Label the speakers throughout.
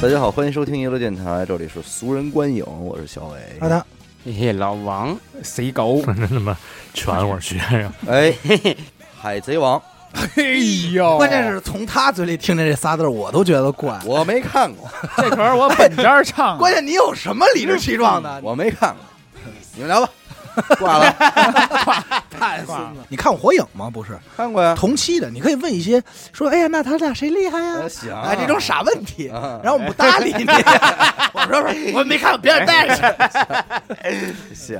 Speaker 1: 大家好，欢迎收听娱乐电台，这里是俗人观影，我是小伟。
Speaker 2: 阿达，
Speaker 3: 嘿，老王，
Speaker 2: 谁狗？
Speaker 3: 哎
Speaker 4: 真他妈全我学生，
Speaker 1: 哎，海贼王
Speaker 2: 哎
Speaker 1: 哦
Speaker 2: 呦关键是从他嘴里听见这仨字儿，我都觉得怪。
Speaker 1: 我没看 过，
Speaker 5: 这可是我本家唱的，
Speaker 2: 关键你有什么理直气壮的？
Speaker 1: 我没看过，你们聊 吧。挂了，
Speaker 2: 太孙子！你看过《火影》吗？不是
Speaker 1: 看过呀。
Speaker 2: 同期的，你可以问一些说，哎呀，那他俩谁厉害呀
Speaker 1: 呃？行
Speaker 2: 哎，这种傻问题，
Speaker 1: 啊
Speaker 2: 然后我们不搭 理你。 我说我没看，别人带着。
Speaker 1: 行，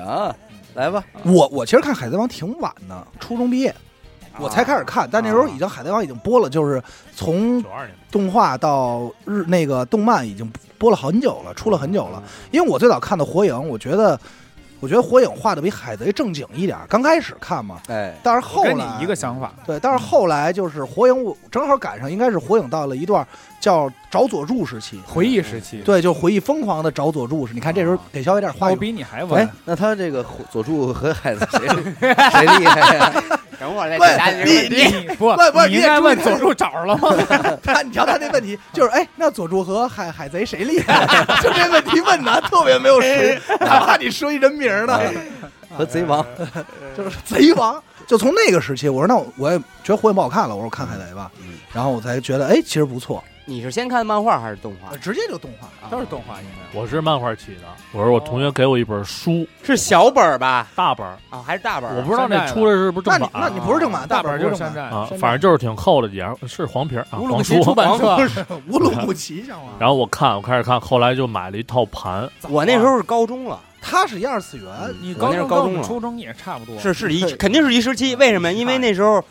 Speaker 1: 来吧。
Speaker 2: 我我其实看《海贼王》挺晚的，初中毕业
Speaker 5: 啊
Speaker 2: 我才开始看，但那时候已经《海贼王》已经播了，就是从
Speaker 4: 九二年
Speaker 2: 动画到日那个动漫已经播了很久了，出了很久了。
Speaker 5: 嗯
Speaker 2: 因为我最早看的《火影》，我觉得，我觉得《火影》画的比《海贼》正经一点儿。刚开始看嘛，
Speaker 1: 哎，
Speaker 2: 但是后来
Speaker 5: 跟你一个想法，
Speaker 2: 对，但是后来就是《火影》，我正好赶上，应该是《火影》到了一段叫找佐助时期，
Speaker 5: 回忆时期，
Speaker 2: 对，就回忆疯狂的找佐助时。你看这时
Speaker 5: 啊
Speaker 2: 候给小伟点话
Speaker 5: 我
Speaker 2: 语，
Speaker 5: 比你还
Speaker 1: 哎
Speaker 5: 文，，
Speaker 1: 那他这个佐助和海贼 谁谁厉害 呀？
Speaker 3: 等我来解答你这个问题。
Speaker 5: 你不
Speaker 2: 不不
Speaker 5: 你应该问
Speaker 2: 你
Speaker 3: 啊
Speaker 2: 也注意
Speaker 5: 佐助找着了吗？
Speaker 2: 他你瞧他那问题就是，哎，那佐助和海海贼谁厉 害？就这问题问的特别没有实，哪怕你说一人名儿呢。
Speaker 1: 啊和贼王
Speaker 2: 就是贼王。就从那个时期，我说那我我也觉得火影不好看了，我说看海贼吧，
Speaker 1: 嗯
Speaker 2: 然后我才觉得哎，其实不错，
Speaker 3: 你是先看漫画还是动画？
Speaker 2: 啊直接就动画。
Speaker 5: 都是动画应该。
Speaker 4: 我是漫画起的，我说我同学给我一本书，
Speaker 3: 是小本儿吧？
Speaker 4: 大本儿，
Speaker 3: 啊，还是大本儿？
Speaker 4: 我不知道那出的是不是
Speaker 2: 那
Speaker 4: 正
Speaker 2: 你
Speaker 4: 版
Speaker 2: 那你不是正版，
Speaker 5: 大
Speaker 2: 啊本
Speaker 5: 本
Speaker 2: 儿不
Speaker 5: 儿就是是
Speaker 2: 正
Speaker 5: 山
Speaker 2: 版，
Speaker 5: 寨
Speaker 4: 啊
Speaker 2: 山，
Speaker 4: 反正就是挺厚的，也是黄皮儿啊，
Speaker 5: 乌鲁木
Speaker 4: 黄
Speaker 5: 齐
Speaker 4: 书
Speaker 5: 出。版社，
Speaker 2: 乌鲁木齐上网。
Speaker 4: 然后我看，我开始看，后来就买了一套盘，
Speaker 3: 我那时候是高中了，
Speaker 2: 它是一二次元，
Speaker 5: 你
Speaker 3: 我
Speaker 5: 高
Speaker 3: 那是啊呃
Speaker 5: 中
Speaker 3: 高
Speaker 5: 跟我
Speaker 3: 中
Speaker 5: 们
Speaker 3: 了
Speaker 5: 初中也差不多，嗯
Speaker 3: 是是一肯定是一时期。为什么？
Speaker 5: 你看
Speaker 3: 因为那时候，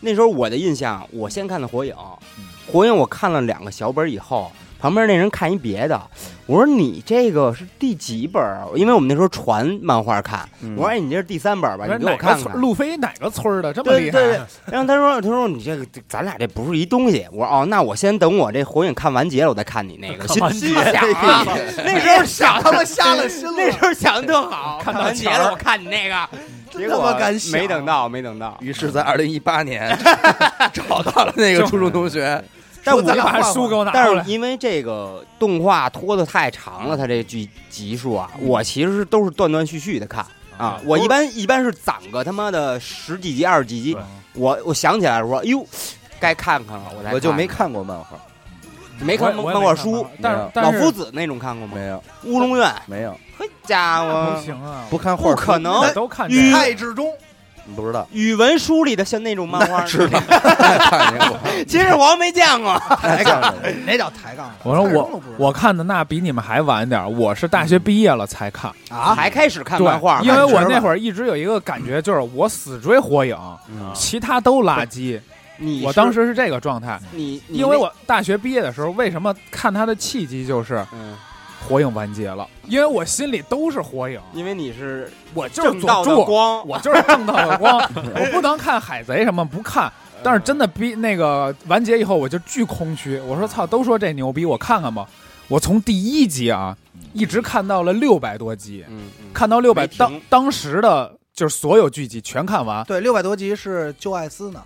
Speaker 3: 那时候我的印象，我先看的《火影》，
Speaker 5: 嗯
Speaker 3: 火影我看了两个小本儿以后，旁边那人看一别的，我说你这个是第几本儿啊？因为我们那时候传漫画看，
Speaker 1: 嗯
Speaker 3: 我说哎，你这是第三本儿吧？
Speaker 5: 不
Speaker 3: 你
Speaker 5: 是
Speaker 3: 给我
Speaker 5: 哪
Speaker 3: 看
Speaker 5: 个村
Speaker 3: 看。
Speaker 5: 路飞哪个村儿的这么
Speaker 3: 对对
Speaker 5: 厉害？
Speaker 3: 对，然后他说：“他说你这个，咱俩这不是一东西。”我说：“哦，那我先等我这火影看完结了，我再看你那个。”
Speaker 4: 看完
Speaker 3: 心想啊，那时候想
Speaker 2: 他妈瞎了心
Speaker 3: 那
Speaker 2: 了
Speaker 3: 时。候想的特好，看完结了我看你那个，结
Speaker 2: 他
Speaker 3: 果
Speaker 2: 妈敢想
Speaker 3: 没等到，没等到。
Speaker 1: 于是，在二零一八年 找到了那个初中同学。
Speaker 3: 但
Speaker 2: 说咱
Speaker 3: 我
Speaker 2: 俩
Speaker 5: 把
Speaker 2: 换
Speaker 5: 书给
Speaker 2: 换
Speaker 5: 我拿过
Speaker 3: 但
Speaker 5: 来嗯
Speaker 3: 是。因为这个动画拖得太长了，它这剧集数啊，我其实都是断断续续的看啊。我一般一般是攒个他妈的十几集、二十几集
Speaker 4: 对，
Speaker 3: 我我想起来说，哟，该看看了，我才
Speaker 1: 我就没
Speaker 3: 看
Speaker 1: 看过漫画，
Speaker 3: 没看
Speaker 5: 我也
Speaker 3: 漫
Speaker 5: 我
Speaker 3: 画
Speaker 5: 也没看漫
Speaker 3: 书
Speaker 5: 画，但
Speaker 1: 没有
Speaker 5: 是
Speaker 3: 老
Speaker 5: 但是
Speaker 3: 夫子那种看过吗？
Speaker 1: 没有，
Speaker 3: 乌龙院，
Speaker 1: 没有，
Speaker 3: 嘿家
Speaker 5: 不
Speaker 3: 伙，
Speaker 5: 行啊，
Speaker 1: 不看画
Speaker 3: 不，啊可能
Speaker 5: 我。都看
Speaker 3: 与
Speaker 5: 见 了
Speaker 2: 太至中，
Speaker 1: 你不知道。
Speaker 3: 语文书里的像那种漫画，
Speaker 1: 知道，看见过，
Speaker 3: 秦始皇没见过。
Speaker 1: 啊
Speaker 2: 抬杠，哎那叫抬杠。
Speaker 5: 我说
Speaker 2: 太至中都
Speaker 5: 我
Speaker 2: 不知道
Speaker 5: 我看的那比你们还晚点儿，我是大学毕业了才看。
Speaker 2: 啊，
Speaker 3: 才开始嗯看
Speaker 5: 对，
Speaker 3: 漫画，
Speaker 5: 因为我
Speaker 3: 看直
Speaker 5: 那
Speaker 3: 了
Speaker 5: 会儿一直有一个感觉，就是我死追火影，
Speaker 1: 嗯
Speaker 5: 其他都垃圾。
Speaker 3: 你
Speaker 5: 我
Speaker 3: 是嗯
Speaker 5: 当时是这个状态，
Speaker 3: 你你
Speaker 5: 因为
Speaker 3: 那
Speaker 5: 我大学毕业的时候，为什么看他的契机就是
Speaker 3: 嗯，
Speaker 5: 火影完结了？因为我心里都是火影，
Speaker 3: 因为你是
Speaker 5: 我就是
Speaker 3: 正
Speaker 5: 佐
Speaker 3: 道的
Speaker 5: 助，
Speaker 3: 光，
Speaker 5: 我就是正道的光，我不能看海贼什么不看。
Speaker 3: 嗯
Speaker 5: 但是真的逼那个完结以后，我就巨空虚。我说操，都说这牛逼，我看看吧。我从第一集啊，一直看到了六百多集，
Speaker 3: 嗯嗯
Speaker 5: 看到六百
Speaker 3: 没停
Speaker 5: 当当时的就是所有剧集全看完。
Speaker 2: 对六百多集是旧艾斯呢，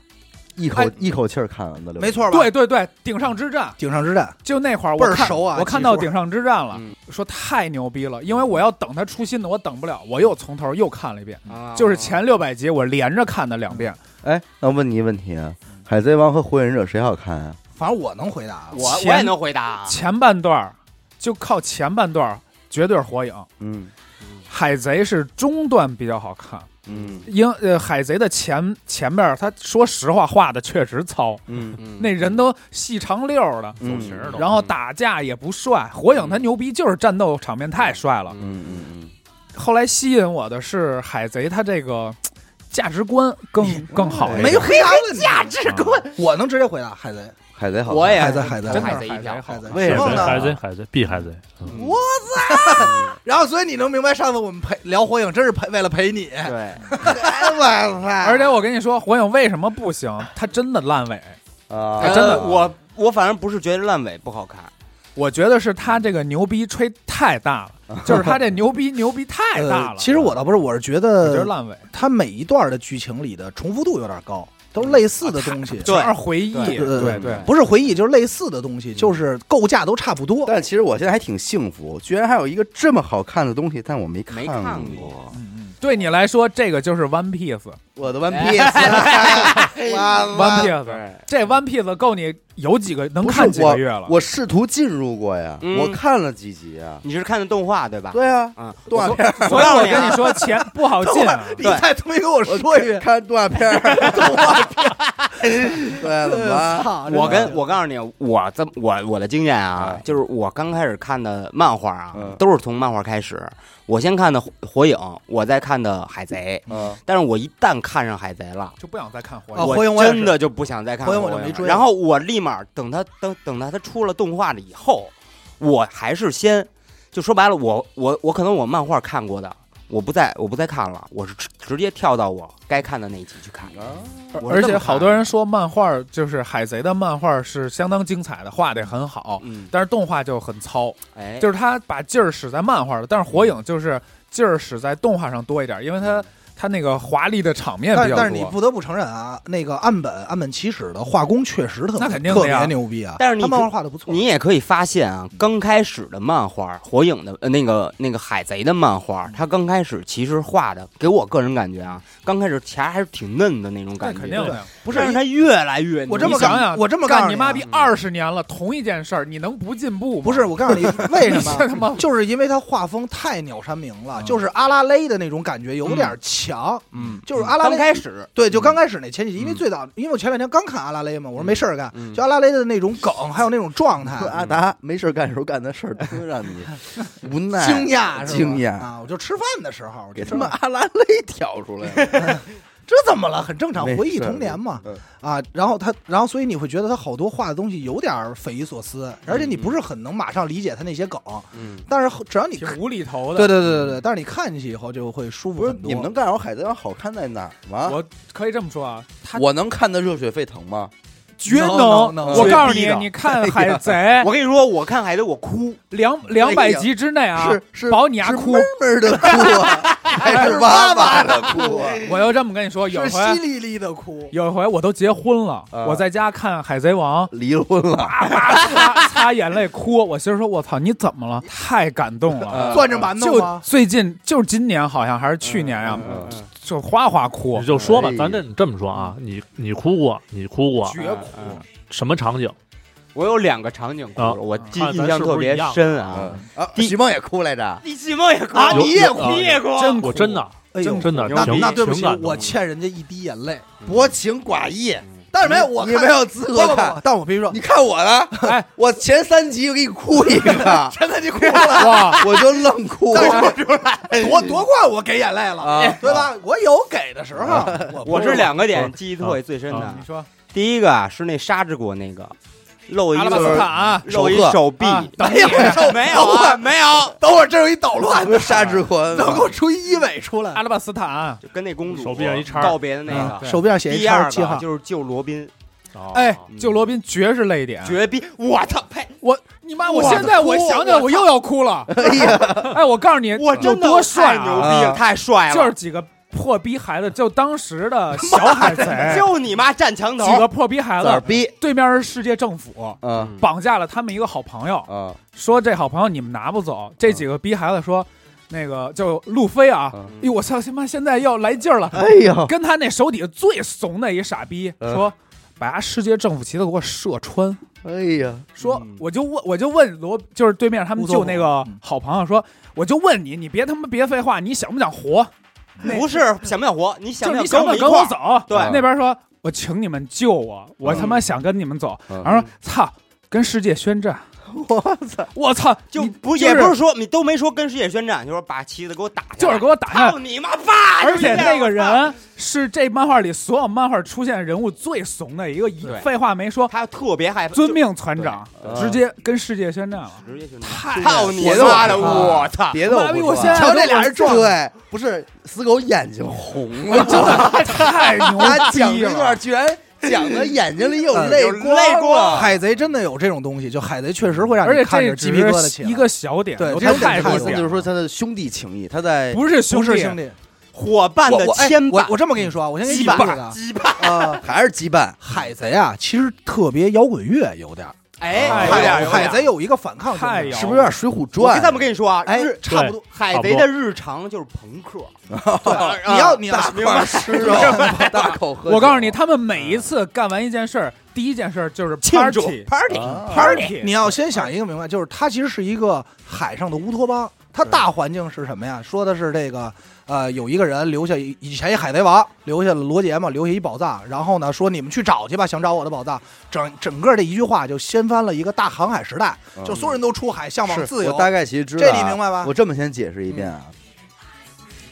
Speaker 1: 一口一口气儿看完的，
Speaker 2: 没，错吧？
Speaker 5: 对，对对，顶上之战
Speaker 2: 顶上之战
Speaker 5: 就那会儿
Speaker 2: 倍
Speaker 5: 我
Speaker 2: 儿
Speaker 5: 看
Speaker 2: 熟啊
Speaker 5: 我看到
Speaker 2: 技术
Speaker 5: 顶上之战了，
Speaker 3: 嗯
Speaker 5: 说太牛逼了，因为我要等它出新的，我等不了，我又从头又看了一遍，
Speaker 3: 啊
Speaker 5: 就是前六百集我连着看的两遍。
Speaker 1: 哎，那我问你一个问题啊，《海贼王》和《火影忍者》谁好看啊？
Speaker 2: 反正我能回答啊。
Speaker 3: 我我
Speaker 5: 前
Speaker 3: 也能回答啊，
Speaker 5: 前半段儿就靠前半段儿绝对是火影，
Speaker 1: 嗯
Speaker 5: 海贼是中段比较好看。
Speaker 1: 嗯
Speaker 5: 因呃，海贼的前前面儿，他说实话画的确实糙，
Speaker 1: 嗯
Speaker 3: 嗯
Speaker 5: 那人都细长溜儿的，
Speaker 1: 嗯
Speaker 4: 走形儿都
Speaker 5: 然后打架也不帅。火影他牛逼就是战斗场面太帅了。
Speaker 1: 嗯嗯嗯，
Speaker 5: 后来吸引我的是海贼，他这个价值观更更好一
Speaker 2: 没
Speaker 5: 点。
Speaker 2: 回答问题，价
Speaker 5: 值观，
Speaker 2: 我能直接回答海贼。
Speaker 1: 海贼好看，
Speaker 3: 我也
Speaker 2: 海贼海贼
Speaker 5: 真的
Speaker 3: 海
Speaker 5: 是
Speaker 3: 贼一票，
Speaker 5: 海贼
Speaker 2: 海
Speaker 5: 好
Speaker 2: 贼
Speaker 5: 看。
Speaker 1: 为什
Speaker 2: 然后
Speaker 1: 么
Speaker 2: 呢
Speaker 4: 海贼海贼必海贼，嗯
Speaker 3: 嗯
Speaker 2: 我然后，所以你能明白上次我们陪聊火影，真是陪为了陪你。
Speaker 6: 啊
Speaker 3: 对，
Speaker 2: 我操！
Speaker 5: 而且我跟你说，火影为什么不行？他真的烂尾，
Speaker 1: 啊
Speaker 5: 哎真的
Speaker 3: 呃我我反正不是觉得烂尾不好看，
Speaker 5: 我觉得是他这个牛逼吹太大了，就是他这牛逼牛逼 太大了。
Speaker 2: 呃呃其实我倒不是，我是觉
Speaker 5: 我觉得
Speaker 2: 得
Speaker 5: 烂尾，
Speaker 2: 它每一段的剧情里的重复度有点高。都是类似的东西，
Speaker 5: 全是回忆，
Speaker 2: 对
Speaker 5: 啊对
Speaker 2: 对对
Speaker 5: 对，
Speaker 2: 不是回忆，就是类似的东西，就是构架都差不多。
Speaker 6: 但其实我现在还挺幸福，居然还有一个这么好看的东西，但我没看
Speaker 3: 没看过
Speaker 5: 嗯嗯对你来说这个就是 One Piece，One
Speaker 6: 我的 One 啊 Piece，哇哇
Speaker 5: Piece，
Speaker 3: 哎对，
Speaker 5: 这 One Piece 够你有几个能
Speaker 6: 不是
Speaker 5: 看几
Speaker 6: 我
Speaker 5: 个月了？
Speaker 6: 我试图进入过呀，
Speaker 3: 嗯
Speaker 6: 我看了几集啊。
Speaker 3: 你是看的动画对吧？
Speaker 6: 对啊，
Speaker 3: 啊，
Speaker 6: 动画片儿，
Speaker 5: 所以我跟你说，钱不好进啊。
Speaker 2: 你再他妈给我说一遍，
Speaker 6: 看动画片儿， 动画片儿， 对，怎么了？
Speaker 2: 操
Speaker 3: 我跟我告诉你，我这我我的经验啊，就是我刚开始看的漫画啊
Speaker 6: 嗯，
Speaker 3: 都是从漫画开始。我先看的《火影》，我再看的《海贼》，
Speaker 6: 嗯，
Speaker 3: 但是我一旦看上《海贼》了。
Speaker 5: 就不想再看火
Speaker 2: 啊
Speaker 5: 影。
Speaker 2: 火影我也是
Speaker 3: 真的就不想再看
Speaker 2: 火影
Speaker 3: 我
Speaker 2: 我就没追了
Speaker 3: 然后我立马等他等等他他出了动画了以后，我还是先就说白了，我我我可能我漫画看过的，我不再我不再看了，我是直直接跳到我该看的那一集去看。
Speaker 6: 啊
Speaker 3: 我是
Speaker 5: 嗯而
Speaker 3: 这
Speaker 5: 且
Speaker 3: 么
Speaker 5: 好
Speaker 3: 看
Speaker 5: 多人说漫画就是海贼的漫画是相当精彩的，画的很好，
Speaker 3: 嗯，
Speaker 5: 但是动画就很糙，
Speaker 3: 哎，
Speaker 5: 就是他把劲儿使在漫画了，但是火影就是劲儿使在动画上多一点，因为他他那个华丽的场面比
Speaker 2: 嗯但
Speaker 5: 较
Speaker 2: 但是你
Speaker 5: 多。
Speaker 2: 不得不承认啊，那个岸本岸本齐史的画工确实特
Speaker 5: 那
Speaker 2: 别
Speaker 5: 肯定的
Speaker 2: 特
Speaker 5: 呀
Speaker 2: 别牛逼啊，
Speaker 3: 但是你
Speaker 2: 他漫画画的不错，
Speaker 3: 你也可以发现啊，刚开始的漫画，火影的、呃、那个那个海贼的漫画，
Speaker 5: 嗯
Speaker 3: 它刚开始其实画的，给我个人感觉啊，刚开始其实还是挺嫩的那种
Speaker 5: 那
Speaker 3: 感觉，
Speaker 5: 肯定的呀，
Speaker 2: 不是
Speaker 3: 但是它越来越，
Speaker 2: 我这么
Speaker 5: 你想
Speaker 2: 干
Speaker 5: 想
Speaker 2: 我这么告诉
Speaker 5: 干
Speaker 2: 你
Speaker 5: 你
Speaker 2: 啊
Speaker 5: 妈逼
Speaker 3: 嗯
Speaker 5: 二十年了，同一件事儿，你能不进步吗？
Speaker 2: 不是，我告诉你为什
Speaker 5: 这 他妈
Speaker 2: 么，就是因为他画风太鸟山明了，
Speaker 5: 嗯
Speaker 2: 就是阿拉蕾的那种感觉有点强，
Speaker 3: 嗯，
Speaker 2: 就是阿拉
Speaker 3: 刚
Speaker 2: 蕾
Speaker 3: 开始，
Speaker 2: 对，就刚开始那前几集，
Speaker 3: 嗯
Speaker 2: 因为最早，因为我前两天刚看阿拉蕾嘛，我说没事儿干
Speaker 3: 嗯，
Speaker 2: 就阿拉蕾的那种梗，还有那种状态
Speaker 6: 说， 阿达没事儿干的时候干的事儿，真让你无奈
Speaker 2: 惊讶，是吧
Speaker 6: 惊讶，
Speaker 2: 啊！我就吃饭的时候，我就
Speaker 6: 给
Speaker 2: 吃
Speaker 6: 他
Speaker 2: 饭
Speaker 6: 们阿拉蕾挑出来了，
Speaker 2: 这怎么了？很正常，
Speaker 6: 没
Speaker 2: 回忆
Speaker 6: 事儿
Speaker 2: 童年嘛。
Speaker 6: 嗯
Speaker 2: 啊，然后他，然后所以你会觉得他好多画的东西有点儿匪夷所思，而且你不是很能马上理解他那些梗，
Speaker 3: 嗯，
Speaker 2: 但是只要你
Speaker 5: 挺
Speaker 2: 看，
Speaker 5: 无厘头的。
Speaker 2: 对对对对对，但是你看进去以后就会舒服
Speaker 6: 不是
Speaker 2: 很多。
Speaker 6: 你们能干着海贼王好看在哪儿吗？
Speaker 5: 我可以这么说啊，他
Speaker 6: 我能看得热血沸腾吗？
Speaker 5: 绝
Speaker 2: 能能能哎
Speaker 5: 我告诉
Speaker 4: 绝
Speaker 5: 你
Speaker 4: 逼，的
Speaker 5: 你看海贼
Speaker 3: 我跟你说，我看海贼我哭，
Speaker 5: 两两百集之内啊，
Speaker 6: 是是
Speaker 5: 保你牙
Speaker 6: 是
Speaker 5: 哭
Speaker 6: 闷。闷的哭啊，还是哇哇的哭啊？
Speaker 5: 我就这么跟你说，有
Speaker 2: 是
Speaker 5: 一
Speaker 2: 淅
Speaker 5: 回
Speaker 2: 沥沥的哭，
Speaker 5: 有一回我都结婚了，
Speaker 6: 啊
Speaker 5: 我在家看《海贼王》
Speaker 6: 离婚了，
Speaker 5: 啊，啪擦擦眼泪哭。我媳妇说：“我操，你怎么了？太感动了。”
Speaker 2: 攥着馒头
Speaker 5: 就
Speaker 2: 吗？
Speaker 5: 最近，就是今年好像还是去年呀、
Speaker 6: 嗯嗯
Speaker 5: 就哗哗哭
Speaker 4: 你，就说吧
Speaker 6: 哎，呀
Speaker 4: 咱这你这么说啊，你你哭过，你哭过
Speaker 5: 绝哭。
Speaker 4: 什么场景？
Speaker 3: 我有两个场景哭
Speaker 4: 啊
Speaker 3: 了，我记
Speaker 4: 啊咱
Speaker 3: 印象
Speaker 4: 是不是
Speaker 3: 特别
Speaker 4: 一样
Speaker 3: 深
Speaker 6: 嗯
Speaker 3: 啊。
Speaker 6: 啊，
Speaker 3: 第
Speaker 6: 徐梦也哭来着，
Speaker 3: 第七梦也哭，
Speaker 4: 有
Speaker 6: 你也
Speaker 4: 有啊
Speaker 3: 你也哭，
Speaker 5: 真哭
Speaker 4: 我真的
Speaker 2: 哎呦，
Speaker 4: 真的
Speaker 2: 那
Speaker 4: 情
Speaker 2: 那对不起
Speaker 4: 情感，的
Speaker 2: 我欠人家一滴眼泪。
Speaker 6: 薄情寡义，
Speaker 2: 但是没有我
Speaker 6: 你
Speaker 2: 看
Speaker 6: 没有资
Speaker 2: 不
Speaker 6: 格
Speaker 2: 不
Speaker 6: 看
Speaker 2: 不，。但我必须说，
Speaker 6: 啊你，看我的，
Speaker 5: 哎，
Speaker 6: 我前三集我给你哭一个
Speaker 2: 真的你哭了，
Speaker 5: 哇，
Speaker 6: 我就愣哭。
Speaker 2: 但是 夺夺冠我给眼泪了
Speaker 6: 啊，
Speaker 2: 对吧？我有给的时候，
Speaker 3: 我
Speaker 2: 是
Speaker 3: 是两个
Speaker 4: 嗯
Speaker 3: 点记忆特别最深的
Speaker 4: 啊
Speaker 5: 你，说
Speaker 3: 第一个啊是那沙之国那个露一
Speaker 5: 阿拉巴斯
Speaker 3: 个
Speaker 5: 塔啊，
Speaker 3: 露一
Speaker 6: 手刻
Speaker 3: 手臂，
Speaker 5: 啊等
Speaker 2: 哎呦，
Speaker 3: 没有啊，没有，
Speaker 2: 等会儿这有一捣乱
Speaker 6: 什么沙之魂，
Speaker 2: 能给我出一尾出
Speaker 5: 阿
Speaker 2: 来。啊
Speaker 5: 拉巴斯啊塔，
Speaker 3: 就跟那公主
Speaker 4: 手臂上一叉嗯
Speaker 3: 告别的那个。
Speaker 5: 对
Speaker 2: 手臂上写一
Speaker 3: 第
Speaker 2: 叉
Speaker 3: 二
Speaker 2: 儿记
Speaker 3: 个
Speaker 2: 号，
Speaker 3: 就是救罗宾，
Speaker 5: 哎
Speaker 4: 哦，
Speaker 5: 救罗宾绝是泪点。
Speaker 3: 嗯绝逼！我操，呸！
Speaker 5: 我你妈！我
Speaker 6: 我
Speaker 5: 现在我
Speaker 6: 哭
Speaker 5: 想起来我又要哭了。
Speaker 6: 哎呀，
Speaker 5: 哎，我告诉你，
Speaker 3: 我
Speaker 5: 有
Speaker 3: 真的
Speaker 5: 多帅
Speaker 3: 太牛
Speaker 5: 啊！
Speaker 3: 逼了，
Speaker 6: 啊
Speaker 3: 太帅了！
Speaker 5: 就是几个破逼孩子，就当时的小海
Speaker 4: 哎
Speaker 5: 贼，
Speaker 3: 就你妈站墙头
Speaker 5: 几，个破逼孩
Speaker 6: 崽儿
Speaker 5: 子，
Speaker 6: 逼，
Speaker 5: 对面是世界政府，
Speaker 6: 嗯
Speaker 5: 绑架了他们一个好朋友，
Speaker 6: 啊，
Speaker 5: 说这好朋友你们拿不走。这几个逼孩子说，那个就路飞啊，
Speaker 6: 嗯
Speaker 5: 哎呦我操他妈现在要来劲儿了，
Speaker 6: 哎呦，
Speaker 5: 跟他那手底下最怂的一傻逼
Speaker 6: 嗯
Speaker 5: 说，把世界政府旗子给我射穿。
Speaker 6: 哎呀，
Speaker 5: 说
Speaker 3: 嗯
Speaker 5: 我就问我就问罗，就是对面他们
Speaker 2: 乌托
Speaker 5: 救
Speaker 2: 邦
Speaker 5: 那个
Speaker 2: 嗯
Speaker 5: 好朋友说，我就问你，你别他妈别废话，你想不想活？那
Speaker 3: 不是想不想活？你想
Speaker 5: 就是
Speaker 3: 不
Speaker 5: 你
Speaker 3: 跟
Speaker 5: 想不
Speaker 3: 我
Speaker 5: 想
Speaker 3: 一
Speaker 5: 跟
Speaker 3: 块
Speaker 5: 我
Speaker 3: 儿？
Speaker 5: 走？啊
Speaker 3: 对嗯
Speaker 5: 那边说我请你们救我，我他妈想跟你们走。
Speaker 6: 嗯
Speaker 5: 然后说操，跟世界 宣战，
Speaker 6: 我操，
Speaker 5: 我操，
Speaker 3: 就
Speaker 5: 你
Speaker 3: 不
Speaker 5: 就
Speaker 3: 也不是说你都没说跟世界宣战，就说把旗子给我打下来，
Speaker 5: 就是给我打下来
Speaker 3: 操。你妈爸！
Speaker 5: 而且
Speaker 3: 就这样
Speaker 5: 那个，人是这漫画里所有漫画出现人物最怂的一个，一
Speaker 3: 对
Speaker 5: 废话没说，
Speaker 3: 他特别害怕，
Speaker 5: 遵命船长，
Speaker 6: 对
Speaker 5: 直
Speaker 3: 嗯
Speaker 5: 接跟世界宣 战了。
Speaker 3: 就直接宣战。
Speaker 5: 太
Speaker 3: 操你
Speaker 6: 别的
Speaker 3: 妈的！
Speaker 6: 我
Speaker 3: 我 操！
Speaker 6: 别的
Speaker 5: 妈
Speaker 6: 我
Speaker 5: 逼
Speaker 6: 不
Speaker 5: 我
Speaker 6: 说
Speaker 5: 现在
Speaker 6: 瞧
Speaker 5: 都
Speaker 6: 这俩人撞，
Speaker 5: 我
Speaker 6: 对，不是死狗眼睛红了，
Speaker 5: 真的太 牛
Speaker 6: 他讲
Speaker 5: 逼
Speaker 6: 这
Speaker 5: 了！
Speaker 6: 段居然讲的眼睛里有
Speaker 2: 嗯
Speaker 6: 泪
Speaker 3: 有泪光
Speaker 6: 光，
Speaker 2: 海贼真的有这种东西，就海贼确实会让
Speaker 5: 而
Speaker 2: 你
Speaker 5: 且
Speaker 2: 看
Speaker 5: 这
Speaker 2: 着鸡皮疙瘩
Speaker 5: 只
Speaker 2: 起
Speaker 5: 是
Speaker 2: 来。
Speaker 5: 一个小点，
Speaker 2: 对
Speaker 5: 有
Speaker 2: 这
Speaker 5: 太
Speaker 2: 点
Speaker 5: 多
Speaker 2: 太
Speaker 6: 意
Speaker 2: 多
Speaker 6: 思
Speaker 5: 点
Speaker 6: 就是
Speaker 5: 了
Speaker 6: 说他的兄弟情谊，他在
Speaker 5: 不是
Speaker 2: 不
Speaker 5: 兄
Speaker 2: 是
Speaker 5: 弟，
Speaker 2: 兄弟，
Speaker 3: 伙伴的
Speaker 2: 我我哎
Speaker 3: 牵
Speaker 2: 我
Speaker 3: 绊
Speaker 2: 我这么跟你说啊，我先给你
Speaker 3: 羁
Speaker 2: 举个例子
Speaker 3: 绊，
Speaker 2: 啊，
Speaker 3: 羁绊，
Speaker 2: 呃，
Speaker 1: 还是羁绊，
Speaker 2: 海贼啊，其实特别摇滚乐有点儿，
Speaker 3: 哎，
Speaker 5: 哎
Speaker 3: 有点
Speaker 2: 海
Speaker 3: 儿有
Speaker 2: 海
Speaker 3: 点儿。
Speaker 2: 贼有一个反抗精
Speaker 5: 太
Speaker 2: 神，
Speaker 5: 摇
Speaker 1: 是不是有点《水浒
Speaker 3: 我
Speaker 1: 传》？
Speaker 3: 这么跟你说啊，
Speaker 2: 哎
Speaker 3: 日，
Speaker 2: 差不多。
Speaker 3: 海贼的日常就是朋克，啊
Speaker 2: 你要你要
Speaker 1: 大
Speaker 2: 明白
Speaker 1: 块吃肉， 大口喝酒。
Speaker 5: 我告诉你，他们
Speaker 2: 嗯
Speaker 5: 每一次干完一件事儿，第一件事儿就是
Speaker 3: 庆祝
Speaker 5: party
Speaker 3: party
Speaker 1: 啊
Speaker 5: party。
Speaker 2: 你要先想一个明白，就是它其实是一个海上的乌托邦。它大
Speaker 5: 嗯
Speaker 2: 环境是什么呀？说的是这个，呃，有一个人留下一以前一海贼王留下了罗杰嘛，留下一宝藏，然后呢说你们去找去吧，想找我的宝藏。整整个这一句话就掀翻了一个大航海时代，
Speaker 5: 嗯
Speaker 2: 就所有人都出海向往
Speaker 1: 是
Speaker 2: 自由
Speaker 1: 我。大概其实知道
Speaker 2: 这
Speaker 1: 啊，
Speaker 2: 你明白吧
Speaker 1: 我这么先解释一遍啊，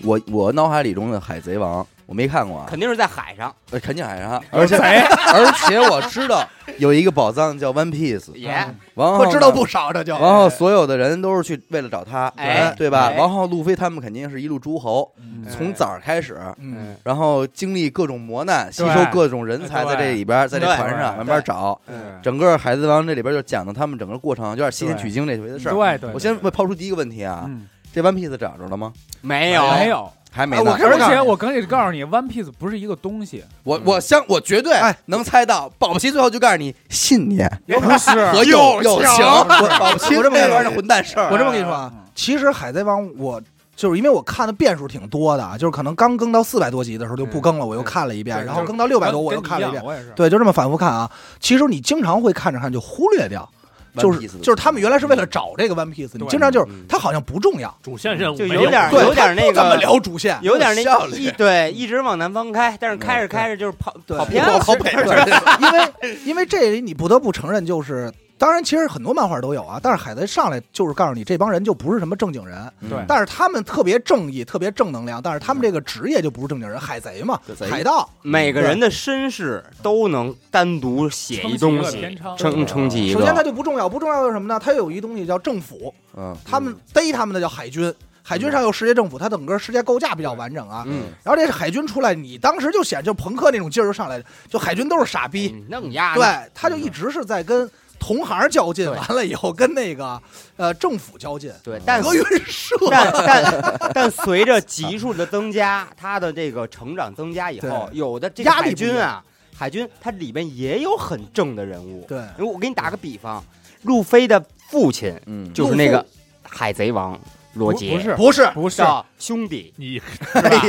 Speaker 1: 我我脑海里中的《海贼王》我没看过啊，
Speaker 3: 肯定是在海上，
Speaker 1: 呃肯定海上，
Speaker 5: 有
Speaker 1: 而且
Speaker 5: 贼
Speaker 1: 而且我知道有一个宝藏叫 One Piece，
Speaker 3: 耶，
Speaker 1: 然后
Speaker 2: 我
Speaker 1: 呢
Speaker 2: 知道不少，这就
Speaker 1: 然后嗯哦所有的人都是去为了找他，
Speaker 3: 哎
Speaker 1: 对吧？
Speaker 3: 哎
Speaker 1: 然后路飞他们肯定是一路诸侯，
Speaker 3: 哎
Speaker 1: 从早儿开始，
Speaker 2: 嗯，
Speaker 1: 然后经历各种磨难，吸
Speaker 5: 对
Speaker 1: 收各种人才，
Speaker 5: 对
Speaker 1: 在这里边儿，在这
Speaker 3: 对
Speaker 1: 船上
Speaker 5: 对
Speaker 1: 慢慢找。
Speaker 3: 嗯，
Speaker 1: 整个《海贼王》这里边就讲到他们整个过程，有点西天
Speaker 5: 对
Speaker 1: 取经这回的事
Speaker 5: 对
Speaker 1: 儿。
Speaker 5: 对对，
Speaker 1: 我先问抛出第一个问题啊，
Speaker 5: 嗯
Speaker 1: 这 One Piece 找着了吗？
Speaker 3: 没有
Speaker 5: 没，有，
Speaker 1: 还没啊
Speaker 2: 哎
Speaker 1: 呢
Speaker 2: 我。看
Speaker 5: 而
Speaker 2: 告诉
Speaker 5: 且
Speaker 2: 你
Speaker 5: 啊我可以告诉你，One Piece 不是一个东西，
Speaker 1: 我我相我绝对
Speaker 2: 哎
Speaker 1: 能猜到，保不齐最后就告诉你信念
Speaker 5: 不是
Speaker 1: 和友友情。保不 齐
Speaker 2: 我这么
Speaker 1: 那
Speaker 2: 跟你说
Speaker 1: 玩意儿是混蛋事
Speaker 5: 哎
Speaker 1: 儿。
Speaker 2: 我这么跟你说啊，
Speaker 5: 嗯
Speaker 2: 其实《海贼王》我就是因为我看的遍数挺多的啊，就是可能刚更到四百多集的时候就不更了，我又看了一遍，
Speaker 5: 嗯对
Speaker 2: 然后
Speaker 5: 就是
Speaker 2: 更到六百多我又
Speaker 5: 跟你
Speaker 2: 看了一
Speaker 5: 样
Speaker 2: 遍，
Speaker 5: 我也是。
Speaker 2: 对，就这么反复看啊。其实你经常会看着看就忽略掉，
Speaker 1: One
Speaker 2: 就是
Speaker 1: Piece 的
Speaker 2: 就是他们原来是为了找这个 One Piece，你
Speaker 5: 对
Speaker 2: 经常就是
Speaker 3: 嗯
Speaker 2: 它好像不重要，
Speaker 4: 主线任务
Speaker 3: 就
Speaker 4: 没
Speaker 3: 有点儿
Speaker 2: 对，
Speaker 3: 有点儿那
Speaker 2: 他们
Speaker 3: 个，
Speaker 2: 聊主线，
Speaker 3: 有点儿
Speaker 1: 效
Speaker 3: 那
Speaker 1: 率
Speaker 3: 一对，一直往南方开，但是开着开着就是跑
Speaker 2: 对
Speaker 3: 跑偏
Speaker 1: 跑
Speaker 3: 了，
Speaker 1: 跑北边
Speaker 3: 是
Speaker 1: 儿去了
Speaker 2: 因为因为这里你不得不承认，就是当然其实很多漫画都有啊，但是海贼上来就是告诉你这帮人就不是什么正经人，
Speaker 1: 嗯
Speaker 5: 对
Speaker 2: 但是他们特别正义，特别正能量，但是他们这个职业就不是正经人，海贼嘛
Speaker 1: 对，贼
Speaker 2: 海盗。
Speaker 3: 每个人的身世都能单独写一东
Speaker 5: 撑起一个
Speaker 3: 西
Speaker 5: 篇，章
Speaker 3: 撑撑起一
Speaker 2: 首先它
Speaker 3: 个，
Speaker 2: 就不重要，不重要的是什么呢？它有一东西叫政府，
Speaker 1: 嗯，
Speaker 2: 他们逮他们的叫海军，海军上有世界政府，它整个世界构架比较完整啊。
Speaker 3: 嗯，
Speaker 2: 然后这海军出来，你当时就显就朋克那种劲儿就上来了，就海军都是傻逼，
Speaker 3: 哎你弄呀，
Speaker 2: 对，他就一直是在跟同行较劲，
Speaker 3: 对
Speaker 2: 完了以后跟那个呃政府较劲，
Speaker 3: 对，但
Speaker 2: 德云社
Speaker 3: 但但但随着级数的增加，它的这个成长增加以后，有的这个
Speaker 2: 压力
Speaker 3: 海
Speaker 2: 不
Speaker 3: 军
Speaker 2: 一
Speaker 3: 啊，海军它里面也有很正的人物。
Speaker 2: 对，
Speaker 3: 因为我给你打个比方，路飞的父亲
Speaker 1: 嗯，
Speaker 3: 就是那个海贼王罗
Speaker 5: 不
Speaker 3: 杰，
Speaker 5: 不是
Speaker 2: 不是哎
Speaker 5: 不是，
Speaker 3: 叫兄弟，
Speaker 4: 你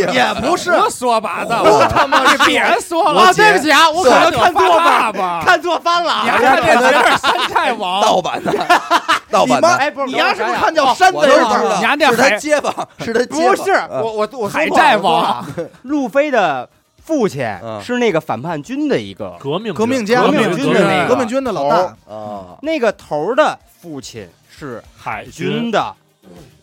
Speaker 2: 也不是，
Speaker 5: 胡说八道，
Speaker 2: 胡
Speaker 5: 他妈是别人说了
Speaker 1: 罗杰
Speaker 5: 不起啊，我
Speaker 1: 对
Speaker 5: 看错爸爸，
Speaker 3: 看错番了
Speaker 5: 你
Speaker 3: 啊。
Speaker 5: 还看电视《山 寨 王》
Speaker 1: 盗版的，盗版的，
Speaker 3: 哎，不是，
Speaker 2: 你丫是不是看
Speaker 3: 叫
Speaker 2: 叫山
Speaker 1: 我
Speaker 2: 贼
Speaker 1: 都知
Speaker 2: 王
Speaker 1: 道，
Speaker 5: 你丫那
Speaker 1: 是他
Speaker 5: 海
Speaker 1: 街坊，是他街坊嗯
Speaker 3: 不是我我我
Speaker 5: 海战王
Speaker 3: 啊， 路飞的父亲
Speaker 1: 嗯
Speaker 3: 是那个反叛军的一个
Speaker 4: 革命
Speaker 2: 革命家、
Speaker 3: 革
Speaker 4: 革
Speaker 3: 命
Speaker 4: 命
Speaker 3: 军
Speaker 4: 革
Speaker 3: 的
Speaker 4: 命
Speaker 3: 那个
Speaker 2: 革命军的老大，
Speaker 1: 啊，
Speaker 3: 那个头儿的父亲是
Speaker 4: 海
Speaker 3: 军
Speaker 4: 军
Speaker 3: 的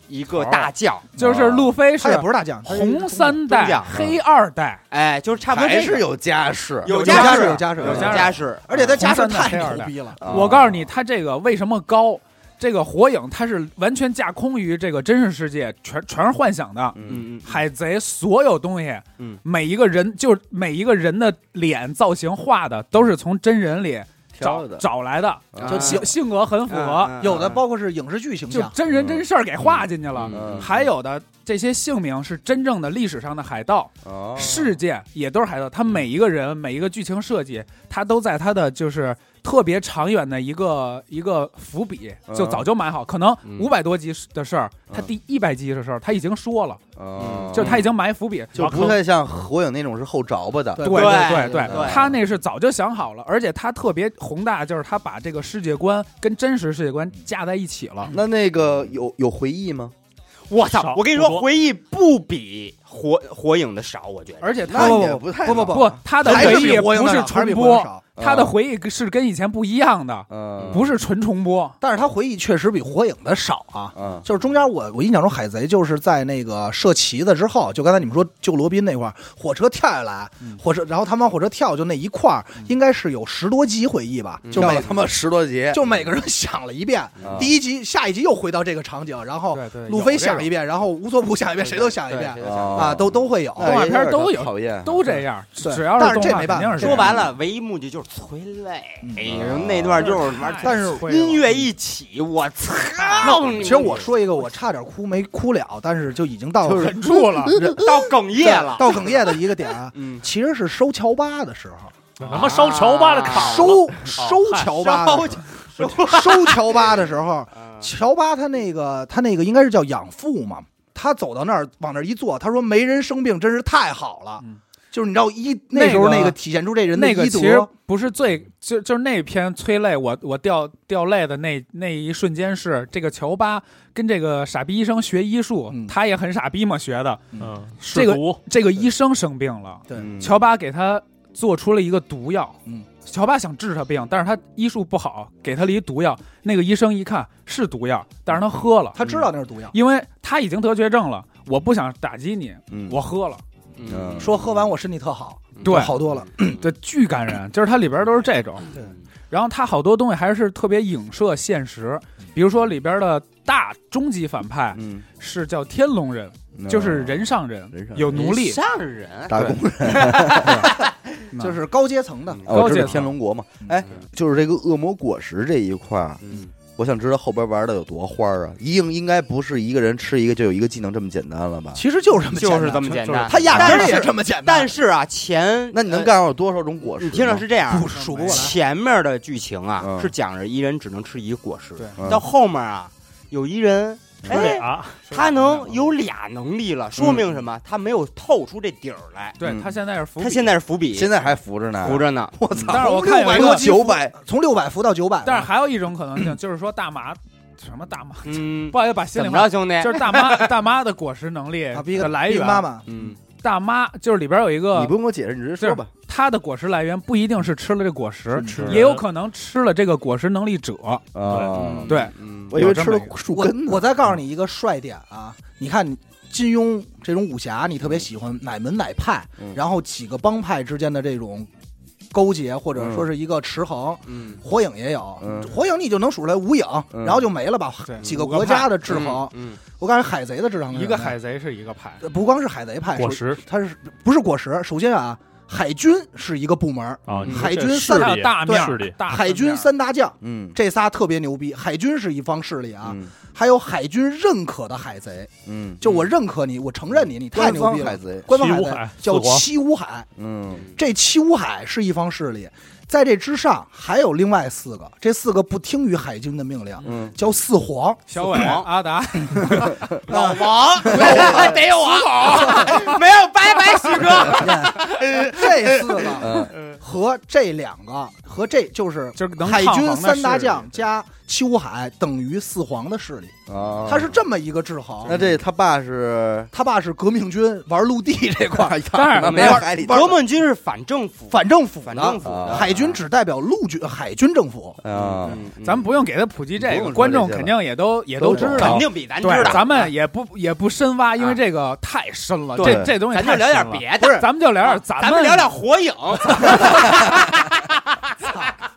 Speaker 3: 一个大
Speaker 1: 哦
Speaker 3: 将，
Speaker 5: 就是路飞
Speaker 2: 他
Speaker 5: 是
Speaker 2: 也不是大将，他是
Speaker 5: 红三
Speaker 3: 中
Speaker 5: 代
Speaker 3: 将、
Speaker 5: 黑二代，
Speaker 3: 哎，就是差不多
Speaker 1: 还
Speaker 3: 这
Speaker 1: 是
Speaker 3: 个
Speaker 1: 有家世，
Speaker 3: 有
Speaker 2: 有
Speaker 3: 家
Speaker 2: 家
Speaker 3: 世
Speaker 2: 有家世，
Speaker 1: 有
Speaker 5: 家世
Speaker 3: 家世，
Speaker 2: 而且他家世
Speaker 5: 红三
Speaker 2: 太
Speaker 5: 代黑二
Speaker 2: 牛
Speaker 5: 代
Speaker 2: 逼了。
Speaker 1: 啊
Speaker 5: 我告诉你，他这个为什么高？这个火影它是完全架空于这个真实世界，全全是幻想的。
Speaker 1: 嗯，
Speaker 3: 嗯嗯，
Speaker 5: 海贼所有东西，
Speaker 3: 嗯
Speaker 5: 每一个人就是每一个人的脸造型画的都是从真人里
Speaker 1: 挑
Speaker 5: 找
Speaker 1: 的，
Speaker 5: 找来的，
Speaker 1: 啊
Speaker 2: 就
Speaker 5: 性性格很符合，
Speaker 3: 嗯
Speaker 2: 有的包括是影视剧形
Speaker 5: 就
Speaker 2: 象，
Speaker 5: 真人真事儿给画进去了。
Speaker 1: 嗯
Speaker 5: 还有的这些姓名是真正的历史上的海盗，
Speaker 1: 哦
Speaker 5: 事件也都是海盗。他每一个人每一个剧情设计，他都在他的就是特别长远的一个一个伏笔，就
Speaker 1: 嗯
Speaker 5: 早就埋好。可能
Speaker 3: 嗯
Speaker 5: 五百多集的事儿，他
Speaker 1: 嗯
Speaker 5: 第一百集的时候他已经说了，
Speaker 1: 哦
Speaker 5: 就是他已经埋伏笔。
Speaker 1: 就不太像火影那种是后着吧的，
Speaker 2: 对
Speaker 5: 对
Speaker 3: 对
Speaker 5: 对对
Speaker 1: 对
Speaker 5: 他那是早就想好了，而且他特别宏大，就是他把这个世界观跟真实世界观架在一起了。
Speaker 1: 那那个有有回忆吗？
Speaker 3: 我操
Speaker 4: 少！
Speaker 3: 我跟你
Speaker 4: 不
Speaker 3: 说，
Speaker 4: 多
Speaker 3: 回忆不比火火影的少，我觉得。
Speaker 5: 而且
Speaker 1: 那
Speaker 5: 他
Speaker 1: 也不太
Speaker 2: 不不
Speaker 1: 好，
Speaker 5: 不，他的
Speaker 2: 还
Speaker 5: 回
Speaker 2: 是
Speaker 5: 忆
Speaker 2: 比火影
Speaker 5: 不
Speaker 2: 那
Speaker 5: 是
Speaker 2: 少还是
Speaker 5: 重
Speaker 2: 比火影
Speaker 5: 播，
Speaker 2: 少，嗯
Speaker 5: 他的回忆是跟以前不一样的，
Speaker 1: 嗯，
Speaker 5: 不是纯重播。
Speaker 2: 但是他回忆确实比火影的少啊。
Speaker 1: 嗯，
Speaker 2: 就是中间我我印象中海贼就是在那个射旗子之后，就刚才你们说救罗宾那块儿，火车跳下来
Speaker 5: 嗯，
Speaker 2: 火车然后他们往火车跳就那一块儿，应该是有十多集回忆吧，就
Speaker 1: 要
Speaker 2: 每
Speaker 1: 嗯了他妈十多集，
Speaker 2: 就每个人想了一遍，
Speaker 1: 啊
Speaker 2: 第一集下一集又回到这个场景，然后
Speaker 5: 对对，
Speaker 2: 哦路
Speaker 5: 有
Speaker 2: 飞
Speaker 5: 这种
Speaker 2: 想一遍，然后乌索普想一遍，谁都想一遍
Speaker 3: 对
Speaker 1: 哦
Speaker 2: 啊，都都会有。
Speaker 1: 那也
Speaker 5: 动画片
Speaker 1: 哎有点
Speaker 5: 都有
Speaker 1: 讨厌，
Speaker 5: 都这样，
Speaker 2: 对
Speaker 5: 只要
Speaker 2: 但是
Speaker 5: 动
Speaker 2: 这
Speaker 5: 画
Speaker 2: 没办
Speaker 5: 肯定
Speaker 2: 法
Speaker 5: 是这
Speaker 3: 说
Speaker 5: 样
Speaker 3: 白了，唯一目的就是催泪，
Speaker 2: 嗯
Speaker 3: 哎呦，那段就是玩
Speaker 5: 太
Speaker 2: 但是
Speaker 5: 脆了
Speaker 3: 音乐一起，哦嗯我操！
Speaker 2: 其实我说一个，我差点哭没哭了，但是就已经到了
Speaker 5: 忍 住了，
Speaker 3: 到哽咽了，，
Speaker 2: 到哽咽的一个点啊
Speaker 3: 嗯，
Speaker 2: 其实是收乔巴的时候，
Speaker 4: 他妈烧球吧的卡
Speaker 2: 收收乔巴的时候， 收乔巴的时 候，
Speaker 3: 嗯
Speaker 2: 乔巴他那个他那个应该是叫养父嘛，他走到那儿往那儿一坐，他说没人生病真是太好了
Speaker 5: 嗯，
Speaker 2: 就是你知道医
Speaker 5: 那个
Speaker 2: 那时候那个体现出这人的
Speaker 5: 那个
Speaker 2: 医
Speaker 5: 其实
Speaker 2: 德，
Speaker 5: 不是最，就就是那篇催泪，我我掉掉泪的那那一瞬间是这个乔巴跟这个傻逼医生学医术，
Speaker 2: 嗯
Speaker 5: 他也很傻逼嘛学的。
Speaker 4: 嗯，
Speaker 5: 这个
Speaker 4: 试毒
Speaker 5: 这个医生生病了，
Speaker 2: 对，
Speaker 1: 嗯
Speaker 5: 乔巴给他做出了一个毒药，
Speaker 2: 嗯，
Speaker 5: 乔巴想治他病，但是他医术不好，给他了一毒药。那个医生一看是毒药，但是他喝
Speaker 1: 嗯
Speaker 5: 了，
Speaker 2: 他知道那是毒药，
Speaker 5: 因为他已经得绝症了，我不想打击你，
Speaker 1: 嗯
Speaker 5: 我喝了。
Speaker 1: 嗯
Speaker 2: 说喝完我身体特好，
Speaker 3: 嗯
Speaker 5: 对
Speaker 2: 好多了，
Speaker 5: 对，巨 感人，就是它里边都是这种。
Speaker 2: 对，
Speaker 5: 然后它好多东西还是特别影射现实，比如说里边的大终极反派
Speaker 1: 嗯，哦
Speaker 5: 是叫天龙人，就是人上人，
Speaker 1: 人上人
Speaker 5: 有奴隶，
Speaker 3: 上人，
Speaker 1: 打工人，
Speaker 5: 嗯
Speaker 2: 就是高阶层的
Speaker 3: 嗯，
Speaker 1: 哦我知
Speaker 5: 阶
Speaker 1: 道
Speaker 5: 层
Speaker 1: 天龙国嘛。哎，就是这个恶魔果实这一块儿，
Speaker 3: 嗯，
Speaker 1: 我想知道后边玩的有多花儿啊！一应应该不是一个人吃一个就有一个技能这么简单了吧？
Speaker 2: 其实嗯就是这么简
Speaker 3: 就
Speaker 2: 单
Speaker 3: 是这么简单。
Speaker 2: 他压根
Speaker 3: 但
Speaker 2: 儿
Speaker 3: 是
Speaker 2: 也这么简单，
Speaker 3: 但是啊，前
Speaker 1: 那你
Speaker 5: 哎
Speaker 1: 能
Speaker 3: 呃
Speaker 1: 干上有多少种果实？
Speaker 3: 你听着，是这样，
Speaker 2: 不数不过来。
Speaker 3: 前面的剧情啊
Speaker 1: 嗯
Speaker 3: 是讲着一人只能吃一个果实
Speaker 5: 对，
Speaker 1: 嗯
Speaker 3: 到后面啊有一人，
Speaker 4: 吃
Speaker 3: 哎，
Speaker 4: 俩，
Speaker 3: 他能有俩能力了，说明什么？他没有透出这底儿来，
Speaker 5: 对他现在是伏笔，
Speaker 3: 他现在是伏笔，
Speaker 1: 现在还扶着呢，
Speaker 3: 扶着呢。
Speaker 1: 我操！
Speaker 5: 但是我看有一
Speaker 1: 从
Speaker 5: 个
Speaker 1: 600，九百，
Speaker 2: 从六百伏到九百，
Speaker 5: 但是还有一种可能性就是说大麻，什么大麻，
Speaker 3: 嗯
Speaker 5: 不，好意思把心
Speaker 3: 怎
Speaker 5: 里
Speaker 3: 么
Speaker 5: 话
Speaker 3: 着，，兄弟？
Speaker 5: 就是大妈大妈的果实能力
Speaker 2: 啊，逼
Speaker 5: 的来源，
Speaker 2: 妈妈
Speaker 3: 嗯，
Speaker 5: 大妈就是里边有一
Speaker 1: 你
Speaker 5: 个
Speaker 1: 不。用给我解释，你直接说吧。
Speaker 5: 它的果实来源不一定是吃了这果实，
Speaker 2: 嗯
Speaker 4: 吃
Speaker 5: 也有可能吃了这个果实能力者。
Speaker 1: 啊
Speaker 3: 嗯，
Speaker 5: 对，
Speaker 3: 嗯
Speaker 1: 我以为
Speaker 5: 有这
Speaker 1: 吃
Speaker 5: 么
Speaker 1: 了
Speaker 5: 一个
Speaker 1: 树
Speaker 2: 我
Speaker 1: 根呢。
Speaker 2: 我再告诉你一个帅点啊，你看金庸这种武侠，你特别喜欢哪门哪派
Speaker 1: 嗯，
Speaker 2: 然后几个帮派之间的这种勾结，或者说是一个持衡。
Speaker 3: 嗯，
Speaker 2: 火影也有
Speaker 1: 嗯，
Speaker 2: 火影你就能数出来五影，
Speaker 1: 嗯
Speaker 2: 然后就没了吧？
Speaker 5: 对
Speaker 2: 几个
Speaker 5: 五个
Speaker 2: 国家的制衡，
Speaker 3: 嗯，
Speaker 2: 我感觉海贼的制衡是
Speaker 5: 一个
Speaker 2: 什么呀
Speaker 5: 海贼是一个派，
Speaker 2: 不光是海贼派，
Speaker 4: 果
Speaker 2: 首
Speaker 4: 实
Speaker 2: 它是不是果实？首先啊，海军是一个部门，
Speaker 4: 啊，你说
Speaker 2: 海
Speaker 4: 这
Speaker 2: 军
Speaker 4: 势
Speaker 2: 三
Speaker 5: 它
Speaker 4: 力啊
Speaker 5: 有大面
Speaker 4: 势
Speaker 5: 儿
Speaker 4: 力，
Speaker 5: 大
Speaker 2: 海军
Speaker 5: 面儿
Speaker 2: 三大将
Speaker 1: 嗯
Speaker 2: 这仨特别牛逼，海军是一方势力啊，
Speaker 1: 嗯
Speaker 2: 还有海军认可的海贼，
Speaker 1: 嗯，
Speaker 2: 就我认可你，我承认你，你太
Speaker 1: 官
Speaker 2: 牛
Speaker 1: 方
Speaker 2: 逼
Speaker 1: 海
Speaker 2: 了。
Speaker 1: 贼，
Speaker 2: 官方
Speaker 4: 七
Speaker 2: 海
Speaker 4: 武
Speaker 2: 贼
Speaker 4: 海
Speaker 2: 叫
Speaker 4: 四皇
Speaker 2: 七武海，
Speaker 1: 嗯
Speaker 2: 这七武海是一方势力，在这之上还有另外四个，这四个不听于海军的命令，
Speaker 1: 嗯，
Speaker 2: 叫四皇。
Speaker 5: 小伟、
Speaker 3: 王
Speaker 5: 阿达，
Speaker 3: 老 王得我，没有拜拜，许哥。
Speaker 2: 这四个
Speaker 1: 嗯
Speaker 2: 和这两个和这就是
Speaker 5: 就是能
Speaker 2: 海
Speaker 5: 抗衡
Speaker 2: 军
Speaker 5: 的
Speaker 2: 三大
Speaker 5: 势力
Speaker 2: 将加七武海等于四皇的势力，
Speaker 1: 啊，
Speaker 2: 他是这么一个制衡。
Speaker 1: 那这他爸是
Speaker 2: 他爸是革命军，玩陆地这 块儿
Speaker 5: 但是
Speaker 1: 那没
Speaker 3: 有
Speaker 1: 有海里
Speaker 3: 革命军是反政府，
Speaker 2: 反政府
Speaker 3: 反
Speaker 2: 的
Speaker 3: 政府的，
Speaker 1: 啊
Speaker 2: 海军只代表陆军海军政府，
Speaker 1: 啊，
Speaker 3: 嗯，嗯
Speaker 5: 咱们不用给他普及
Speaker 1: 不
Speaker 5: 这
Speaker 1: 用
Speaker 5: 个，
Speaker 1: 说
Speaker 5: 观众
Speaker 1: 这些
Speaker 5: 肯
Speaker 1: 了
Speaker 5: 定也都也
Speaker 1: 都
Speaker 5: 都
Speaker 1: 懂
Speaker 5: 知
Speaker 3: 肯
Speaker 5: 道。
Speaker 3: 定比咱知
Speaker 5: 对，
Speaker 3: 道，
Speaker 5: 咱们也不也不深挖，因为这个太深了，
Speaker 1: 对
Speaker 5: 这这东西
Speaker 3: 咱就
Speaker 5: 太
Speaker 3: 聊点
Speaker 5: 深了。
Speaker 3: 别的，
Speaker 5: 咱们就聊点咱
Speaker 3: 咱们聊聊火影，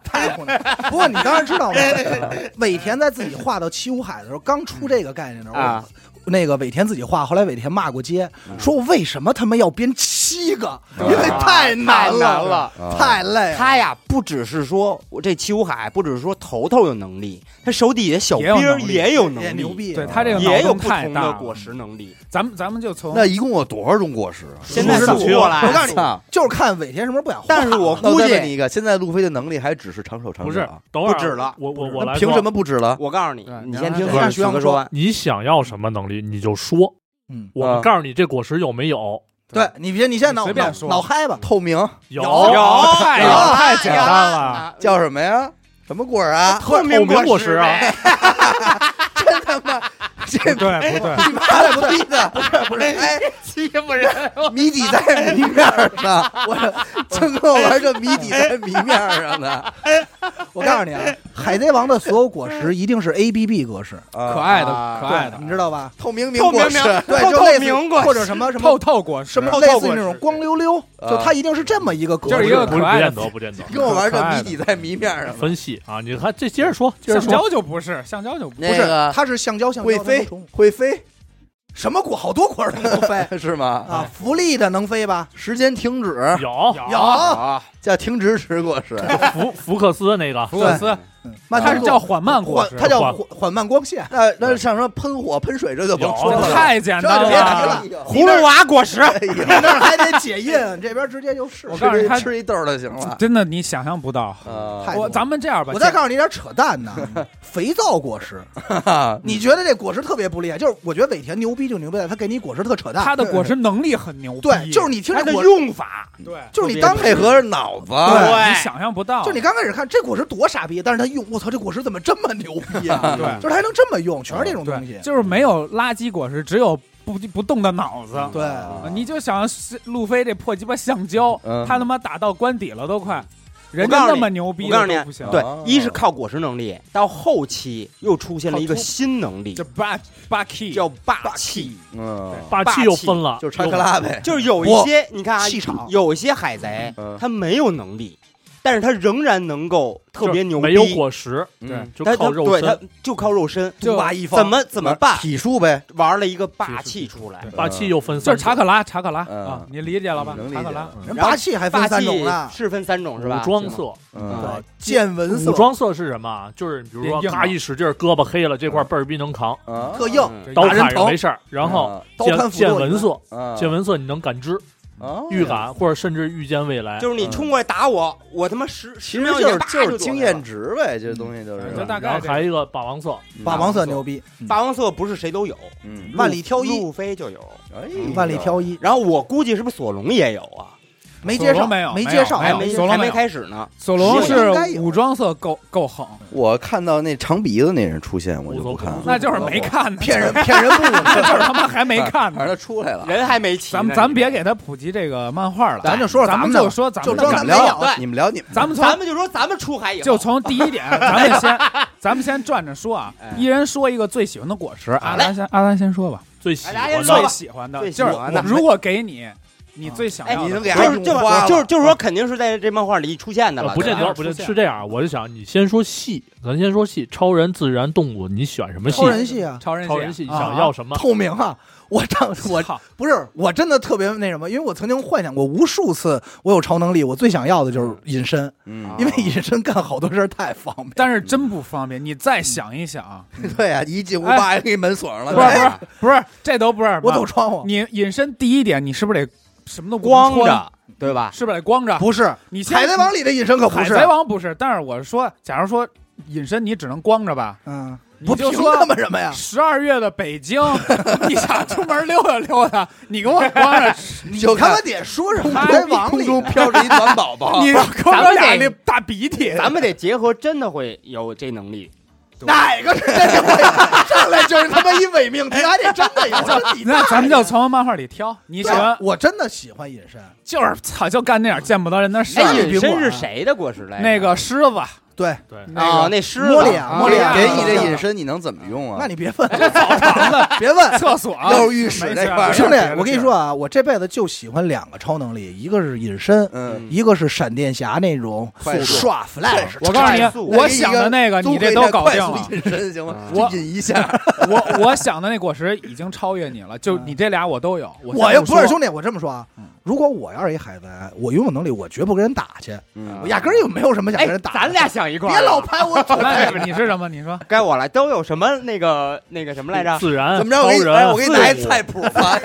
Speaker 2: 太混了。不过你当然知道嘛，
Speaker 3: 哎
Speaker 2: 尾田在自己画到七武海的时候，刚出这个概念的时候，
Speaker 3: 啊嗯
Speaker 2: 那个尾田自己画，后来尾田骂过街，说我为什么他妈要编七个？因为啊太难
Speaker 3: 啊太难了。
Speaker 1: 啊
Speaker 2: 太累了。
Speaker 3: 他呀，不只是说我这七武海，不只是说头头有能力，他手底下小兵儿也有能
Speaker 2: 也
Speaker 3: 力，
Speaker 2: 哎牛逼，啊
Speaker 5: 对他这个脑
Speaker 3: 也有
Speaker 5: 洞
Speaker 3: 不
Speaker 5: 太
Speaker 3: 同
Speaker 5: 大
Speaker 3: 的
Speaker 5: 了。
Speaker 3: 果实能力。
Speaker 5: 咱们咱们就从
Speaker 1: 那一共有多少种果实啊？
Speaker 3: 现在
Speaker 2: 不知
Speaker 3: 数
Speaker 2: 道
Speaker 3: 不过来，
Speaker 2: 我告诉你
Speaker 1: 操
Speaker 2: 就是看尾田什么时候不想画。
Speaker 3: 但是我
Speaker 1: 那
Speaker 3: 估
Speaker 1: 我再问你
Speaker 3: 计，
Speaker 1: 一个，现在路飞的能力还只是长手长
Speaker 4: 不
Speaker 1: 脚
Speaker 4: 是
Speaker 1: 啊，，
Speaker 4: 等会儿
Speaker 3: 不止了
Speaker 4: 我我
Speaker 5: 不止
Speaker 4: 我来，啊
Speaker 1: 凭什么？不止了？
Speaker 3: 我告诉你
Speaker 5: 对，
Speaker 3: 你先
Speaker 5: 让他
Speaker 3: 听
Speaker 5: 说
Speaker 3: 让
Speaker 2: 让徐
Speaker 3: 徐
Speaker 2: 阳
Speaker 3: 哥
Speaker 2: 说
Speaker 3: 完。
Speaker 4: 你想要什么能力你就说，
Speaker 2: 嗯，
Speaker 4: 我
Speaker 1: 啊
Speaker 4: 们告诉你这果实有没有？
Speaker 2: 对你别你现在脑
Speaker 5: 随便
Speaker 2: 脑
Speaker 5: 说
Speaker 2: 脑嗨 吧，
Speaker 1: 透明
Speaker 4: 有
Speaker 3: 有
Speaker 5: 太
Speaker 3: 有
Speaker 5: 太简单了，
Speaker 3: 啊
Speaker 1: 叫什么呀？什么果啊？
Speaker 3: 透
Speaker 4: 透明
Speaker 3: 果
Speaker 4: 果实啊
Speaker 3: 呗，
Speaker 1: 这
Speaker 5: 不对不对，
Speaker 1: 你妈的逼的，不是不是，哎，
Speaker 3: 欺负人。
Speaker 1: 谜底在谜面上，我正跟我玩这谜底在谜面上呢，啊
Speaker 2: 我告诉你啊，海贼王的所有果实一定是 A B B 格式，
Speaker 5: 可
Speaker 1: 可
Speaker 5: 爱的
Speaker 3: 啊
Speaker 5: 可爱的
Speaker 2: 你知道吧？
Speaker 1: 透明
Speaker 3: 透
Speaker 1: 明
Speaker 3: 明
Speaker 1: 果
Speaker 3: 明
Speaker 1: 实，
Speaker 2: 对，
Speaker 3: 透
Speaker 2: 就
Speaker 3: 透
Speaker 2: 类似
Speaker 3: 明果
Speaker 2: 或者什么什么
Speaker 5: 透透果实
Speaker 2: 什么类似于
Speaker 3: 过
Speaker 2: 那种
Speaker 3: 是
Speaker 2: 光溜溜，就
Speaker 1: 啊
Speaker 2: 它一定是这么一个格式，
Speaker 5: 就是一个
Speaker 4: 不
Speaker 5: 可
Speaker 4: 不
Speaker 5: 爱的
Speaker 4: 见得不见得。
Speaker 1: 跟我玩这谜底在谜面 上呢。
Speaker 4: 分析啊，你看这接着说，接着
Speaker 5: 橡
Speaker 4: 说，
Speaker 5: 胶就不是橡胶就不
Speaker 1: 那
Speaker 5: 是
Speaker 1: 个
Speaker 2: 它是橡胶橡胶
Speaker 1: 会
Speaker 2: 它能
Speaker 1: 飞
Speaker 2: 重，
Speaker 1: 会飞，
Speaker 2: 什么果好多果儿都能飞
Speaker 1: 是吗？
Speaker 2: 啊，浮力的能飞吧？
Speaker 1: 时间停止
Speaker 4: 有
Speaker 5: 啊
Speaker 2: 有，
Speaker 1: 叫停止止果实，
Speaker 4: 福福克斯那个
Speaker 5: 福克斯，
Speaker 2: 慢
Speaker 5: 它
Speaker 2: 动
Speaker 5: 是
Speaker 2: 作
Speaker 5: 叫缓慢果
Speaker 2: 缓，
Speaker 5: 实，
Speaker 2: 它叫
Speaker 4: 缓
Speaker 2: 缓缓慢光线。
Speaker 1: 那那像什么喷火、喷水这就甭说
Speaker 4: 有
Speaker 1: 了，
Speaker 5: 哦太简
Speaker 2: 这就
Speaker 5: 单
Speaker 2: 别提
Speaker 5: 了。
Speaker 2: 了，
Speaker 3: 葫芦娃果实，
Speaker 2: 你那儿还得解印，这边直接就是。
Speaker 5: 我告诉
Speaker 1: 吃
Speaker 5: 你，
Speaker 1: 一
Speaker 5: 它
Speaker 1: 吃一豆儿就行了。
Speaker 5: 真的你想象不到。
Speaker 1: 啊
Speaker 2: 太多
Speaker 5: 我
Speaker 2: 了
Speaker 5: 咱们这样吧，
Speaker 2: 我再
Speaker 5: 先
Speaker 2: 告诉你点扯淡呢，肥皂果 实，你觉得这果实特别不厉害？就是我觉得尾田牛逼就牛逼在他给你啊果实特扯淡，
Speaker 5: 它的果实能力很牛逼，
Speaker 2: 对，就是你听
Speaker 3: 它
Speaker 2: 这
Speaker 3: 的
Speaker 2: 果，
Speaker 3: 用法，
Speaker 5: 对，
Speaker 2: 就是你刚
Speaker 1: 配合着脑子，
Speaker 5: 对你想象不到，
Speaker 2: 就是你刚开始看这果实多傻逼，但是他用，我操，这果实怎么这么牛逼 啊？
Speaker 5: 对
Speaker 2: 就是他还能这么用，全是这种东西
Speaker 5: 对，。就是没有垃圾果实，只有不不动的脑子。
Speaker 2: 对，
Speaker 1: 啊
Speaker 3: 嗯
Speaker 5: 你就想是路飞这破鸡巴橡胶，
Speaker 1: 嗯
Speaker 5: 他他妈打到官邸了都快，人
Speaker 3: 我告诉
Speaker 5: 家那
Speaker 3: 你
Speaker 5: 么牛逼，
Speaker 3: 我告诉你
Speaker 5: 不行。
Speaker 3: 对
Speaker 1: 哦，
Speaker 3: 一是靠果实能力，到后期又出现了一个
Speaker 5: 靠突
Speaker 3: 新能力
Speaker 5: 这，霸霸 key
Speaker 3: 叫霸气，
Speaker 1: 嗯，
Speaker 4: 霸气又分了，
Speaker 1: 就是查克拉呗，
Speaker 3: 就是有一些你看啊，
Speaker 2: 气场
Speaker 3: 有一些海贼
Speaker 1: 嗯
Speaker 3: 他没有能力，但是他仍然能够特别牛逼，
Speaker 4: 没有果实
Speaker 1: 嗯
Speaker 4: 就
Speaker 3: 他
Speaker 4: 靠
Speaker 3: 他
Speaker 4: 肉
Speaker 3: 对他
Speaker 4: 身，
Speaker 3: 就靠肉身，
Speaker 5: 就
Speaker 2: 挖一方
Speaker 3: 怎么怎么办？
Speaker 1: 体术呗，
Speaker 3: 玩了一个霸气出来，
Speaker 4: 霸气又分
Speaker 5: 嗯就
Speaker 4: 三
Speaker 5: 是查克拉查克拉
Speaker 1: 嗯
Speaker 5: 啊，你理解了吧
Speaker 1: 能？理
Speaker 5: 查
Speaker 1: 解
Speaker 5: 克拉，嗯
Speaker 2: 人
Speaker 3: 然后
Speaker 2: 霸气还分
Speaker 3: 霸
Speaker 2: 三
Speaker 3: 气
Speaker 2: 种呢，
Speaker 3: 是分三种是
Speaker 4: 种
Speaker 3: 吧？
Speaker 4: 武装
Speaker 3: 是吗
Speaker 4: 色，
Speaker 1: 嗯，
Speaker 2: 对见闻
Speaker 4: 武
Speaker 2: 色
Speaker 4: 装色是什么啊？就是比如说
Speaker 5: 硬
Speaker 4: 咔
Speaker 5: 了
Speaker 4: 一使劲儿，胳膊黑了，这块儿倍儿逼能扛，
Speaker 1: 啊
Speaker 2: 特硬，
Speaker 3: 嗯
Speaker 4: 刀
Speaker 2: 打人
Speaker 4: 砍上
Speaker 2: 疼
Speaker 4: 没事儿。然
Speaker 1: 嗯
Speaker 4: 后
Speaker 2: 刀
Speaker 4: 见
Speaker 2: 砍斧
Speaker 4: 见
Speaker 2: 剁
Speaker 4: 闻
Speaker 2: 你
Speaker 4: 色，
Speaker 1: 啊
Speaker 4: 见闻色你能感知、
Speaker 1: 啊
Speaker 4: 预，感，或者甚至预见未来。
Speaker 3: 哎就是你冲过来打我，我他妈十
Speaker 1: 其实
Speaker 3: 十
Speaker 2: 嗯
Speaker 3: 秒
Speaker 1: 就是
Speaker 3: 前啪
Speaker 1: 就是
Speaker 3: 躲
Speaker 1: 经
Speaker 3: 开了
Speaker 1: 验值呗，这东西就是
Speaker 5: 嗯就大概
Speaker 4: 然后
Speaker 5: 这样
Speaker 4: 还有一个霸王色，
Speaker 2: 霸王色牛逼，
Speaker 3: 霸王色不是谁都有，
Speaker 1: 嗯，
Speaker 2: 万里挑一，
Speaker 3: 路飞就有。
Speaker 1: 哎，
Speaker 2: 嗯万里挑一，
Speaker 3: 然后我估计是不是索隆也有啊？
Speaker 2: 没介
Speaker 5: 索
Speaker 2: 绍，
Speaker 5: 隆没有没有
Speaker 2: 介绍，
Speaker 5: 没有
Speaker 2: 哎没介
Speaker 5: 索
Speaker 2: 绍
Speaker 5: 隆
Speaker 3: 还
Speaker 5: 没
Speaker 3: 没
Speaker 5: 有
Speaker 3: 开始呢。
Speaker 5: 索隆
Speaker 2: 是
Speaker 5: 是
Speaker 2: 应该有
Speaker 5: 武装色够够狠，
Speaker 1: 我看到那长鼻子那人出现，我就不看了，
Speaker 5: 那就是没看 呢，
Speaker 1: 嗯
Speaker 2: 骗人骗人不武
Speaker 5: 这事儿他妈还没看
Speaker 1: 反
Speaker 5: 呢。
Speaker 1: 正他出来了，
Speaker 3: 人还没齐呢
Speaker 5: 咱们咱们别给他普及这个漫画了，
Speaker 2: 咱就说说
Speaker 5: 咱
Speaker 2: 咱们的
Speaker 5: 就说咱
Speaker 2: 就
Speaker 5: 们
Speaker 2: 装
Speaker 1: 你
Speaker 2: 咱
Speaker 5: 的
Speaker 2: 没
Speaker 1: 们
Speaker 2: 有
Speaker 1: 聊，你们聊你们，
Speaker 5: 咱们从
Speaker 3: 咱们就说咱们出海以后
Speaker 5: 就从第一 点，咱们先，咱们先转着说啊，
Speaker 1: 哎
Speaker 5: 一人说一个最喜欢的果实。阿兰先，阿兰先说吧，
Speaker 4: 最喜
Speaker 3: 哎大家先
Speaker 4: 欢的
Speaker 3: 说吧
Speaker 5: 最喜欢的，
Speaker 3: 最喜
Speaker 5: 就是
Speaker 3: 欢的
Speaker 5: 我如果给你，你最想
Speaker 3: 哎
Speaker 5: 要
Speaker 1: 你
Speaker 5: 的
Speaker 1: 能给
Speaker 3: 就
Speaker 1: 他
Speaker 3: 是就
Speaker 1: 用花了
Speaker 3: 是就是就是
Speaker 5: 啊
Speaker 3: 说肯定是在这漫画里出现的了，
Speaker 4: 呃不见
Speaker 3: 对吧
Speaker 4: 得，不见
Speaker 5: 出现
Speaker 4: 是这样啊。我就想你先说戏，咱先说戏，超人、自然、动物，你选什么戏
Speaker 2: 超？人系啊，
Speaker 5: 超人
Speaker 4: 超人系，你
Speaker 5: 啊
Speaker 4: 想要什么？
Speaker 2: 透明啊！ 我当我
Speaker 5: 操
Speaker 2: 不是我真的特别那什么，因为我曾经幻想过无数次，我有超能力，我最想要的就是隐身，
Speaker 5: 啊
Speaker 1: 嗯，
Speaker 2: 因为隐身干好多事儿太方便。
Speaker 5: 但是真不方便，你再想一想，
Speaker 1: 对呀，一进屋叭给门锁上了，
Speaker 5: 哎不是不是不是，这都不
Speaker 2: 嗯
Speaker 5: 是。
Speaker 2: 哎我走窗户，
Speaker 5: 你隐身第一点，你是不是得什么都不
Speaker 3: 光
Speaker 5: 穿，啊
Speaker 3: 着对吧？
Speaker 5: 是不是得光着？
Speaker 2: 不是
Speaker 5: 你先
Speaker 2: 海贼王里的隐身可不
Speaker 5: 啊海
Speaker 2: 是
Speaker 5: 贼，王不是，但是我说，假如说隐身你只能光着吧，
Speaker 2: 嗯，
Speaker 5: 你
Speaker 2: 不
Speaker 5: 就
Speaker 2: 凭
Speaker 5: 说
Speaker 2: 他妈什么呀？
Speaker 5: 十二月的北京， 你想出门溜达溜达，你给我光着，
Speaker 2: 你
Speaker 1: 就
Speaker 2: 他
Speaker 1: 看
Speaker 2: 妈得说是海贼王
Speaker 1: 空
Speaker 2: 里
Speaker 1: 中飘着一暖宝 宝，
Speaker 5: 你光着俩那大鼻涕，
Speaker 3: 咱们得结合真的会有这能力，
Speaker 2: 哪个是真的会上来就是他妈一伪命题，还得真的 有这底
Speaker 5: 那咱们就从漫画里挑，你喜啊欢
Speaker 2: 我真的喜欢隐身，
Speaker 5: 就是操，就干那点见不得人的事
Speaker 3: 哎，
Speaker 5: 儿。
Speaker 3: 隐身是谁的果实来着？
Speaker 5: 那个狮子，
Speaker 2: 对，
Speaker 4: 对，
Speaker 3: 啊，
Speaker 5: 那个
Speaker 3: 那狮子
Speaker 2: 莫里啊，莫里
Speaker 3: 啊
Speaker 2: 啊，
Speaker 1: 给你这隐身，你能怎么用啊？
Speaker 2: 那你别问，
Speaker 5: 澡堂子、
Speaker 2: 别问，
Speaker 5: 厕所，
Speaker 1: 又是浴室那块
Speaker 5: 没
Speaker 1: 儿，
Speaker 5: 事
Speaker 2: 兄
Speaker 5: 儿
Speaker 2: 弟，我跟你说啊，我这辈子就喜欢两个超能力，一个是隐身，
Speaker 1: 嗯，
Speaker 2: 一个是闪电侠那种
Speaker 1: 快速
Speaker 2: 刷 flash。
Speaker 5: 我告诉
Speaker 3: 快速
Speaker 5: 你，我想的那个你这都搞定了。
Speaker 1: 快速隐身行
Speaker 2: 啊
Speaker 1: 吗？
Speaker 5: 我
Speaker 1: 就隐一下，
Speaker 5: 我我想的那果实已经超越你了，就你这俩我都有。
Speaker 2: 我
Speaker 5: 又
Speaker 2: 要不是兄弟，我这么说啊，如果我要是一海贼，我游泳能力，我绝不跟人打去，
Speaker 1: 嗯
Speaker 2: 我压根儿就没有什么想
Speaker 3: 哎
Speaker 2: 跟人，打。
Speaker 3: 咱俩想一块儿
Speaker 2: 别
Speaker 3: 啊，
Speaker 2: 老拍我腿，
Speaker 5: 那你是什么？你
Speaker 4: 嗯
Speaker 5: 说
Speaker 3: 该我了，都有什么那个那个什么来着？
Speaker 4: 自然
Speaker 1: 怎么着？我给
Speaker 4: 超
Speaker 1: 你，
Speaker 4: 嗯人
Speaker 1: 哎，我给你拿一
Speaker 4: 动物
Speaker 1: 菜谱 吧，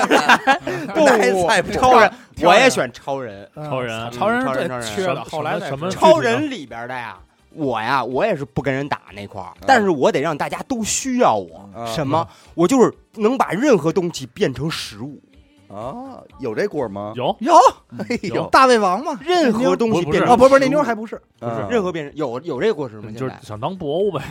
Speaker 1: 拿一菜谱，
Speaker 3: 超人，
Speaker 5: 人
Speaker 3: 我也选超人。
Speaker 4: 超人
Speaker 5: 超
Speaker 3: 啊超人
Speaker 5: 人是
Speaker 3: 超
Speaker 5: 最
Speaker 3: 人
Speaker 5: 缺
Speaker 4: 什
Speaker 5: 的，
Speaker 4: 么
Speaker 5: 后来再
Speaker 4: 什么
Speaker 5: 说
Speaker 4: 什么
Speaker 3: 超人里边的呀，我呀，我也是不跟人打那块儿，但是我得让大家都需要我。
Speaker 1: 啊
Speaker 3: 什么？我就是能把任何东西变成食物，
Speaker 1: 啊？有这果吗？
Speaker 4: 有
Speaker 2: 有
Speaker 1: 哎呦，
Speaker 2: 大胃王嘛？
Speaker 3: 任何东西
Speaker 4: 不
Speaker 3: 变
Speaker 4: 是
Speaker 3: 成
Speaker 2: 啊，不是不是，那妞还不是，
Speaker 1: 不是
Speaker 3: 任何变成有有这果实吗？现
Speaker 4: 嗯就是
Speaker 3: 在
Speaker 4: 想当博物呗，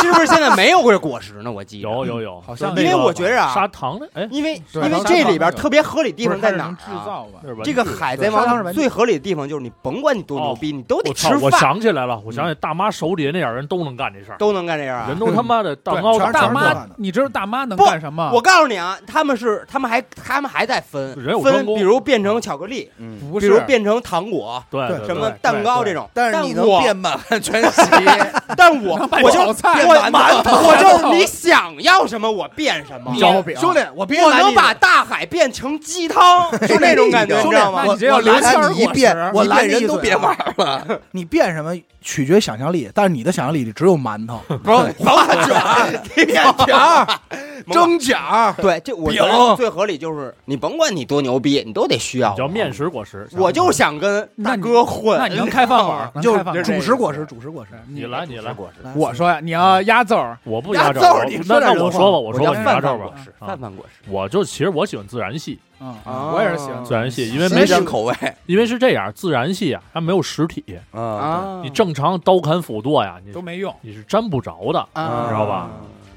Speaker 3: 是不是现在没 有这果实呢？我记得
Speaker 4: 有有有，
Speaker 5: 好像
Speaker 4: 就是
Speaker 3: 因
Speaker 4: 那
Speaker 3: 为
Speaker 4: 个
Speaker 3: 我觉着啊，
Speaker 4: 砂糖的，哎，
Speaker 3: 因为因
Speaker 5: 对
Speaker 3: 为
Speaker 5: 砂糖
Speaker 3: 这里边
Speaker 5: 那个
Speaker 3: 特别合理地方在哪儿
Speaker 5: 不是它是能制
Speaker 3: 啊？
Speaker 5: 造吧
Speaker 4: 那？是文
Speaker 3: 这个
Speaker 4: 具
Speaker 3: 海贼
Speaker 2: 砂糖是
Speaker 3: 王
Speaker 2: 文具
Speaker 3: 最合理的地方就是你甭管你多牛
Speaker 4: 哦
Speaker 3: 逼，你都得
Speaker 4: 我
Speaker 3: 吃
Speaker 4: 操！我
Speaker 3: 饭，嗯
Speaker 4: 想起来了，我想起大妈手里的那点人都能干这事儿，
Speaker 3: 都能干这样啊
Speaker 4: 人。都他妈的蛋糕
Speaker 2: 全是
Speaker 5: 大
Speaker 2: 全是做
Speaker 5: 妈
Speaker 2: 饭的，
Speaker 5: 你知道大妈能
Speaker 3: 不
Speaker 5: 干什么？
Speaker 3: 啊我告诉你啊，他们是他们还他们还还在分
Speaker 4: 人有专
Speaker 3: 分，
Speaker 4: 攻
Speaker 3: 比如变成巧克力，
Speaker 1: 嗯
Speaker 5: 不
Speaker 3: 比
Speaker 5: 是
Speaker 3: 如变成糖果，
Speaker 4: 对
Speaker 2: 对
Speaker 4: 对
Speaker 3: 什么蛋糕这种。
Speaker 1: 但是你能
Speaker 3: 我
Speaker 1: 变满汉全席，
Speaker 3: 但我
Speaker 5: 卖
Speaker 3: 我
Speaker 5: 炒
Speaker 3: 就
Speaker 5: 菜
Speaker 3: 我
Speaker 1: 变馒头
Speaker 3: 我就是你想要什么我变什么。
Speaker 5: 招饼
Speaker 2: 兄弟，我别
Speaker 3: 我
Speaker 2: 拦
Speaker 3: 能
Speaker 2: 你
Speaker 3: 把大海变成鸡汤，就那种感觉，你
Speaker 2: 兄
Speaker 3: 知
Speaker 2: 弟
Speaker 3: 道
Speaker 5: 那
Speaker 3: 吗？
Speaker 5: 你
Speaker 2: 我
Speaker 5: 这要
Speaker 2: 我
Speaker 5: 刘
Speaker 2: 拦
Speaker 5: 谦儿
Speaker 2: 你一
Speaker 5: 果
Speaker 2: 遍
Speaker 5: 实，
Speaker 2: 我
Speaker 1: 你
Speaker 2: 拦
Speaker 1: 变
Speaker 2: 你
Speaker 1: 人
Speaker 2: 一
Speaker 1: 都
Speaker 2: 嘴
Speaker 1: 别
Speaker 2: 啊
Speaker 1: 玩儿了。
Speaker 2: 你变什么取决想象力，但是你的想象力里只有馒 头、啊
Speaker 3: 不是王八卷，你变 卷儿，
Speaker 2: 蒸饺，
Speaker 3: 对，这我觉得最合理就是你甭管你多牛逼，你都得需要。
Speaker 4: 叫面食果实。
Speaker 3: 我就想跟大哥混，
Speaker 5: 那你能开饭馆？能
Speaker 2: 就
Speaker 5: 开饭
Speaker 2: 是
Speaker 5: 馆
Speaker 2: 主食果实，主嗯食果实。
Speaker 4: 你来，你来，
Speaker 5: 我说呀，你要压揍儿，
Speaker 4: 我不
Speaker 2: 压
Speaker 4: 压轴
Speaker 2: 轴
Speaker 4: 儿
Speaker 2: 你，说
Speaker 4: 那
Speaker 2: 点
Speaker 4: 那
Speaker 2: 人
Speaker 4: 我
Speaker 2: 话
Speaker 4: 说吧，我
Speaker 3: 我
Speaker 4: 说吧，
Speaker 3: 叫
Speaker 4: 你
Speaker 3: 饭
Speaker 4: 压轴
Speaker 3: 饭
Speaker 4: 儿
Speaker 3: 果
Speaker 4: 吧
Speaker 3: 实，，
Speaker 4: 啊
Speaker 3: 饭饭果实。
Speaker 4: 我就其实我喜欢自然系，
Speaker 5: 嗯
Speaker 3: 啊，
Speaker 5: 我也是喜欢
Speaker 4: 自然系，因为
Speaker 2: 谁
Speaker 4: 没
Speaker 2: 喜
Speaker 1: 真
Speaker 4: 什
Speaker 2: 欢
Speaker 4: 么，
Speaker 1: 口味
Speaker 4: 因为是这样，自然系啊，它没有实体，
Speaker 1: 啊，
Speaker 3: 啊，
Speaker 4: 你正常刀砍斧剁呀，你
Speaker 5: 都没用。
Speaker 4: 你是沾不着的，
Speaker 3: 啊
Speaker 1: 你知道
Speaker 4: 吧？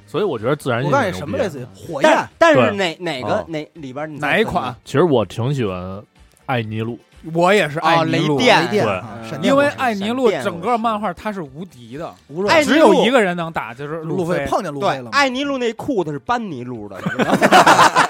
Speaker 4: 所以我觉得自然系
Speaker 2: 我告诉你
Speaker 4: 很牛
Speaker 2: 什么
Speaker 4: 逼啊
Speaker 2: 类似于
Speaker 5: 嗯
Speaker 2: 火
Speaker 3: 但
Speaker 2: 焰
Speaker 3: 是，但是
Speaker 4: 对
Speaker 3: 哪哪
Speaker 1: 啊
Speaker 3: 个哪里边
Speaker 2: 嗯
Speaker 3: 你再
Speaker 5: 哪一
Speaker 3: 分
Speaker 5: 款
Speaker 3: 呢？
Speaker 4: 其实我挺喜欢艾尼路，
Speaker 5: 我也是
Speaker 3: 哦
Speaker 5: 爱尼
Speaker 3: 雷
Speaker 5: 路，
Speaker 3: 电
Speaker 2: 雷电
Speaker 4: 对
Speaker 2: 啊，闪电
Speaker 5: 因为
Speaker 2: 火石
Speaker 5: 艾尼路整个漫画它是无敌的，只有一个人能打，就是
Speaker 2: 路
Speaker 5: 飞
Speaker 2: 飞碰见路飞了
Speaker 3: 对
Speaker 2: 吗，，
Speaker 3: 艾尼路那裤子是班尼路的，你知道吗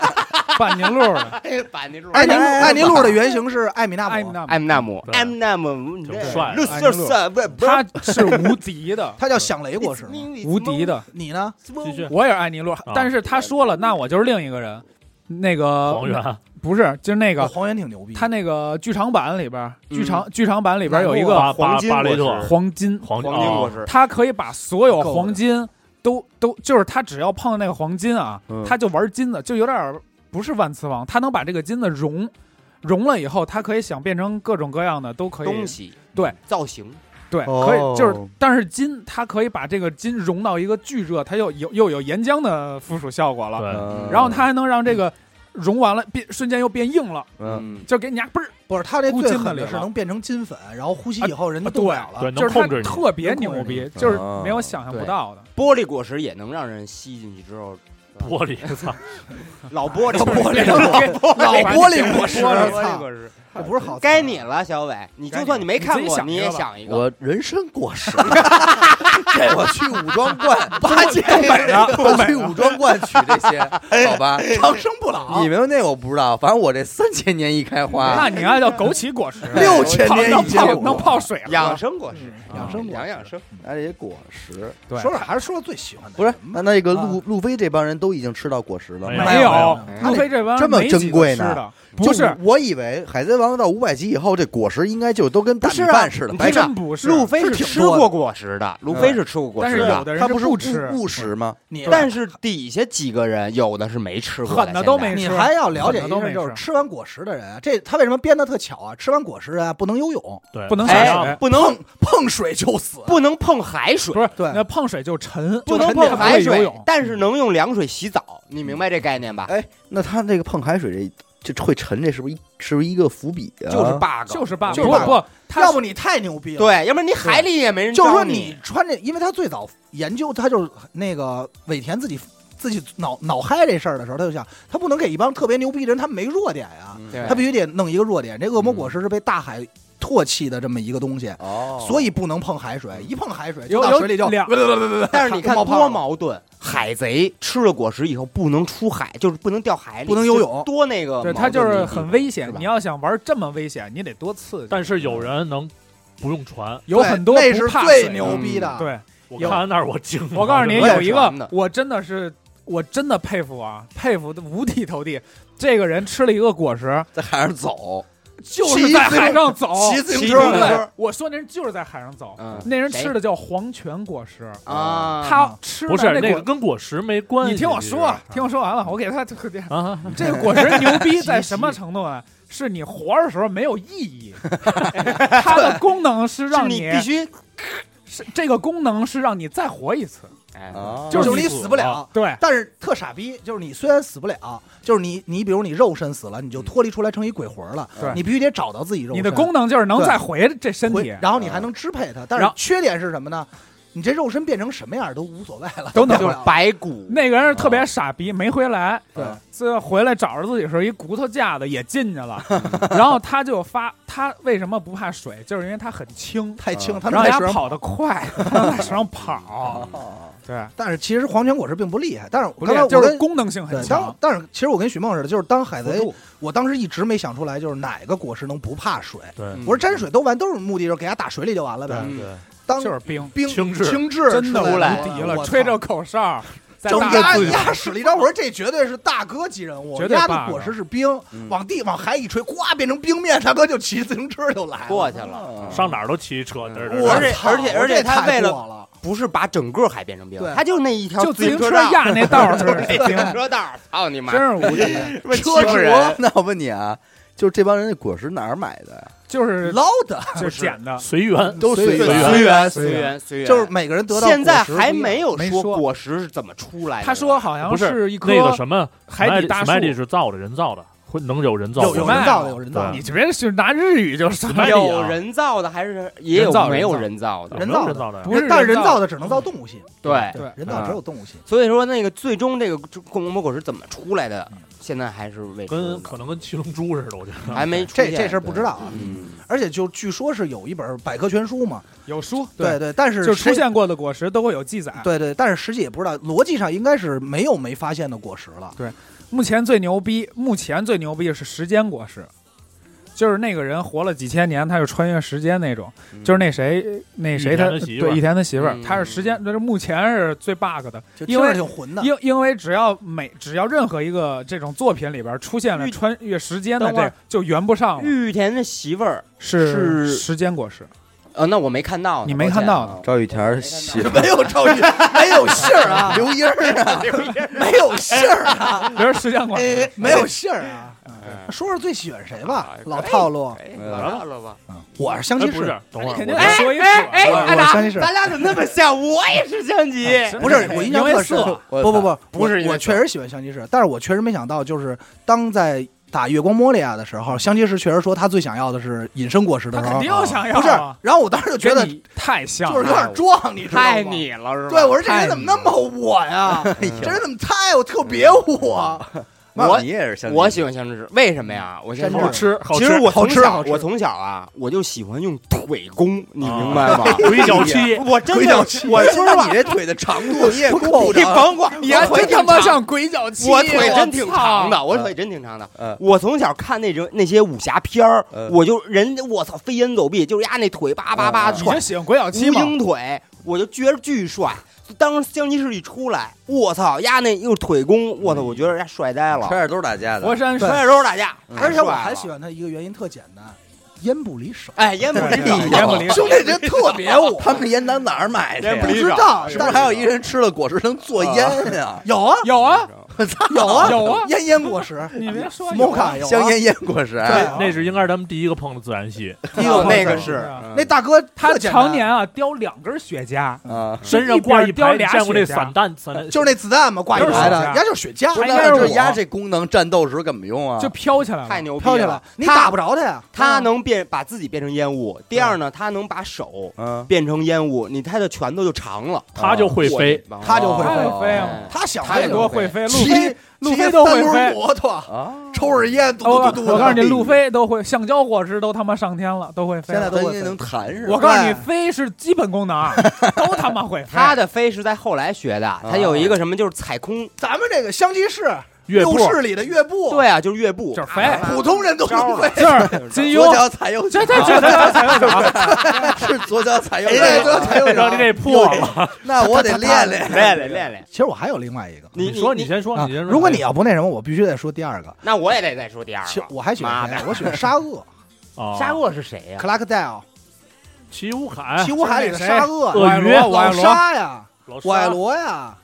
Speaker 5: 半尼路 的。
Speaker 3: 哎班尼路
Speaker 2: 艾尼路艾尼路的
Speaker 3: 原
Speaker 2: 原型是艾米纳
Speaker 5: 艾米
Speaker 2: 姆，
Speaker 5: 纳姆
Speaker 3: 艾姆纳姆，
Speaker 4: 对
Speaker 3: 艾姆纳姆，
Speaker 4: 挺帅的
Speaker 3: 路
Speaker 5: 艾
Speaker 3: 瑟
Speaker 5: 姆纳姆
Speaker 3: 瑟不不
Speaker 5: 他是无敌的
Speaker 2: ，他叫响雷果实吗。
Speaker 5: 无敌。的。
Speaker 2: 你呢？
Speaker 4: 继续
Speaker 5: 我也是艾尼路，
Speaker 2: 啊
Speaker 5: 但是他说了，那我就是另一个人。那个
Speaker 4: 黄猿，
Speaker 5: 不是，就是那
Speaker 2: 哦
Speaker 5: 个
Speaker 2: 黄猿挺牛逼，
Speaker 5: 他那个剧场版里边儿，
Speaker 3: 嗯
Speaker 5: 剧场剧场版里边儿有一
Speaker 4: 巴
Speaker 5: 个
Speaker 4: 巴
Speaker 3: 黄金
Speaker 4: 巴雷
Speaker 3: 果
Speaker 4: 特
Speaker 3: 实
Speaker 5: 黄金，
Speaker 4: 黄
Speaker 3: 啊黄金果
Speaker 4: 啊，
Speaker 3: 实，
Speaker 5: 他可以把所有黄金都都，就是他只要碰那个黄金啊
Speaker 1: 嗯，
Speaker 5: 他就玩金子，就有点儿不是万磁王，他能把这个金子融。融了以后，他可以想变成各种各样的，都可以
Speaker 3: 东西
Speaker 5: 对
Speaker 3: 造型，
Speaker 5: 对，
Speaker 1: 哦
Speaker 5: 可以就是，但是金它可以把这个金融到一个巨热，它又有又有岩浆的附属效果了，
Speaker 4: 啊对，
Speaker 1: 嗯
Speaker 5: 然后它还能让这个融完了变瞬间又变硬了，
Speaker 1: 嗯，
Speaker 5: 就给你家嘣儿，
Speaker 2: 不是他这
Speaker 5: 乌
Speaker 2: 最
Speaker 5: 金的
Speaker 2: 狠的
Speaker 5: 脸
Speaker 2: 是
Speaker 5: 了啊
Speaker 2: 能变成金粉，然后呼吸以后人就动不了
Speaker 4: 对
Speaker 2: 了。
Speaker 4: 能
Speaker 5: 就是它
Speaker 4: 控制你
Speaker 5: 特别
Speaker 2: 能控制
Speaker 5: 牛逼
Speaker 2: 你，
Speaker 5: 就是
Speaker 1: 啊
Speaker 5: 没有想象不到的。
Speaker 3: 玻璃果实也能让人吸进去之后，
Speaker 4: 玻璃，操，
Speaker 3: 老玻璃
Speaker 2: 老玻璃
Speaker 3: 老
Speaker 2: 老玻璃果实，
Speaker 5: 玻璃
Speaker 3: 玻璃
Speaker 2: 操
Speaker 3: 果实，
Speaker 2: 这不是好词。
Speaker 3: 该你了，小伟，你就算你没看
Speaker 5: 你自己
Speaker 3: 过，
Speaker 5: 想
Speaker 3: 你
Speaker 5: 一个
Speaker 3: 也
Speaker 5: 吧
Speaker 3: 想一个。
Speaker 1: 我人参果实，这 我去武装观， 八戒东
Speaker 2: 北
Speaker 1: 的， 我去哎武装观取这 些，好吧？
Speaker 2: 长生不老
Speaker 1: 你，们那我不知道，反正我这三千年一开
Speaker 5: 那
Speaker 1: 花，
Speaker 5: 你要叫枸杞果实，
Speaker 1: 六千年
Speaker 5: 能
Speaker 1: 一结
Speaker 5: 泡
Speaker 1: 果，
Speaker 5: 能泡水喝
Speaker 3: 养生果实，啊
Speaker 2: 养生果
Speaker 3: 养养生。
Speaker 1: 那这些果实
Speaker 5: 对
Speaker 2: 说说还是说说最喜欢的
Speaker 1: 不是
Speaker 2: 人？吧
Speaker 1: 那那个路路飞这帮人都已经吃到果实了吗？
Speaker 5: 没有
Speaker 2: 没有，
Speaker 5: 路飞这帮
Speaker 1: 这么
Speaker 5: 没几个
Speaker 1: 珍贵
Speaker 5: 吃
Speaker 1: 呢
Speaker 5: 的，
Speaker 1: 就
Speaker 5: 不是
Speaker 1: 我以为海贼王到五百级以后，这果实应该就都跟大米
Speaker 3: 不是啊
Speaker 1: 饭似的，白
Speaker 5: 真
Speaker 1: 干。
Speaker 5: 不是
Speaker 3: 路飞
Speaker 2: 是挺
Speaker 3: 吃
Speaker 2: 多的嗯
Speaker 3: 过果实的，路飞是吃过果
Speaker 5: 但
Speaker 3: 实
Speaker 5: 是有
Speaker 3: 的，
Speaker 5: 的人
Speaker 1: 他不是
Speaker 5: 不吃，
Speaker 1: 误食吗？
Speaker 2: 你
Speaker 3: 但是底下几个人有的是没吃过的，
Speaker 5: 狠的都
Speaker 3: 现在
Speaker 5: 没
Speaker 2: 你
Speaker 5: 吃
Speaker 2: 还要了解一
Speaker 5: 都
Speaker 2: 下，
Speaker 5: 没
Speaker 2: 就是
Speaker 5: 吃
Speaker 2: 吃完果实的人，啊这他为什么编的特巧啊？吃完果实啊，不能游泳，
Speaker 4: 对，
Speaker 5: 不能
Speaker 4: 想
Speaker 5: 下
Speaker 4: 象
Speaker 5: 水
Speaker 3: 哎，，不能
Speaker 2: 碰碰水就死。
Speaker 3: 不能碰海水
Speaker 5: 不，是
Speaker 2: 对
Speaker 5: 那碰水就沉，
Speaker 3: 不
Speaker 5: 就
Speaker 3: 能
Speaker 5: 沉
Speaker 3: 碰
Speaker 5: 淀
Speaker 3: 海
Speaker 5: 不会游
Speaker 3: 水
Speaker 5: 泳，
Speaker 3: 但是能用凉水洗澡，你明白这概念吧？
Speaker 1: 哎，那他那个碰海水这这会沉，这是不是一是不是一个伏笔啊？
Speaker 3: 就是
Speaker 2: 嗯
Speaker 3: bug，
Speaker 5: 就是爸
Speaker 2: 就是
Speaker 5: 不
Speaker 2: 爸
Speaker 5: 不，他
Speaker 2: 要不你太牛逼了。，
Speaker 3: 对，要不然你海里也没人。
Speaker 2: 就是说
Speaker 3: 你
Speaker 2: 你穿这，因为他最早研究，他就是那个尾田自己自己脑脑嗨这事儿的时候，他就想，他不能给一帮特别牛逼的人，他们没弱点呀，
Speaker 1: 嗯
Speaker 3: 对
Speaker 2: 他必须得弄一个弱点。这恶魔果实是被大海唾弃的这么一个东西，
Speaker 1: 哦，
Speaker 2: 所以不能碰海水，一碰海水就
Speaker 5: 有
Speaker 2: 到
Speaker 5: 有
Speaker 2: 水里就。
Speaker 5: 两
Speaker 3: 但是你看
Speaker 2: 冒泡
Speaker 3: 多
Speaker 2: 了
Speaker 3: 矛盾，海贼吃了果实以后不能出海，就是不能掉海里，
Speaker 2: 不能游泳
Speaker 3: 就多那个矛
Speaker 5: 对
Speaker 3: 盾的地方，
Speaker 5: 他就是很危险
Speaker 3: 是。吧
Speaker 5: 你要想玩这么危险，你得多刺激。
Speaker 4: 但是有人能不用船，
Speaker 5: 有很多
Speaker 2: 那
Speaker 5: 不
Speaker 2: 是
Speaker 5: 怕
Speaker 2: 最
Speaker 5: 水嗯
Speaker 2: 牛逼的。
Speaker 5: 对，
Speaker 4: 我
Speaker 5: 有
Speaker 4: 看完那儿我惊了，
Speaker 5: 我告诉你，
Speaker 4: 真
Speaker 3: 我
Speaker 4: 的
Speaker 3: 也
Speaker 5: 有一
Speaker 3: 传的
Speaker 5: 个我真的是，我真的佩服啊，佩服的五体投地。这个人吃了一个果实，
Speaker 1: 在海上走，
Speaker 5: 就是在海上走，
Speaker 1: 骑自行
Speaker 3: 骑
Speaker 1: 车
Speaker 3: 自行
Speaker 1: 的
Speaker 3: 车
Speaker 5: 对，我说那人就是在海上走。
Speaker 3: 嗯
Speaker 5: 那人
Speaker 3: 谁
Speaker 5: 吃的叫黄泉果实，
Speaker 3: 啊，
Speaker 5: 他吃的
Speaker 4: 不是
Speaker 5: 那
Speaker 4: 那个
Speaker 5: 果。
Speaker 4: 跟果实没关系。啊
Speaker 5: 你听我
Speaker 4: 其实
Speaker 5: 说，听我说完了，我给他
Speaker 4: 啊，
Speaker 5: 这个果实牛逼在什么程度呢？是你活着时候没有意 义，它的功能是
Speaker 3: 是
Speaker 5: 让
Speaker 3: 你必须，
Speaker 5: 是这个功能是让你再活一次。
Speaker 3: 哎
Speaker 1: 啊
Speaker 5: 就是
Speaker 2: 你死不了，
Speaker 5: 对，
Speaker 2: 但是特傻逼，就是你虽然死不了，就是你你比如你肉身死了，你就脱离出来成一鬼魂了，
Speaker 5: 嗯对
Speaker 2: 你必须得找到自己肉身，
Speaker 5: 你的功能就是能
Speaker 2: 对
Speaker 5: 再回这身
Speaker 2: 回
Speaker 5: 体，
Speaker 2: 然后你还能支配它。但是
Speaker 5: 然后
Speaker 2: 缺点是什么呢？你这肉身变成什么样都无所谓了，
Speaker 5: 都能
Speaker 2: 就啊
Speaker 3: 就是是白骨，
Speaker 5: 那个人特别傻逼，没回来。
Speaker 2: 对，
Speaker 5: 最后回来找着自己是一骨头架子也进去了，然后他就发，它为什么不怕水？就是因为它很轻，
Speaker 2: 太轻它
Speaker 5: 嗯然后
Speaker 2: 在
Speaker 5: 它
Speaker 2: 水上
Speaker 5: 跑得快， 它在水上跑。对，
Speaker 2: 但是其实黄泉果实并不厉害，但是哦我
Speaker 5: 不
Speaker 2: 刚才我
Speaker 5: 是，就是
Speaker 2: 跟
Speaker 5: 功能性很
Speaker 2: 对，
Speaker 5: 强
Speaker 2: 当。但是其实我跟许梦似的，就是当海
Speaker 5: 辅
Speaker 2: 贼
Speaker 5: 助，
Speaker 2: 我当时一直没想出来，就是哪个果实能不怕水。
Speaker 4: 对
Speaker 3: 嗯
Speaker 2: 我说沾水都完，都是目的，就是给它打水里就完了呗。
Speaker 3: 嗯
Speaker 4: 对，
Speaker 2: 当
Speaker 5: 就是冰，
Speaker 2: 冰
Speaker 4: 青雉
Speaker 2: 青雉
Speaker 5: 真的
Speaker 2: 出
Speaker 5: 无
Speaker 2: 来
Speaker 5: 敌
Speaker 2: 我
Speaker 5: 了，
Speaker 2: 操
Speaker 5: 吹着口哨，在
Speaker 2: 就
Speaker 5: 大
Speaker 2: 压
Speaker 5: 海
Speaker 2: 压使了一招，我说这绝对是大哥级人物，
Speaker 5: 绝对
Speaker 2: 压的
Speaker 5: 霸
Speaker 2: 果实
Speaker 5: 了
Speaker 2: 是冰，
Speaker 1: 嗯
Speaker 2: 往地往海一吹，咵变成冰面，大哥就骑自行车就来
Speaker 3: 过
Speaker 2: 了。
Speaker 3: 去了。
Speaker 1: 啊
Speaker 4: 上哪儿都骑车，嘚儿嘚
Speaker 3: 我
Speaker 4: 儿
Speaker 3: 而且
Speaker 2: 操
Speaker 3: 而且
Speaker 2: 我
Speaker 3: 而且
Speaker 2: 这
Speaker 3: 他
Speaker 2: 太
Speaker 3: 为了
Speaker 2: 过了
Speaker 3: 不是把整个海变成冰
Speaker 2: 对，
Speaker 3: 它就那一条
Speaker 5: 就
Speaker 3: 自
Speaker 5: 自行
Speaker 3: 车
Speaker 5: 车
Speaker 3: 道，
Speaker 5: 压那道 儿
Speaker 3: 就是
Speaker 5: 是
Speaker 3: 自
Speaker 5: 冰
Speaker 3: 行，车道儿，操你妈！
Speaker 5: 真是无敌。
Speaker 3: 车
Speaker 1: 不
Speaker 3: 之
Speaker 1: 是
Speaker 3: 人，
Speaker 1: 那我问你啊，就是这帮人的果实哪儿买的呀？
Speaker 5: 就是
Speaker 2: 捞的，
Speaker 5: 就是捡的，
Speaker 4: 随缘，
Speaker 2: 都随
Speaker 1: 缘
Speaker 2: 缘
Speaker 3: 随缘
Speaker 5: 随
Speaker 3: 随
Speaker 5: 缘
Speaker 3: 缘随 缘，
Speaker 2: 就是每个人得到
Speaker 3: 现在
Speaker 2: 果实不一
Speaker 3: 还
Speaker 2: 样
Speaker 3: 没有
Speaker 5: 没
Speaker 3: 说
Speaker 5: 说
Speaker 3: 果实是怎么出来的。
Speaker 5: 他说好像
Speaker 4: 不
Speaker 5: 是一棵
Speaker 4: 那个什么
Speaker 5: 海底大树
Speaker 4: m a d 是造的，人造的，会能有人造
Speaker 2: 有
Speaker 4: 的
Speaker 2: 有
Speaker 4: 吗
Speaker 2: 人造的，有人造
Speaker 4: 对
Speaker 2: 的
Speaker 5: 你，这边是拿日语就是
Speaker 4: Smiley
Speaker 3: 有
Speaker 4: 啊
Speaker 3: 人造的还是也有
Speaker 5: 人造
Speaker 3: 没有
Speaker 5: 人
Speaker 3: 人造的？
Speaker 2: 人
Speaker 4: 有没
Speaker 2: 造
Speaker 4: 有
Speaker 2: 的
Speaker 4: 人造的呀
Speaker 5: 不是
Speaker 2: 但人
Speaker 5: 人造
Speaker 2: 造
Speaker 5: 的
Speaker 2: 的只能造动物系，
Speaker 3: 对，
Speaker 5: 对
Speaker 2: 人造只有动物系。
Speaker 3: 所以说那个最终这个共同魔果实怎么出来的，现在还是未知的
Speaker 4: 跟可能跟七龙珠似的，我觉得哎
Speaker 3: 还没出
Speaker 2: 这
Speaker 3: 现
Speaker 2: 这事儿不知道啊，
Speaker 3: 嗯，
Speaker 2: 而且就据说是有一本百科全书嘛，
Speaker 5: 有书，
Speaker 2: 对，对，但是
Speaker 5: 就出
Speaker 2: 谁
Speaker 5: 现过的果实都会有记载。
Speaker 2: 对对，但是实际也不知道，逻辑上应该是没有没发现的果实了。
Speaker 5: 目前最牛逼，目前最牛逼的是时间果实，就是那个人活了几千年，他是穿越时间那种，就是那谁那谁
Speaker 4: 一田
Speaker 5: 他
Speaker 4: 的媳妇儿
Speaker 5: 对一田的媳妇儿
Speaker 3: 嗯，
Speaker 5: 他是时间，这是目前是最 bug 的，
Speaker 2: 就
Speaker 5: 因
Speaker 2: 听着
Speaker 5: 为
Speaker 2: 挺混的，
Speaker 5: 因因为只要每只要任何一个这种作品里边出现了
Speaker 3: 玉
Speaker 5: 穿越时间的
Speaker 3: 等
Speaker 5: 这
Speaker 3: 会儿
Speaker 5: 个，就圆不上了，
Speaker 3: 玉田的媳妇儿，
Speaker 5: 是
Speaker 3: 是
Speaker 5: 时间果实，
Speaker 3: 呃，那我没看到呢，
Speaker 5: 你没看到呢
Speaker 3: 抱歉啊
Speaker 1: 赵玉田写
Speaker 2: 没有赵 玉，没有信儿啊，刘英儿啊，没有
Speaker 5: 哎
Speaker 2: 信儿啊，
Speaker 5: 比如时间果实，
Speaker 2: 没有信儿啊。
Speaker 3: 嗯
Speaker 2: 说说最喜欢谁吧
Speaker 3: 哎，
Speaker 2: 老套路，
Speaker 3: 哎
Speaker 1: 嗯
Speaker 3: 完了吧？
Speaker 2: 我是香
Speaker 4: 哎
Speaker 2: 吉
Speaker 4: 不是
Speaker 2: 士，，
Speaker 4: 等会儿
Speaker 5: 肯定
Speaker 4: 我
Speaker 5: 哎
Speaker 3: 哎
Speaker 5: 说一
Speaker 3: 哎
Speaker 5: 说哎
Speaker 3: 哎，
Speaker 2: 我
Speaker 3: 阿
Speaker 2: 我
Speaker 3: 达
Speaker 2: 相信，是
Speaker 3: 咱俩怎么那么像？我也是相机，
Speaker 2: 不是我印象特
Speaker 5: 因为
Speaker 2: 深
Speaker 5: 色，
Speaker 1: 我
Speaker 2: 不不不，
Speaker 3: 不是
Speaker 2: 我
Speaker 3: 因为
Speaker 2: 我确实喜欢香吉士，但是我确实没想到，就是当在打月光莫利亚的时候，香吉士确实说他最想要的是隐身果实的
Speaker 5: 他
Speaker 2: 时
Speaker 5: 肯
Speaker 2: 候，
Speaker 5: 定想要
Speaker 2: 哦不是
Speaker 5: 啊，，
Speaker 2: 然后我当时就觉得
Speaker 5: 跟你太 像
Speaker 2: 就是有
Speaker 5: 了，
Speaker 2: 点装，你知道吗？
Speaker 3: 太你了是吧？
Speaker 2: 对，我说这人怎么那么我呀？
Speaker 1: 哎
Speaker 2: 这人怎么太我特别我？
Speaker 3: 我
Speaker 1: 你也是相机
Speaker 3: 我喜欢香芝芝，为什么呀？我现在
Speaker 2: 好
Speaker 4: 吃好
Speaker 3: 其
Speaker 4: 吃，
Speaker 3: 实我从
Speaker 2: 好吃
Speaker 3: 小
Speaker 2: 好吃
Speaker 3: 我从小啊，我就喜欢用腿功，你明白吗？
Speaker 4: 鬼脚七，
Speaker 3: 我真
Speaker 1: 鬼脚
Speaker 3: 的，
Speaker 1: 七，
Speaker 3: 我
Speaker 1: 说你这腿的长度你也够不
Speaker 3: 你
Speaker 1: 着，
Speaker 3: 甭管，
Speaker 5: 你还
Speaker 3: 我腿
Speaker 5: 真他
Speaker 3: 挺
Speaker 5: 妈
Speaker 3: 长
Speaker 5: 像鬼脚七，啊
Speaker 3: 我腿真挺长
Speaker 5: 操。
Speaker 3: 的，我腿真挺长的。
Speaker 1: 嗯
Speaker 3: 我从小看那种那些武侠片儿
Speaker 1: 嗯，
Speaker 3: 我就人我操飞檐走壁，就是压那腿叭叭叭
Speaker 1: 嗯嗯
Speaker 5: 你
Speaker 3: 踹
Speaker 5: 就喜欢鬼脚
Speaker 3: 无
Speaker 5: 七吗？
Speaker 3: 影腿，我就觉着巨帅。当时相机室一出来，我操，压那又是腿功，我操，我觉得人家帅呆了
Speaker 1: 揣。着都是打架
Speaker 5: 佛
Speaker 1: 的，
Speaker 5: 山
Speaker 3: 摔
Speaker 5: 摔，
Speaker 3: 着时候打架，
Speaker 1: 嗯
Speaker 2: 而且我
Speaker 3: 太帅啊
Speaker 2: 还
Speaker 3: 了
Speaker 2: 喜欢他一个原因特简单，烟不离手。
Speaker 3: 哎，烟不离手，
Speaker 5: 啊烟不离手
Speaker 2: 兄弟，这 特别我，
Speaker 1: 他们这烟咱哪儿买的
Speaker 3: 烟
Speaker 1: 呀
Speaker 3: 不？
Speaker 2: 不
Speaker 3: 离
Speaker 2: 知
Speaker 3: 手
Speaker 2: 道
Speaker 1: 是不是还有一人吃了果实能做烟呀？
Speaker 2: 有啊
Speaker 5: 有啊，
Speaker 2: 有啊
Speaker 5: 有啊
Speaker 2: 烟烟果实，
Speaker 5: 你别说有
Speaker 2: 摩
Speaker 5: 啊
Speaker 2: 卡 有啊
Speaker 1: 香。烟烟果实，
Speaker 2: 对
Speaker 5: 哎
Speaker 2: 啊
Speaker 4: 那是应该是咱们第一个碰的自然系，
Speaker 2: 第一个
Speaker 3: 那个
Speaker 2: 我
Speaker 3: 是
Speaker 5: 嗯
Speaker 2: 那大哥
Speaker 5: 他
Speaker 2: 特简单嗯
Speaker 5: 常年啊叼两根雪茄，
Speaker 1: 啊，
Speaker 4: 身上挂一
Speaker 5: 雕
Speaker 4: 排，你
Speaker 5: 俩
Speaker 4: 见过那
Speaker 5: 雪茄
Speaker 4: 散弹散弹
Speaker 2: 就是那子弹嘛，挂一
Speaker 5: 就是
Speaker 2: 排的，
Speaker 5: 雪茄
Speaker 1: 不，是
Speaker 2: 人家就是雪茄
Speaker 5: 还应该是
Speaker 1: 那这
Speaker 5: 我
Speaker 1: 压这功能战斗时怎么用啊？
Speaker 5: 就飘起来了，
Speaker 3: 太牛
Speaker 2: 嗯
Speaker 3: 逼
Speaker 2: 飘起来，你
Speaker 3: 他
Speaker 2: 打不嗯着他呀。
Speaker 3: 他能变把自己变成烟雾。第二呢，他能把手
Speaker 1: 嗯，
Speaker 3: 变成烟雾，你他的拳头就长了，哦
Speaker 4: 他就会飞，
Speaker 3: 我
Speaker 2: 哦他就会
Speaker 5: 太
Speaker 2: 飞啊
Speaker 5: 飞了。
Speaker 3: 哎
Speaker 2: 他想
Speaker 3: 太
Speaker 5: 太
Speaker 2: 飞
Speaker 5: 多
Speaker 2: 了，
Speaker 5: 会飞，路
Speaker 2: 骑
Speaker 5: 飞路飞
Speaker 2: 骑
Speaker 5: 都
Speaker 2: 三
Speaker 5: 会
Speaker 2: 轮
Speaker 5: 飞。
Speaker 2: 摩托，
Speaker 1: 啊，
Speaker 2: 抽着烟，嘟嘟
Speaker 5: 我
Speaker 2: 嘟嘟。
Speaker 5: 我告诉你，路飞都会，橡胶火石都他妈上天了，都会飞
Speaker 2: 现在
Speaker 5: 了。
Speaker 2: 都
Speaker 1: 他
Speaker 2: 会
Speaker 1: 应该能弹是吧？
Speaker 5: 我告诉你，飞是基本功能，都他妈会飞。
Speaker 3: 他的飞是在后来学的，
Speaker 2: 哦
Speaker 3: 他有一个什么就是踩空，
Speaker 2: 咱们这个香吉士
Speaker 4: 乐部
Speaker 2: 六室里的乐部，
Speaker 3: 对啊，就是越步，啊
Speaker 5: 就是飞
Speaker 2: 普通人都能会。
Speaker 5: 就是金
Speaker 1: 左
Speaker 5: 庸，
Speaker 1: 脚踩右脚
Speaker 5: 这，这这这这这，
Speaker 1: 是左脚踩右
Speaker 2: 哎，
Speaker 1: 脚，
Speaker 2: 这才有点
Speaker 4: 让你给破
Speaker 2: 有点
Speaker 4: 了。
Speaker 1: 那我得练练。
Speaker 3: 练练 练练。
Speaker 2: 其实我还有另外一个
Speaker 3: 你
Speaker 4: 说，你先说，
Speaker 2: 啊
Speaker 4: 你先，说。哎
Speaker 2: 如果你要不那什么，我必须得说第二个。
Speaker 3: 那我也得再说第二
Speaker 2: 其实
Speaker 3: 个。
Speaker 2: 我还喜欢
Speaker 3: 妈
Speaker 2: 谁
Speaker 3: 的？
Speaker 2: 我喜欢沙鳄
Speaker 4: 啊，
Speaker 3: 沙漠是谁呀？
Speaker 2: ，Clark Dale，
Speaker 4: 齐乌凯
Speaker 2: 西、乌海里的沙
Speaker 4: 哎鳄
Speaker 2: 鳄
Speaker 5: 我爱
Speaker 4: 鱼
Speaker 5: 罗，我爱
Speaker 2: 老
Speaker 5: 罗，
Speaker 2: 沙呀，
Speaker 4: 老
Speaker 2: 我爱
Speaker 4: 沙
Speaker 2: 罗呀，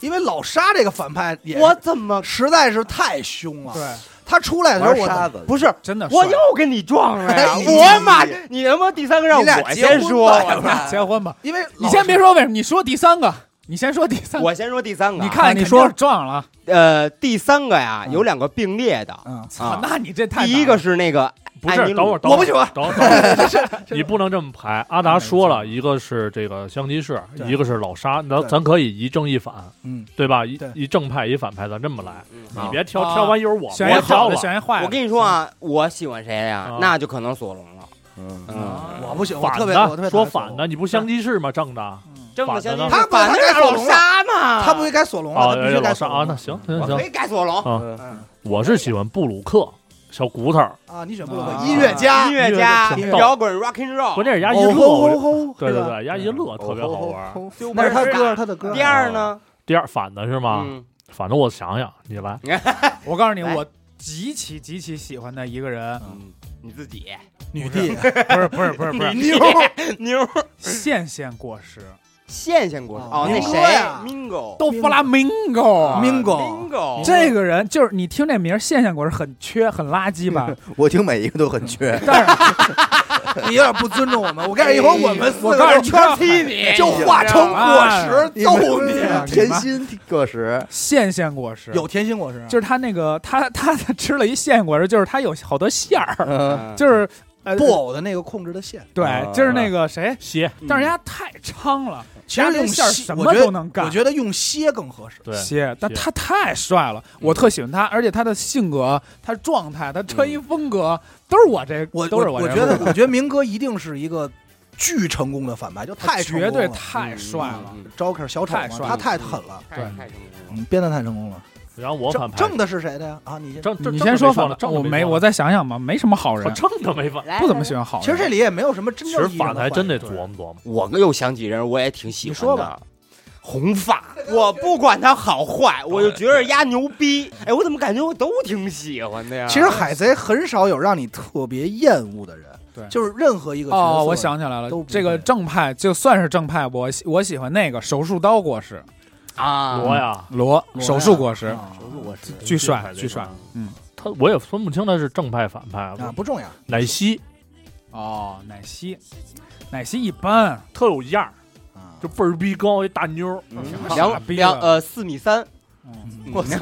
Speaker 2: 因为老沙这个反派也
Speaker 3: 我怎么
Speaker 2: 实在是太凶了。
Speaker 5: 对，
Speaker 2: 他出来的时
Speaker 1: 玩
Speaker 2: 候，
Speaker 1: 沙
Speaker 2: 我
Speaker 1: 子，
Speaker 3: 不是？
Speaker 5: 真的帅。
Speaker 3: 我又跟你撞了呀！
Speaker 1: 哎
Speaker 3: 我妈，你能不能第三个让
Speaker 1: 你俩
Speaker 3: 我
Speaker 1: 结婚
Speaker 3: 先说？
Speaker 1: 吧
Speaker 3: 我操
Speaker 5: 结婚吧，
Speaker 2: 因为
Speaker 5: 你先别
Speaker 2: 说，
Speaker 5: 说为什么，你说第三个，你先说第三个。
Speaker 3: 我先说第三个啊。啊
Speaker 5: 你看，
Speaker 2: 你
Speaker 5: 你
Speaker 2: 说
Speaker 5: 说撞了，
Speaker 3: 呃，第三个呀，
Speaker 2: 嗯
Speaker 3: 有两个并列的。
Speaker 2: 嗯，
Speaker 5: 操，那你这太
Speaker 3: 第一
Speaker 5: 难了
Speaker 3: 个是那个
Speaker 4: 不是
Speaker 3: 艾米，
Speaker 4: 等会
Speaker 3: 鲁
Speaker 4: 儿，等会儿，
Speaker 2: 我不喜欢 嗯
Speaker 4: 等会 儿，等会儿你不能这么排。阿达说了，一个是这个香吉士，
Speaker 2: 对
Speaker 4: 一个是老沙，咱
Speaker 2: 对
Speaker 4: 咱可以一正一反，
Speaker 2: 嗯，
Speaker 4: 对吧？一
Speaker 2: 对
Speaker 4: 一正派一反派，咱这么来。
Speaker 3: 嗯
Speaker 4: 你别挑
Speaker 5: 啊
Speaker 4: 挑完一会儿我
Speaker 5: 选一
Speaker 4: 我挑
Speaker 5: 好
Speaker 4: 了
Speaker 5: 的，，选一坏的。
Speaker 3: 我跟你说啊，我喜欢谁呀
Speaker 4: 啊？
Speaker 3: 那就可能索隆了。
Speaker 1: 嗯，
Speaker 3: 嗯，
Speaker 2: 我不喜欢，我
Speaker 4: 反
Speaker 2: 特别我特别
Speaker 4: 的说
Speaker 2: 讨厌索隆
Speaker 4: 反的，你不香吉士吗？正的
Speaker 3: 正的
Speaker 4: 反
Speaker 3: 相
Speaker 4: 的
Speaker 3: 信
Speaker 4: 呢
Speaker 2: 他不
Speaker 3: 反
Speaker 2: 他
Speaker 3: 的
Speaker 2: 该
Speaker 3: 是
Speaker 2: 索
Speaker 3: 老
Speaker 2: 隆了
Speaker 3: 沙嘛，
Speaker 2: 他不应该索隆
Speaker 4: 啊，
Speaker 2: 了，他必须嗯
Speaker 4: 老
Speaker 2: 该嗯
Speaker 4: 沙
Speaker 2: 索
Speaker 4: 啊，
Speaker 2: 隆
Speaker 4: 那
Speaker 2: 了
Speaker 4: 行
Speaker 3: 我
Speaker 4: 行
Speaker 3: 可
Speaker 4: 行，
Speaker 3: 以改索隆。
Speaker 5: 嗯
Speaker 4: 我是喜欢布鲁克小骨头儿，
Speaker 2: 啊！你选不了
Speaker 5: 啊
Speaker 2: 音乐家
Speaker 3: 音，乐
Speaker 4: 家
Speaker 3: 家、
Speaker 4: 挺逗
Speaker 3: 摇滚、rock and roll。
Speaker 4: 关键是
Speaker 2: 哦
Speaker 4: 丫一乐，我就
Speaker 2: 吼吼，
Speaker 4: 对对
Speaker 2: 是吧，哦
Speaker 4: 对，丫一乐特别好玩
Speaker 1: 哦
Speaker 4: 儿。
Speaker 3: 丢
Speaker 2: 那
Speaker 3: 门
Speaker 2: 是他
Speaker 3: 儿
Speaker 2: 歌，他的歌
Speaker 3: 第。二呢？
Speaker 4: 第二反的是吗？
Speaker 3: 嗯，
Speaker 4: 反的我想想，你来，
Speaker 5: 我告诉你，
Speaker 3: 来
Speaker 5: 我极其极其喜欢的一个人，
Speaker 3: 嗯你自己
Speaker 2: 女帝，
Speaker 5: 不是不是不是不是
Speaker 3: 妞妞儿
Speaker 5: 线线过时，
Speaker 3: 哦线线过世哦，那
Speaker 2: 民
Speaker 3: 谁
Speaker 2: 歌呀
Speaker 3: ，Mingo，
Speaker 5: 都弗拉明哥。
Speaker 2: Mingo，
Speaker 3: Mingo，
Speaker 5: 这个人就是你听这名儿，线线果实很缺很垃 圾吧？
Speaker 1: 我听每一个都很缺，
Speaker 5: 但是
Speaker 2: 你有点不尊重我们。我告诉你，一会儿
Speaker 5: 哎
Speaker 2: 我们四
Speaker 5: 我
Speaker 2: 个
Speaker 5: 告诉
Speaker 2: 人
Speaker 5: 你，圈
Speaker 3: 踢你
Speaker 2: 就化成果实揍啊你。
Speaker 1: 甜心个石，
Speaker 5: 线线果实
Speaker 2: 有甜心果实，啊
Speaker 5: 就是他那个他他 他吃了一线线果实，就是他有好多馅儿，
Speaker 1: 嗯，
Speaker 5: 就是呃
Speaker 2: 布偶的那个控制的线。
Speaker 5: 对
Speaker 1: 啊，
Speaker 5: 就是那个谁，
Speaker 4: 歇，
Speaker 5: 但是人家太猖了，
Speaker 2: 嗯其实
Speaker 5: 这
Speaker 2: 用
Speaker 5: 馅儿
Speaker 2: 歇
Speaker 5: 什
Speaker 2: 我
Speaker 5: 么
Speaker 2: 觉得
Speaker 5: 都能干。
Speaker 2: 我觉得用歇更合适。
Speaker 4: 对，
Speaker 5: 歇，但
Speaker 4: 歇
Speaker 5: 他太帅了，
Speaker 2: 嗯
Speaker 5: 我特喜欢他，而且他的性格、他状态、他穿衣风格都是我这，
Speaker 2: 嗯我
Speaker 5: 都是
Speaker 2: 我
Speaker 5: 这
Speaker 2: 觉得，我觉得明哥一定是一个巨成功的反派，就太成功
Speaker 5: 绝
Speaker 2: 了嗯
Speaker 5: 对太帅了。，
Speaker 3: 嗯
Speaker 2: Joker 小丑嘛
Speaker 5: 太，帅了
Speaker 2: 他太狠了，
Speaker 3: 太太成功了。
Speaker 2: 嗯，编的太成功了。
Speaker 4: 然后我反
Speaker 2: 正
Speaker 4: 派
Speaker 2: 正的是谁的呀？啊，你先
Speaker 4: 正正
Speaker 5: 你
Speaker 4: 正
Speaker 5: 先
Speaker 4: 的
Speaker 5: 说
Speaker 4: 没
Speaker 5: 反
Speaker 4: 了，
Speaker 5: 了，
Speaker 4: 正
Speaker 5: 我
Speaker 4: 的
Speaker 5: 没，我
Speaker 4: 在
Speaker 5: 再想想吧，没什么好人，
Speaker 4: 正的没反，
Speaker 3: 来
Speaker 5: 不怎么喜。欢好人。
Speaker 2: 其实这里也没有什么真
Speaker 4: 其
Speaker 2: 正
Speaker 4: 实
Speaker 2: 意义上
Speaker 4: 反
Speaker 2: 的
Speaker 4: 的
Speaker 2: 坏
Speaker 4: 还
Speaker 2: 人
Speaker 4: 真得琢磨琢磨。
Speaker 3: 我又想起人，我也挺喜
Speaker 2: 你
Speaker 3: 欢
Speaker 2: 说
Speaker 3: 的
Speaker 2: 吧。
Speaker 3: 红发，我不管他好坏，我就觉得丫牛逼。哎，我怎么感觉我都挺喜欢的呀？
Speaker 2: 其实海贼很少有让你特别厌恶的人，
Speaker 5: 对
Speaker 2: 就是任何一个角色，啊
Speaker 5: 哦，我想起来了
Speaker 2: 都，不
Speaker 5: 这个
Speaker 2: 会
Speaker 5: 正派就算是正派，我喜我喜欢那个手术刀果实
Speaker 3: 啊，
Speaker 4: 罗呀，
Speaker 5: 罗
Speaker 2: 罗呀
Speaker 5: 手术果实，
Speaker 2: 啊
Speaker 3: 我是
Speaker 5: 巨
Speaker 4: 金
Speaker 5: 帅
Speaker 4: 牌这
Speaker 5: 巨帅
Speaker 4: 个
Speaker 5: 嗯，
Speaker 4: 他我也分不清他是正派反派
Speaker 2: 啊，。不重要。
Speaker 4: 奶昔
Speaker 5: 哦，奶昔，奶昔一般，
Speaker 4: 特有样儿，
Speaker 2: 啊
Speaker 4: 就倍儿逼高，一大妞儿，
Speaker 5: 嗯傻
Speaker 3: 两
Speaker 5: 逼
Speaker 3: 两
Speaker 5: 了
Speaker 3: 呃四米三，
Speaker 5: 嗯
Speaker 2: 我操！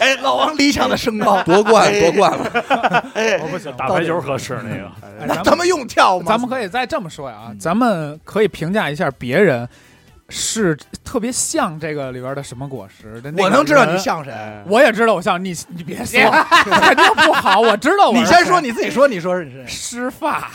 Speaker 2: 哎， 老王理想的身高，
Speaker 1: 哎夺冠夺冠了，
Speaker 2: 哎
Speaker 5: 我 不行
Speaker 4: 打排球合适那个。
Speaker 5: 哎
Speaker 2: 那
Speaker 5: 咱
Speaker 2: 他
Speaker 5: 们
Speaker 2: 妈用跳吗？
Speaker 5: 咱们可以再这么说呀啊
Speaker 2: 嗯，
Speaker 5: 咱们可以评价一下别人是特别像这个里边的什么果实的。那个
Speaker 2: 我能知道你
Speaker 5: 人，哎
Speaker 2: 像谁？
Speaker 3: 呃
Speaker 5: 我也知道我像你，你别 说，肯定不好。我知道我，
Speaker 2: 你先说，你自己说，你说是谁？
Speaker 5: 湿发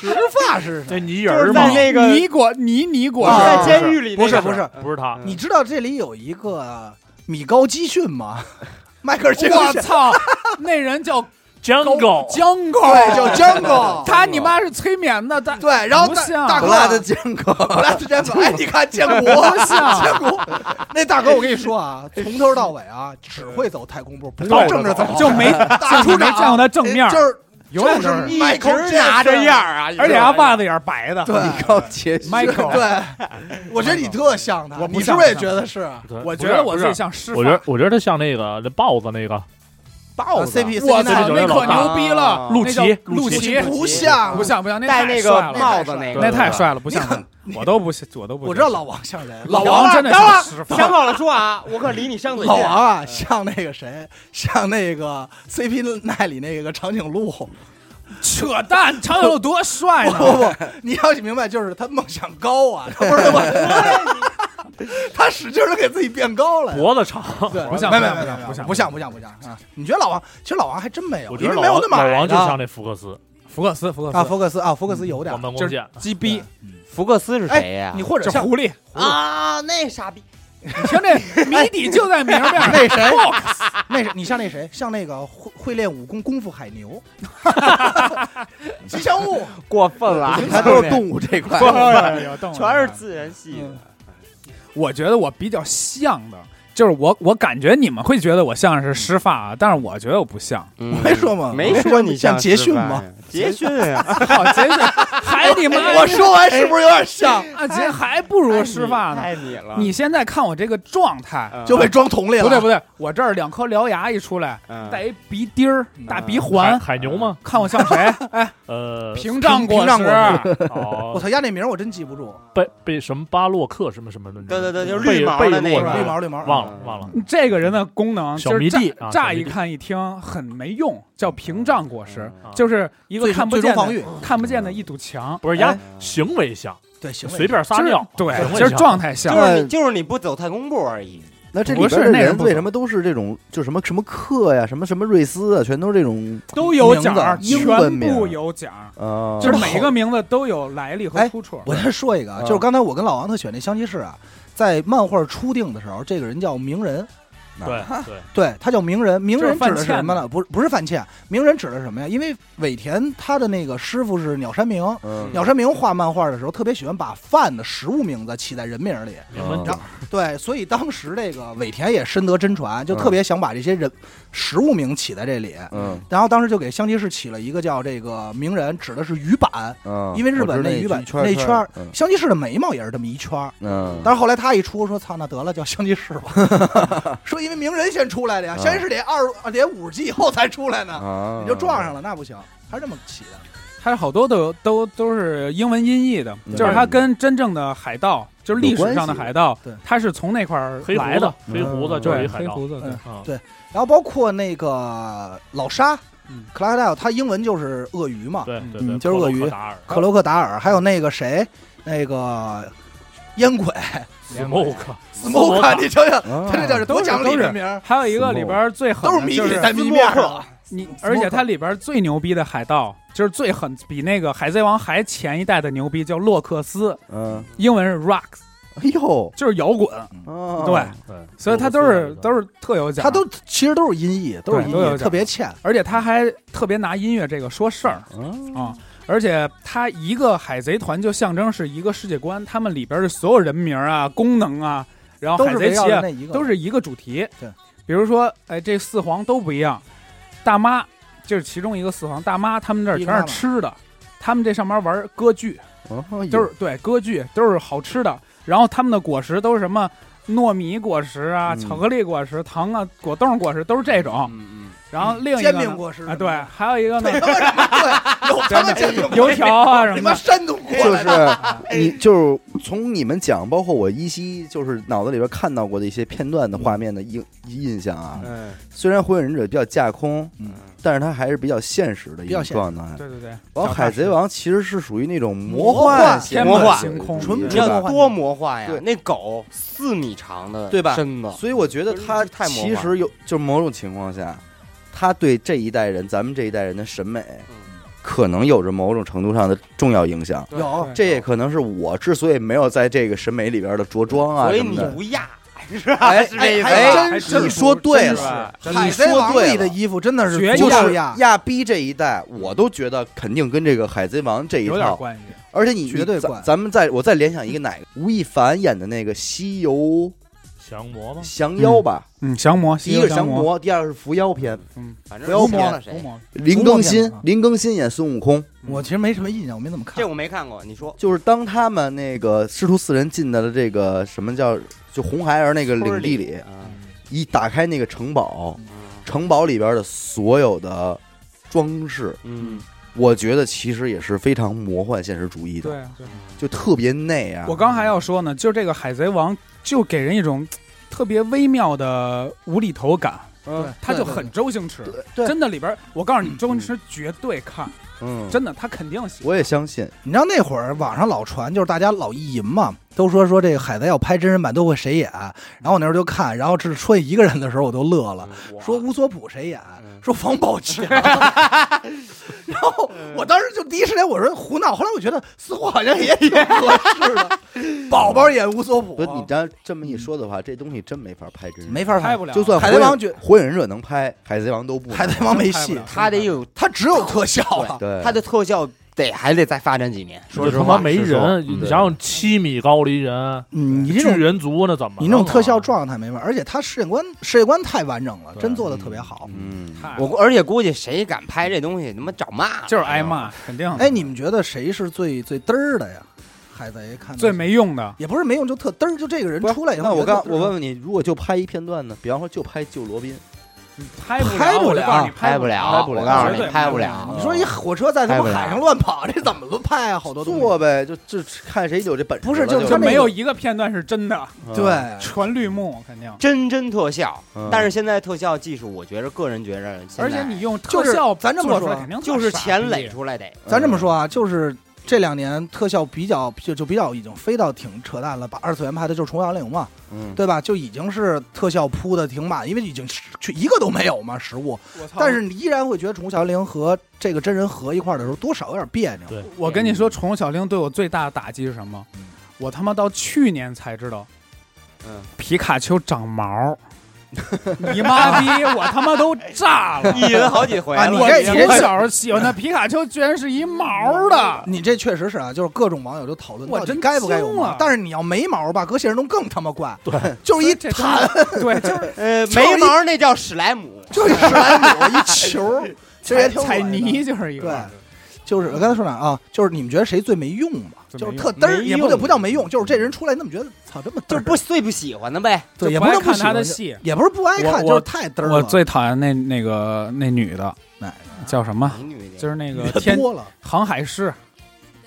Speaker 2: 直发是谁？
Speaker 4: 那泥人
Speaker 3: 就是
Speaker 4: 儿吗？
Speaker 3: 在那个
Speaker 5: 泥果泥泥果
Speaker 2: 啊
Speaker 5: 实，
Speaker 3: 在监狱里那
Speaker 2: 不是
Speaker 3: 个
Speaker 5: 嗯
Speaker 2: 不是，
Speaker 4: 不是他，
Speaker 2: 你知道这里有一个米高基逊吗？ 迈克尔杰克
Speaker 5: 我
Speaker 2: 逊，
Speaker 5: 操，那人叫
Speaker 4: 江狗，
Speaker 5: 江狗，
Speaker 2: 对， 叫 Django，
Speaker 5: 他你妈是催眠的，他
Speaker 2: 对，然后
Speaker 5: 不
Speaker 2: 大
Speaker 5: 像
Speaker 2: 大
Speaker 1: 布
Speaker 2: 哥
Speaker 1: 拉德坚哥，
Speaker 2: 布拉德詹姆斯，哎，你看建
Speaker 5: 不
Speaker 2: 国，
Speaker 5: 像。
Speaker 2: 建国，那大哥，我跟你说啊，从头到尾啊，只会走太空步，不
Speaker 4: 倒
Speaker 2: 会
Speaker 4: 着
Speaker 2: 正着走，
Speaker 5: 就没
Speaker 2: 大
Speaker 5: 就
Speaker 2: 出
Speaker 5: 没
Speaker 2: 场哎
Speaker 5: 见过他正面，
Speaker 2: 就是
Speaker 5: 永远
Speaker 2: 就
Speaker 5: 都
Speaker 2: 是
Speaker 5: 是，
Speaker 3: 一
Speaker 2: Michael
Speaker 3: 直拿着
Speaker 2: Jackson
Speaker 3: 样儿啊，
Speaker 5: 而且
Speaker 3: 一直拿着
Speaker 5: 他
Speaker 3: 样儿
Speaker 5: 袜子也是白的。
Speaker 2: 对
Speaker 1: 米高杰逊
Speaker 5: Michael
Speaker 2: 对，我觉得你特像他，
Speaker 5: 我不
Speaker 2: 你是
Speaker 5: 像
Speaker 2: 不是也
Speaker 5: 不
Speaker 2: 觉得是啊
Speaker 4: 对
Speaker 5: 我
Speaker 4: 不
Speaker 5: 觉
Speaker 4: 是啊
Speaker 5: 得我
Speaker 4: 不
Speaker 5: 自己
Speaker 4: 是
Speaker 5: 像师
Speaker 4: 我觉得我觉得他像那个那豹子那个
Speaker 2: 啊
Speaker 3: 豹子
Speaker 2: CP
Speaker 5: 我
Speaker 4: 这
Speaker 5: 操，
Speaker 4: 就
Speaker 5: 那
Speaker 4: 是老
Speaker 5: 可
Speaker 4: 大
Speaker 5: 牛逼了！
Speaker 4: 陆
Speaker 5: 那叫
Speaker 4: 琪
Speaker 5: 陆
Speaker 4: 琪
Speaker 5: 琪
Speaker 2: 不像啊
Speaker 5: 不，像不像，那
Speaker 3: 戴
Speaker 5: 太
Speaker 3: 那
Speaker 5: 帅
Speaker 3: 个
Speaker 5: 了
Speaker 3: 帽子那
Speaker 4: 对
Speaker 5: 那
Speaker 3: 个。
Speaker 5: 太帅了，不像
Speaker 2: 你
Speaker 5: 他
Speaker 2: 很，
Speaker 5: 我都不信，我都不信。
Speaker 2: 我知道老王像谁，
Speaker 5: 老
Speaker 2: 王
Speaker 5: 王真的
Speaker 3: 等会儿
Speaker 5: 像师傅
Speaker 3: 想好了说啊，我可离你上嘴
Speaker 2: 老
Speaker 3: 近。
Speaker 2: 王啊，像那个谁，像那个 CP 那里那个长颈鹿，
Speaker 5: 扯淡，常有多帅
Speaker 2: 不
Speaker 5: 呢？
Speaker 2: 不不，你要明白，就是他梦想高啊，他不是我，他使劲的给自己变高了。
Speaker 4: 脖子长，
Speaker 2: 对，
Speaker 5: 不像
Speaker 2: 没
Speaker 5: 不
Speaker 2: 没
Speaker 5: 像
Speaker 2: 没没
Speaker 5: 不像
Speaker 2: 不像不像不像啊！你觉得老王，其实老王还真没有，
Speaker 4: 我觉
Speaker 2: 因
Speaker 4: 得
Speaker 2: 为没有
Speaker 4: 老王
Speaker 2: 那么
Speaker 4: 老
Speaker 2: 矮
Speaker 4: 王就
Speaker 2: 的
Speaker 4: 像那福克斯
Speaker 5: 福克斯，福克
Speaker 2: 啊，
Speaker 5: 斯，
Speaker 2: 福克斯啊，福克斯有点
Speaker 4: 黄斑
Speaker 5: 就
Speaker 4: 弓
Speaker 5: 是
Speaker 4: 箭，
Speaker 5: 鸡逼，
Speaker 3: 福克斯是谁呀
Speaker 2: 哎你或者
Speaker 5: 这
Speaker 2: 像
Speaker 5: 狐狸。
Speaker 3: 啊，那傻逼
Speaker 5: 你听这谜底就在明面儿，
Speaker 2: 那谁，那是你像那谁，像那个会会练武功功夫海 牛，吉祥物，
Speaker 3: 过分了
Speaker 1: 他啊都是动物这块，
Speaker 5: 全
Speaker 3: 全是自然系的。
Speaker 5: 我觉得我比较像的，就是我，我感觉你们会觉得我像是湿发
Speaker 4: 嗯
Speaker 5: 啊，但是我觉得我不 像。
Speaker 3: 嗯
Speaker 2: 没说嘛
Speaker 3: 没说你
Speaker 2: 像杰
Speaker 3: 斯
Speaker 2: 逊
Speaker 3: 班
Speaker 2: 吗
Speaker 3: 呀？杰逊呀，
Speaker 5: 好，
Speaker 4: 哦
Speaker 5: 杰森， 还你妈，
Speaker 2: 我说完是不是有点像？
Speaker 5: 啊，杰还不如湿发呢。
Speaker 3: 爱你
Speaker 4: 嗯
Speaker 3: 了，
Speaker 5: 你现在看我这个状态，
Speaker 3: 哎嗯
Speaker 2: 就被装桶里了，
Speaker 5: 不对不对，我这儿两颗獠牙一出来，
Speaker 3: 嗯
Speaker 5: 带一鼻钉儿，大鼻环
Speaker 4: 海，海牛吗？
Speaker 5: 看我像谁？哎，
Speaker 4: 嗯 呃，
Speaker 5: 屏障
Speaker 2: 屏
Speaker 5: 果
Speaker 2: 障
Speaker 5: 实，
Speaker 2: 我
Speaker 4: 哦，
Speaker 2: 操，压那名儿我真记不住，
Speaker 4: 被被什么巴洛克什么什么的，
Speaker 3: 对对对，就是
Speaker 4: 贝
Speaker 3: 绿毛
Speaker 4: 贝
Speaker 3: 的那
Speaker 4: 洛
Speaker 3: 个啊
Speaker 4: 是
Speaker 2: 绿
Speaker 4: 吧
Speaker 2: 毛绿毛，
Speaker 4: 忘了忘
Speaker 2: 嗯
Speaker 4: 了。
Speaker 5: 这个人的功能，
Speaker 4: 小
Speaker 5: 就是
Speaker 4: 迷弟
Speaker 5: 乍
Speaker 4: 啊小
Speaker 5: 乍
Speaker 4: 迷
Speaker 5: 一
Speaker 4: 弟嗯
Speaker 5: 看一听很没用，叫屏障果实，
Speaker 3: 嗯
Speaker 5: 就是一个
Speaker 4: 最
Speaker 5: 看不
Speaker 4: 最终
Speaker 5: 见的
Speaker 4: 防御
Speaker 5: 看不见的一堵墙。
Speaker 4: 不是
Speaker 5: 呀，
Speaker 4: 呀，行为像，
Speaker 2: 对，哎行为
Speaker 4: 随便撒
Speaker 5: 就 是
Speaker 4: 尿，
Speaker 5: 对
Speaker 4: 行为
Speaker 5: 就是
Speaker 4: 像
Speaker 5: 状态像
Speaker 3: 嗯就是你就是你不走太公步而已。
Speaker 1: 那这里
Speaker 5: 不
Speaker 1: 边
Speaker 5: 是
Speaker 1: 的
Speaker 5: 那人
Speaker 1: 人
Speaker 5: 不
Speaker 1: 为
Speaker 5: 懂
Speaker 1: 什么都是这种，就什么什么克呀，什么什么瑞斯啊，全都是这种
Speaker 5: 都有奖
Speaker 1: 名
Speaker 5: 儿，
Speaker 1: 字英文
Speaker 5: 全
Speaker 1: 名
Speaker 5: 部有奖儿，
Speaker 1: 啊，
Speaker 5: 就是每一个名字都有来历和
Speaker 2: 哎
Speaker 5: 出处。
Speaker 2: 我先说一个，啊，
Speaker 1: 嗯
Speaker 2: 就是刚才我跟老王特选那香吉士啊，在漫画初定的时候，这个人叫鸣人，
Speaker 4: 对对，
Speaker 2: 对他叫鸣人。鸣人指的是什么
Speaker 5: 就是范
Speaker 2: 呢？不是不是范倩，鸣人指的是什么呀？因为尾田他的那个师傅是鸟山明，
Speaker 1: 嗯
Speaker 2: 鸟山明画漫画的时候特别喜欢把饭的食物名字起在人名里，
Speaker 4: 名
Speaker 1: 嗯
Speaker 4: 文
Speaker 2: 然后对，所以当时这个尾田也深得真传，就特别想把这些人食物名起在这里。
Speaker 1: 嗯
Speaker 2: 然后当时就给香吉士起了一个叫这个鸣人，指的是鱼板，
Speaker 1: 嗯，
Speaker 2: 因为日
Speaker 1: 我
Speaker 2: 本
Speaker 1: 知道
Speaker 2: 鱼板
Speaker 1: 圈儿
Speaker 2: 那圈儿
Speaker 1: 儿，嗯
Speaker 2: 香吉士的眉毛也是这么一圈儿。
Speaker 1: 嗯，
Speaker 2: 但是后来他一出说：“操，那得了，叫香 吉士吧。”说因为鸣人先出来的呀，
Speaker 1: 啊
Speaker 2: 香吉士得二啊得五十级以后才出来呢，
Speaker 1: 啊，
Speaker 2: 你就撞上了，那不行。他是这么起的，
Speaker 5: 还有好多都有都都是英文音译的
Speaker 1: 嗯，
Speaker 5: 就是它跟真正的海盗，就是历史上的海盗
Speaker 2: 有关系对，
Speaker 5: 它是从那块儿
Speaker 4: 黑
Speaker 5: 来
Speaker 4: 胡子
Speaker 5: 的。，
Speaker 4: 黑胡子就是
Speaker 5: 对，
Speaker 4: 一海
Speaker 5: 黑
Speaker 4: 盗
Speaker 5: 胡子，对
Speaker 2: 嗯
Speaker 4: 啊，
Speaker 2: 然后包括那个老沙
Speaker 5: 嗯，
Speaker 2: 克拉克戴尔，他英文就是鳄鱼嘛，
Speaker 4: 对对对，
Speaker 5: 嗯
Speaker 2: 就是鳄鱼
Speaker 4: 克罗克达尔
Speaker 2: 克罗克达尔，还有那个谁，那个烟鬼
Speaker 4: 嗯 smoke
Speaker 2: 斯莫卡，你瞧瞧，
Speaker 1: 啊
Speaker 2: 他这叫是多讲理
Speaker 5: 都
Speaker 2: 的
Speaker 5: 是
Speaker 2: 名儿，
Speaker 5: 还有一个里边儿最狠
Speaker 2: 都是
Speaker 5: 的
Speaker 2: 谜
Speaker 5: 就
Speaker 2: 底
Speaker 5: 是
Speaker 2: 在谜面上。
Speaker 5: 你，而且它里边儿最牛逼的海盗，就是最狠，比那个海贼王还前一代的牛逼，叫洛克斯，
Speaker 1: 嗯，
Speaker 5: 英文是 rock，
Speaker 1: 哎呦，
Speaker 5: 就是摇滚。
Speaker 2: 嗯
Speaker 1: 啊
Speaker 5: 对，，
Speaker 4: 对，
Speaker 5: 所以它都是都
Speaker 4: 是
Speaker 5: 是特有奖，
Speaker 2: 他都其实都是音译，都是
Speaker 5: 对
Speaker 2: 音
Speaker 5: 都有
Speaker 2: 译，
Speaker 5: 讲
Speaker 2: 特别欠。
Speaker 5: 而且他还特别拿音乐这个说事儿
Speaker 1: 嗯
Speaker 5: 啊、而且他一个海贼团就象征是一个世界观，他们里边的所有人名啊、功能啊，然
Speaker 2: 都
Speaker 5: 后海
Speaker 2: 是围
Speaker 5: 贼旗
Speaker 2: 绕着
Speaker 5: 啊
Speaker 2: 那一个，
Speaker 5: 都是一个主题。
Speaker 2: 对，
Speaker 5: 比如说，哎，这四皇都不一样，大妈就是其中一个四皇，大妈他们这儿全是吃的，他们这上面玩歌剧，
Speaker 1: 哦
Speaker 5: 都是对歌剧都是好吃的，然后他们的果实都是什么糯米果实啊、
Speaker 1: 嗯
Speaker 5: 巧克力果实、糖啊、果冻果实都是这种。
Speaker 3: 嗯
Speaker 5: 然后另一个
Speaker 2: 煎
Speaker 5: 呢
Speaker 2: 饼果实
Speaker 5: 啊，对， 还有一个呢，
Speaker 2: 他妈 什么对，有他妈煎饼果
Speaker 5: 油
Speaker 2: 实
Speaker 5: 嗯 条啊什
Speaker 2: 你妈
Speaker 5: 么的，
Speaker 2: 山东过
Speaker 1: 就
Speaker 2: 来
Speaker 1: 是
Speaker 2: 的，
Speaker 1: 你就是从你们讲，包括我依稀就是脑子里边看到过的一些片段的画面的印印象啊。
Speaker 3: 嗯，
Speaker 1: 虽然《火影忍者》比较架空，
Speaker 2: 嗯
Speaker 1: 但是它还是比较现实的一
Speaker 2: 比较
Speaker 1: 个
Speaker 2: 现实
Speaker 1: 状态。
Speaker 5: 对对对，
Speaker 1: 然后《海贼王》其实是属于那种
Speaker 2: 魔
Speaker 1: 幻
Speaker 2: 幻
Speaker 1: 型的、
Speaker 3: 魔幻
Speaker 5: 星空
Speaker 1: 纯
Speaker 3: 你
Speaker 1: 纯
Speaker 3: 要
Speaker 1: 魔幻。
Speaker 3: 多魔幻呀
Speaker 1: 对！
Speaker 3: 那狗四米长的，
Speaker 1: 对吧
Speaker 3: 身子，
Speaker 1: 所以我觉得他
Speaker 3: 太魔
Speaker 1: 其
Speaker 3: 幻
Speaker 1: 实有，就是某种情况下，他对这一代人，咱们这一代人的审美，可能有着某种程度上的重要影响。
Speaker 3: 对
Speaker 2: 有
Speaker 1: 这也可能是我之所以没有在这个审美里边的着装啊
Speaker 3: 所以
Speaker 1: 什么
Speaker 3: 你
Speaker 1: 的。
Speaker 3: 不亚，
Speaker 1: 哎
Speaker 3: 是这意思啊
Speaker 1: 哎
Speaker 2: 吧
Speaker 1: 哎你
Speaker 5: 还真是
Speaker 1: 说对
Speaker 5: 真是
Speaker 1: 了，
Speaker 5: 真
Speaker 2: 海
Speaker 1: 你
Speaker 5: 是
Speaker 2: 贼
Speaker 1: 说
Speaker 2: 王
Speaker 1: 对
Speaker 2: 里的
Speaker 1: 了
Speaker 2: 衣服真的是
Speaker 5: 绝
Speaker 2: 就
Speaker 5: 样
Speaker 2: 是呀
Speaker 1: 亚，亚逼这一代，我都觉得肯定跟这个《海贼王》这一
Speaker 5: 有点
Speaker 1: 套，
Speaker 5: 关系。
Speaker 1: 而且你
Speaker 2: 绝对
Speaker 1: 你咱
Speaker 2: 怪
Speaker 1: 咱们再我再联想一个 哪个，吴亦凡演的那个《西游
Speaker 4: 降魔吗？
Speaker 1: 降妖》吧，
Speaker 5: 嗯，降魔，
Speaker 1: 第一个降
Speaker 5: 降，
Speaker 1: 魔，第二个是伏妖篇，
Speaker 3: 反正
Speaker 1: 不要
Speaker 3: 伏
Speaker 5: 伏
Speaker 1: 骗
Speaker 3: 魔
Speaker 5: 魔了
Speaker 3: 了
Speaker 5: 伏
Speaker 3: 谁？
Speaker 5: 魔了，
Speaker 1: 林更新
Speaker 2: 啊，
Speaker 1: 林更新演孙悟空，
Speaker 2: 我其实没什么印象，我没怎么看
Speaker 3: 这。我没看过，你说
Speaker 1: 就是当他们那个师徒四人进到了这个什么叫就红孩儿那个领地里，嗯
Speaker 3: 嗯
Speaker 1: 一打开那个城堡，城堡里边的所有的装饰，
Speaker 3: 嗯，
Speaker 1: 我觉得其实也是非常魔幻现实主义的，
Speaker 5: 对，对
Speaker 1: 就特别内啊
Speaker 5: 我。刚还要说呢，就这个海贼王就给人一种特别微妙的无厘头感，
Speaker 1: 嗯
Speaker 5: 他就很周星驰，
Speaker 1: 对
Speaker 5: 真的里边，我告诉你，周星驰绝对看，
Speaker 1: 嗯，
Speaker 5: 真的，他肯定喜欢。
Speaker 1: 我也相信，
Speaker 2: 你知道那会儿网上老传，就是大家老意淫嘛，都说说这个海贼要拍真人版都会谁演，然后我那时候就看，然后只说一个人的时候我都乐
Speaker 1: 嗯
Speaker 2: 了，说乌索普谁演，
Speaker 3: 嗯
Speaker 2: 说王宝强，然后我当时就第一时间我说胡闹，后来我觉得似乎好像也挺合适的，宝宝演乌索普啊
Speaker 1: 不，，你这样这么一说的话，这东西真没法拍真人，
Speaker 2: 没法拍，
Speaker 5: 拍不了，
Speaker 1: 就算
Speaker 2: 海贼王
Speaker 1: 火影
Speaker 2: 觉
Speaker 1: 火影忍者能拍，海贼王都不能
Speaker 2: 海贼王没戏
Speaker 5: 真拍，不了
Speaker 3: 他得有
Speaker 2: 他只有特效啊了。
Speaker 1: 对
Speaker 3: 他的特效得还得再发展几年。说实
Speaker 4: 他
Speaker 3: 话
Speaker 4: 妈，没
Speaker 1: 实话
Speaker 4: 人，你想想七米高的一人，
Speaker 2: 嗯，你这
Speaker 4: 巨
Speaker 2: 种
Speaker 4: 人族那怎么弄啊？
Speaker 2: 你那种特效状态没法，而且他世界观世界观太完整了，
Speaker 4: 对
Speaker 2: 真做的特别好。
Speaker 1: 嗯，
Speaker 5: 太
Speaker 3: 我估而且估计谁敢拍这东西，他妈找骂了，
Speaker 5: 哎就是挨骂，肯定的。
Speaker 2: 哎，你们觉得谁是最最嘚儿的呀？海贼看的
Speaker 5: 最没用的，
Speaker 2: 也不是没用，就特嘚儿，就这个人出来以后。
Speaker 1: 那我
Speaker 2: 你觉
Speaker 1: 刚
Speaker 2: 得特嘚儿
Speaker 1: 我问问你，如果就拍一片段呢？比方说就拍救罗宾，
Speaker 5: 拍不
Speaker 2: 拍不
Speaker 5: 我就
Speaker 2: 了
Speaker 5: 告诉你
Speaker 3: 拍
Speaker 5: 不
Speaker 3: 了，
Speaker 1: 拍不了
Speaker 3: 我告
Speaker 5: 绝
Speaker 3: 诉
Speaker 5: 对
Speaker 3: 你，拍
Speaker 5: 不
Speaker 3: 不了。
Speaker 2: 你说
Speaker 1: 哦
Speaker 2: 一火车在他
Speaker 3: 拍不
Speaker 2: 们
Speaker 3: 了
Speaker 2: 海上乱跑， 这怎么轮拍啊？好多东西
Speaker 1: 做呗，就就看谁有这本事了。
Speaker 2: 不是就
Speaker 1: 就是
Speaker 5: 就
Speaker 2: 他那个
Speaker 5: 没
Speaker 2: 哎
Speaker 5: 有一个片段是真的，
Speaker 1: 嗯
Speaker 2: 对，
Speaker 5: 全绿幕肯定。
Speaker 3: 真真特效
Speaker 1: 嗯，
Speaker 3: 但是现在特效技术，我觉着个人觉着现在，
Speaker 5: 而且你用特
Speaker 2: 就是
Speaker 5: 效
Speaker 2: 咱这么
Speaker 5: 做出来
Speaker 2: 说
Speaker 5: 肯定
Speaker 3: 就是
Speaker 5: 傻逼
Speaker 3: 钱垒出来的，
Speaker 2: 咱这么说啊，就是这两年特效比较就就比较已经飞到挺扯淡了，把二次元拍的就是《重阳岭》嘛，
Speaker 1: 嗯，
Speaker 2: 对吧？就已经是特效铺的挺满，因为已经是去一个都没有嘛实物，
Speaker 5: 我操
Speaker 2: 但是你依然会觉得《宠物小精灵》和这个真人合一块儿的时候，多少有点别扭。
Speaker 4: 对
Speaker 5: 我跟你说，《宠物小精灵》对我最大的打击是什么？
Speaker 2: 嗯
Speaker 5: 我他妈到去年才知道，
Speaker 3: 嗯，
Speaker 5: 皮卡丘长 毛，你妈逼，我他妈都炸了！
Speaker 3: 意淫好几 回
Speaker 2: 啊你
Speaker 5: 我
Speaker 3: 了。
Speaker 2: 这你这
Speaker 5: 从小喜欢的皮卡丘居然是一毛 的，
Speaker 2: 你这确实是啊，就是各种网友就讨论
Speaker 5: 我
Speaker 2: 到底
Speaker 5: 真啊
Speaker 2: 该不该有
Speaker 5: 惊
Speaker 2: 毛
Speaker 5: 了，
Speaker 2: 但是你要没毛吧，搁现实中更他妈怪，
Speaker 4: 对，
Speaker 2: 就是一
Speaker 5: 这
Speaker 2: 弹，
Speaker 5: 对，就是
Speaker 3: 呃，眉毛那叫史莱姆，
Speaker 2: 就是史莱姆一球儿，其实也
Speaker 5: 踩
Speaker 2: 挺恶
Speaker 5: 踩
Speaker 2: 心的
Speaker 5: 泥就是一
Speaker 2: 对
Speaker 5: 个，，
Speaker 2: 就是我刚才说哪儿啊？就是你们觉得谁最没用吧？
Speaker 5: 最
Speaker 2: 就
Speaker 5: 没用
Speaker 2: 是特嘚儿，
Speaker 3: 没
Speaker 2: 也不
Speaker 3: 用
Speaker 2: 叫不叫没用，就是这人出来，你怎么觉得操这么嘚
Speaker 3: 就
Speaker 2: 儿？
Speaker 3: 是不最不喜欢的呗。
Speaker 2: 对，也不
Speaker 5: 就不爱
Speaker 2: 是不
Speaker 5: 看
Speaker 2: 喜
Speaker 5: 他
Speaker 2: 欢
Speaker 5: 的
Speaker 2: 就
Speaker 5: 戏。
Speaker 2: 也不是不爱看，
Speaker 5: 我
Speaker 2: 就是太嘚儿了。
Speaker 5: 我最讨厌那那个那女的
Speaker 2: 哪个
Speaker 5: 叫什么？
Speaker 3: 美女的
Speaker 5: 啊就是那个
Speaker 2: 可
Speaker 5: 天
Speaker 2: 多了，
Speaker 5: 航海师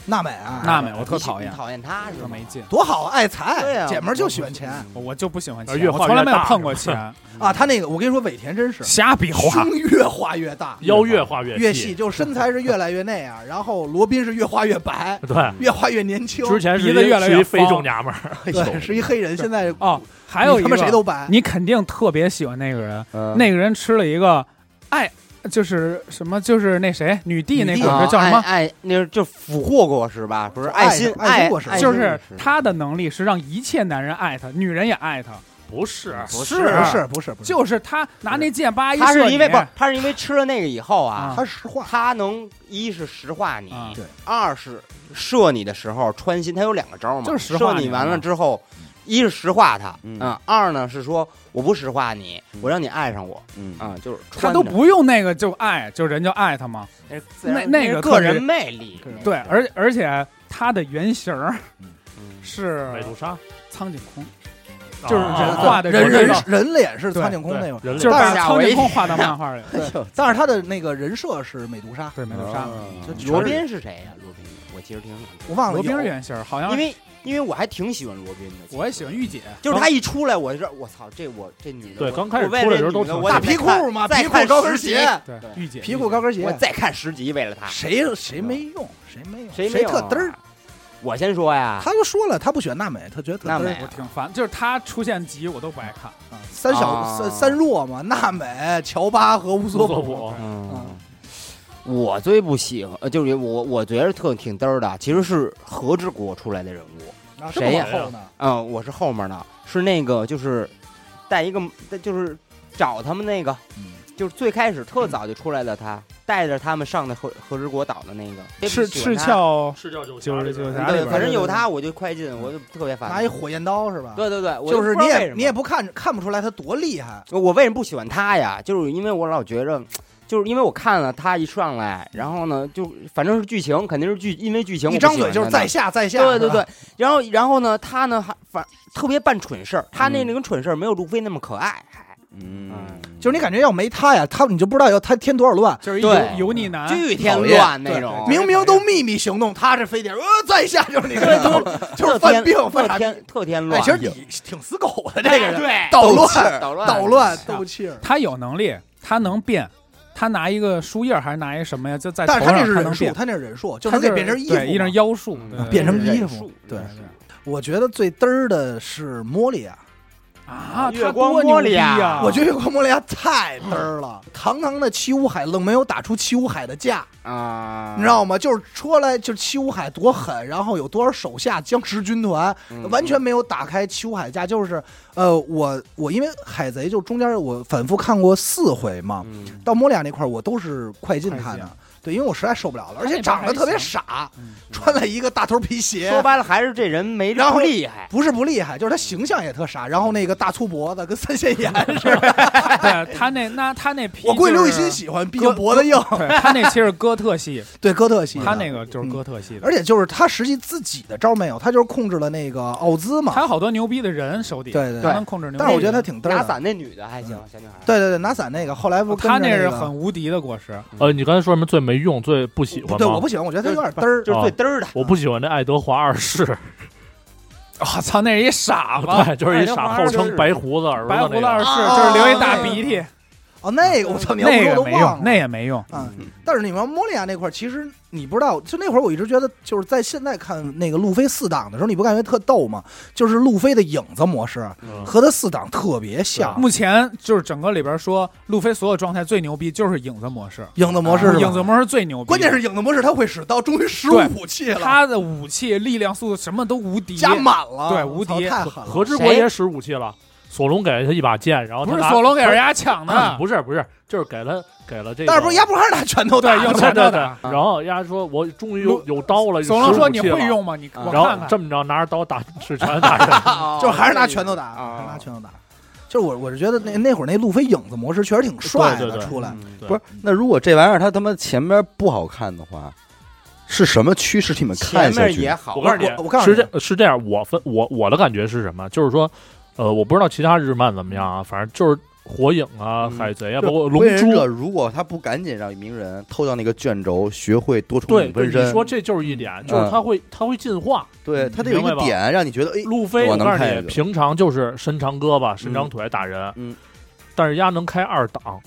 Speaker 2: 娜美啊，
Speaker 5: 娜美，我特讨
Speaker 3: 你
Speaker 5: 厌，
Speaker 3: 讨厌他是
Speaker 5: 特
Speaker 3: 吗
Speaker 5: 没劲。
Speaker 2: 多好啊，爱
Speaker 3: 对
Speaker 2: 财，
Speaker 3: 啊
Speaker 2: 姐们儿就喜欢钱
Speaker 5: 我就不喜欢
Speaker 4: 越
Speaker 5: 钱，
Speaker 4: 画
Speaker 5: 我从来
Speaker 4: 越
Speaker 5: 没有
Speaker 4: 大
Speaker 5: 碰
Speaker 4: 是
Speaker 5: 过
Speaker 4: 吧
Speaker 5: 钱，
Speaker 2: 啊。他那个，我跟你说，尾田真是
Speaker 5: 瞎 比划
Speaker 2: 胸。越画越大，
Speaker 4: 腰越画越
Speaker 2: 越细，就身材是越来越那样。然后罗宾是越画越白，
Speaker 4: 对，
Speaker 2: 越画越年轻。
Speaker 4: 嗯之前是
Speaker 5: 鼻子
Speaker 4: 一
Speaker 5: 越来
Speaker 4: 是
Speaker 5: 越
Speaker 4: 一非
Speaker 5: 方
Speaker 4: 正娘们儿，
Speaker 2: 对，是一黑人，现在
Speaker 5: 哦，还有一
Speaker 2: 你
Speaker 5: 个
Speaker 2: 他妈谁都白。
Speaker 5: 你肯定特别喜欢那个人，
Speaker 1: 嗯
Speaker 5: 那个人吃了一个爱，就是什么，就是那谁女帝那
Speaker 2: 女帝
Speaker 5: 果
Speaker 3: 啊
Speaker 5: 实叫什
Speaker 3: 爱
Speaker 5: 么？
Speaker 3: 爱那是就俘获果实吧？不是
Speaker 2: 爱
Speaker 3: 心
Speaker 2: 爱心
Speaker 3: 爱
Speaker 2: 果实
Speaker 3: 爱心
Speaker 5: 就是
Speaker 3: 果实
Speaker 5: 他的能力是让一切男人爱他，女人也爱他，
Speaker 4: 不是，
Speaker 3: 不
Speaker 5: 是啊
Speaker 2: 不是不是不是，
Speaker 5: 就是他拿那箭叭一
Speaker 3: 他
Speaker 5: 射
Speaker 3: 是
Speaker 5: 你
Speaker 3: 因为不是他是因为吃了那个以后啊，
Speaker 5: 啊
Speaker 2: 他实话，
Speaker 3: 他能一是石化你
Speaker 5: 啊，
Speaker 2: 对
Speaker 3: 二是射你的时候穿心，他有两个招嘛，
Speaker 5: 就是石化
Speaker 3: 射
Speaker 5: 你
Speaker 3: 你完
Speaker 5: 嘛嗯
Speaker 3: 了之后，一是石化他，
Speaker 1: 嗯
Speaker 3: 啊，二呢是说我不石化你，我让你爱上我，
Speaker 1: 嗯
Speaker 3: 啊，就是
Speaker 5: 他
Speaker 3: 穿
Speaker 5: 都
Speaker 3: 着
Speaker 5: 不用那个就爱，就人就爱他嘛。
Speaker 2: 哎
Speaker 3: 那是自然
Speaker 5: 那那
Speaker 3: 是
Speaker 5: 个
Speaker 3: 个
Speaker 5: 特别
Speaker 3: 人魅力，
Speaker 5: 对，而而且他的原型儿
Speaker 3: 嗯
Speaker 5: 是
Speaker 4: 美杜莎，
Speaker 5: 苍井空，
Speaker 4: 就是
Speaker 5: 人画的
Speaker 2: 人人
Speaker 5: 人类
Speaker 2: 人脸是
Speaker 5: 对
Speaker 2: 苍井空那种，
Speaker 4: 人类
Speaker 5: 就是把
Speaker 3: 但是
Speaker 5: 苍井空画到漫画里。
Speaker 2: 但是他的那个人设是美杜莎，
Speaker 5: 对，美杜莎，
Speaker 1: 啊
Speaker 2: 就
Speaker 3: 罗
Speaker 2: 全是
Speaker 3: 嗯宾是谁呀？罗宾，我其实挺想知
Speaker 2: 我忘了
Speaker 5: 罗宾
Speaker 2: 有
Speaker 5: 是原型儿，好
Speaker 3: 道，
Speaker 5: 像
Speaker 3: 因为因为我还挺喜欢罗宾的，
Speaker 5: 我也喜欢御姐，
Speaker 3: 就是他一出来，我是我操，这我这女的，
Speaker 4: 对
Speaker 3: 我
Speaker 4: 刚开始
Speaker 3: 我为
Speaker 4: 出来的
Speaker 3: 这
Speaker 4: 时候都
Speaker 3: 女的
Speaker 4: 挺
Speaker 3: 我
Speaker 2: 大
Speaker 3: 得
Speaker 2: 皮
Speaker 3: 再看
Speaker 2: 裤嘛，
Speaker 3: 再
Speaker 2: 皮
Speaker 3: 看
Speaker 2: 裤高跟
Speaker 3: 十集
Speaker 2: 鞋，
Speaker 5: 对
Speaker 3: 对
Speaker 5: 御姐，
Speaker 2: 皮裤高跟
Speaker 3: 我
Speaker 2: 鞋，
Speaker 3: 再看十集为了他，
Speaker 2: 谁谁没用，谁没用，
Speaker 3: 谁
Speaker 2: 谁
Speaker 3: 没有
Speaker 2: 特
Speaker 3: 啊
Speaker 2: 嘚儿。
Speaker 3: 我先说呀，
Speaker 2: 他就说了，他不喜欢娜美，他觉得特
Speaker 3: 娜
Speaker 2: 嘚
Speaker 3: 美
Speaker 2: 儿。
Speaker 5: 我挺烦，就是他出现集我都不爱看。
Speaker 2: 啊三小
Speaker 3: 啊
Speaker 2: 三三弱嘛，娜美、乔巴和乌索
Speaker 4: 乌索
Speaker 2: 普。
Speaker 4: 普
Speaker 3: 嗯
Speaker 2: 嗯，
Speaker 3: 我最不喜欢，呃就是我我觉得特挺嘚儿的，其实是和之国出来的人物，
Speaker 2: 啊这么
Speaker 3: 谁呀
Speaker 2: 往后呢？
Speaker 3: 嗯，我是后面的，是那个就是带一个，就是找他们那个，
Speaker 2: 嗯
Speaker 3: 就是最开始特早就出来的他，带着他们上的和和之国岛的那个，
Speaker 5: 赤
Speaker 3: 喜欢
Speaker 5: 赤
Speaker 3: 他，
Speaker 5: 鞘
Speaker 4: 是叫九
Speaker 5: 就是就是
Speaker 4: 是
Speaker 5: 哪里
Speaker 3: 对，
Speaker 5: 边
Speaker 3: 反正有
Speaker 2: 对对
Speaker 3: 他我就快进，我就特别烦他。
Speaker 2: 拿一火焰刀是吧？，
Speaker 3: 哦对对对，我
Speaker 2: 就是
Speaker 3: 不
Speaker 2: 你
Speaker 3: 知道为
Speaker 2: 也
Speaker 3: 什么
Speaker 2: 你也不看看不出来他多厉害。
Speaker 3: 我为什么不喜欢他呀？就是因为我老觉着，就是因为我看了他一上来，然后呢，就反正是剧情，肯定是剧，因为剧情
Speaker 2: 一
Speaker 3: 我不喜
Speaker 2: 张
Speaker 3: 欢
Speaker 2: 嘴就是
Speaker 3: 他
Speaker 2: 在
Speaker 3: 的。
Speaker 2: 下在下。
Speaker 3: 对对
Speaker 2: 是吧
Speaker 3: 对，，然后然后呢，他呢还反特别办蠢事儿，他那
Speaker 1: 嗯
Speaker 3: 那种蠢事儿没有路飞那么可爱。
Speaker 1: 嗯，
Speaker 2: 哎就是你感觉要没他呀，他你就不知道要他添多少乱。
Speaker 5: 就是一
Speaker 3: 对
Speaker 5: 油油腻
Speaker 2: 啊
Speaker 5: 男，
Speaker 3: 巨添乱那种，啊
Speaker 2: 明明都秘密行动，他这非得呃在下就是你
Speaker 3: 对
Speaker 2: 看到了，就是犯病犯
Speaker 3: 特
Speaker 2: 傻逼。
Speaker 3: 添特添
Speaker 2: 哎，
Speaker 3: 乱。
Speaker 2: 其实你挺死狗的这个人，
Speaker 3: 对
Speaker 2: 捣乱
Speaker 3: 捣乱
Speaker 2: 捣乱斗气儿。
Speaker 5: 他有能力，他能变，他拿一个树叶儿还是拿一什么呀？就在头
Speaker 2: 但是他
Speaker 5: 上
Speaker 2: 这是
Speaker 5: 他
Speaker 2: 忍
Speaker 5: 能
Speaker 2: 术，
Speaker 5: 变，
Speaker 2: 他那是忍术，就
Speaker 5: 他
Speaker 2: 能
Speaker 5: 就
Speaker 2: 给
Speaker 5: 是
Speaker 2: 变成衣服嘛。
Speaker 5: 对，一身妖术
Speaker 4: 嗯，
Speaker 5: 对
Speaker 2: 变成
Speaker 5: 对
Speaker 2: 衣
Speaker 3: 忍
Speaker 2: 服
Speaker 3: 术。
Speaker 2: 对
Speaker 5: 对，对
Speaker 2: 我觉得最嘚儿的是莫莉亚，
Speaker 5: 啊，
Speaker 3: 月
Speaker 5: 他
Speaker 3: 光
Speaker 5: 多
Speaker 3: 玻
Speaker 5: 牛逼
Speaker 3: 璃啊
Speaker 5: 啊！
Speaker 2: 我觉得月光莫莉亚太嘚儿了，堂堂的七武海愣没有打出七武海的架，
Speaker 3: 啊，
Speaker 2: 你知道吗？就是出来就是七武海多狠，然后有多少手下僵尸军团，
Speaker 3: 嗯
Speaker 2: 完全没有打开七武海架，就是呃，我我因为海贼就中间我反复看过四回嘛，
Speaker 3: 嗯
Speaker 2: 到莫利亚那块儿我都是快进看
Speaker 5: 快进
Speaker 2: 的，对，因为我实在受不了了，而且
Speaker 5: 那边
Speaker 2: 长得
Speaker 5: 还
Speaker 2: 特别
Speaker 5: 行
Speaker 2: 傻，
Speaker 5: 嗯
Speaker 2: 穿了一个大头皮鞋
Speaker 3: 说，白了还是这人没
Speaker 2: 然后
Speaker 3: 厉害。
Speaker 2: 不是不厉害，就是他形象也特傻，然后那个个大粗脖子，跟三线眼似的。
Speaker 5: 对哎他那那他那批、
Speaker 2: 我估计刘雨欣喜欢，毕竟脖子硬。
Speaker 5: 对他那其实是哥 特系，
Speaker 2: 对哥特系的，
Speaker 5: 他那个就是哥特系的，
Speaker 2: 而且就是他实际自己的招没有，他就是控制了那个奥兹嘛
Speaker 5: 还。有好多牛逼的人手底，
Speaker 2: 对对
Speaker 5: 他能控制牛逼。
Speaker 2: 但是我觉得他挺嘚
Speaker 3: 拿
Speaker 2: 儿
Speaker 3: 伞
Speaker 2: 的。
Speaker 3: 那女的还行，
Speaker 2: 嗯
Speaker 3: 小女孩。
Speaker 2: 对对对，拿伞那个后来不跟着
Speaker 5: 他那是
Speaker 2: 个
Speaker 5: 很无敌的 果实，
Speaker 4: 呃，你刚才说什么最没用、最不喜欢吗？
Speaker 2: 对，我不喜欢，我觉得他有点嘚儿。
Speaker 4: 哦
Speaker 3: 就是最嘚 儿的，
Speaker 4: 我不喜欢这爱德华二世，
Speaker 5: 我操，那是一傻子，
Speaker 4: 对，就是一傻，号称白胡子儿子
Speaker 5: 白胡
Speaker 4: 那
Speaker 5: 子
Speaker 4: 个
Speaker 5: 二世
Speaker 2: 啊
Speaker 5: 就是流一大鼻涕，
Speaker 2: 哦，那个我操，你要不
Speaker 5: 那
Speaker 2: 说我
Speaker 5: 个
Speaker 2: 都
Speaker 5: 没
Speaker 2: 忘
Speaker 5: 用，
Speaker 2: 了
Speaker 5: 那。也没用。
Speaker 2: 啊，但是你们莫利亚那块儿，其实你不知道，就那会儿我一直觉得，就是在现在看那个路飞四档的时候，你不感觉特逗吗？就是路飞的影子模式
Speaker 4: 嗯
Speaker 2: 和他四档特别像，
Speaker 5: 目前就是整个里边说，路飞所有状态最牛逼就是影子模式，
Speaker 2: 影子模式是吧
Speaker 5: 啊影子模式最牛逼，
Speaker 2: 关键是影子模式他会使刀，终于使
Speaker 5: 对
Speaker 2: 武器了，
Speaker 5: 他的武器、力量、速度什么都无敌，
Speaker 2: 加满了，
Speaker 5: 对无敌
Speaker 2: 我操太狠了。
Speaker 4: 何之国也使武器了，索隆给了他一把剑，然后他
Speaker 5: 不是
Speaker 4: 拿
Speaker 5: 索隆给人家抢
Speaker 4: 嗯
Speaker 5: 的，
Speaker 4: 不是不是，就是给了给了这个，
Speaker 2: 但是不是压不还是拿拳头
Speaker 5: 对
Speaker 2: 打
Speaker 5: 用
Speaker 2: 的
Speaker 5: 拳
Speaker 4: 对
Speaker 5: 头
Speaker 4: 对对
Speaker 5: 打，
Speaker 4: 然后丫说我终于有有刀了，
Speaker 5: 索隆说你
Speaker 4: 有武器
Speaker 5: 会
Speaker 4: 了，
Speaker 5: 用吗？你我
Speaker 4: 然
Speaker 5: 看
Speaker 4: 后
Speaker 5: 看，
Speaker 4: 这么着拿着刀打是 全打人，
Speaker 2: 就还是拿拳头打，还是拿
Speaker 3: 啊，
Speaker 2: 拳头打。就是我我是觉得那那会儿那路飞影子模式确实挺帅
Speaker 4: 对
Speaker 2: 的，
Speaker 4: 对对
Speaker 2: 出
Speaker 3: 嗯
Speaker 2: 来
Speaker 4: 对
Speaker 1: 不是，那如果这玩意儿它他妈前边不好看的话，是什么驱使你们看
Speaker 3: 前
Speaker 1: 下
Speaker 3: 面
Speaker 1: 去
Speaker 3: 也
Speaker 1: 的？
Speaker 3: 好
Speaker 4: 我告诉你
Speaker 2: 我我告诉
Speaker 4: 是
Speaker 2: 你，
Speaker 4: 这是这样，我分我我的感觉是什么？就是说，呃，我不知道其他日漫怎么样啊，反正就是火影啊、
Speaker 3: 嗯
Speaker 4: 海贼啊，
Speaker 1: 对
Speaker 4: 包括龙
Speaker 1: 为人者
Speaker 4: 珠。
Speaker 1: 如果他不赶紧让鸣人偷到那个卷轴，学会多重
Speaker 4: 对，
Speaker 1: 影
Speaker 4: 对
Speaker 1: 分
Speaker 4: 你
Speaker 1: 身，
Speaker 4: 说这就是一
Speaker 5: 嗯
Speaker 4: 点，就是它会它会进化。
Speaker 1: 对他得有一
Speaker 4: 明
Speaker 1: 个
Speaker 4: 白吧
Speaker 1: 点让你觉得，哎，
Speaker 4: 路飞，
Speaker 1: 我
Speaker 4: 我
Speaker 1: 能
Speaker 4: 告诉
Speaker 1: 看
Speaker 4: 你
Speaker 1: 见，
Speaker 4: 平常就是伸长胳膊、伸长腿打人，
Speaker 1: 嗯，
Speaker 4: 但是丫能开二档，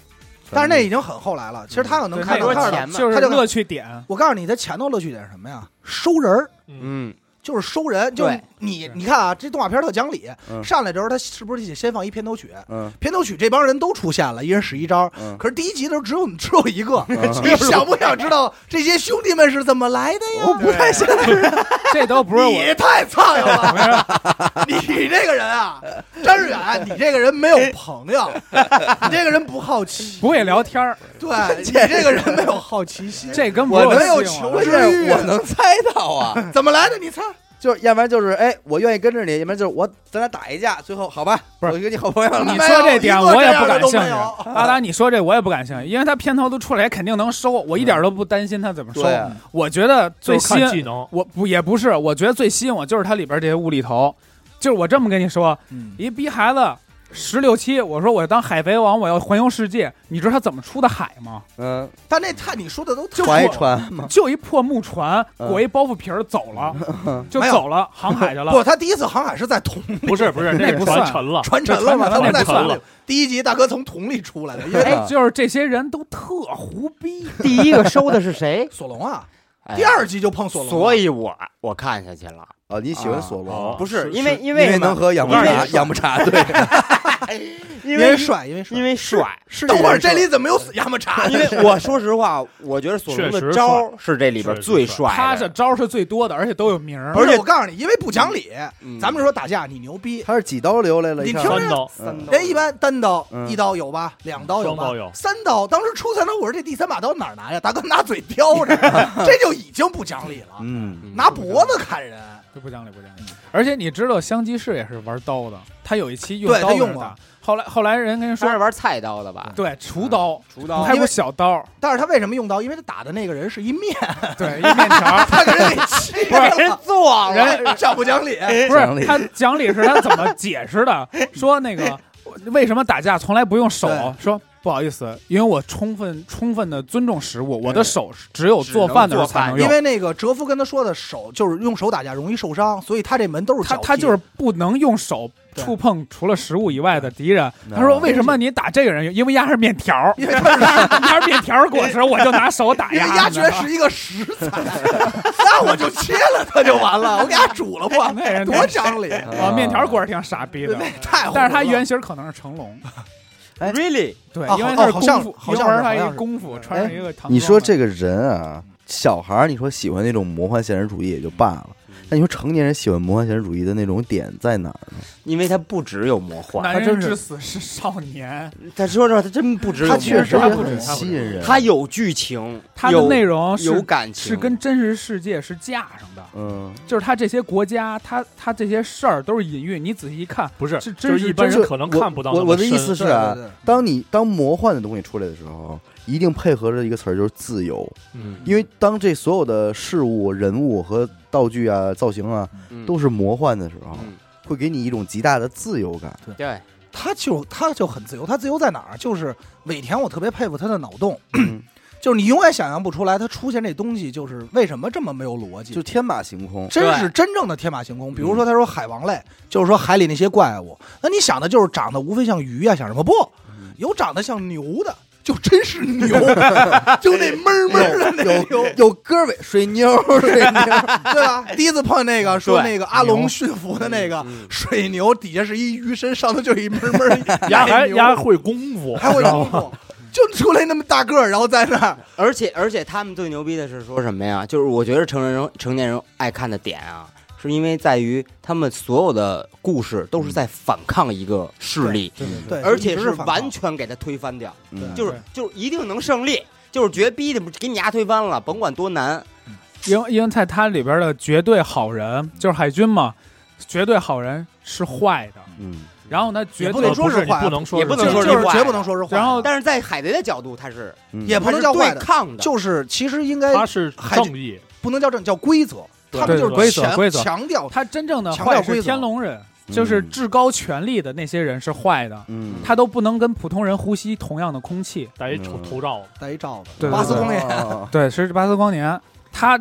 Speaker 2: 但是那已经很后来了。其实他可能
Speaker 5: 对
Speaker 2: 看
Speaker 5: 那
Speaker 2: 到
Speaker 5: 会
Speaker 3: 多
Speaker 5: 儿
Speaker 2: 他
Speaker 3: 钱
Speaker 2: 是
Speaker 3: 嘛
Speaker 5: 就是乐趣点，
Speaker 2: 我告诉你，他前头乐趣点是什么呀？收人儿，
Speaker 1: 嗯，
Speaker 2: 就是收人。就是
Speaker 3: 对
Speaker 2: 你
Speaker 5: 是
Speaker 2: 你看啊，这动画片特讲理，
Speaker 1: 嗯
Speaker 2: 上来之后他是不是得先放一片头曲？
Speaker 1: 嗯
Speaker 2: 片头曲这帮人都出现了，一人使一招。
Speaker 1: 嗯，
Speaker 2: 可是第一集的时候只有你只有一个，
Speaker 1: 嗯
Speaker 2: 你想不想知道这些兄弟们是怎么来的呀？
Speaker 1: 我
Speaker 5: 不太
Speaker 2: 想
Speaker 5: 想。这都不是 我
Speaker 2: 你太苍蝇了， 你这个人啊，张志远，你这个人没有朋友，你这个人不好奇，
Speaker 5: 不会聊天儿，
Speaker 2: 对你这个人没有好奇心，
Speaker 5: 这啊跟
Speaker 2: 我能有
Speaker 5: 球
Speaker 2: 求
Speaker 1: 不是
Speaker 2: 知欲，
Speaker 1: 我能猜到啊，
Speaker 2: 啊 怎么来的？你猜，
Speaker 1: 就是要不然就是哎，我愿意跟着你，要不然就是我咱俩打一架，最后好吧，
Speaker 5: 不是
Speaker 1: 我跟你好朋友了
Speaker 5: 你，说这点我也
Speaker 2: 没有一
Speaker 5: 不
Speaker 2: 个这样的
Speaker 5: 感
Speaker 2: 都
Speaker 5: 兴
Speaker 2: 没
Speaker 5: 趣
Speaker 2: 有，
Speaker 5: 阿达，你说这我也不感兴趣，因为他片头都出来，肯定能收，我一点都不担心他怎么收。
Speaker 1: 对啊，
Speaker 5: 我觉得最
Speaker 4: 就是
Speaker 5: 吸
Speaker 4: 看技
Speaker 5: 引
Speaker 4: 能。
Speaker 5: 我不也不是，我觉得最吸引我就是它里边这些无厘头，就是我这么跟你说，
Speaker 2: 嗯
Speaker 5: 一逼孩子十六七，我说我当海贼王，我要环游世界，你知道他怎么出的海吗？
Speaker 1: 嗯，
Speaker 2: 但那太你说的都太
Speaker 1: 传一传，
Speaker 5: 就一破木船
Speaker 1: 嗯
Speaker 5: 裹一包袱皮儿 走了，就
Speaker 2: 没有
Speaker 5: 走了，航海去了。
Speaker 2: 不，他第一次航海是在桶
Speaker 4: 不是 不是，
Speaker 5: 那
Speaker 4: 个
Speaker 5: 不
Speaker 4: 船
Speaker 5: 算
Speaker 4: 沉了，
Speaker 2: 船沉了嘛，
Speaker 5: 这船沉了
Speaker 2: 他们在
Speaker 4: 那不
Speaker 2: 桶
Speaker 4: 算
Speaker 2: 里
Speaker 4: 了。
Speaker 2: 第一集大哥从桶里出来的，因为
Speaker 1: 哎
Speaker 5: 就是这些人都特胡逼，
Speaker 3: 第一个收的是 谁？
Speaker 2: 索隆啊，
Speaker 3: 哎
Speaker 2: 第二集就碰索隆了，
Speaker 3: 所以我我看下去了，
Speaker 1: 哦，你喜欢索
Speaker 4: 啊
Speaker 1: 隆，
Speaker 3: 不是
Speaker 4: 是
Speaker 3: 因为
Speaker 4: 是
Speaker 3: 因
Speaker 1: 因为
Speaker 3: 什么
Speaker 1: 能和养不
Speaker 3: 因为
Speaker 1: 茶，养不茶对，
Speaker 3: 因
Speaker 2: 因
Speaker 3: 为
Speaker 2: 为帅，因为帅
Speaker 3: 因。为帅，
Speaker 2: 是等会儿这里怎么有亚麻茶？
Speaker 3: 因为我说实话，我觉得索隆
Speaker 4: 确
Speaker 3: 的
Speaker 4: 实
Speaker 3: 招儿是这里边
Speaker 4: 确实
Speaker 3: 最
Speaker 4: 帅
Speaker 3: 帅的，
Speaker 5: 他这招是最多的，而且都有名儿
Speaker 2: 不。
Speaker 3: 而
Speaker 2: 是，
Speaker 3: 且
Speaker 2: 我告诉你，因为不讲理，
Speaker 3: 嗯
Speaker 2: 咱们说打架你牛逼，
Speaker 1: 他是几刀流来了，
Speaker 2: 你
Speaker 1: 一看
Speaker 2: 听着
Speaker 4: 三刀，
Speaker 1: 嗯
Speaker 2: 人一般单刀
Speaker 1: 嗯
Speaker 2: 一刀有吧，两刀有
Speaker 4: 双
Speaker 2: 吧
Speaker 4: 刀有，
Speaker 2: 三刀。当时出三刀，我说这第三把刀哪儿拿呀？ 大哥拿嘴叼 着，这就已经不讲理了，
Speaker 1: 嗯，
Speaker 2: 拿脖子砍人。
Speaker 5: 这不讲理不讲理。而且你知道，香吉士也是玩刀的，他有一期用
Speaker 2: 对
Speaker 5: 刀
Speaker 2: 他
Speaker 5: 在
Speaker 2: 用
Speaker 5: 那
Speaker 2: 过
Speaker 5: 打。后来后来人跟人
Speaker 3: 他是
Speaker 5: 说，
Speaker 3: 玩菜刀的吧？
Speaker 5: 对，厨刀，
Speaker 3: 厨刀
Speaker 5: 还
Speaker 2: 因为
Speaker 5: 有小刀，
Speaker 2: 但是他为什么用刀？因为他打的那个人是一 面，
Speaker 5: 对，一面条。
Speaker 2: 他给人给切了，
Speaker 3: 做
Speaker 5: 人
Speaker 2: 讲不讲理？
Speaker 5: 不
Speaker 1: 讲理
Speaker 5: 是他讲理是他怎么解释的？说那个为什么打架从来不用手
Speaker 2: 对？
Speaker 5: 说不好意思，因为我充分充分的尊重食物，我的手是只有做饭的时候才能
Speaker 2: 因
Speaker 5: 用。
Speaker 2: 为那个哲夫跟他说的手就是用手打架容易受伤，所以他这门都是
Speaker 5: 他
Speaker 2: 脚踢
Speaker 5: 他就是不能用手
Speaker 2: 对
Speaker 5: 触碰除了食物以外的敌人。
Speaker 1: 那
Speaker 5: 他说：“为什么你打这个人？因为压是面条，
Speaker 2: 因为他是
Speaker 5: 压是面条果实，我就拿手打
Speaker 2: 因为
Speaker 5: 压。”
Speaker 2: 鸭觉得是一个食材， 那我就切了它就完了，我给它 煮了吧，
Speaker 5: 哎那人
Speaker 2: 多讲理！
Speaker 5: 啊，面条果实挺傻逼的，
Speaker 2: 那太horrible 了，
Speaker 5: 但是他原型可能是成龙，
Speaker 3: ，really
Speaker 5: 对
Speaker 2: 啊，
Speaker 5: 因为
Speaker 2: 好
Speaker 5: 他是
Speaker 2: 哦好像
Speaker 5: 功夫，
Speaker 2: 好像是
Speaker 5: 因为
Speaker 2: 好
Speaker 5: 他
Speaker 2: 像是
Speaker 5: 一
Speaker 2: 哎
Speaker 5: 功夫穿上一个唐装的。
Speaker 1: 你说这个人啊，小孩儿，你说喜欢那种魔幻现实主义也就罢了
Speaker 3: 嗯，
Speaker 1: 那你说成年人喜欢魔幻现实主义的那种点在哪儿呢？
Speaker 3: 因为它不只有魔幻，
Speaker 5: 男
Speaker 3: 它
Speaker 5: 人
Speaker 3: 真
Speaker 5: 至
Speaker 3: 是。
Speaker 5: 死是少年，
Speaker 3: 他说实话，他真不只有
Speaker 2: 它
Speaker 3: 魔幻，
Speaker 2: 确实也
Speaker 1: 很
Speaker 2: 很
Speaker 1: 吸引人。
Speaker 3: 它有剧情，
Speaker 5: 它的
Speaker 3: 有
Speaker 5: 内容是
Speaker 3: 有感情，嗯
Speaker 5: 是跟真实世界是架上的，
Speaker 1: 嗯，
Speaker 5: 就是它这些国家，它它这些事儿都是隐喻，你仔细一看，
Speaker 4: 不是，
Speaker 5: 是真
Speaker 4: 就是
Speaker 5: 是
Speaker 4: 一般人
Speaker 1: 就是
Speaker 4: 可能
Speaker 1: 我
Speaker 4: 看不到那
Speaker 1: 我
Speaker 4: 么
Speaker 1: 我的
Speaker 4: 深
Speaker 1: 意思是
Speaker 2: 对
Speaker 1: 啊
Speaker 2: 对对，
Speaker 1: 当你当魔幻的东西出来的时候，一定配合着一个词儿，就是自由。
Speaker 4: 嗯，
Speaker 1: 因为当这所有的事物、人物和道具啊、造型啊
Speaker 3: 嗯
Speaker 1: 都是魔幻的时候，
Speaker 3: 嗯
Speaker 1: 会给你一种极大的自由感。
Speaker 3: 对，
Speaker 2: 他就他就很自由，他自由在哪儿？就是尾田，我特别佩服他的脑洞，
Speaker 1: 嗯
Speaker 2: 就是你永远想象不出来他出现这东西就是为什么这么没有逻辑，
Speaker 1: 就天马行空，
Speaker 2: 真是真正的天马行空。
Speaker 1: 嗯
Speaker 2: 比如说他说海王类，就是说海里那些怪物，那你想的就是长得无非像鱼啊，像什么不？
Speaker 1: 嗯
Speaker 2: 有长得像牛的，就真是 牛，就那闷儿闷儿的那个牛。
Speaker 1: 有胳膊水妞儿，水妞儿， 嗯
Speaker 2: 对吧？第一次碰见那个说
Speaker 3: 对
Speaker 2: 那个阿龙驯服的那个
Speaker 3: 嗯
Speaker 2: 水牛，底下是一鱼身，上头就是一闷闷儿
Speaker 4: 丫还
Speaker 2: 牛
Speaker 4: 丫会功夫，
Speaker 2: 还会功夫，就出来那么大个儿，然后在那儿
Speaker 3: 而且而且他们最牛逼的是说什么呀？就是我觉得成人人成年人爱看的点啊，是因为在于他们所有的故事都是在反抗一个势力，
Speaker 2: 对，
Speaker 3: 而且
Speaker 2: 一直
Speaker 3: 是
Speaker 2: 反抗
Speaker 3: 完全给他推翻掉，
Speaker 1: 嗯
Speaker 3: 就是就是一定能胜利，就是绝逼的给你丫推翻了，甭管多难。
Speaker 5: 因为因为在它里边的绝对好人就是海军嘛，绝对好人是坏的，
Speaker 1: 嗯，
Speaker 5: 然后呢，绝
Speaker 2: 也不
Speaker 5: 对
Speaker 2: 能说是
Speaker 4: 是你
Speaker 2: 坏
Speaker 4: 不能说
Speaker 3: 也
Speaker 4: 是
Speaker 3: 不能
Speaker 4: 坏
Speaker 3: 说
Speaker 2: 就
Speaker 3: 这
Speaker 2: 就是
Speaker 3: 坏
Speaker 2: 绝
Speaker 3: 的
Speaker 2: 不能说是坏的，
Speaker 5: 然后
Speaker 3: 但是在海贼的角度，他是
Speaker 1: 嗯
Speaker 2: 呃也不能叫
Speaker 3: 他是
Speaker 2: 坏
Speaker 3: 对
Speaker 2: 的，
Speaker 3: 抗的，
Speaker 2: 就是其实应该
Speaker 4: 他是正义，
Speaker 2: 不能叫正，叫规则。
Speaker 4: 对
Speaker 2: 他们就
Speaker 4: 对
Speaker 2: 是
Speaker 5: 规则
Speaker 2: 强
Speaker 5: 规则
Speaker 2: 强调
Speaker 5: 他真正的
Speaker 2: 强调
Speaker 5: 坏是
Speaker 2: 规则
Speaker 5: 天龙人，就是
Speaker 2: 嗯
Speaker 5: 至高权力的那些人是坏的，
Speaker 1: 嗯，
Speaker 5: 他都不能跟普通人呼吸同样的空气。
Speaker 4: 戴一头
Speaker 1: 嗯
Speaker 4: 头罩，
Speaker 2: 戴一罩子，
Speaker 5: 对对
Speaker 2: 巴斯
Speaker 5: 对
Speaker 2: 光年。
Speaker 1: 啊
Speaker 5: 对，是巴斯光年，他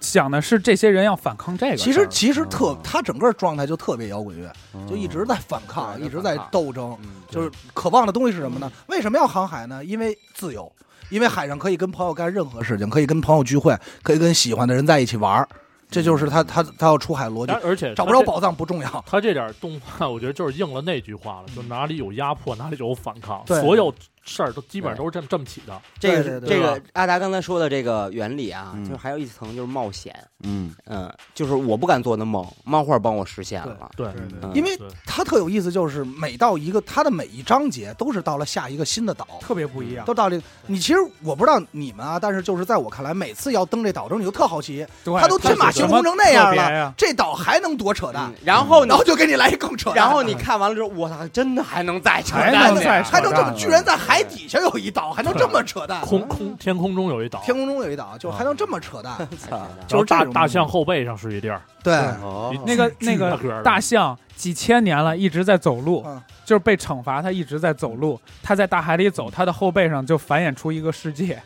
Speaker 5: 讲的是这些人要反抗这个事
Speaker 2: 嗯
Speaker 5: 儿。
Speaker 2: 其实其实特
Speaker 1: 嗯
Speaker 2: 他整个状态就特别摇滚乐，
Speaker 1: 哦
Speaker 2: 就一直在反
Speaker 3: 嗯
Speaker 2: 抗，
Speaker 3: 对
Speaker 2: 一直在
Speaker 3: 在反抗
Speaker 2: 斗争，
Speaker 3: 嗯
Speaker 2: 就是渴望的东西是什么呢？为什么要航海呢？因为自由，因为海上可以跟朋友干任何事情，可以跟朋友聚会，可以跟喜欢的人在一起玩儿，这就是
Speaker 3: 嗯
Speaker 2: 他他他要出海逻辑
Speaker 4: 但。而且
Speaker 2: 找不
Speaker 4: 他
Speaker 2: 着
Speaker 4: 这。
Speaker 2: 宝藏不重要，
Speaker 4: 他这点动画，我觉得就是应了那句话了，就哪里有压迫，哪里就有反抗，
Speaker 2: 对
Speaker 4: 所有事儿都基本上都是这么这么起的。
Speaker 3: 这个
Speaker 2: 对对
Speaker 3: 是
Speaker 2: 对
Speaker 3: 这
Speaker 4: 对
Speaker 3: 个阿达刚才说的这个原理啊，
Speaker 1: 嗯
Speaker 3: 就是还有一层就是冒险，
Speaker 1: 嗯
Speaker 3: 嗯，就是我不敢做的梦，漫画帮我实现了，
Speaker 4: 对，
Speaker 5: 对对
Speaker 3: 嗯
Speaker 2: 因为
Speaker 4: 对
Speaker 2: 他特有意思，就是每到一个他的每一章节都是到了下一个新的岛，
Speaker 5: 特别不一样。
Speaker 2: 都到这个。你其实我不知道你们啊，但是就是在我看来，每次要登这岛之后，你就特好奇，
Speaker 5: 对
Speaker 2: 他都天马行空成那样
Speaker 5: 特别
Speaker 2: 了，
Speaker 5: 呀
Speaker 2: 这岛还能多扯淡
Speaker 3: 嗯？然后呢
Speaker 2: 然后，就给你来一更扯淡的，嗯
Speaker 3: 然后你看完了之后，我操，真的还能再扯
Speaker 5: 还
Speaker 3: 淡
Speaker 5: 能
Speaker 3: 呢
Speaker 5: 再扯
Speaker 2: 还能这么，
Speaker 5: 扯淡
Speaker 2: 居然在海底下有一岛，还能这么扯淡？
Speaker 4: 空空天空中有一岛，
Speaker 2: 天空中有一岛，就还能这么扯淡？
Speaker 3: 哎
Speaker 4: 然
Speaker 2: 就
Speaker 4: 后
Speaker 2: 是这
Speaker 4: 大
Speaker 2: 种
Speaker 4: 大象后背上是一地儿，
Speaker 2: 对，
Speaker 1: 哦
Speaker 2: 嗯
Speaker 4: 一
Speaker 5: 那个
Speaker 4: 巨
Speaker 5: 那
Speaker 4: 大个儿
Speaker 5: 个
Speaker 4: 的
Speaker 5: 大象几千年了，一直在走路
Speaker 2: 嗯，
Speaker 5: 就是被惩罚，它一直在走路。它在大海里走，它的后背上就繁衍出一个世界。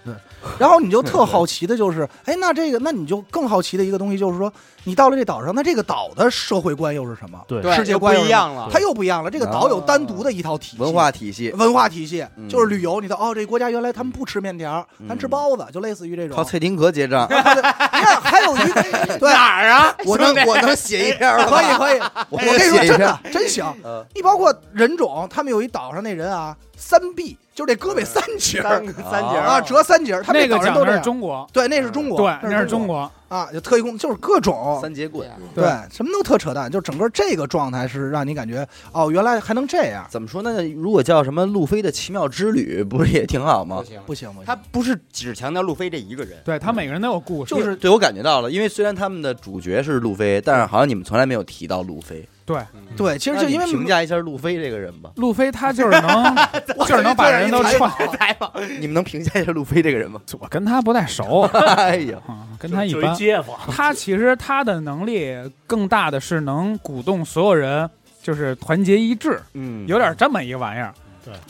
Speaker 2: 然后你就特好奇的就是，哎，那这个，那你就更好奇的一个东西就是说，你到了这岛上，那这个岛的社会观又是什么？
Speaker 4: 对
Speaker 3: 对，
Speaker 2: 世界
Speaker 3: 又
Speaker 2: 观
Speaker 3: 不
Speaker 2: 有
Speaker 3: 一样了，
Speaker 2: 它又不一样了。这个岛有单独的一套体
Speaker 1: 啊
Speaker 2: 系，
Speaker 1: 文化体系，
Speaker 2: 文化体系
Speaker 1: 嗯
Speaker 2: 就是旅游，你到哦，这国家原来他们不吃面条，咱吃包子，就类似于这种
Speaker 1: 靠。蔡廷格结 账，
Speaker 2: 你看，还有一个对，
Speaker 3: 哪儿啊？
Speaker 1: 我能我能写一篇
Speaker 2: 可以可以，
Speaker 1: 我
Speaker 2: 我跟你说
Speaker 1: 写一
Speaker 2: 真
Speaker 1: 篇
Speaker 2: 的真行。
Speaker 1: 呃
Speaker 2: 你包括人种，他们有一岛上那人啊，三臂，就是这胳膊三节儿
Speaker 3: 嗯三个
Speaker 1: 啊
Speaker 3: 三节
Speaker 2: 啊，
Speaker 3: 儿
Speaker 2: 折三节儿，他们
Speaker 5: 那个
Speaker 2: 岛人
Speaker 5: 讲
Speaker 2: 都这
Speaker 5: 的是
Speaker 2: 样。
Speaker 5: 中国，
Speaker 2: 对，那是中国，
Speaker 5: 对，
Speaker 2: 那
Speaker 5: 那是中国。
Speaker 2: 啊，就特异功，就是各种。
Speaker 1: 三节棍，
Speaker 3: 啊
Speaker 2: 对，什么都特扯淡，就整个这个状态是让你感觉哦，原来还能这样，
Speaker 1: 怎么说呢？如果叫什么路飞的奇妙之旅，不是也挺好吗
Speaker 3: 不？行，
Speaker 2: 不行不行，
Speaker 3: 他不是只强调路飞这一个人，
Speaker 5: 对他每个人都有故事，
Speaker 1: 对我感觉到了，因为虽然他们的主角是路飞，但是好像你们从来没有提到路飞。
Speaker 2: 对，其实就因
Speaker 1: 那
Speaker 2: 为
Speaker 1: 你评价一下路飞这个人吧，
Speaker 5: 路飞 他就是能，就是能把人都串。
Speaker 3: 采访
Speaker 1: 你们能评价一下路飞这个人吗？
Speaker 5: 我跟他不太 熟，
Speaker 1: 哎呀，
Speaker 5: 嗯
Speaker 4: 就
Speaker 5: 跟他一
Speaker 4: 就
Speaker 5: 般。
Speaker 4: 街坊，
Speaker 5: 他其实他的能力更大的是能鼓动所有人，就是团结一致，
Speaker 1: 嗯
Speaker 5: 有点这么一个玩意儿。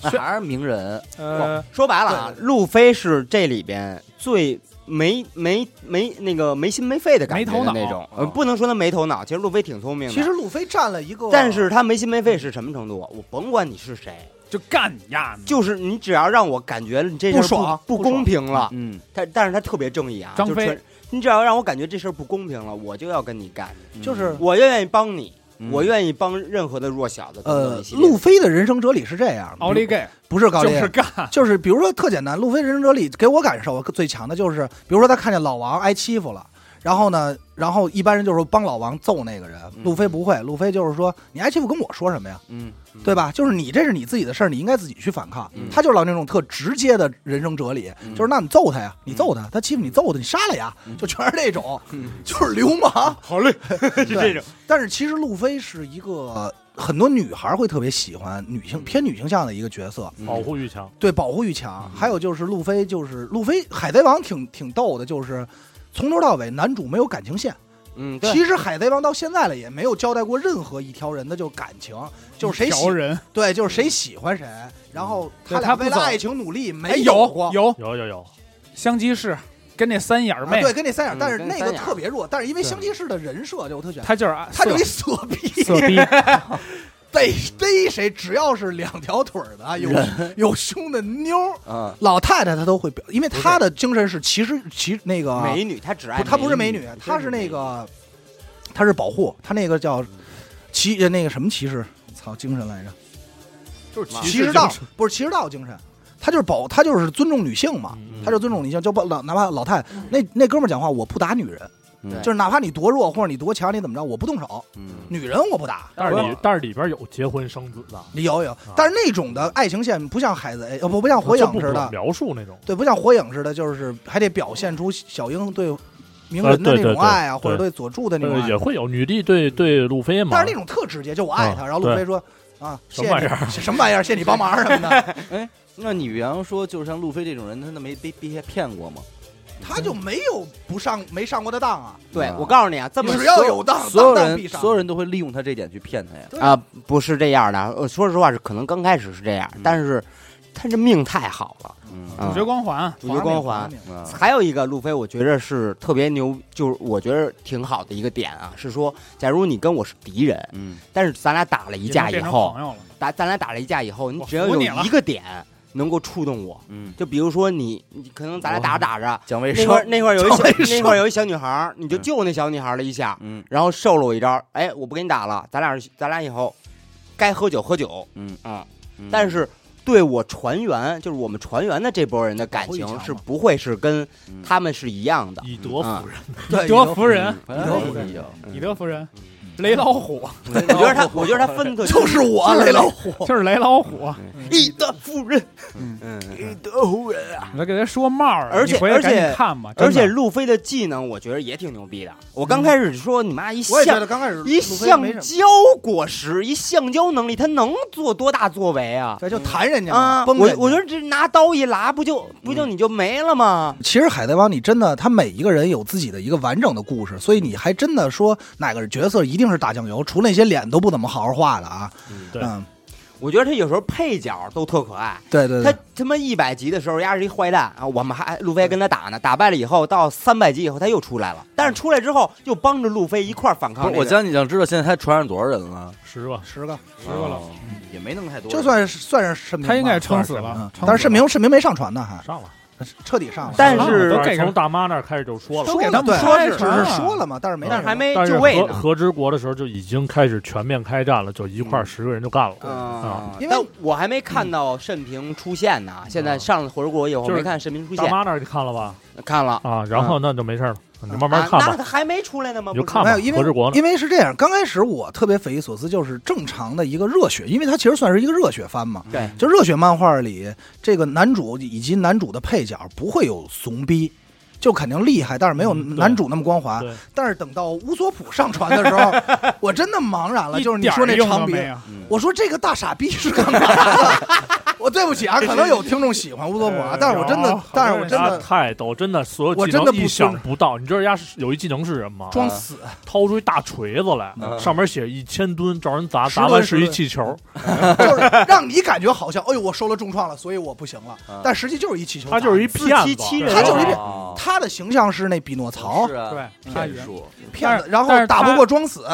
Speaker 1: 还是名人，
Speaker 2: 哦
Speaker 5: 呃，
Speaker 3: 说白了啊，路飞是这里边最没没没那个没心没肺的感觉的
Speaker 5: 没头脑
Speaker 3: 那种，呃
Speaker 1: 嗯
Speaker 3: 不能说他没头脑，其实路飞挺聪明的。
Speaker 2: 其实路飞啊占了一个，
Speaker 3: 但是他没心没肺是什么程度？啊我甭管你是谁，
Speaker 5: 就干你丫的！
Speaker 3: 就是你只要让我感觉你这事儿
Speaker 2: 不爽
Speaker 3: 不
Speaker 2: 不爽
Speaker 3: 公平了，
Speaker 1: 嗯，
Speaker 3: 但但是他特别正义啊，
Speaker 5: 张
Speaker 3: 就
Speaker 5: 飞
Speaker 3: 纯，你只要让我感觉这事儿不公平了，我就要跟你干，
Speaker 2: 就是
Speaker 3: 我愿意帮你，
Speaker 1: 嗯
Speaker 3: 我愿意帮任何的弱小的。等等
Speaker 2: 呃
Speaker 3: 一，系列
Speaker 2: 路飞的人生哲理是这样的，
Speaker 5: 奥利给
Speaker 2: 不是高
Speaker 5: 就
Speaker 2: 丽，
Speaker 5: 是干，
Speaker 2: 就是比如说特简单，路飞人生哲理给我感受最强的就是，比如说他看见老王挨欺负了，然后呢，然后一般人就是说帮老王揍那个人，
Speaker 3: 嗯
Speaker 2: 路飞不会，路飞就是说你挨欺负跟我说什么呀？
Speaker 1: 嗯，
Speaker 2: 对吧？就是你这是你自己的事儿，你应该自己去反
Speaker 3: 嗯
Speaker 2: 抗。他就是老那种特直接的人生哲理，就是那你揍他
Speaker 3: 嗯
Speaker 2: 呀，你揍他，他欺负你揍他，你杀了呀，就全是这种，就是流氓。
Speaker 3: 好嘞，
Speaker 2: 是
Speaker 3: 是这种。
Speaker 2: 但是其实路飞是一个很多女孩会特别喜欢女
Speaker 3: 嗯
Speaker 2: 性偏女性向的一个角色，
Speaker 4: 保护欲强，
Speaker 2: 对保护欲强。
Speaker 5: 嗯
Speaker 2: 还有就是路飞，就是路飞海贼王挺挺逗的，就是从头到尾男主没有感情线。
Speaker 3: 嗯，对
Speaker 2: 其实海贼王到现在了也没有交代过任何一条人的就是感情，就是谁喜
Speaker 5: 调人嗯
Speaker 2: 对，就是谁喜欢谁，然后
Speaker 5: 对
Speaker 2: 他
Speaker 5: 他
Speaker 2: 俩
Speaker 5: 不
Speaker 2: 为了
Speaker 5: 走
Speaker 2: 爱情努力
Speaker 5: 哎，
Speaker 2: 没
Speaker 5: 有
Speaker 2: 过。
Speaker 5: 有
Speaker 4: 有有有，
Speaker 5: 香吉士跟那三眼儿
Speaker 2: 啊
Speaker 5: 妹，
Speaker 2: 对，跟那三眼，
Speaker 3: 嗯
Speaker 2: 但是
Speaker 3: 跟
Speaker 2: 那
Speaker 3: 三
Speaker 2: 个
Speaker 3: 眼
Speaker 2: 特别弱，但是因为
Speaker 3: 对
Speaker 2: 香吉士的人设就我特喜欢，
Speaker 5: 他就是啊
Speaker 2: 他就一
Speaker 5: 色
Speaker 2: 色逼，
Speaker 5: 色 逼，
Speaker 3: 啊
Speaker 2: 逮逮谁只要是两条腿儿的有有胸的妞儿，
Speaker 3: 嗯
Speaker 1: 啊，
Speaker 2: 老太太她都会表，因为她的精神是其实其那个
Speaker 3: 美女，她只爱
Speaker 2: 不，她不是美女
Speaker 3: 女，，
Speaker 2: 她是那个，她是保护，她那个叫骑呃那个什么骑士，操精神来着，
Speaker 4: 就是
Speaker 3: 骑
Speaker 2: 骑士道不是骑士道精神，她就是保，她就是尊重女性嘛，她就尊重女性，就不老哪怕老太那那哥们儿讲话，我不打女人，
Speaker 1: 嗯
Speaker 2: 就是哪怕你多弱或者你多强，你怎么着，我不动手，
Speaker 1: 嗯
Speaker 2: 女人我不打。
Speaker 4: 但是里但是里边有结婚生子的，
Speaker 2: 有有，但是那种的爱情线不像海贼，呃不不像火
Speaker 4: 就
Speaker 2: 影
Speaker 4: 不
Speaker 2: 似
Speaker 4: 可
Speaker 2: 的，
Speaker 4: 描述那种，
Speaker 2: 对，不像火影似的，就是还得表现出小樱对鸣人的
Speaker 4: 呃
Speaker 2: 那
Speaker 4: 对
Speaker 2: 种
Speaker 4: 对
Speaker 2: 爱啊，
Speaker 4: 对
Speaker 2: 或者对佐助的那种
Speaker 4: 呃，
Speaker 2: 爱
Speaker 4: 也，会有女帝对对路飞嘛，
Speaker 2: 但是那种特直接，就我爱他，
Speaker 4: 啊
Speaker 2: 然后路飞说啊，
Speaker 4: 什
Speaker 2: 谢
Speaker 4: 么
Speaker 2: 谢
Speaker 4: 玩意
Speaker 2: 你，什么玩意儿，谢谢你帮忙什么的，
Speaker 1: 那你比方说，就是像路飞这种人，他那没被被骗过吗？
Speaker 2: 他就没有不上没上过的当啊，
Speaker 3: 对
Speaker 1: 啊
Speaker 3: 我告诉你啊，这么
Speaker 2: 只要
Speaker 3: 说
Speaker 2: 有当，
Speaker 1: 所有
Speaker 2: 当当必
Speaker 1: 人
Speaker 2: 上
Speaker 1: 所有人都会利用他这点去骗他呀。
Speaker 2: 对
Speaker 3: 啊、不是这样的。呃说实话是，可能刚开始是这样，
Speaker 1: 嗯
Speaker 3: 但是他这命太好了。
Speaker 1: 嗯
Speaker 3: 啊
Speaker 5: 主角光环，
Speaker 3: 主角光环
Speaker 2: 皇上命
Speaker 1: 啊，
Speaker 3: 还有一个路飞，我觉着是特别牛，就是我觉着挺好的一个点啊，是说，假如你跟我是敌人，
Speaker 1: 嗯
Speaker 3: 但是咱俩打了一架以
Speaker 5: 也能变成
Speaker 3: 后
Speaker 5: 朋，友了，
Speaker 3: 打咱俩打了一架以后，你
Speaker 5: 我
Speaker 3: 只要
Speaker 5: 服
Speaker 3: 有
Speaker 5: 你了
Speaker 3: 一个点能够触动我，
Speaker 1: 嗯，
Speaker 3: 就比如说你，你可能咱俩打着打着，
Speaker 1: 蒋卫
Speaker 3: 那
Speaker 1: 生
Speaker 3: 块儿，那块儿有一
Speaker 1: 就
Speaker 3: 小
Speaker 1: 会
Speaker 3: 那
Speaker 1: 说
Speaker 3: 块儿有一小女孩儿，你就
Speaker 1: 嗯
Speaker 3: 救那小女孩儿了一下，
Speaker 1: 嗯
Speaker 3: 然后受了我一招，哎，我不跟你打了，咱俩咱俩以后该喝酒喝酒，
Speaker 1: 嗯
Speaker 3: 啊、
Speaker 1: 嗯
Speaker 3: 但是对我船员，就是我们船员的这波人的感
Speaker 2: 保护欲
Speaker 3: 情
Speaker 2: 强
Speaker 3: 是
Speaker 2: 嘛
Speaker 3: 不会是跟
Speaker 1: 嗯
Speaker 3: 他们是一样的，
Speaker 4: 以德服人，
Speaker 2: 对，
Speaker 5: 以德服人，
Speaker 1: 嗯反正都一样
Speaker 5: 以德服人，
Speaker 3: 嗯
Speaker 5: 雷老虎
Speaker 3: 我觉得他，我觉得他分的
Speaker 2: 就是我雷老虎，
Speaker 5: 就是雷老虎，
Speaker 3: 以德服人，
Speaker 5: 嗯
Speaker 3: 嗯，嗯
Speaker 5: 你再给他说帽儿，
Speaker 3: 而且
Speaker 5: 你回来赶紧
Speaker 3: 而且
Speaker 5: 看吧，
Speaker 3: 而且
Speaker 5: 真的
Speaker 3: 路飞的技能我觉得也挺牛逼的。我刚开始说你妈一
Speaker 2: 我也觉
Speaker 3: 橡
Speaker 2: 得刚开始
Speaker 3: 一
Speaker 2: 路飞没什
Speaker 3: 橡
Speaker 2: 么，
Speaker 3: 胶果实，一橡胶能力，他能做多大作为啊？
Speaker 2: 对，就弹人家
Speaker 3: 啊，
Speaker 2: 嘛，
Speaker 3: 我
Speaker 2: 崩人家
Speaker 3: 我觉得这拿刀一拉，不就不就你就没了吗？
Speaker 2: 其实《海贼王》你真的，他每一个人有自己的一个完整的故事，所以你还真的说哪个角色一定是打酱油，除了那些脸都不怎么好好画的啊。
Speaker 4: 对
Speaker 2: 嗯，
Speaker 3: 我觉得他有时候配角都特可爱。
Speaker 2: 对对
Speaker 5: 嗯
Speaker 3: 他
Speaker 2: 对，
Speaker 3: 他妈一百级的时候，丫是一坏蛋啊！我们还路飞还跟他打呢，打败了以后，到三百级以后他又出来了，但是出来之后又帮着路飞一块儿反
Speaker 1: 不
Speaker 3: 抗
Speaker 1: 是，
Speaker 3: 这
Speaker 1: 我
Speaker 3: 个。
Speaker 1: 想你想知道现在他船上多少人了？啊
Speaker 4: 是吧？
Speaker 2: 十个，
Speaker 1: 十
Speaker 5: 个了，
Speaker 1: 也没弄太多人，
Speaker 2: 就算是算是盛明吧，
Speaker 5: 他应该也撑死
Speaker 2: 嗯
Speaker 5: 了，撑死了
Speaker 2: 但是盛明盛明没上船呢，还
Speaker 4: 上了，
Speaker 2: 彻底上了。
Speaker 3: 但是
Speaker 5: 都给
Speaker 4: 从
Speaker 5: 人
Speaker 4: 大妈那儿开始就说了，
Speaker 5: 都给他
Speaker 2: 对
Speaker 5: 们说啊
Speaker 2: 只
Speaker 5: 了
Speaker 2: 是说了嘛，但是没
Speaker 3: 但是还没
Speaker 4: 但
Speaker 3: 就是位
Speaker 4: 和
Speaker 3: 呢，
Speaker 4: 和之国的时候就已经开始全面开战了，就一块儿十个人就干
Speaker 5: 嗯
Speaker 4: 了、啊。
Speaker 3: 啊
Speaker 2: 因为
Speaker 3: 但我还没看到慎平出现呢。现在上了回国以后，我
Speaker 4: 就是
Speaker 3: 没看慎平出
Speaker 4: 大
Speaker 3: 现，
Speaker 4: 妈那儿就看了吧
Speaker 3: 看了，
Speaker 4: 啊，然后那就没事了，你慢慢看
Speaker 3: 啊
Speaker 4: 吧
Speaker 3: 那，他还没出来呢吗？
Speaker 4: 你就
Speaker 3: 不是
Speaker 5: 啊
Speaker 4: 看
Speaker 2: 没
Speaker 4: 吧
Speaker 2: 有，因。为
Speaker 4: 和之国呢？
Speaker 2: 因为是这样，刚开始我特别匪夷所思，就是正常的一个热血，因为它其实算是一个热血番嘛。
Speaker 3: 对，
Speaker 2: 就热血漫画里，这个男主以及男主的配角不会有怂逼，就肯定厉害，但是没有
Speaker 4: 嗯对
Speaker 2: 男主那么光环。
Speaker 4: 对
Speaker 2: 但是等到乌索普上船的时候， 我真的茫然了。就是你说那
Speaker 5: 一点儿
Speaker 2: 长
Speaker 5: 用都
Speaker 2: 鼻，
Speaker 5: 没有
Speaker 1: 嗯
Speaker 2: 我说这个大傻逼是干嘛的？ 我对不起啊，可能有听众喜欢乌索普啊
Speaker 5: 对，
Speaker 2: 但是我真
Speaker 5: 有
Speaker 2: 的，但是我
Speaker 5: 哎好多人
Speaker 2: 真
Speaker 4: 他
Speaker 2: 的
Speaker 4: 太逗，真的所有
Speaker 2: 我
Speaker 4: 技
Speaker 2: 真的
Speaker 4: 能
Speaker 2: 不
Speaker 4: 意想
Speaker 2: 尊
Speaker 4: 不到。你知道人家是有一技能是什么吗？
Speaker 2: 装死，
Speaker 4: 掏出一大锤子来，
Speaker 1: 嗯
Speaker 4: 上面写一千吨，找人砸，
Speaker 2: 十
Speaker 4: 砸
Speaker 2: 吨
Speaker 4: 完是一
Speaker 2: 十吨
Speaker 4: 气球。
Speaker 2: 就是让你感觉好像，哎呦，我受了重创了，所以我不行了
Speaker 1: 嗯。
Speaker 2: 但实际就是一气球砸，
Speaker 4: 他就是一
Speaker 3: 自
Speaker 4: 骗
Speaker 3: 欺
Speaker 4: 子，
Speaker 3: 欺
Speaker 4: 对
Speaker 3: 人
Speaker 2: 他就是一
Speaker 3: 遍
Speaker 2: 骗
Speaker 1: 哦
Speaker 2: 他的形象是那匹诺曹
Speaker 1: 是啊，
Speaker 5: 对，他
Speaker 1: 骗嗯术，
Speaker 2: 骗
Speaker 5: 但
Speaker 2: 子，
Speaker 5: 是
Speaker 2: 然后
Speaker 5: 但是
Speaker 2: 打不
Speaker 5: 他
Speaker 2: 过装死，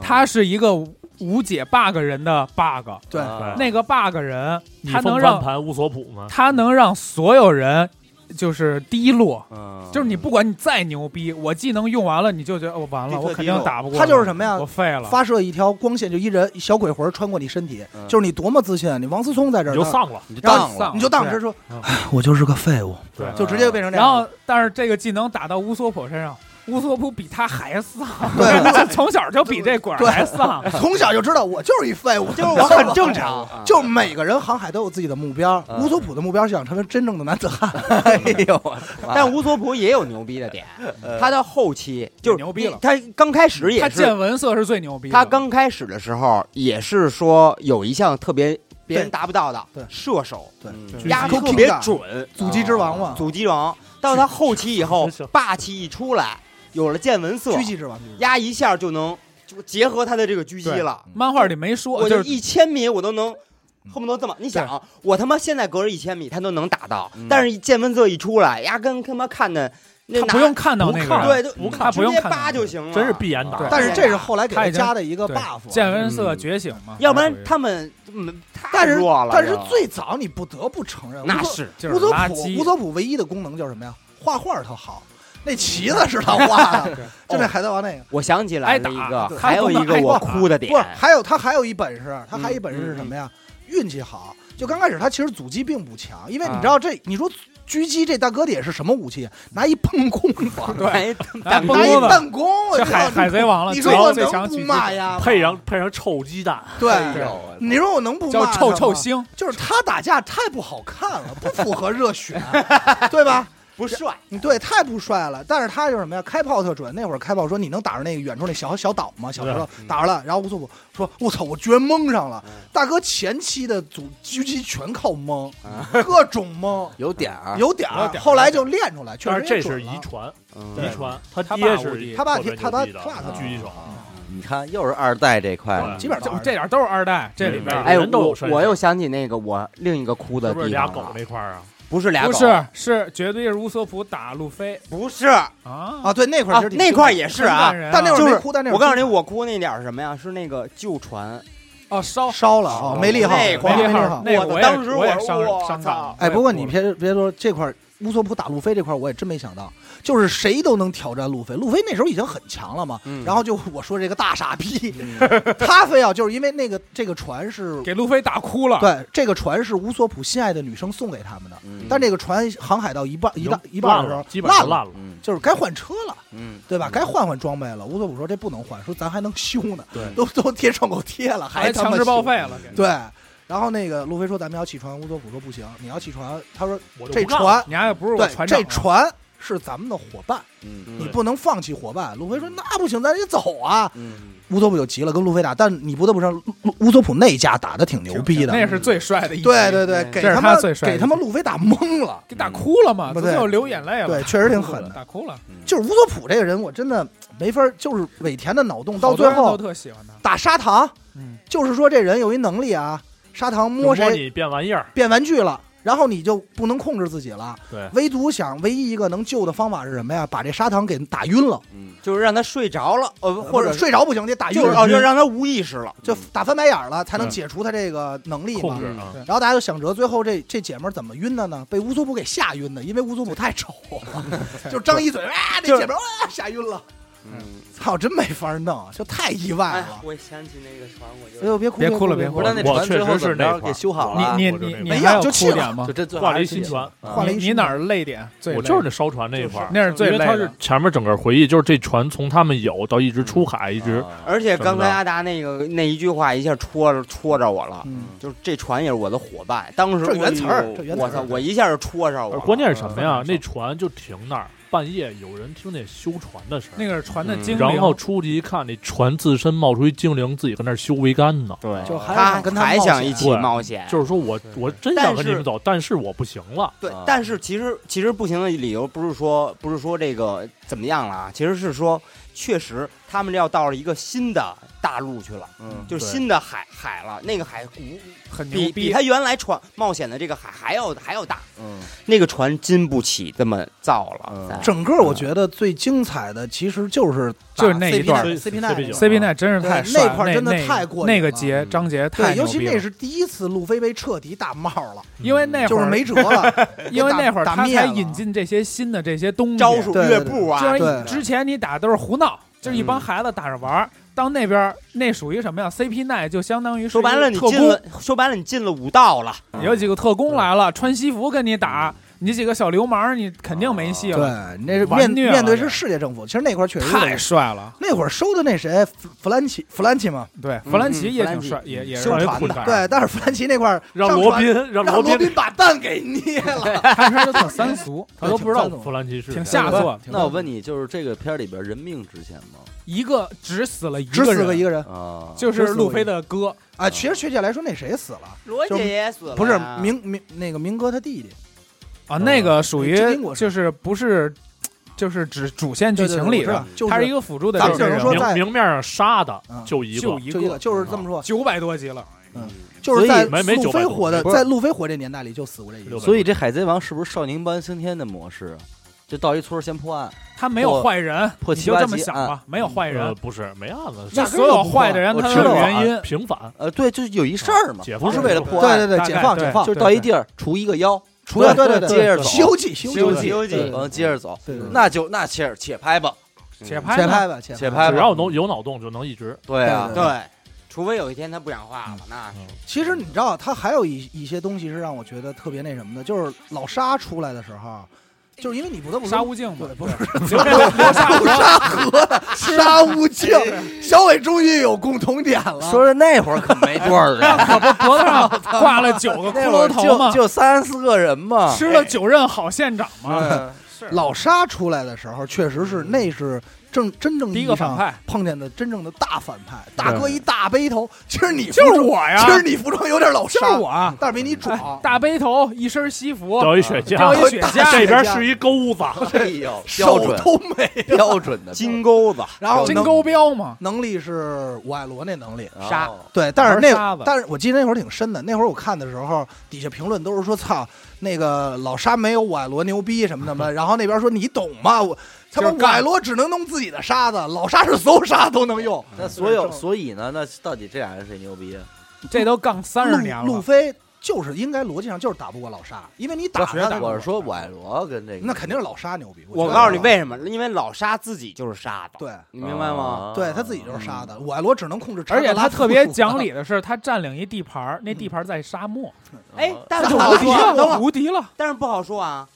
Speaker 5: 他是一个无解 bug 人的 bug，
Speaker 2: 对
Speaker 1: 啊
Speaker 5: 那个 bug 人
Speaker 4: 你
Speaker 5: 他能
Speaker 4: 风
Speaker 5: 让
Speaker 4: 翻盘乌索普吗？
Speaker 5: 他能让所有人就是低落，
Speaker 2: 啊
Speaker 1: 嗯
Speaker 5: 就是你不管你再牛逼，我技能用完了你就觉得我哦完了，
Speaker 3: 立刻
Speaker 5: 我肯
Speaker 3: 低
Speaker 5: 定
Speaker 3: 落
Speaker 5: 打不过
Speaker 2: 他就是什么呀
Speaker 5: 我？废了，
Speaker 2: 发射一条光线，就一人一小鬼魂穿过你身体，
Speaker 1: 嗯
Speaker 2: 就是你多么自信啊！你王思聪在这
Speaker 4: 你
Speaker 2: 儿，
Speaker 4: 就
Speaker 2: 他
Speaker 4: 丧了，
Speaker 1: 你就当
Speaker 5: 然
Speaker 1: 了
Speaker 5: 后，
Speaker 2: 你就当时说
Speaker 4: 对，
Speaker 2: 哎我就是个废物，
Speaker 4: 对
Speaker 2: 就直接变成这
Speaker 5: 然
Speaker 2: 样。
Speaker 5: 后但是这个技能打到乌索普身上，乌索普比他还丧，
Speaker 2: 对
Speaker 5: 就从小就比这管儿还丧，
Speaker 2: 从小就知道我就是一废物，。
Speaker 3: 就是我很正常
Speaker 5: 啊
Speaker 2: 就是每个人航海都有自己的目标，乌索普的目标是想成为真正的男子汉。
Speaker 1: 哎 呦，我的妈呃
Speaker 3: 但乌索普也有牛逼的点，他到后期就是
Speaker 5: 嗯牛逼了
Speaker 3: 他刚开始也
Speaker 5: 他
Speaker 3: 是，
Speaker 5: 见闻色是最牛逼的。
Speaker 3: 他刚开始的时候也是说有一项特别别人
Speaker 2: 对
Speaker 3: 达不到的
Speaker 2: 对
Speaker 3: 射手，
Speaker 2: 对
Speaker 3: 嗯
Speaker 4: 狙击
Speaker 3: 压
Speaker 2: 手
Speaker 3: 特别
Speaker 2: 手
Speaker 3: 准，嗯
Speaker 2: 阻击之王嘛，
Speaker 3: 阻击王。到他后期以后
Speaker 4: 是是，
Speaker 3: 霸气一出来，有了见闻色
Speaker 2: 狙，击之王，
Speaker 3: 压一下就能就结合他的这个狙击
Speaker 5: 对
Speaker 3: 了。
Speaker 5: 漫画里没说，
Speaker 3: 我
Speaker 5: 就
Speaker 3: 就是一千米我都能，恨不得这么。你想，啊，我他妈现在隔着一千米他都能打到，
Speaker 1: 嗯
Speaker 3: 但是一见闻色一出来，呀，跟他妈看的那
Speaker 5: 他
Speaker 3: 拿
Speaker 5: 不用看到那
Speaker 4: 不看
Speaker 5: 个
Speaker 3: 对
Speaker 5: 人，
Speaker 3: 都
Speaker 4: 不看
Speaker 5: 他不
Speaker 3: 直
Speaker 5: 用
Speaker 3: 接
Speaker 5: 看到
Speaker 3: 扒
Speaker 5: 那个
Speaker 3: 就
Speaker 5: 人
Speaker 3: 行了，
Speaker 4: 真是必然打
Speaker 5: 对。
Speaker 2: 但是这是后来给
Speaker 5: 他
Speaker 2: 他
Speaker 5: 已经
Speaker 2: 加的一个
Speaker 5: 对
Speaker 2: buff。
Speaker 5: 见闻色
Speaker 1: 嗯
Speaker 5: 觉醒嘛，
Speaker 3: 要不然
Speaker 5: 他
Speaker 3: 他们嗯太
Speaker 2: 但是
Speaker 3: 弱了，
Speaker 2: 但是
Speaker 3: 这个
Speaker 2: 最早你不得不承认，
Speaker 3: 那
Speaker 2: 乌索
Speaker 3: 是
Speaker 5: 就
Speaker 2: 乌
Speaker 5: 是
Speaker 2: 索
Speaker 5: 垃
Speaker 2: 普
Speaker 5: 圾
Speaker 2: 乌。索普唯一的功能叫什么呀？画画特好，那旗子是他画的，就那海贼王那个。
Speaker 5: 哦
Speaker 3: 我想起来
Speaker 5: 挨
Speaker 3: 了
Speaker 5: 打
Speaker 3: 一个，
Speaker 5: 对
Speaker 3: 还有一个我哭的点
Speaker 2: 不，是，还有他还有一本事，他还有一本事
Speaker 3: 嗯
Speaker 2: 是
Speaker 3: 嗯
Speaker 2: 什么呀？运气好。就刚开始他其实阻击并不强，因为你
Speaker 3: 啊
Speaker 2: 知道这，你说狙击这大哥得是什么武器？拿一碰弓吧，
Speaker 5: 对，
Speaker 3: 但
Speaker 5: 崩
Speaker 2: 拿一
Speaker 5: 锅子
Speaker 2: 弹弓，我
Speaker 5: 这
Speaker 2: 操
Speaker 5: 海海贼王了，
Speaker 2: 你
Speaker 5: 最
Speaker 2: 说我
Speaker 5: 最
Speaker 2: 能
Speaker 5: 强
Speaker 2: 不
Speaker 5: 狙击
Speaker 2: 骂呀？
Speaker 4: 配上配上臭鸡蛋，
Speaker 1: 哎
Speaker 2: 对，
Speaker 1: 呦我的
Speaker 2: 你说我能不
Speaker 5: 叫
Speaker 2: 骂
Speaker 5: 臭
Speaker 2: 他
Speaker 5: 臭
Speaker 2: 吗
Speaker 5: 星，
Speaker 2: 就是他打架太不好看了，不符合热 血，对吧？
Speaker 3: 不帅，
Speaker 2: 嗯对，太不帅了。但是他就是什么呀？开炮特准。那会儿开炮说你能打着那个远处那小小岛吗？小石头
Speaker 3: 嗯
Speaker 2: 打着了，然后乌索普说：“我操，我居然蒙上了
Speaker 3: 嗯！”
Speaker 2: 大哥前期的组狙击全靠蒙
Speaker 3: 啊，
Speaker 2: 各种蒙，
Speaker 1: 有点儿，
Speaker 2: 有点
Speaker 4: 嗯啊有
Speaker 2: 儿。
Speaker 4: 点儿
Speaker 2: 后来就练出来，确
Speaker 4: 但
Speaker 2: 实
Speaker 4: 是这
Speaker 2: 也
Speaker 4: 是
Speaker 2: 准了
Speaker 4: 遗传，
Speaker 3: 嗯
Speaker 4: 遗传。他
Speaker 5: 他
Speaker 4: 爹
Speaker 5: 爸无
Speaker 4: 是
Speaker 5: 敌
Speaker 2: 他爸
Speaker 4: 特别
Speaker 2: 他爸
Speaker 4: 牛逼的啊
Speaker 2: 他爸特
Speaker 4: 狙击手，
Speaker 1: 你看又是二代这块
Speaker 4: 对，
Speaker 2: 基本
Speaker 5: 这
Speaker 2: 上
Speaker 5: 这点儿都是二代，这里边儿
Speaker 4: 每
Speaker 3: 哎，
Speaker 4: 个人都有
Speaker 3: 我
Speaker 4: 帅
Speaker 3: 我
Speaker 4: 气
Speaker 3: 又想起那个我另一个哭的
Speaker 4: 是不是
Speaker 3: 地
Speaker 4: 俩
Speaker 3: 方
Speaker 4: 狗
Speaker 3: 了，
Speaker 4: 那块儿啊？
Speaker 3: 不是俩狗，
Speaker 5: 不是是绝对是乌索普打路飞
Speaker 3: 不是啊，
Speaker 5: 啊
Speaker 2: 啊，对那块儿其实挺
Speaker 3: 那块儿
Speaker 2: 精
Speaker 3: 也是
Speaker 5: 很
Speaker 3: 啊
Speaker 5: 感。人啊
Speaker 2: 彩，但那会
Speaker 3: 就
Speaker 2: 儿
Speaker 3: 是
Speaker 2: 没哭，但那会儿
Speaker 3: 我告诉你，
Speaker 2: 精彩
Speaker 3: 我哭那点儿是什么呀？是那个旧船，
Speaker 5: 哦烧
Speaker 2: 烧了啊，没利号，
Speaker 3: 那
Speaker 5: 没
Speaker 3: 块儿
Speaker 5: 利
Speaker 2: 利
Speaker 5: 号，那
Speaker 3: 我
Speaker 5: 也
Speaker 3: 当时
Speaker 5: 我也
Speaker 3: 我
Speaker 5: 伤
Speaker 3: 我
Speaker 5: 伤感
Speaker 3: 操
Speaker 5: 了。
Speaker 2: 哎，
Speaker 5: 我也
Speaker 2: 不过
Speaker 5: 哭
Speaker 2: 你
Speaker 5: 了
Speaker 2: 别别说这块儿，乌索普打路飞这块儿我也真没想到，就是谁都能挑战路飞。路飞那时候已经很强了嘛，
Speaker 3: 嗯
Speaker 2: 然后就我说这个大傻逼，他非要就是因为那个这个船是。
Speaker 5: 给路飞打哭了，
Speaker 2: 对，这个船是乌索普心爱的女生送给他们的，
Speaker 1: 嗯
Speaker 2: 但这个船航海到一半一
Speaker 4: 已
Speaker 2: 半
Speaker 4: 经
Speaker 2: 一半的
Speaker 4: 烂
Speaker 2: 时候
Speaker 4: 了，基本上
Speaker 2: 烂了，
Speaker 4: 烂了。
Speaker 1: 嗯
Speaker 2: 就是该换车了，
Speaker 1: 嗯，
Speaker 2: 对吧？该换换装备了。乌索普说这不能换，说咱还能修呢，
Speaker 1: 对
Speaker 2: 都都贴创口贴了，
Speaker 5: 还
Speaker 2: 他妈
Speaker 5: 强制报
Speaker 2: 修
Speaker 5: 废了，给
Speaker 2: 对，然后那个路飞说咱们要弃船，乌索普说不行，你要弃船，他说
Speaker 4: 我就
Speaker 2: 这
Speaker 4: 不干了
Speaker 2: 船
Speaker 5: 你还不是我
Speaker 2: 对，
Speaker 5: 船长
Speaker 2: 这
Speaker 5: 啊，
Speaker 2: 船是咱们的伙伴，
Speaker 1: 嗯
Speaker 2: 你
Speaker 4: 对
Speaker 2: 不能放弃伙伴。路飞说：“那不行，咱得走啊。
Speaker 1: 嗯”
Speaker 2: 乌索普就急了，跟路飞打。但你不得不说，路乌索普那一架打的挺牛逼的。
Speaker 5: 那是最帅的一集，
Speaker 2: 对对对，
Speaker 3: 嗯
Speaker 2: 给
Speaker 5: 这是
Speaker 2: 们
Speaker 5: 他最帅的
Speaker 2: 给他们路飞打懵了。
Speaker 5: 给打哭了嘛，
Speaker 2: 嗯
Speaker 5: 最
Speaker 2: 对
Speaker 5: 后流眼泪了，
Speaker 2: 对确实挺狠的
Speaker 5: 打哭了。
Speaker 2: 就是乌索普这个人，我真的没法儿，就是尾田的脑洞到
Speaker 5: 好
Speaker 2: 最
Speaker 5: 多人都
Speaker 2: 后
Speaker 5: 特喜欢他，
Speaker 2: 打砂糖，
Speaker 5: 嗯，
Speaker 2: 就是说这人有一能力啊，砂糖摸
Speaker 4: 就摸
Speaker 2: 谁
Speaker 4: 你变玩意儿，
Speaker 2: 变玩具了。然后你就不能控制自己了，
Speaker 4: 对
Speaker 2: 唯独想唯一一个能救的方法是什么呀？把这砂糖给打晕了，
Speaker 1: 嗯
Speaker 3: 就是让他睡着了，呃，或
Speaker 2: 或者
Speaker 3: 者
Speaker 2: 睡着不行得打晕
Speaker 3: 就是
Speaker 2: 了，
Speaker 3: 哦，就让他无意识了。
Speaker 2: 就打翻白眼儿了，才能
Speaker 4: 嗯
Speaker 2: 解除他这个能力
Speaker 4: 控
Speaker 2: 嘛
Speaker 4: 制。
Speaker 3: 嗯
Speaker 4: 啊，
Speaker 2: 然后大家就想着，最后这这姐们儿怎么晕的呢？被乌索普给吓晕的，因为乌索普太丑了， 就张一嘴，啊，那
Speaker 3: 就是
Speaker 2: 姐们儿啊吓晕了，
Speaker 3: 嗯，
Speaker 2: 操，真没法弄，就太意外
Speaker 3: 哎，
Speaker 2: 了。
Speaker 3: 我想起那个船，我
Speaker 2: 哎
Speaker 3: 就
Speaker 2: 呦，别哭，
Speaker 5: 别哭了别
Speaker 1: 不
Speaker 5: 哭
Speaker 1: 是
Speaker 5: 了
Speaker 1: 那
Speaker 4: 我
Speaker 1: 船
Speaker 4: 确
Speaker 1: 最后
Speaker 4: 实
Speaker 1: 怎
Speaker 4: 是
Speaker 1: 么
Speaker 4: 那
Speaker 1: 着
Speaker 4: 块
Speaker 1: 给
Speaker 4: 儿
Speaker 1: 修好了，
Speaker 4: 啊
Speaker 5: 你
Speaker 4: 我就
Speaker 5: 你
Speaker 4: 这
Speaker 5: 你
Speaker 4: 个
Speaker 5: 你
Speaker 2: 没
Speaker 5: 还
Speaker 2: 有
Speaker 5: 有
Speaker 2: 就气
Speaker 5: 哭
Speaker 2: 了
Speaker 5: 点吗
Speaker 1: 就？这最
Speaker 4: 挂
Speaker 1: 后嗯
Speaker 4: 了
Speaker 1: 还
Speaker 4: 一
Speaker 1: 是
Speaker 4: 新船。
Speaker 1: 啊
Speaker 2: 哭换了一
Speaker 5: 你
Speaker 2: 新
Speaker 5: 你哪儿泪点？最
Speaker 4: 我
Speaker 5: 累
Speaker 4: 就是那烧船那一块儿，
Speaker 5: 那是最
Speaker 4: 因为
Speaker 5: 累
Speaker 4: 它
Speaker 5: 的
Speaker 4: 是。前面整个回忆，就是这船从他们有到一直出海，一直
Speaker 1: 啊
Speaker 3: 而且刚才
Speaker 4: 什么的
Speaker 3: 阿达那个那一句话一下戳着戳着我了，
Speaker 2: 嗯，
Speaker 3: 就是这船也是我的伙伴。当时
Speaker 2: 这原词儿
Speaker 3: 哎呦
Speaker 2: 这原词儿
Speaker 3: 我操，我一下就戳着我
Speaker 4: 而
Speaker 3: 了。
Speaker 4: 关键是什么呀
Speaker 5: 嗯？
Speaker 4: 那船就停那儿，半夜有人听见修船的声儿，
Speaker 5: 那个是船的
Speaker 3: 嗯
Speaker 5: 精灵，
Speaker 4: 然后出去一看，那船自身冒出一精灵，自己跟那儿修桅杆呢。
Speaker 3: 对，
Speaker 2: 就还是
Speaker 3: 他
Speaker 2: 想跟他
Speaker 3: 还
Speaker 2: 冒
Speaker 3: 想
Speaker 2: 险
Speaker 3: 一起
Speaker 4: 对
Speaker 3: 冒险，
Speaker 4: 就是说我我真想跟你们走，但是我不行了。
Speaker 3: 对
Speaker 1: 啊，
Speaker 3: 但是其实其实不行的理由不是说不是说这个怎么样了啊，其实是说确实他们要到了一个新的大陆去了，
Speaker 1: 嗯
Speaker 3: 就是
Speaker 4: 对
Speaker 3: 新的海海了，那个海比
Speaker 5: 很牛
Speaker 3: 比
Speaker 5: 逼
Speaker 3: 比。他原来船冒险的这个海还要还要大，
Speaker 1: 嗯
Speaker 3: 那个船经不起这么造
Speaker 1: 嗯
Speaker 3: 了，在
Speaker 2: 整个我觉得最精彩的其实就是打
Speaker 5: 就是那一段
Speaker 2: CP 9
Speaker 4: CP9
Speaker 5: CB 奈真是太
Speaker 2: 对
Speaker 5: 帅了，
Speaker 2: 那块儿真的
Speaker 5: 那
Speaker 2: 太过瘾
Speaker 5: 那个
Speaker 2: 了
Speaker 5: 节
Speaker 1: 嗯
Speaker 5: 章节
Speaker 2: 对，
Speaker 5: 太牛
Speaker 2: 尤
Speaker 5: 逼
Speaker 2: 其
Speaker 5: 了，
Speaker 2: 那是第一次路飞被彻底打冒了，
Speaker 5: 因为那会儿
Speaker 2: 嗯就是没辙了。
Speaker 5: 因为那会儿
Speaker 2: 打
Speaker 5: 他
Speaker 2: 灭
Speaker 5: 才
Speaker 2: 了
Speaker 5: 引进这些新的这些东西，
Speaker 3: 招数
Speaker 2: 对对
Speaker 3: 乐步啊，
Speaker 5: 就
Speaker 2: 对
Speaker 5: 是之前你打的都是胡闹，就是一帮孩子打着玩儿。到那边儿那属于什么呀？CP 奈就相当于是
Speaker 3: 说白了
Speaker 5: 一
Speaker 3: 你
Speaker 5: 个特
Speaker 3: 进了
Speaker 5: 工，，
Speaker 3: 说白了你进了武道了，
Speaker 5: 有几个特工来了，穿西服跟你打，你几个小流氓，你肯定没戏了。
Speaker 2: 对，那是
Speaker 5: 完
Speaker 2: 面
Speaker 5: 虐了
Speaker 2: 面对是世界政府，其实那块儿确实有
Speaker 5: 太帅了。
Speaker 2: 那会儿收的那谁弗弗兰奇，弗兰奇嘛，
Speaker 5: 对，
Speaker 3: 嗯
Speaker 5: 弗兰奇
Speaker 3: 嗯
Speaker 5: 也
Speaker 3: 弗兰
Speaker 5: 挺
Speaker 3: 奇
Speaker 5: 帅，也也是
Speaker 2: 修
Speaker 4: 也
Speaker 2: 船
Speaker 4: 捆
Speaker 2: 的
Speaker 4: 杆，儿
Speaker 2: 对，但是弗兰奇那块儿
Speaker 4: 让
Speaker 2: 上
Speaker 4: 罗
Speaker 2: 船
Speaker 4: 宾
Speaker 2: 让
Speaker 4: 罗
Speaker 2: 宾
Speaker 4: 宾，
Speaker 2: 把蛋给捏了，
Speaker 5: 看出来就挺三俗，
Speaker 4: 他都不知道
Speaker 2: 嗯挺脏的
Speaker 4: 弗兰奇是
Speaker 5: 挺
Speaker 4: 谁
Speaker 5: 下
Speaker 1: 不是
Speaker 5: 作的。
Speaker 1: 那我问你，就是这个片儿里边人命值钱吗？
Speaker 5: 一个只死了一
Speaker 2: 只
Speaker 5: 个
Speaker 2: 死了一个
Speaker 5: 人，
Speaker 2: 人
Speaker 1: 啊，
Speaker 5: 就是路飞的哥，
Speaker 2: 啊。其实确切来说，那谁死了？
Speaker 3: 罗
Speaker 2: 姐
Speaker 3: 也死了
Speaker 2: 不是明明那个明哥他弟弟，
Speaker 5: 啊，那个属于
Speaker 2: 呃金果是
Speaker 5: 就是不是就是指主线剧情
Speaker 2: 对
Speaker 5: 里
Speaker 2: 对对我知道
Speaker 5: 的，
Speaker 2: 就是
Speaker 5: 它是一个辅助的
Speaker 2: 咱
Speaker 5: 这
Speaker 2: 们就
Speaker 5: 种
Speaker 2: 是
Speaker 5: 人
Speaker 2: 说
Speaker 5: 物，
Speaker 2: 在
Speaker 4: 明明面上杀的
Speaker 2: 嗯
Speaker 4: 就一个
Speaker 5: 就，
Speaker 2: 就一个，就是这么说，
Speaker 5: 九百多集了，
Speaker 2: 就是在
Speaker 4: 所以没没
Speaker 2: 路
Speaker 4: 900
Speaker 2: 飞
Speaker 4: 多
Speaker 2: 活的，
Speaker 1: 不是
Speaker 2: 在路飞活这年代里就死过这一个
Speaker 4: 六。百
Speaker 1: 所以这海贼王是不是少年班升天的模式啊？就到一村儿先破案，
Speaker 5: 他没有
Speaker 1: 破
Speaker 5: 坏人，
Speaker 1: 破
Speaker 5: 你
Speaker 1: 七
Speaker 5: 就
Speaker 1: 八
Speaker 5: 这么
Speaker 1: 集
Speaker 5: 想
Speaker 1: 啊
Speaker 5: 吧，没有坏
Speaker 4: 呃，
Speaker 5: 人，
Speaker 4: 不是没案子，
Speaker 5: 就是
Speaker 2: 压根
Speaker 5: 所
Speaker 2: 儿就
Speaker 5: 有
Speaker 2: 不
Speaker 5: 坏
Speaker 2: 坏
Speaker 5: 的人
Speaker 1: 我
Speaker 5: 他
Speaker 1: 知
Speaker 5: 都
Speaker 1: 道
Speaker 5: 有
Speaker 1: 啊
Speaker 5: 原因，
Speaker 4: 平反，
Speaker 1: 呃，对，就是有一事儿嘛，
Speaker 4: 解放
Speaker 1: 不是为了破
Speaker 2: 对
Speaker 1: 案，
Speaker 2: 对对，
Speaker 5: 啊大概
Speaker 2: 解放
Speaker 5: 对
Speaker 2: 解放，
Speaker 1: 就是到一地儿除一个妖，
Speaker 2: 除了对对
Speaker 1: 接着走，
Speaker 2: 西游记》《西游
Speaker 3: 西
Speaker 2: 记》
Speaker 3: 游记
Speaker 2: 对
Speaker 1: 然后接着走，
Speaker 2: 对对，
Speaker 1: 那就那且且拍吧，
Speaker 3: 嗯
Speaker 5: 且
Speaker 2: 对
Speaker 5: 拍
Speaker 2: 且
Speaker 5: 呢
Speaker 2: 拍吧，
Speaker 1: 且
Speaker 2: 且
Speaker 1: 拍
Speaker 4: 只
Speaker 1: 吧，
Speaker 4: 要能有脑洞就能一直。
Speaker 1: 对啊
Speaker 2: 对，
Speaker 3: 对，除非有一天他不讲话了，那
Speaker 4: 嗯
Speaker 2: 其实你知道，他还有一一些东西是让我觉得特别那什么的，就是老沙出来的时候，就是因为你不得不
Speaker 5: 杀
Speaker 2: 说，
Speaker 5: 无尽嘛
Speaker 2: 对，，不是
Speaker 5: 留留下无尽，
Speaker 2: 沙无尽， 小伟终于有共同点了。
Speaker 1: 说的那会儿可没多少人，
Speaker 5: 可不脖子上挂了九个骷
Speaker 1: 那会
Speaker 5: 髅
Speaker 1: 儿
Speaker 5: 头
Speaker 1: 就
Speaker 5: 嘛，
Speaker 1: 就三四个人嘛，
Speaker 5: 吃了九任好县长
Speaker 2: 哎
Speaker 5: 嘛，
Speaker 1: 嗯
Speaker 2: 老沙出来的时候，确实是那是正真正
Speaker 5: 第
Speaker 2: 意
Speaker 5: 一个
Speaker 2: 义
Speaker 5: 反
Speaker 2: 上
Speaker 5: 派
Speaker 2: 碰见的真正的大反派，大哥一大背头。其实你
Speaker 5: 就是
Speaker 2: 服装
Speaker 5: 我呀
Speaker 2: 其实你服装有点老
Speaker 5: 就
Speaker 2: 沙，
Speaker 5: 是我啊，
Speaker 2: 但是比你壮。
Speaker 5: 大背头，一身西服，
Speaker 4: 掉一雪
Speaker 5: 掉
Speaker 4: 茄，
Speaker 5: 一雪
Speaker 2: 大
Speaker 5: 茄，
Speaker 4: 这边是一钩子，
Speaker 1: 哎 呦，标
Speaker 2: 手
Speaker 1: 准
Speaker 2: 都没，
Speaker 1: 标准的
Speaker 3: 金钩子
Speaker 2: 然后
Speaker 5: 金
Speaker 2: 能
Speaker 5: 钩标嘛，
Speaker 2: 能力是我爱罗那能力，
Speaker 1: 杀，
Speaker 2: 对，但是
Speaker 5: 玩沙
Speaker 2: 那
Speaker 5: 子
Speaker 2: 但是我记得那会儿挺深的，那会儿我看的时候，底下评论都是说操那个老沙没有我爱罗牛逼什么的嘛，然后那边说你懂吗？我他妈
Speaker 5: 就是
Speaker 2: 我
Speaker 5: 干
Speaker 2: 爱罗只能弄自己的沙子，老沙是所有沙都能用。
Speaker 1: 那所有所以呢，那到底这俩人谁牛逼啊？
Speaker 5: 这都杠 三十年
Speaker 2: 路路
Speaker 5: 了，
Speaker 2: 飞就是应该逻辑上就是打不过老沙，因为你打
Speaker 5: 我觉
Speaker 2: 他
Speaker 5: 得，
Speaker 1: 我是说我爱罗跟这个，
Speaker 2: 那肯定是老沙牛逼。
Speaker 3: 我
Speaker 2: 觉得啊
Speaker 3: 告诉你为什么，因为老沙自己就是沙的，
Speaker 2: 对
Speaker 3: 你明白吗？
Speaker 1: 啊啊
Speaker 2: 对他自己就是沙的，我爱罗只能控制。
Speaker 5: 而且他特别讲，理的是，他占领一地盘儿，那地盘儿在沙漠，
Speaker 1: 嗯
Speaker 3: 哎，但是
Speaker 5: 就
Speaker 3: 我
Speaker 5: 无敌
Speaker 3: 说，
Speaker 1: 啊
Speaker 3: 等会
Speaker 5: 了，
Speaker 3: 儿
Speaker 5: 无敌了，
Speaker 3: 但是不好说 啊，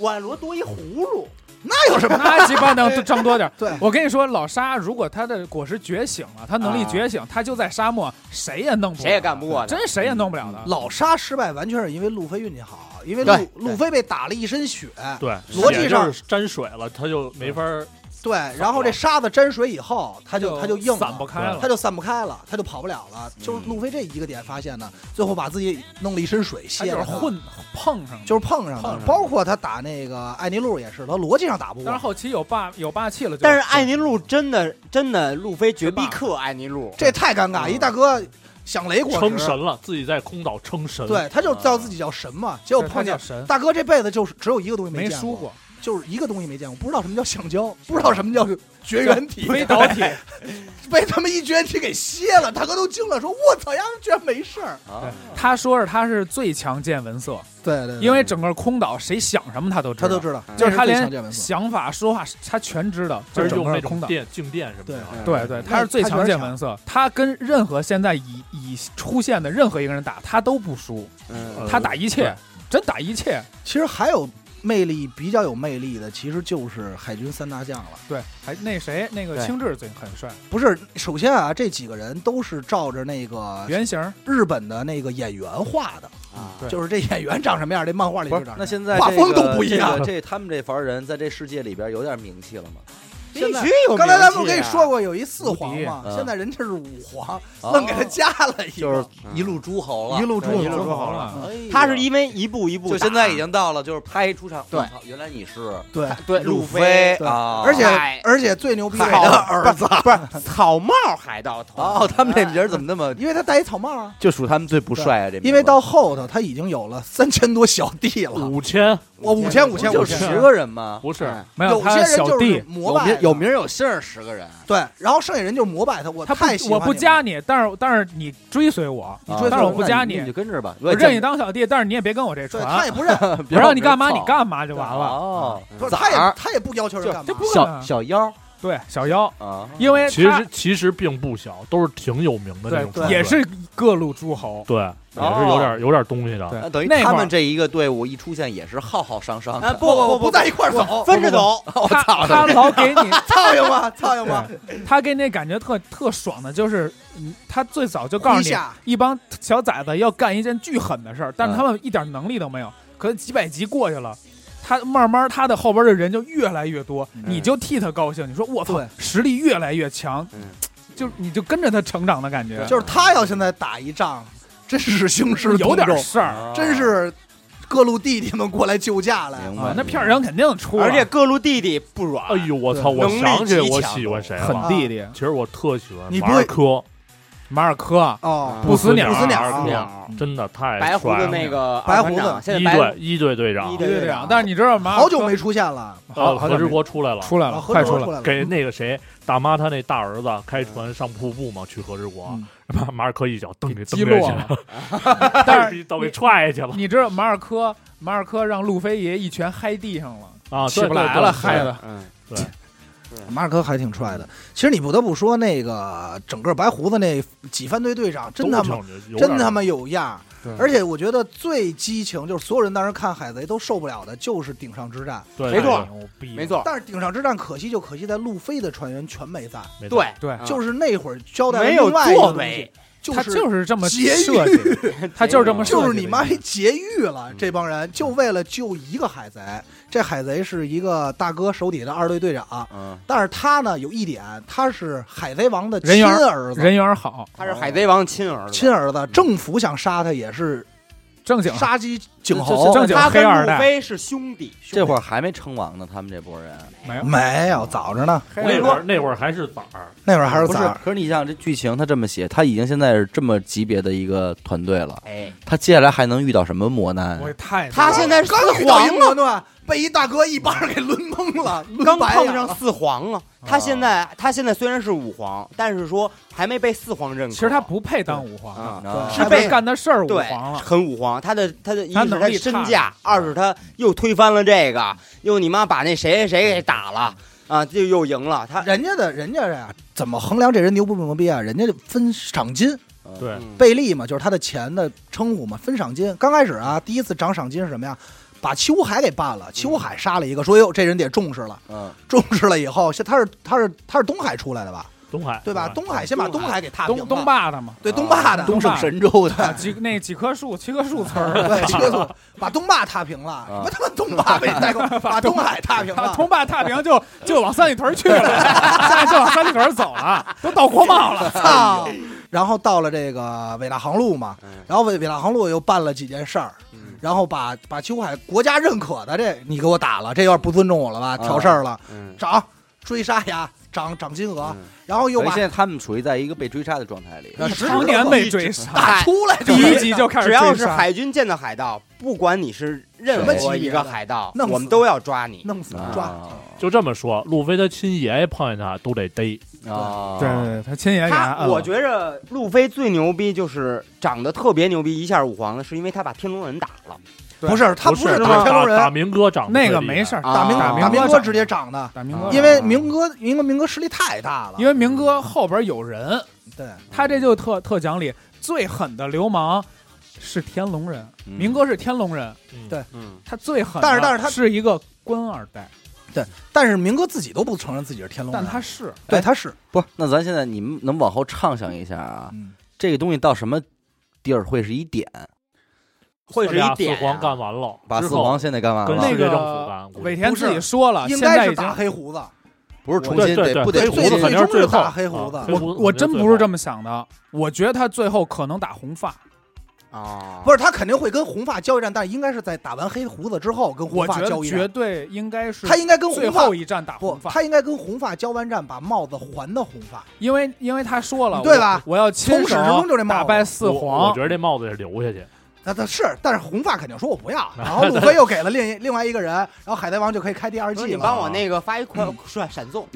Speaker 3: 宛罗多一葫芦，
Speaker 2: 那有什么？。
Speaker 5: 那鸡巴能挣多点儿
Speaker 2: 对
Speaker 5: 我跟你说，老沙如果他的果实觉醒了，他能力觉醒，他就在沙漠，谁也弄不了，
Speaker 3: 谁也干不过他
Speaker 5: 真谁也弄不了的。
Speaker 2: 嗯老沙失败完全是因为路飞运气好，因为
Speaker 1: 对
Speaker 2: 路路飞被打了一身血，
Speaker 4: 对，
Speaker 2: 逻辑
Speaker 4: 也
Speaker 2: 上
Speaker 4: 就是沾水了，他就没法儿
Speaker 2: 对，然后这沙子沾水以后，他
Speaker 5: 他
Speaker 2: 就他就硬了
Speaker 5: 散不开了嗯
Speaker 2: 他，就散不开了，他就跑不了了。就是路飞这一个点发现的，最后把自己弄了一身水，
Speaker 5: 他
Speaker 2: 歇
Speaker 5: 就是
Speaker 2: 了，
Speaker 5: 混碰上了。
Speaker 2: 就是碰上
Speaker 5: 碰
Speaker 2: 了
Speaker 5: 上。了
Speaker 2: 包括他打那个艾尼路也是，他逻辑上打不
Speaker 5: 但是
Speaker 2: 过。
Speaker 5: 后期有霸有霸气了就，
Speaker 3: 但是艾尼路真的真的路飞绝逼克艾尼路，
Speaker 2: 这太尴尬，
Speaker 3: 嗯
Speaker 2: 一大哥想雷果
Speaker 4: 撑
Speaker 2: 实，
Speaker 4: 神了，自己在空岛撑神。
Speaker 2: 对，他就叫自己叫神嘛，结
Speaker 5: 就
Speaker 2: 果
Speaker 5: 嗯是他
Speaker 2: 碰
Speaker 5: 叫
Speaker 2: 见。
Speaker 5: 神，
Speaker 2: 大哥这辈子就是只有一个东西
Speaker 5: 没
Speaker 2: 见
Speaker 5: 输，过，
Speaker 2: 就是一个东西没见过，不知道什么叫橡胶，不知道什么叫绝缘体，
Speaker 5: 非导体，
Speaker 2: 被他们一绝缘体给歇了。大哥都惊了，说：“我操，丫的居然没事儿。
Speaker 1: 啊，
Speaker 5: 他说是他是最强见闻色，”
Speaker 2: 对对
Speaker 5: 因为整个空岛谁想什么他都知
Speaker 2: 他
Speaker 5: 道，
Speaker 2: 都知道，
Speaker 5: 就是他
Speaker 2: 这最强
Speaker 5: 连
Speaker 2: 健闻。
Speaker 5: 想法、说话他全知道，
Speaker 4: 就
Speaker 5: 就是
Speaker 4: 是
Speaker 5: 整
Speaker 4: 用那
Speaker 5: 个
Speaker 4: 种
Speaker 5: 空岛。
Speaker 4: 电静电什么的，
Speaker 2: 嗯
Speaker 5: 对对，他是最强见闻色，他跟任何现在已已出现的任何一个人打，他都不输，
Speaker 4: 呃
Speaker 3: 嗯，
Speaker 5: 他打一切，真打一切。
Speaker 2: 其实还有魅力比较有魅力的，其实就是海军三大将了。
Speaker 5: 对，还那谁那个
Speaker 3: 对
Speaker 5: 青雉最很帅，
Speaker 2: 不是，首先啊，这几个人都是照着那个
Speaker 5: 原型儿
Speaker 2: 日本的那个演员画的，
Speaker 3: 啊
Speaker 5: 对
Speaker 2: 就是这演员长什么样，这漫画里
Speaker 1: 不
Speaker 2: 就是长什么样。
Speaker 1: 那现在
Speaker 2: 画
Speaker 1: 这
Speaker 2: 风
Speaker 1: 个
Speaker 2: 都不一样
Speaker 1: 这个这他们这帮人在这世界里边有点名气了吗？
Speaker 3: 必
Speaker 2: 现在
Speaker 3: 须有名气啊。
Speaker 2: 刚才咱们不跟你说过有一四皇嘛
Speaker 5: 啊
Speaker 1: 无，敌
Speaker 2: 现在人家是五皇，
Speaker 1: 啊
Speaker 2: 愣给他加了一
Speaker 1: 就
Speaker 2: 个
Speaker 1: 是嗯一路诸侯了，
Speaker 2: 一路诸
Speaker 5: 对一路
Speaker 2: 侯。
Speaker 5: 诸侯了。
Speaker 1: 哎呀
Speaker 3: 嗯他是因为一步一步
Speaker 1: 就
Speaker 3: 打，
Speaker 1: 现在已经到了，就是拍一出场，
Speaker 3: 对
Speaker 1: 我操，原来你是
Speaker 2: 对，
Speaker 3: 对
Speaker 1: 路
Speaker 3: 飞
Speaker 2: 对
Speaker 1: 啊，
Speaker 2: 而且
Speaker 3: 哎
Speaker 2: 而且最牛逼的
Speaker 3: 海盗
Speaker 2: 儿子，
Speaker 3: 不是草帽海盗头
Speaker 1: 哦，他们这名儿怎么那么
Speaker 2: 因为他戴一草帽啊。
Speaker 1: 就属他们最不帅啊？这名字
Speaker 2: 因为到后头他已经有了三千多小弟了，
Speaker 4: 五千
Speaker 2: 我五千五千
Speaker 1: 就
Speaker 2: 五
Speaker 1: 是
Speaker 2: 千，
Speaker 1: 十个人嘛，
Speaker 4: 不是
Speaker 3: 哎
Speaker 5: 没有
Speaker 2: 有
Speaker 5: 他
Speaker 2: 些
Speaker 5: 的
Speaker 2: 人
Speaker 5: 小
Speaker 2: 就是嗯
Speaker 5: 弟，
Speaker 2: 膜
Speaker 1: 有
Speaker 2: 拜
Speaker 1: 名
Speaker 2: 他
Speaker 1: 有名有姓儿十个人，
Speaker 2: 对，然后剩下人就是膜拜他，我
Speaker 5: 他不
Speaker 2: 太喜
Speaker 5: 我
Speaker 2: 欢
Speaker 5: 不
Speaker 2: 你
Speaker 5: 加你，但是但是你追随我，
Speaker 1: 啊
Speaker 2: 追
Speaker 5: 但是我不加
Speaker 1: 那你
Speaker 5: 你
Speaker 1: 就，跟着吧，
Speaker 5: 我认你
Speaker 1: 当
Speaker 5: 当小弟，但是你也别跟我这
Speaker 2: 了，对他
Speaker 5: 船
Speaker 2: 也，不 认，
Speaker 5: 我让你干嘛你干嘛就完了。
Speaker 1: 哦，
Speaker 2: 不是
Speaker 1: 崽
Speaker 2: 他也
Speaker 1: 儿
Speaker 2: 他也不要求人干嘛
Speaker 5: 就，不
Speaker 1: 小小妖，
Speaker 5: 对小妖，
Speaker 1: 啊，
Speaker 5: 因为
Speaker 4: 其
Speaker 5: 他
Speaker 4: 实其实并不小，都是挺有名的那种
Speaker 5: 对
Speaker 4: 团队，
Speaker 5: 也是各路诸侯，
Speaker 4: 对，也是有点有点东西的。
Speaker 5: 对
Speaker 1: 哦那等于
Speaker 5: 那
Speaker 1: 他
Speaker 5: 会儿
Speaker 1: 们这一个队伍一出现也是浩浩汤汤
Speaker 3: 啊
Speaker 1: 的，
Speaker 3: 不不不不
Speaker 1: 在一块儿走，
Speaker 3: 分着走，
Speaker 5: 他他老给你
Speaker 1: 苍蝇 吗？苍蝇吗？
Speaker 5: 对他给你那感觉特特爽的，就是嗯他最早就告诉
Speaker 2: 一
Speaker 5: 你
Speaker 2: 下，
Speaker 5: 一帮小崽子要干一件巨狠的事儿，但是他们一点能力都没有。可是几百集过去了，他慢慢他的后边的人就越来越多，你就替他高兴，你说我操
Speaker 2: 对，
Speaker 5: 实力越来越强
Speaker 3: 嗯，
Speaker 5: 就你就跟着他成长的感觉，
Speaker 2: 就是他要现在打一仗，真是兴师
Speaker 5: 有点
Speaker 2: 动众
Speaker 5: 事儿。啊
Speaker 1: 哦
Speaker 2: 真是各路弟弟们过来救驾来。
Speaker 1: 明白
Speaker 5: 啊，那片儿人肯定出了，
Speaker 3: 而且各路弟弟不软。
Speaker 4: 哎呦，我操！
Speaker 3: 对
Speaker 4: 我
Speaker 3: 能力
Speaker 4: 想起
Speaker 3: 极
Speaker 4: 我
Speaker 3: 强
Speaker 4: 喜欢谁
Speaker 5: 狠
Speaker 4: 了。
Speaker 5: 弟弟
Speaker 4: 其实我特喜欢
Speaker 2: 你不
Speaker 4: 马
Speaker 2: 会
Speaker 4: 尔科，
Speaker 5: 马尔科、
Speaker 3: 啊
Speaker 2: 哦，
Speaker 5: 不死
Speaker 4: 鸟
Speaker 5: 鸟、
Speaker 2: 不死鸟
Speaker 4: 马尔科
Speaker 3: 鸟
Speaker 4: 真的太
Speaker 3: 白胡
Speaker 4: 帅
Speaker 3: 子
Speaker 4: 了。
Speaker 3: 那个
Speaker 2: 白
Speaker 3: 二
Speaker 2: 胡
Speaker 3: 团
Speaker 2: 子
Speaker 3: 长现在
Speaker 4: 一
Speaker 3: 白
Speaker 4: 队一队队长
Speaker 3: 一，
Speaker 5: 对
Speaker 3: 队
Speaker 5: 对啊，但是你知道马尔科
Speaker 2: 好久没出现了，
Speaker 4: 呃，
Speaker 5: 好
Speaker 4: 何
Speaker 5: 久
Speaker 4: 之
Speaker 5: 没
Speaker 4: 国出来了，
Speaker 5: 出来
Speaker 2: 啊
Speaker 5: 了，
Speaker 2: 何
Speaker 5: 快
Speaker 2: 止
Speaker 5: 出
Speaker 2: 国
Speaker 5: 来
Speaker 2: 出
Speaker 5: 了。
Speaker 2: 来了，
Speaker 4: 给那个谁大妈她那大儿子开船上瀑布嘛，去何之国
Speaker 5: 嗯，
Speaker 4: 马马尔科一脚蹬给蹬
Speaker 5: 击
Speaker 4: 下
Speaker 5: 落
Speaker 4: 去了
Speaker 5: 了， 但 是
Speaker 4: 一脚给踹下去了
Speaker 5: 你知道马尔科，马尔科让路飞爷一拳嗨地上了，
Speaker 4: 啊，
Speaker 5: 起
Speaker 4: 对
Speaker 5: 不来
Speaker 4: 对
Speaker 5: 了
Speaker 4: 对
Speaker 5: 嗨
Speaker 4: 对
Speaker 5: 的
Speaker 1: 哎
Speaker 3: 嗯，
Speaker 2: 嗯马尔科还挺帅的。其实你不得不说，那个整个白胡子那几番队队长真他妈真他妈有样儿
Speaker 5: 对。
Speaker 2: 而且我觉觉得最激情，就是所有人当时看海贼都受不了的，就是顶上之战。
Speaker 4: 对，哎
Speaker 3: 没错
Speaker 4: 太牛逼了
Speaker 3: 没，错，
Speaker 2: 但是顶上之战可惜就可惜在路飞的船员全没在，
Speaker 4: 没错
Speaker 3: 对，
Speaker 5: 对，
Speaker 2: 就是那会儿交代了
Speaker 3: 没有
Speaker 2: 另外一个
Speaker 3: 作
Speaker 2: 东西
Speaker 3: 为，，
Speaker 2: 就
Speaker 5: 他
Speaker 2: 是
Speaker 5: 就是这么
Speaker 2: 劫
Speaker 5: 设计的，他就是这么设计
Speaker 2: 就
Speaker 5: 的
Speaker 2: 是你妈给劫狱了，这帮人就为了救一个海贼。这海贼是一个大哥手底下的二队队长，
Speaker 1: 嗯，
Speaker 2: 但是他呢有一点，他是海贼王的
Speaker 5: 人
Speaker 2: 亲
Speaker 5: 缘
Speaker 2: 儿子，
Speaker 5: 人缘好，
Speaker 3: 他是海贼王亲儿子，
Speaker 2: 亲儿子。政府想杀他也是
Speaker 5: 正经
Speaker 2: 杀鸡儆
Speaker 5: 这这
Speaker 2: 猴，
Speaker 5: 正经
Speaker 3: 他跟
Speaker 5: 黑二代
Speaker 3: 路飞是兄弟，
Speaker 1: 这会
Speaker 3: 儿
Speaker 1: 儿还没称王呢，他们这波人。
Speaker 5: 没有
Speaker 2: 没有早着呢，
Speaker 5: 黑
Speaker 4: 那
Speaker 5: 人
Speaker 4: 会儿那会儿还是崽儿，
Speaker 2: 那会儿还是
Speaker 1: 不是
Speaker 2: 崽儿，，
Speaker 1: 可是你想这剧情他这么写，他已经现在是这么级别的一个团队了，
Speaker 3: 哎，
Speaker 1: 他接下来还能遇到什么磨难？
Speaker 5: 我也太
Speaker 3: 他现在是
Speaker 2: 刚遇
Speaker 3: 四
Speaker 2: 到
Speaker 3: 皇
Speaker 2: 英
Speaker 3: 啊，
Speaker 2: 国队，被一大哥一巴掌给抡懵了，抡
Speaker 3: 刚
Speaker 2: 白
Speaker 3: 碰
Speaker 2: 眼
Speaker 3: 上
Speaker 2: 了
Speaker 3: 四皇啊，他现在他现在虽然是五皇，但是说还没被四皇认可，
Speaker 5: 其实他不配当武皇，
Speaker 3: 啊。
Speaker 1: 啊
Speaker 5: 是被干的事儿武
Speaker 3: 对
Speaker 5: 皇，了，
Speaker 3: 很武皇，他的他的一
Speaker 5: 他
Speaker 3: 是
Speaker 5: 能
Speaker 3: 他
Speaker 5: 力
Speaker 3: 身
Speaker 5: 差嗯
Speaker 3: 价，二是他又推翻了这个，又你妈把那谁谁谁给打了啊，就又赢了。他
Speaker 2: 人家的人家呀，怎么衡量这人牛不牛逼啊？人家就分赏金，
Speaker 4: 对，
Speaker 3: 嗯
Speaker 2: 贝利嘛，就是他的钱的称呼嘛，分赏金。刚开始啊，第一次涨赏金是什么呀？把齐武海给办了，齐武海杀了一个，说哟，这人得重视了，
Speaker 1: 嗯，
Speaker 2: 重视了以后，先他是他是他是东海出来的吧，
Speaker 4: 东海
Speaker 2: 对吧？东海先把东海给踏平了，
Speaker 5: 东东霸的嘛，
Speaker 2: 对东霸
Speaker 1: 嗯
Speaker 2: 的，
Speaker 1: 东胜神州的，
Speaker 5: 啊几那几棵树，七棵树词儿，
Speaker 2: 对，七个组把东霸踏平
Speaker 1: 啊
Speaker 2: 了，什么他妈东霸被带 过，把东海踏平
Speaker 5: 啊
Speaker 2: 了，
Speaker 5: 东霸踏平就就往三里屯去了，现在就往三里屯走了，都到国贸了，
Speaker 2: 操！哎然后到了这个伟大航路嘛，
Speaker 1: 嗯
Speaker 2: 然后伟伟大航路又办了几件事儿，
Speaker 3: 嗯
Speaker 2: 然后把把邱海国家认可的这你给我打了，这有点不尊重我了
Speaker 1: 啊
Speaker 2: 吧？挑事儿了，
Speaker 3: 嗯，
Speaker 2: 涨追杀呀，涨涨金额
Speaker 3: 嗯，
Speaker 2: 然后又
Speaker 1: 所以
Speaker 2: 把
Speaker 1: 哎现在他们处于在一个被追杀的状态里。
Speaker 2: 呃
Speaker 5: 常年被追杀，
Speaker 2: 打出来就
Speaker 5: 第
Speaker 2: 是
Speaker 5: 一集就开始
Speaker 3: 只
Speaker 5: 追杀
Speaker 3: 要是海军见到海盗，不管你是任
Speaker 2: 什么
Speaker 3: 何
Speaker 2: 级别
Speaker 3: 一
Speaker 2: 的
Speaker 3: 个海盗，
Speaker 2: 弄死
Speaker 3: 我们都要抓你。
Speaker 2: 弄死
Speaker 1: 啊
Speaker 2: 抓。
Speaker 4: 就这么说，路飞他亲爷爷碰见他都得逮，
Speaker 1: 啊，
Speaker 5: 对对，对他亲眼嗯给
Speaker 3: 他，
Speaker 5: 摁
Speaker 3: 我
Speaker 5: 了
Speaker 3: 觉着路飞最牛逼就是长得特别牛逼，一下五皇的是因为他把天龙人打了。
Speaker 5: 对
Speaker 2: 不是他不是
Speaker 5: 不是
Speaker 2: 打天龙
Speaker 4: 打
Speaker 2: 人，
Speaker 4: 明哥长得
Speaker 5: 那个
Speaker 4: 最厉害
Speaker 5: 没事儿，
Speaker 2: 打明
Speaker 3: 啊
Speaker 5: 打
Speaker 2: 打
Speaker 5: 明
Speaker 2: 明
Speaker 5: 哥
Speaker 2: 哥直接涨的，
Speaker 5: 打明哥
Speaker 1: 啊，
Speaker 2: 因为明哥明哥明哥实力太大了，
Speaker 5: 因为明哥后边有人，
Speaker 2: 对
Speaker 5: 他这就特特讲理。最狠的流氓是天龙人，
Speaker 1: 嗯
Speaker 5: 明哥是天龙人，
Speaker 4: 嗯
Speaker 2: 对
Speaker 3: 嗯，
Speaker 5: 他最狠的。
Speaker 2: 但是但是他
Speaker 5: 是一个官二代，
Speaker 2: 但是明哥自己都不承认自己是天龙人，哎
Speaker 5: 但他是
Speaker 2: 对他是，
Speaker 1: 不是，那咱现在你们能往后畅想一下啊，
Speaker 2: 嗯
Speaker 1: 这个东西到什么地儿会是一点？
Speaker 3: 会是一
Speaker 4: 四
Speaker 3: 点啊
Speaker 4: 皇干完了，
Speaker 1: 把
Speaker 4: 之
Speaker 1: 四
Speaker 4: 后
Speaker 1: 皇现在干完
Speaker 4: 跟
Speaker 1: 了
Speaker 5: 那
Speaker 4: 世，界政府
Speaker 5: 个
Speaker 4: 吧
Speaker 5: 尾田自己说了，
Speaker 2: 应
Speaker 5: 啊现在
Speaker 2: 该
Speaker 5: 已
Speaker 2: 是
Speaker 5: 经啊
Speaker 2: 打黑胡子，
Speaker 1: 不是重
Speaker 4: 对
Speaker 1: 新
Speaker 4: 对
Speaker 1: 得不
Speaker 4: 对
Speaker 1: 得
Speaker 4: 黑
Speaker 1: 重
Speaker 4: 胡子
Speaker 1: 新
Speaker 4: 肯定是最后
Speaker 2: 打黑胡子
Speaker 5: 我
Speaker 4: 啊黑胡子
Speaker 5: 我
Speaker 4: 肯定
Speaker 5: 真
Speaker 4: 最
Speaker 5: 不是
Speaker 4: 后
Speaker 5: 这么想的，我觉得他最后可能打红发，
Speaker 3: 啊，
Speaker 2: 不
Speaker 3: 是
Speaker 2: 是他肯定会跟红发交易战，但应该是在打完黑胡子之后跟红
Speaker 5: 我觉
Speaker 2: 发
Speaker 5: 得
Speaker 2: 交易
Speaker 5: 绝
Speaker 2: 战，
Speaker 5: 对应该是
Speaker 2: 他应该跟
Speaker 5: 最
Speaker 2: 红发
Speaker 5: 后一战打
Speaker 2: 不
Speaker 5: 红，发，
Speaker 2: 他应该跟红发交完战，把帽子还的红发，
Speaker 5: 因为因为他说了，
Speaker 2: 对吧
Speaker 5: 我我要亲
Speaker 2: 从始至
Speaker 5: 手
Speaker 2: 终就这帽子
Speaker 5: 打败四
Speaker 4: 我我
Speaker 5: 皇
Speaker 4: 觉，得这帽子得留下去，
Speaker 2: 那他是，但是红发肯定说我不 要，然后路飞又给了另一另外一个人，然后海贼王就可以开第二季
Speaker 3: 说
Speaker 2: 了。
Speaker 3: 你 帮我那个发一 快闪闪送，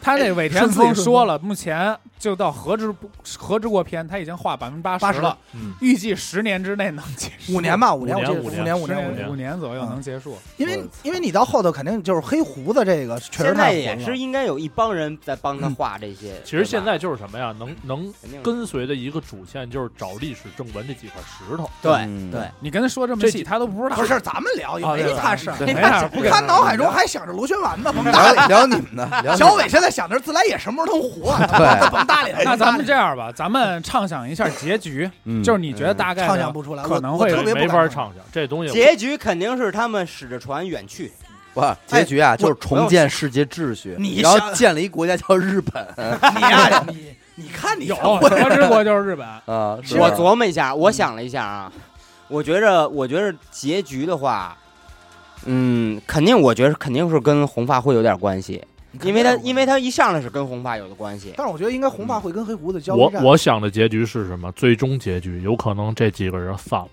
Speaker 5: 他那尾田
Speaker 2: 顺
Speaker 5: 自
Speaker 2: 风
Speaker 5: 己说了，目前就到和之不和之国篇，他已经画百分之八
Speaker 2: 八十
Speaker 5: 十了，
Speaker 4: 嗯，
Speaker 5: 预计十年之内能结束。
Speaker 2: 五年吧，五
Speaker 4: 五
Speaker 2: 我
Speaker 4: 年
Speaker 2: 记得
Speaker 4: 五
Speaker 2: 五
Speaker 4: 年
Speaker 2: 年
Speaker 5: 五
Speaker 2: 五年五
Speaker 5: 年
Speaker 2: 年，
Speaker 5: 五年左右能结束。
Speaker 2: 因为因为你到后头肯定就是黑胡子这个确实
Speaker 3: 现
Speaker 2: 太
Speaker 3: 在
Speaker 2: 火
Speaker 3: 也
Speaker 2: 了
Speaker 3: 是应该有一帮人在帮他画这些。
Speaker 5: 嗯
Speaker 4: 其实
Speaker 3: 对
Speaker 4: 现
Speaker 3: 吧
Speaker 4: 在就是什么呀？能能
Speaker 3: 肯定有
Speaker 4: 跟随的一个主线就是找历史正文这几块石头。
Speaker 3: 对
Speaker 1: 嗯
Speaker 3: 对，
Speaker 5: 你跟他说这么
Speaker 4: 这
Speaker 5: 细，他都不知道。
Speaker 2: 不是咱们聊也
Speaker 5: 啊
Speaker 2: 没
Speaker 5: 对
Speaker 2: 他事儿。
Speaker 5: 对没事不给
Speaker 2: 他脑海中还想着螺旋丸呢，甭搭
Speaker 1: 聊聊你们的，聊你们的
Speaker 2: 小伟现在想着自来也什么时候能活，
Speaker 1: 对
Speaker 2: 甭搭 理他。
Speaker 5: 那咱们这样吧，咱们畅想一下结局，
Speaker 1: 嗯
Speaker 5: 就是你觉得大概的
Speaker 2: 畅想不出来，
Speaker 5: 可能
Speaker 2: 我
Speaker 5: 会
Speaker 2: 我特别
Speaker 4: 没
Speaker 2: 不
Speaker 4: 法
Speaker 2: 敢
Speaker 4: 畅想，这东西
Speaker 3: 结局肯定是他们使着船远去，
Speaker 1: 哇，结局啊，就是重建世界秩序，
Speaker 2: 你
Speaker 1: 然后
Speaker 2: 想
Speaker 1: 建了一国家叫日本
Speaker 2: 你呀，你你看你
Speaker 5: 有和之国就是嗯日本，
Speaker 1: 啊。是吧
Speaker 3: 我琢磨一下，我想了一下啊，我觉着，我觉着结局的话，嗯，肯定，我觉得肯定是跟红发会有点关系，因为他，因
Speaker 2: 为，
Speaker 3: 为他一上来是跟红发有的关系。
Speaker 2: 但是我觉得应该红发会跟黑胡子交
Speaker 4: 我
Speaker 2: 战。
Speaker 4: 我想的结局是什么？最终结局有可能这几个人散了。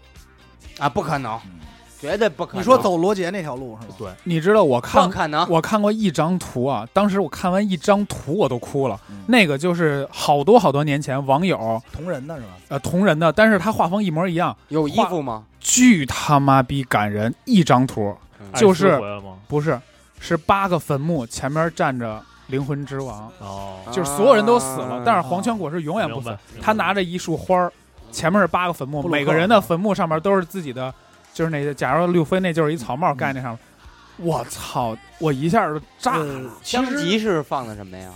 Speaker 3: 啊，不可能，绝对不可能。
Speaker 2: 你说走罗杰那条路是吗？
Speaker 4: 对
Speaker 5: 你知道我
Speaker 3: 不
Speaker 5: 看
Speaker 3: 可能，
Speaker 5: 我看过一张图啊，当时我看完一张图我都哭了
Speaker 2: 嗯，
Speaker 5: 那个就是好多好多年前网友
Speaker 2: 同人的是吧？
Speaker 5: 呃同人的，但是他画风一模一样，
Speaker 3: 有衣服吗？
Speaker 5: 巨他妈逼感人，一张图就是
Speaker 4: 艾斯回来吗？
Speaker 5: 不是是八个坟墓，前面站着灵魂之王，
Speaker 2: 啊
Speaker 4: 哦，
Speaker 5: 就是所有人都死了
Speaker 3: 啊，
Speaker 5: 但是黄泉果是永远不
Speaker 4: 明
Speaker 5: 死
Speaker 4: 白，
Speaker 5: 他拿着一束花儿，前面是八个坟墓，
Speaker 2: 布鲁克
Speaker 5: 每个人的坟墓上面都是自己的，就是那些，假如六飞那就是一草帽盖那上面，我操，我一下就炸了，
Speaker 2: 呃
Speaker 3: 香吉是放的什么呀？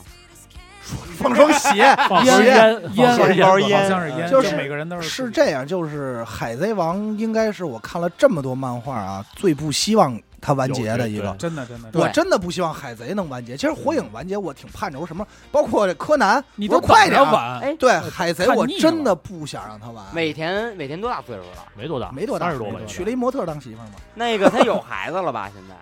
Speaker 2: 放双鞋。
Speaker 4: 放
Speaker 5: 烟
Speaker 4: 根烟，
Speaker 5: 烟
Speaker 3: 包
Speaker 4: 放根吧
Speaker 3: 烟
Speaker 5: 好像是烟，
Speaker 2: 就是
Speaker 5: 每个人都
Speaker 2: 是
Speaker 5: 是
Speaker 2: 这样，就是《海贼王》应该是我看了这么多漫画啊，最不希望它完结的一
Speaker 4: 有
Speaker 2: 个
Speaker 4: 对。
Speaker 5: 真的真的，
Speaker 2: 我
Speaker 3: 对
Speaker 2: 真的不希望海贼能完结。其实火影完结，我挺盼着我什么，包括这柯南，
Speaker 5: 你
Speaker 2: 我
Speaker 5: 都
Speaker 2: 说快点
Speaker 5: 等着
Speaker 2: 啊！
Speaker 5: 晚，
Speaker 3: 哎，
Speaker 2: 对海贼，
Speaker 5: 看腻
Speaker 2: 我
Speaker 5: 了
Speaker 2: 真的不想让他完。
Speaker 3: 尾田，尾田多大岁数了？
Speaker 4: 没多大，
Speaker 2: 没多大
Speaker 4: 三十多吧，
Speaker 5: 没多大
Speaker 2: 娶了一模特当媳妇儿嘛，
Speaker 3: 那个他有孩子了 吧？现 在
Speaker 5: 啊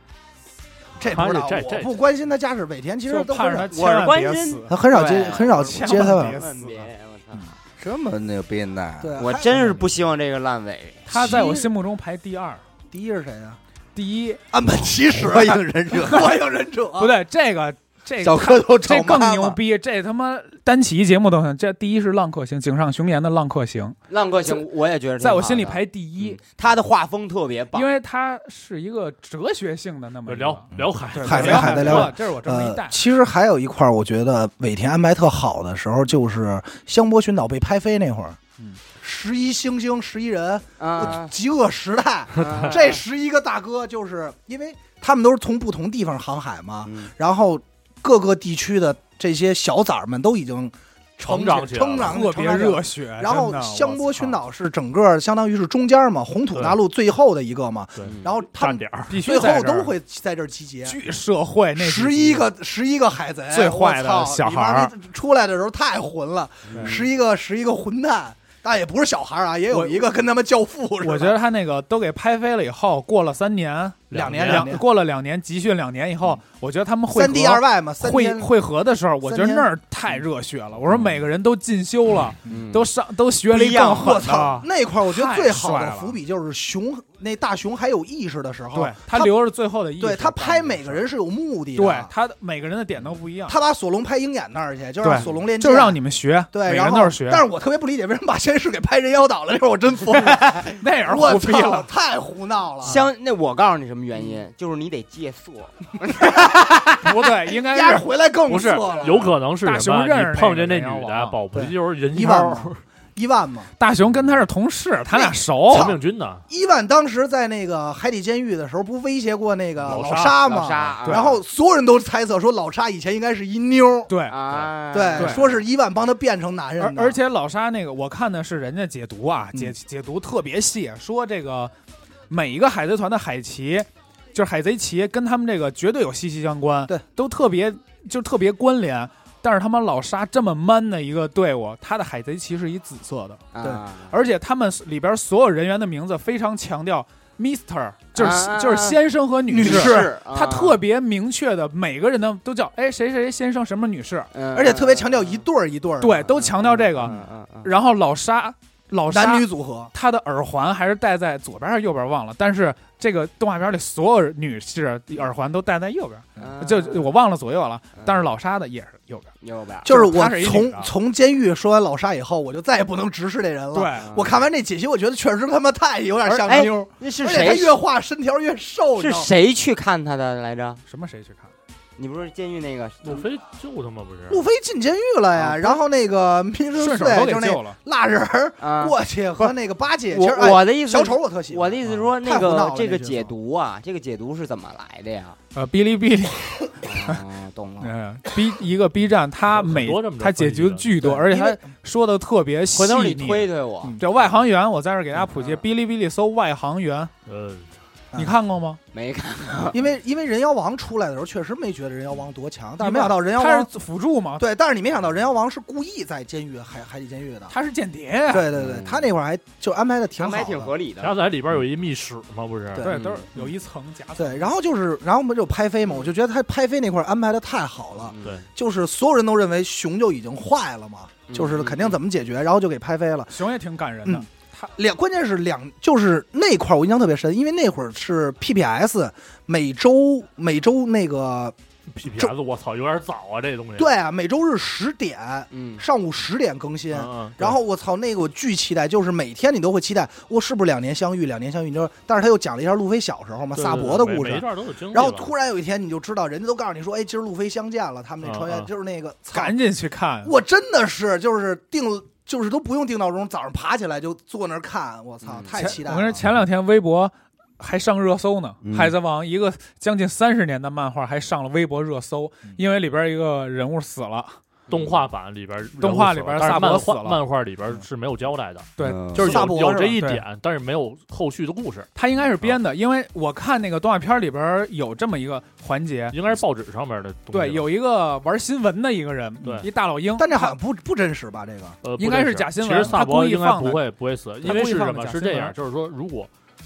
Speaker 2: 这不知道
Speaker 4: 哎这，这
Speaker 2: 我不关心他家世。尾田其实
Speaker 5: 就
Speaker 2: 都
Speaker 5: 盼
Speaker 2: 很
Speaker 5: 着他
Speaker 2: 少，
Speaker 5: 千万别
Speaker 3: 我是
Speaker 5: 死。
Speaker 2: 他很少接
Speaker 3: 对
Speaker 2: 很少接他
Speaker 5: 我
Speaker 2: 的
Speaker 5: 是。别死
Speaker 3: 别，
Speaker 5: 了。
Speaker 3: 哎我操！
Speaker 2: 嗯
Speaker 1: 这么牛逼呢？
Speaker 2: 对，
Speaker 3: 我
Speaker 2: 还
Speaker 3: 真是不希望这个烂尾。
Speaker 5: 他在我心目中排第二，
Speaker 2: 第一是谁啊？
Speaker 5: 第一
Speaker 1: 安本其 实火影忍者，
Speaker 2: 火影忍者
Speaker 5: 不对，这个这
Speaker 1: 啊 小
Speaker 5: 个。
Speaker 1: 蝌蚪找
Speaker 5: 这更
Speaker 1: 妈
Speaker 5: 牛
Speaker 1: 妈。
Speaker 5: 逼！这他妈单起一节目都行。这第一是浪客行，井上雄彦的浪客行，
Speaker 3: 浪哥行，我也觉得挺
Speaker 5: 在
Speaker 3: 好
Speaker 5: 我心里
Speaker 3: 的
Speaker 5: 排第一
Speaker 3: 嗯，他的画风特别棒
Speaker 5: 因。为它是一个哲学性的那么一个
Speaker 4: 聊聊海
Speaker 5: 对
Speaker 2: 海
Speaker 5: 对
Speaker 2: 贼海贼
Speaker 5: 聊
Speaker 2: 聊
Speaker 5: 海，啊这是我这么一
Speaker 2: 呃
Speaker 5: 带，。
Speaker 2: 其实还有一块儿，我觉得尾田安排特好的时候，就是香波群岛被拍飞那会儿，
Speaker 5: 嗯
Speaker 2: 十一星星十一人，
Speaker 3: 啊，
Speaker 2: 极恶时代，
Speaker 3: 啊
Speaker 2: 这十一个大哥就是因为他们都是从不同地方航海嘛，然后各个地区的这些小崽儿们都已经
Speaker 4: 成长起来
Speaker 2: 成长
Speaker 5: 特
Speaker 2: 成
Speaker 5: 别
Speaker 2: 长起来
Speaker 5: 热血。
Speaker 2: 然后
Speaker 5: 真的
Speaker 2: 香波群，岛是整个相当于是中间嘛，红土大陆最后的一个嘛，
Speaker 4: 对
Speaker 2: 然后他
Speaker 4: 站
Speaker 2: 们
Speaker 4: 点儿
Speaker 5: 我操必须
Speaker 2: 最
Speaker 5: 在
Speaker 2: 后
Speaker 5: 这儿
Speaker 2: 都会在这儿集结。
Speaker 5: 巨社会那
Speaker 2: 十一个十一个海贼，
Speaker 5: 最坏的
Speaker 2: 我操
Speaker 5: 小孩
Speaker 2: 你妈
Speaker 5: 儿
Speaker 2: 逼出来的时候太混了，十一个十一个混蛋，但也不是小孩儿啊，也有
Speaker 5: 我
Speaker 2: 一个跟他们教父似的。
Speaker 5: 我觉得他那个都给拍飞了以后，过了三年，
Speaker 4: 两
Speaker 2: 年
Speaker 5: 两
Speaker 2: 年嗯
Speaker 5: 过了两年集训两年以后，我觉得他们会
Speaker 2: 三 D 二外嘛，三
Speaker 5: 会
Speaker 2: 天
Speaker 5: 会合的时候，我觉
Speaker 2: 三
Speaker 5: 得
Speaker 2: 天
Speaker 5: 那儿太热血了。我说每个人都进修了，
Speaker 3: 嗯
Speaker 5: 都上都学了
Speaker 3: 不一
Speaker 5: 一
Speaker 3: 样
Speaker 5: 更
Speaker 2: 我
Speaker 5: 狠
Speaker 2: 操
Speaker 5: 的，，
Speaker 2: 那块儿我觉得最好
Speaker 5: 太帅
Speaker 2: 的
Speaker 5: 了
Speaker 2: 伏笔就是熊那大熊还有意识的时候
Speaker 5: 对，他留着最后的意识。
Speaker 2: 对他拍每个人是有目的的，
Speaker 5: 对他的每个人的点都不一样，
Speaker 2: 他把索隆拍鹰眼那儿去，就让
Speaker 5: 对
Speaker 2: 索隆练剑，
Speaker 5: 就让你们学，
Speaker 2: 对，
Speaker 5: 每个
Speaker 2: 然
Speaker 5: 人
Speaker 2: 后
Speaker 5: 都是学。
Speaker 2: 但是我特别不理解为什么把仙士给拍人妖岛了，这会儿我真疯了，
Speaker 5: 那也是
Speaker 2: 我
Speaker 5: 胡逼
Speaker 2: 操，
Speaker 5: 了。
Speaker 2: 太胡闹了，
Speaker 3: 香，那我告诉你什么原
Speaker 2: 嗯
Speaker 3: 因，就是你得戒色。
Speaker 5: 不对，应该
Speaker 2: 压
Speaker 5: 是
Speaker 2: 回来更
Speaker 4: 不是
Speaker 2: 错了，
Speaker 4: 有可能是
Speaker 5: 大
Speaker 4: 什
Speaker 5: 熊
Speaker 4: 么？
Speaker 5: 认识
Speaker 4: 你碰见
Speaker 5: 那
Speaker 4: 那
Speaker 5: 个啊
Speaker 4: 女
Speaker 5: 人妖
Speaker 4: 的，
Speaker 5: 王
Speaker 4: 保不齐就是人
Speaker 2: 一万
Speaker 4: 妖
Speaker 2: 嘛，伊万嘛，
Speaker 5: 大雄跟他是同事，他俩熟。
Speaker 4: 革命军呢？
Speaker 2: 伊万当时在那个海底监狱的时候，不威胁过那个
Speaker 4: 老
Speaker 2: 沙
Speaker 3: 老
Speaker 2: 吗？
Speaker 3: 沙啊
Speaker 2: 然后所有人都猜测说老沙以前应该是一妞儿，
Speaker 5: 对，
Speaker 3: 啊，
Speaker 2: 对，
Speaker 5: 对
Speaker 2: 说是伊万帮他变成男
Speaker 5: 而
Speaker 2: 人的，
Speaker 5: 而且老沙那个，我看的是人家解读啊，
Speaker 2: 嗯
Speaker 5: 解解读特别细，说这个每一个海贼团的海旗，就是海贼旗跟他们这个绝对有息息相关，
Speaker 2: 对，
Speaker 5: 都特别就特别关联。但是他妈老沙这么 man 的一个队伍，他的海贼旗是以紫色的，
Speaker 3: 啊，
Speaker 5: 而且他们里边所有人员的名字非常强调 Mister，就是、
Speaker 3: 啊
Speaker 5: 就是先生和女
Speaker 2: 女
Speaker 5: 士，
Speaker 2: 士
Speaker 5: 他特，别明确的每个人的都叫哎谁谁谁先生什么女士，
Speaker 3: 嗯
Speaker 2: 而且特别强调一对儿一对儿的，
Speaker 5: 对，都强调这个。
Speaker 3: 嗯嗯嗯嗯
Speaker 5: 然后老沙老沙
Speaker 2: 男女组合，
Speaker 5: 她的耳环还是戴在左边还是右边忘了，但是这个动画片里所有女士耳环都戴在右边，就我忘了左右了。
Speaker 3: 嗯
Speaker 5: 但是老沙的也是右边，
Speaker 3: 右边
Speaker 2: 就是
Speaker 5: 她
Speaker 2: 我
Speaker 5: 是一女
Speaker 2: 从
Speaker 5: 的
Speaker 2: 从监狱说完老沙以后，我就再也不能直视这人了。
Speaker 5: 对，
Speaker 2: 我看完这解析，我觉得确实他妈太有点像
Speaker 3: 而哎
Speaker 2: 妞儿，
Speaker 3: 嗯那是
Speaker 2: 而且他
Speaker 3: 谁？
Speaker 2: 越画身条越瘦，你知
Speaker 3: 是
Speaker 2: 道吗？
Speaker 3: 谁去看他的来着？
Speaker 5: 什么谁去看？
Speaker 3: 你不是监狱那个？
Speaker 4: 路飞就他妈不是
Speaker 2: 路飞进监狱了
Speaker 3: 啊
Speaker 2: 呀，然后那个民生
Speaker 5: 顺手
Speaker 2: 队就
Speaker 5: 都给
Speaker 2: 是
Speaker 5: 救
Speaker 2: 那
Speaker 5: 了。
Speaker 2: 蜡人儿
Speaker 3: 啊，
Speaker 2: 过去和那个八戒，其实
Speaker 3: 我
Speaker 2: 哎
Speaker 3: 我的意思，
Speaker 2: 小丑，我特喜欢，
Speaker 3: 我的意思是说，那
Speaker 2: 太胡闹
Speaker 3: 个
Speaker 2: 了
Speaker 3: 这个
Speaker 2: 那角色
Speaker 3: 解读啊，这个解读是怎么来的 呀？
Speaker 5: 呃，哔哩哔哩，
Speaker 3: 哦，懂了。
Speaker 5: 嗯，B 一个 B 站，它
Speaker 4: 很多
Speaker 5: 每
Speaker 4: 这么着
Speaker 5: 它解
Speaker 4: 分析
Speaker 5: 决
Speaker 4: 的
Speaker 5: 巨多，
Speaker 2: 对
Speaker 5: 而且
Speaker 2: 因
Speaker 5: 它
Speaker 2: 为
Speaker 5: 说的特别细
Speaker 3: 回头你
Speaker 5: 腻。
Speaker 3: 推推我，
Speaker 5: 嗯这外行员，我在这儿给大家普及，
Speaker 3: 嗯
Speaker 5: 哔哩哔哩搜外行员，
Speaker 4: 呃
Speaker 2: 啊
Speaker 5: 你看过吗？
Speaker 3: 没看
Speaker 2: 因为因为人妖王出来的时候，确实没觉得人妖王多强，但是
Speaker 5: 你
Speaker 2: 没想到人妖
Speaker 5: 他
Speaker 2: 王
Speaker 5: 是辅助吗？
Speaker 2: 对，但是你没想到人妖王是故意在监狱海海底监狱的，
Speaker 5: 他是间谍。
Speaker 2: 对对对
Speaker 3: 嗯，
Speaker 2: 他那会儿还就安排的挺
Speaker 3: 安
Speaker 2: 好
Speaker 3: 排
Speaker 2: 的，
Speaker 3: 挺合理
Speaker 4: 然后
Speaker 3: 的。
Speaker 4: 在里边有一密室嘛，不是？
Speaker 2: 对
Speaker 5: 对，
Speaker 3: 嗯
Speaker 5: 都是有一层夹层。
Speaker 2: 对，然后就是，然后我们就拍飞嘛，我就觉得他拍飞那块儿安排的太好了，
Speaker 3: 嗯
Speaker 4: 对
Speaker 2: 就是所有人都认为熊就已经坏了嘛，
Speaker 3: 嗯
Speaker 2: 就是肯定怎么解决，然后就给拍飞了。
Speaker 5: 熊也挺感人的
Speaker 2: 嗯，两关键是两，就是那块儿我印象特别深，因为那会儿是 PPS 每周每周那个
Speaker 4: PPS，我操，有点早啊，这东西。
Speaker 2: 对啊，每周日十点
Speaker 3: 嗯，
Speaker 2: 上午十点更新。
Speaker 4: 嗯，嗯，
Speaker 2: 然后我操，那个我巨期待，就是每天你都会期待，我是不是两年相遇，两年相遇？你知道，但是他又讲了一下路飞小时候嘛，
Speaker 4: 对
Speaker 2: 萨博的
Speaker 4: 对对
Speaker 2: 故
Speaker 4: 每每一
Speaker 2: 事。啊
Speaker 4: 段都有经历吧。
Speaker 2: 然后突然有一天，你就知道，人家都告诉你说，哎，今儿路飞相见了，他们那穿
Speaker 4: 嗯
Speaker 2: 越
Speaker 4: 嗯
Speaker 2: 就是那个，操
Speaker 5: 赶紧去看。啊
Speaker 2: 我真的是就是定，就是都不用定闹钟，早上爬起来就坐那儿看，我操，
Speaker 3: 嗯
Speaker 2: 太
Speaker 5: 前
Speaker 2: 期待
Speaker 5: 我跟你
Speaker 2: 了
Speaker 5: 说，。前两天微博还上热搜呢，
Speaker 1: 嗯
Speaker 5: 海贼王》一个将近三十年的漫画还上了微博热搜，
Speaker 4: 嗯
Speaker 5: 因为里边一个人物死了。
Speaker 4: 动画版里边人物死了，
Speaker 5: 动画里边
Speaker 4: 但是
Speaker 5: 萨博
Speaker 4: 漫
Speaker 5: 死
Speaker 4: 画
Speaker 5: 了
Speaker 4: 漫画里边是没有交代的，
Speaker 5: 对，
Speaker 1: 嗯
Speaker 4: 就是
Speaker 2: 萨
Speaker 4: 有
Speaker 2: 博
Speaker 4: 有
Speaker 2: 是吧
Speaker 4: 这一
Speaker 5: 对
Speaker 4: 点，但是没有后续的故事，
Speaker 5: 他应该是
Speaker 4: 嗯
Speaker 5: 编的，因为我看那个动画片里边有这么一个环节，
Speaker 4: 应该是报纸上面的东西吧。
Speaker 5: 对，有一个玩新闻的一个人，
Speaker 4: 对
Speaker 5: 一大老鹰，
Speaker 2: 但这好像不不真实吧？这个
Speaker 4: 呃，不
Speaker 5: 应该
Speaker 4: 认
Speaker 5: 是
Speaker 4: 识
Speaker 5: 假新闻
Speaker 4: 其实萨
Speaker 5: 他故
Speaker 4: 博
Speaker 5: 意
Speaker 4: 应该
Speaker 5: 放的
Speaker 4: 不会不会死，因
Speaker 5: 故
Speaker 4: 为
Speaker 5: 意
Speaker 4: 是
Speaker 5: 放
Speaker 4: 什
Speaker 5: 的
Speaker 4: 么？
Speaker 5: 假
Speaker 4: 是
Speaker 5: 新
Speaker 4: 这
Speaker 5: 闻
Speaker 4: 样，就是说，如果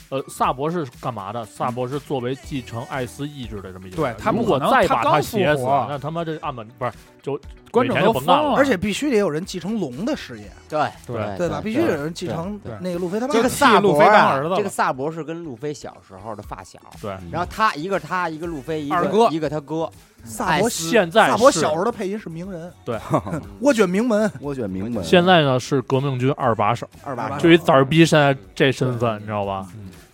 Speaker 4: 呃萨博是干嘛的？萨博是作为继承艾斯意志的这么一个
Speaker 5: 对
Speaker 4: 人，
Speaker 5: 他不
Speaker 4: 如果
Speaker 5: 可能
Speaker 4: 再
Speaker 5: 他
Speaker 4: 把
Speaker 5: 刚
Speaker 4: 他
Speaker 5: 复
Speaker 4: 写死，
Speaker 5: 活
Speaker 4: 那他妈这岸本不是就
Speaker 5: 观众
Speaker 4: 每
Speaker 5: 都
Speaker 4: 天就甭
Speaker 5: 疯
Speaker 4: 干了
Speaker 5: 了。
Speaker 2: 而且必须得有人继承龙的事业，
Speaker 3: 哎对
Speaker 4: 对
Speaker 2: 对吧？必须得有人继承
Speaker 5: 对对
Speaker 2: 那个路飞他妈
Speaker 3: 这
Speaker 2: 的。
Speaker 3: 个萨
Speaker 5: 路
Speaker 3: 博
Speaker 5: 飞当
Speaker 3: 啊
Speaker 5: 儿子，了
Speaker 3: 这个萨博是跟路飞小时候的发小，
Speaker 4: 对
Speaker 3: 然后他一个他一个路飞，一
Speaker 5: 二哥
Speaker 3: 个一个他哥，
Speaker 2: 萨博
Speaker 3: 艾斯
Speaker 4: 现在
Speaker 2: 萨博
Speaker 4: 是
Speaker 2: 小时候的配音是鸣人，
Speaker 3: 嗯
Speaker 2: 我卷名门，
Speaker 1: 我选名门，
Speaker 4: 现在呢是革命军二把手，
Speaker 3: 二
Speaker 5: 哎
Speaker 3: 把手
Speaker 4: 就一崽儿逼现在这身份，你知道吧？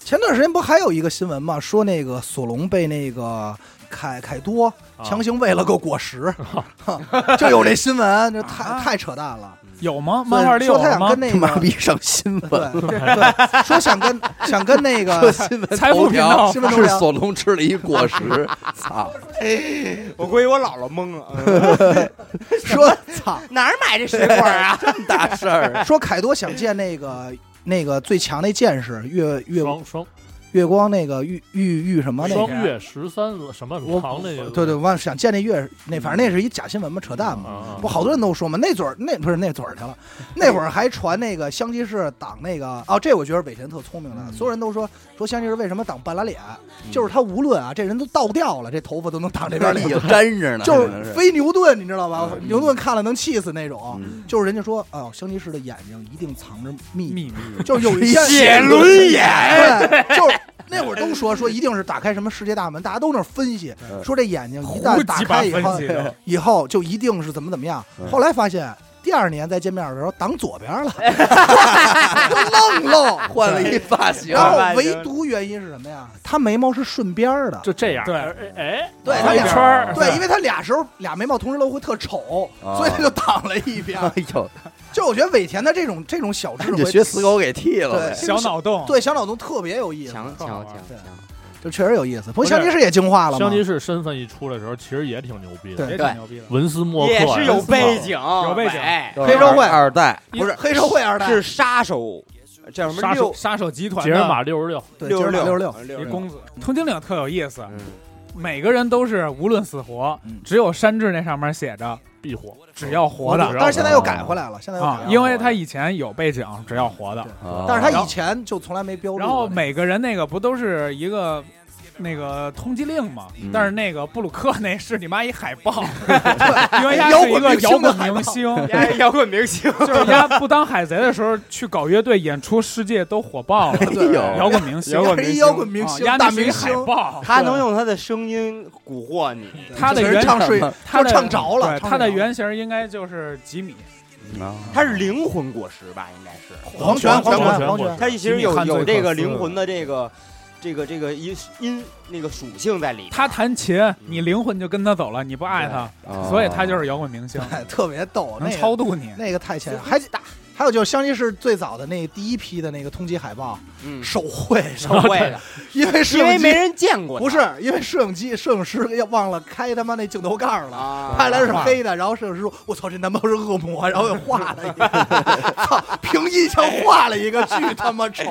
Speaker 2: 前段时间不还有一个新闻吗？说那个索隆被那个凯凯多
Speaker 4: 啊
Speaker 2: 强行喂了个果 实，就有这新闻，这太
Speaker 5: 啊
Speaker 2: 太扯淡了。
Speaker 5: 有吗？漫画里有
Speaker 2: 说他想
Speaker 5: 吗？
Speaker 2: 跟 那
Speaker 1: 他 妈
Speaker 2: 个
Speaker 1: 逼上新
Speaker 2: 对
Speaker 1: 闻，
Speaker 2: 对，说想跟想跟
Speaker 1: 这
Speaker 2: 那个
Speaker 1: 新闻
Speaker 5: 财富
Speaker 1: 头
Speaker 5: 频道
Speaker 1: 条
Speaker 2: 新闻头
Speaker 1: 是
Speaker 2: 条
Speaker 1: 索隆吃了一果 实，操！
Speaker 3: 我估计我姥姥懵了，
Speaker 2: 说操
Speaker 3: 哪儿买这水果 啊？
Speaker 1: 这么大事 儿，
Speaker 2: 说凯多想见那个那个最强那剑士月月
Speaker 4: 双双
Speaker 2: 月光那个玉玉玉什么啊那
Speaker 4: 双
Speaker 2: 个，
Speaker 4: 月十三什么长那个，
Speaker 2: 对对，忘了想见那月那反正那是一假新闻嘛，扯淡嘛。
Speaker 4: 啊，
Speaker 2: 不，好多人都说嘛，那嘴儿那不是那嘴儿 去了，那会儿还传那个香吉士挡那个哦，这我觉得尾田特聪明
Speaker 1: 嗯
Speaker 2: 了，所有人都说说香吉士为什么挡半拉脸，啊就是他无论啊这人都倒掉了，这头发都能挡这边
Speaker 1: 这里
Speaker 2: 脸，
Speaker 1: 有粘着呢，
Speaker 2: 就
Speaker 1: 可能
Speaker 2: 是非牛顿，你知道吧？
Speaker 1: 嗯
Speaker 2: 牛顿看了能气死那种，
Speaker 1: 嗯
Speaker 2: 就是人家说哦，香吉士的眼睛一定藏着秘密，
Speaker 5: 秘密，
Speaker 2: 就是有一些
Speaker 1: 写轮眼，
Speaker 2: 对，就是那会儿都说说一定是打开什么世界大门，大家都那儿分析，
Speaker 1: 嗯
Speaker 2: 说这眼睛一
Speaker 5: 胡
Speaker 2: 旦打
Speaker 5: 鸡巴
Speaker 2: 开以
Speaker 5: 分
Speaker 2: 后
Speaker 5: 析，的，
Speaker 2: 以后就一定是怎么怎么样
Speaker 1: 嗯。
Speaker 2: 后来发现第二年再见面的时候挡左 边了，就愣了。
Speaker 1: 换了一发型，
Speaker 2: 然
Speaker 3: 哎
Speaker 2: 后唯独原因是什 么呀？他眉毛是顺边儿的，
Speaker 4: 就这样，
Speaker 5: 对
Speaker 4: 哎哎，
Speaker 2: 对
Speaker 4: 画
Speaker 2: 他
Speaker 4: 一
Speaker 2: 俩
Speaker 4: 圈儿，
Speaker 2: 对，因为他俩时候俩眉毛同时露会特丑，
Speaker 1: 啊
Speaker 2: 所以他就挡了一边。
Speaker 1: 哎呦，
Speaker 2: 就我觉得尾田的这种这种小 智
Speaker 1: 你就
Speaker 2: 慧，
Speaker 1: 学死狗给剃了
Speaker 2: 对
Speaker 1: 呗，
Speaker 5: 小脑洞，
Speaker 2: 对小脑洞特别有意思，
Speaker 3: 强强强
Speaker 2: 对
Speaker 3: 强，
Speaker 2: 就确实有意思。不
Speaker 4: 不
Speaker 2: 过
Speaker 4: 是
Speaker 2: 香吉士也进化了吗？
Speaker 4: 香吉士身份一出来的时候，其实也挺牛逼的，
Speaker 5: 也
Speaker 3: 对
Speaker 5: 挺牛逼的。
Speaker 4: 文斯默克
Speaker 3: 也是有背，景，哎有
Speaker 5: 背景
Speaker 1: 黑
Speaker 2: 社会
Speaker 1: 二代，
Speaker 2: 不是黑社会二代，
Speaker 3: 是杀手，叫什么
Speaker 5: 杀手
Speaker 3: 六
Speaker 5: 杀手集团
Speaker 4: 杰
Speaker 5: 的
Speaker 4: 尔玛六十六，
Speaker 2: 对
Speaker 3: 六
Speaker 2: 六
Speaker 3: 六
Speaker 2: 十六，
Speaker 3: 六
Speaker 5: 一
Speaker 3: 十六，
Speaker 5: 公子，通缉令特有意思，
Speaker 3: 嗯
Speaker 5: 每个人都是无论死活
Speaker 2: 嗯，
Speaker 5: 只有山治那上面写着
Speaker 4: 必火，
Speaker 5: 只要活
Speaker 4: 活
Speaker 5: 的
Speaker 4: 着
Speaker 2: 但是现在又改回来了，现在又改
Speaker 5: 啊
Speaker 2: 回，来
Speaker 5: 因
Speaker 2: 了。
Speaker 5: 为哦他以前有背景，只要活的。
Speaker 1: 啊
Speaker 2: 但是他以前就从来没标注过。
Speaker 5: 然后每个人那个不都是一个那个通缉令嘛，
Speaker 1: 嗯
Speaker 5: 但是那个布鲁克那是你妈一海报，因为
Speaker 6: 摇
Speaker 5: 丫是一
Speaker 6: 滚
Speaker 5: 个
Speaker 6: 明星
Speaker 5: 摇滚
Speaker 6: 的海报
Speaker 5: 明 星，
Speaker 3: 丫是摇滚明星，
Speaker 5: 就是丫不当海贼的时候去搞乐队演出，世界都火爆了，
Speaker 1: 哎呦
Speaker 5: 摇滚明星，
Speaker 3: 摇滚
Speaker 2: 是
Speaker 3: 明
Speaker 2: 一
Speaker 3: 星
Speaker 2: 摇滚明星
Speaker 5: 啊、丫那
Speaker 2: 大
Speaker 5: 是一
Speaker 2: 明
Speaker 5: 海
Speaker 2: 星
Speaker 5: 报，
Speaker 3: 他能用他的声音蛊惑你。
Speaker 5: 他的
Speaker 2: 全
Speaker 5: 原
Speaker 2: 是 唱睡，
Speaker 5: 他
Speaker 2: 都
Speaker 5: 的
Speaker 2: 唱着了
Speaker 5: 对。
Speaker 2: 唱
Speaker 5: 他的
Speaker 2: 着了
Speaker 5: 原型应该就是吉米，
Speaker 3: 他是灵魂果实吧，应该是。
Speaker 2: 黄泉，
Speaker 4: 黄
Speaker 2: 泉，
Speaker 4: 泉
Speaker 2: 黄
Speaker 4: 黄
Speaker 3: 他
Speaker 4: 泉
Speaker 3: 其实有
Speaker 5: 汉最
Speaker 3: 有这
Speaker 5: 可
Speaker 3: 个
Speaker 5: 思
Speaker 3: 灵魂的这个这个这个音音那个属性在里面。
Speaker 5: 他弹琴，
Speaker 4: 嗯
Speaker 5: 你灵魂就跟他走了，你不爱他，
Speaker 4: 啊
Speaker 1: 哦
Speaker 5: 所以他就是摇滚明星，
Speaker 2: 哎，特别逗，那
Speaker 5: 能
Speaker 2: 个
Speaker 5: 超度你。
Speaker 2: 那个太前，还大。还有就是湘西市最早的那第一批的那个通缉海报
Speaker 3: 嗯，
Speaker 2: 手绘，
Speaker 3: 手绘的，
Speaker 2: 因为摄
Speaker 3: 因为
Speaker 2: 影
Speaker 3: 没
Speaker 2: 机
Speaker 3: 人见过他。
Speaker 2: 不是因为摄影机摄影师要忘了开他妈那镜头盖儿了。
Speaker 3: 啊，
Speaker 2: 拍来是黑的，然后摄影师说：“我操，这难道是恶魔？”然后又画了一个， 操，凭印象画了一个，巨他妈丑，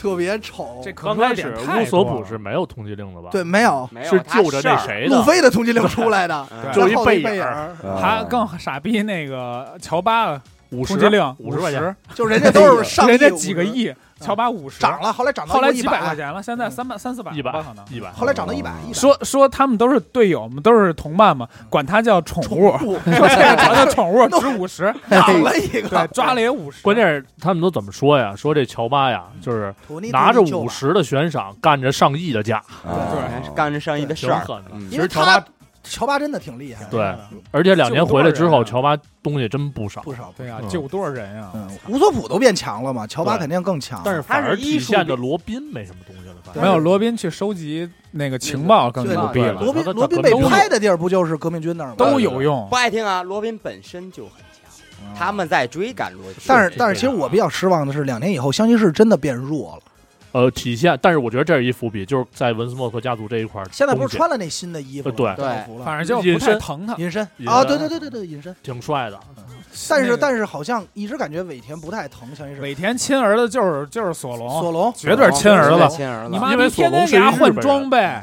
Speaker 2: 特别丑。
Speaker 5: 这可
Speaker 4: 刚
Speaker 5: 能
Speaker 4: 开
Speaker 5: 有
Speaker 4: 始
Speaker 5: 点
Speaker 4: 乌索普是没有通缉令的吧？
Speaker 2: 对，，没有
Speaker 3: 没有
Speaker 4: 是
Speaker 3: 他
Speaker 4: 就着那
Speaker 3: 事儿
Speaker 4: 谁的
Speaker 2: 路飞的通缉令出来的，
Speaker 3: 嗯
Speaker 5: 就
Speaker 4: 一
Speaker 2: 然后一
Speaker 4: 背
Speaker 2: 背
Speaker 4: 影
Speaker 2: 影
Speaker 4: 儿
Speaker 2: 儿，
Speaker 1: 哦
Speaker 5: 他更傻逼那个乔巴
Speaker 4: 啊五
Speaker 5: 通
Speaker 4: 十
Speaker 5: 缉令
Speaker 4: 五十块钱，
Speaker 5: 钱，
Speaker 2: 就人家都是上亿
Speaker 5: 人家几个
Speaker 2: 五十
Speaker 5: 亿，乔巴五十
Speaker 2: 涨了，后来涨到
Speaker 5: 后来
Speaker 2: 一
Speaker 5: 几
Speaker 2: 百
Speaker 5: 百块，钱了，现在三百三四百
Speaker 4: 一百
Speaker 5: 吧可能。
Speaker 4: 一百。
Speaker 2: 后来涨到一百，一百
Speaker 5: 说说他们都是队友，我们都是同伴嘛，
Speaker 2: 嗯
Speaker 5: 管他叫宠物，
Speaker 2: 不
Speaker 5: 说 这个叫宠物值五十，
Speaker 2: 涨 了一个，
Speaker 5: 对，抓了也五十。
Speaker 4: 关键是他们都怎么说呀？说这乔巴呀，
Speaker 3: 嗯
Speaker 4: 就是
Speaker 2: 土地
Speaker 4: 拿着
Speaker 2: 土地救
Speaker 4: 五
Speaker 2: 吧，
Speaker 4: 十的悬赏，干着上亿的价，
Speaker 1: 哦
Speaker 5: 对
Speaker 3: 是干着上亿的事
Speaker 4: 挺
Speaker 3: 儿。
Speaker 4: 狠的。
Speaker 3: 嗯
Speaker 4: 其
Speaker 2: 因为
Speaker 4: 实乔
Speaker 2: 他
Speaker 4: 巴，
Speaker 2: 乔巴真的挺厉害的，
Speaker 4: 对而且两年回来之后，
Speaker 3: 啊
Speaker 4: 乔巴东西真不少，
Speaker 2: 不少。
Speaker 5: 对呀、啊
Speaker 4: 嗯
Speaker 5: 救多少人呀、
Speaker 2: 嗯，乌索普都变强了嘛，乔巴
Speaker 4: 对
Speaker 2: 肯定更强。
Speaker 4: 但是反
Speaker 3: 他
Speaker 4: 而
Speaker 3: 是艺
Speaker 4: 体
Speaker 3: 术
Speaker 4: 现
Speaker 3: 品
Speaker 4: 着罗宾没什么东西了。反正
Speaker 5: 没有罗宾去收集那个情报更牛逼
Speaker 4: 对
Speaker 5: 了，
Speaker 2: 罗宾
Speaker 4: 他
Speaker 2: 罗宾被拍的地儿不就是革命军那儿吗？
Speaker 5: 都有用
Speaker 3: 不。爱听啊，罗宾本身就很强，
Speaker 2: 嗯
Speaker 3: 他们在追赶罗宾。
Speaker 2: 但是但是，其实我比较失望的是，两年以后湘西市真的变弱了。
Speaker 4: 呃，体现，但是我觉得这是一伏笔，就是在文斯莫克家族这一块儿东西，
Speaker 2: 现在不是穿了那新的衣服吗，
Speaker 4: 呃对
Speaker 2: 制服了，
Speaker 5: 反正就不太疼他，
Speaker 2: 隐身
Speaker 4: 隐身
Speaker 2: 啊，对对对对对，隐身。
Speaker 4: 挺帅的，
Speaker 2: 但
Speaker 5: 那
Speaker 2: 是
Speaker 5: 个
Speaker 2: 但是好像一直感觉尾哦田不太疼湘西市，
Speaker 5: 尾田亲儿子就是就是索隆，
Speaker 2: 索隆
Speaker 5: 绝对是亲儿
Speaker 3: 对
Speaker 5: 子。
Speaker 3: 亲儿子，
Speaker 5: 你妈
Speaker 4: 因为
Speaker 5: 逼
Speaker 4: 索
Speaker 5: 天
Speaker 4: 隆
Speaker 5: 天
Speaker 4: 是
Speaker 5: 给
Speaker 4: 一
Speaker 5: 他
Speaker 4: 日本
Speaker 5: 换
Speaker 4: 人
Speaker 5: 装备，
Speaker 4: 嗯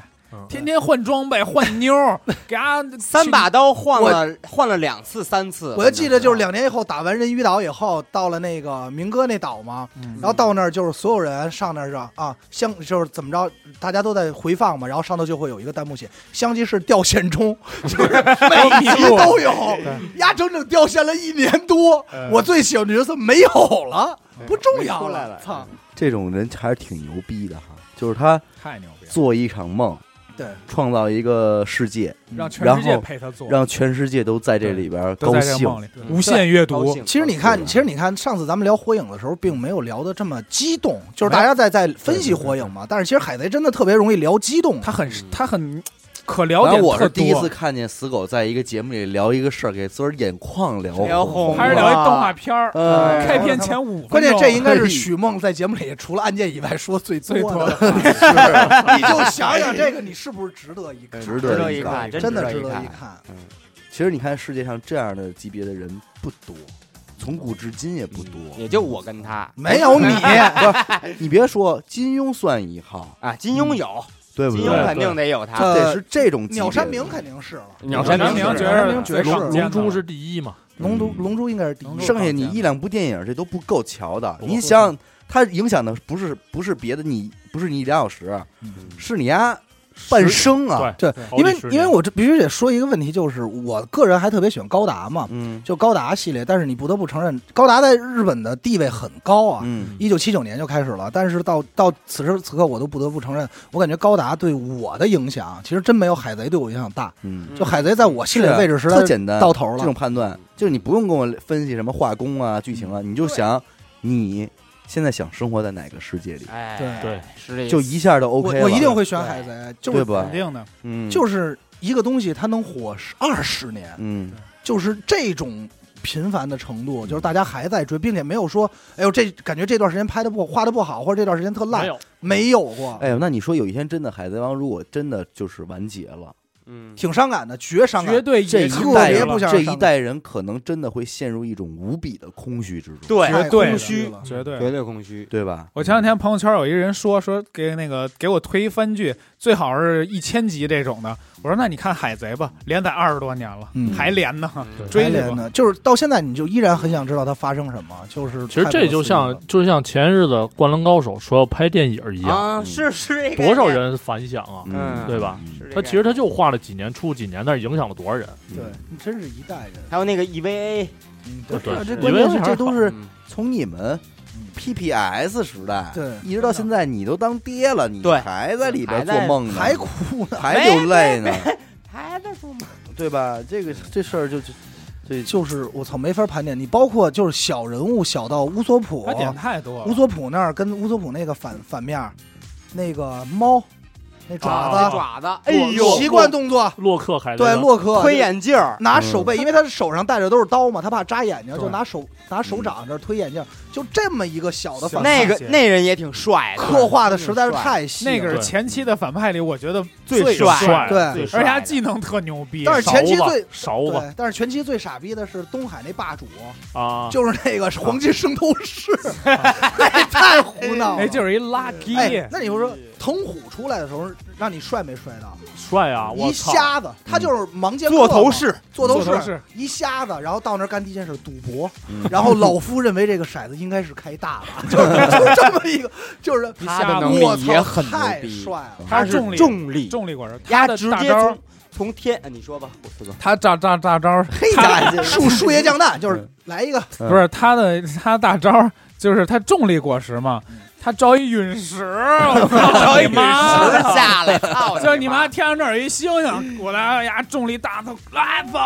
Speaker 5: 天天换装备换妞儿，给他
Speaker 3: 三把刀换了换了两次三次，啊
Speaker 2: 我就记得就是两年以后打完人鱼岛以后，到了那个明哥那岛嘛，
Speaker 5: 嗯
Speaker 2: 然后到那儿就是所有人上那儿是吧啊，相就是怎么着，大家都在回放嘛，然后上头就会有一个弹幕写“相继是掉线中”， 就是每集都有，呀，整整掉线了一年多。
Speaker 5: 呃嗯
Speaker 2: 我最喜欢的角色没有了，不重要
Speaker 3: 没出来了嗯
Speaker 2: 操，
Speaker 1: 这种人还是挺牛逼的哈，就是他
Speaker 5: 太牛逼了，
Speaker 1: 做一场梦，
Speaker 2: 对，
Speaker 1: 创造一个世界，
Speaker 5: 让全世界
Speaker 1: 然后
Speaker 5: 陪他做，
Speaker 1: 让全世界都在这里边儿
Speaker 5: 都
Speaker 1: 高
Speaker 5: 在这个
Speaker 1: 兴。
Speaker 5: 梦里无限阅读，
Speaker 2: 其实你
Speaker 3: 嗯
Speaker 2: 看，其实你看，上次咱们聊火影的时候，并没有聊得这么激动，就是
Speaker 5: 哎
Speaker 2: 大家在在分析火影嘛。但是其实海贼真的特别容易聊激动，
Speaker 5: 他很
Speaker 3: 嗯
Speaker 5: 他很可聊
Speaker 1: 反
Speaker 5: 点
Speaker 1: 正
Speaker 5: 特
Speaker 1: 我是第一
Speaker 5: 多
Speaker 1: 次看见死狗在一个节目里聊一个事儿，给自个儿眼眶聊
Speaker 3: 聊
Speaker 1: 红
Speaker 3: 红
Speaker 5: 还是聊一动画片儿，
Speaker 1: 呃，
Speaker 5: 开篇前五分钟，
Speaker 2: 关键这应该是
Speaker 1: 嘿
Speaker 2: 许梦在节目里除了案件以外说最
Speaker 5: 最
Speaker 2: 多
Speaker 5: 多
Speaker 2: 的。
Speaker 5: 的
Speaker 2: 你就想想这个，你是不是哎值得一看？
Speaker 1: 值
Speaker 3: 值
Speaker 1: 得
Speaker 3: 得一看，
Speaker 2: 真的
Speaker 3: 值
Speaker 2: 值得
Speaker 3: 看
Speaker 2: 一。看。
Speaker 1: 其实你看世界上这样的级别的人不多，从古至今也不多。
Speaker 3: 也就我跟他
Speaker 2: 没有 你，
Speaker 1: 你别说，金庸算一号，
Speaker 3: 啊，金
Speaker 2: 嗯
Speaker 3: 庸有，
Speaker 1: 对不
Speaker 3: 金
Speaker 1: 对？
Speaker 3: 庸肯定得有他。
Speaker 2: 呃
Speaker 1: 得是这种级别的
Speaker 2: 鸟山明肯定是了，
Speaker 3: 鸟
Speaker 5: 山明
Speaker 3: 明
Speaker 5: 觉
Speaker 2: 鸟山
Speaker 5: 得
Speaker 2: 明绝世
Speaker 5: 最
Speaker 4: 龙
Speaker 5: 少见的
Speaker 4: 龙珠
Speaker 5: 了
Speaker 4: 是第一嘛，
Speaker 2: 龙珠龙珠应该是第一
Speaker 5: 龙。珠
Speaker 1: 剩下你一两部电影，这都不够瞧的。
Speaker 4: 不够
Speaker 1: 你想想，它影响的不是不是别的你，不是你俩小时，
Speaker 2: 嗯
Speaker 1: 是你丫半
Speaker 4: 十
Speaker 1: 生啊。
Speaker 2: 对
Speaker 4: 好
Speaker 2: 因为
Speaker 4: 几十
Speaker 2: 因为
Speaker 4: 年
Speaker 2: 我这必须得说一个问题，就是我个人还特别喜欢高达嘛，
Speaker 1: 嗯
Speaker 2: 就高达系列。但是你不得不承认，高达在日本的地位很高啊。
Speaker 1: 嗯，
Speaker 2: 一九七九年就开始了，但是到到此时此刻，我都不得不承认，我感觉高达对我的影响，其实真没有海贼对我影响大。
Speaker 1: 嗯，
Speaker 2: 就海贼在我心里
Speaker 1: 是
Speaker 2: 的
Speaker 1: 啊
Speaker 2: 位置实在
Speaker 1: 特简单，
Speaker 2: 到头
Speaker 1: 这种
Speaker 2: 了。
Speaker 1: 判断，就是你不用跟我分析什么画工啊、剧情啊，你就想你现在想生活在哪个世界里，
Speaker 3: 哎，
Speaker 2: 对
Speaker 4: 对，
Speaker 3: 是这
Speaker 1: 就一下就 OK
Speaker 2: 我
Speaker 1: 了。
Speaker 2: 我一定会选
Speaker 3: 对
Speaker 2: 海贼，就
Speaker 1: 对
Speaker 2: 是
Speaker 1: 吧
Speaker 5: 肯？定的，
Speaker 1: 嗯，
Speaker 2: 就是一个东西，它能火十二十年，
Speaker 1: 嗯，
Speaker 2: 就是这种频繁的程度，就是大家还在追，并且没有说，哎呦，这感觉这段时间拍的不画的不好，或者这段时间特
Speaker 4: 没
Speaker 2: 烂，
Speaker 4: 有
Speaker 2: 没有过。
Speaker 1: 哎呦，那你说有一天真的《海贼王》如果真的就是完结了，
Speaker 3: 嗯，
Speaker 2: 挺伤感的，绝伤感，
Speaker 5: 绝对
Speaker 1: 这一
Speaker 2: 特
Speaker 1: 代
Speaker 2: 别
Speaker 1: 人
Speaker 2: 不想
Speaker 1: 这
Speaker 2: 让
Speaker 1: 一
Speaker 2: 伤
Speaker 1: 代人可能真的会陷入一种无比的空虚之中，
Speaker 3: 对，
Speaker 2: 太
Speaker 5: 对
Speaker 2: 空
Speaker 3: 虚
Speaker 2: 虚了，
Speaker 5: 绝对
Speaker 3: 绝对空虚。
Speaker 1: 对吧？
Speaker 5: 我前两天朋友圈有一人说说给那个给我推一番剧，最好是一千集这种的。我说那你看《海贼》吧，连载二十多年了，
Speaker 2: 嗯
Speaker 5: 还连呢。
Speaker 4: 对
Speaker 5: 追
Speaker 2: 还
Speaker 5: 去
Speaker 2: 连
Speaker 5: 吧
Speaker 2: 呢，就是到现在你就依然很想知道它发生什么，就是
Speaker 4: 其实
Speaker 2: 太不可
Speaker 4: 这就
Speaker 2: 思议了
Speaker 4: 像就像前日子《灌篮高手》说要拍电影一样，嗯
Speaker 3: 啊，是是这个
Speaker 4: 多少人反响啊！
Speaker 3: 嗯
Speaker 4: 对吧？
Speaker 3: 概念？是这
Speaker 4: 他
Speaker 3: 个
Speaker 4: 其实他就画了几年，出几年，但是影响了多少人？
Speaker 1: 嗯
Speaker 2: 对，真是一代人，
Speaker 3: 还有那个 EVA，
Speaker 2: 嗯，
Speaker 4: 对
Speaker 2: 对，这
Speaker 4: 以
Speaker 1: 关
Speaker 4: 为
Speaker 1: 键
Speaker 4: 还
Speaker 1: 是
Speaker 4: 是
Speaker 1: 这都是
Speaker 3: 嗯
Speaker 1: 从你们
Speaker 2: 嗯
Speaker 1: PPS 时代，
Speaker 2: 对
Speaker 1: 一直到现在，你都当爹了，你
Speaker 3: 对
Speaker 1: 还在里边
Speaker 3: 还
Speaker 1: 做
Speaker 3: 在
Speaker 1: 梦呢，
Speaker 2: 还哭呢，
Speaker 1: 还流泪呢，
Speaker 3: 还在说吗？
Speaker 1: 对吧？这个这事儿就就这
Speaker 2: 就是我操，没法盘点。你包括就是小人物，小到乌索普
Speaker 5: 他，点太多了，
Speaker 2: 乌索普那儿跟乌索普那个反反面儿，那个猫，那爪
Speaker 4: 啊
Speaker 2: 子，
Speaker 3: 爪子，
Speaker 2: 哎
Speaker 3: 哎呦，
Speaker 2: 习惯动作，
Speaker 4: 洛克还在
Speaker 2: 对，
Speaker 4: 那
Speaker 2: 洛克
Speaker 3: 推眼镜儿，
Speaker 2: 拿手背，因为他手上戴着都是刀嘛，他怕扎眼睛，
Speaker 5: 对
Speaker 2: 就拿手拿手掌这儿推眼镜，就这么一个小的反派
Speaker 3: 那个那人也挺帅的，
Speaker 2: 刻画的实在是太细了
Speaker 5: 那个是
Speaker 4: 对
Speaker 5: 前期的反派里，我觉得
Speaker 3: 最
Speaker 5: 帅，
Speaker 4: 帅
Speaker 2: 对
Speaker 3: 最帅
Speaker 5: 而且
Speaker 3: 的
Speaker 5: 他技能特牛逼。
Speaker 2: 但是前期
Speaker 4: 勺
Speaker 2: 最
Speaker 4: 子勺子
Speaker 2: 对，但是全期最傻逼的是东海那霸主，
Speaker 4: 啊，
Speaker 2: 就是那个黄金圣斗士，那太胡闹了
Speaker 5: 那。就是一垃
Speaker 2: 哎
Speaker 5: 圾，，
Speaker 2: 那你说说藤虎出来的时候，让你帅没帅到？
Speaker 4: 帅啊！我
Speaker 2: 一
Speaker 4: 操，
Speaker 2: 瞎子，他就是盲剑客嘛
Speaker 3: 座头，市，
Speaker 2: 座头
Speaker 5: 座头
Speaker 2: 市
Speaker 5: 市，
Speaker 2: 一瞎子，然后到那儿干第一件事赌博
Speaker 1: 嗯，
Speaker 2: 然后老夫认为这个骰子应该是开大的，就就这么一个，就是
Speaker 5: 瞎
Speaker 3: 的
Speaker 5: 子
Speaker 3: 能
Speaker 2: 我
Speaker 3: 力也
Speaker 2: 操，
Speaker 3: 很牛
Speaker 2: 太
Speaker 3: 逼
Speaker 2: 帅，了。
Speaker 5: 他
Speaker 3: 他
Speaker 5: 是
Speaker 3: 是
Speaker 5: 重力
Speaker 3: 重力，
Speaker 5: 重力果实，他
Speaker 3: 呀，
Speaker 5: 的
Speaker 3: 直
Speaker 5: 大
Speaker 3: 接
Speaker 5: 招
Speaker 3: 从，从天，啊你说吧，我说吧，
Speaker 5: 他大大大招
Speaker 2: 嘿
Speaker 5: 他
Speaker 2: 家伙，树树叶降蛋就是来一个，
Speaker 1: 嗯
Speaker 5: 不是他的他大招就是他重力果实嘛，他招一陨石，我操你妈！
Speaker 3: 石下来，操
Speaker 5: 就是
Speaker 4: 哎
Speaker 5: 你妈！天上这儿有一星星，我来呀，重力大头来走，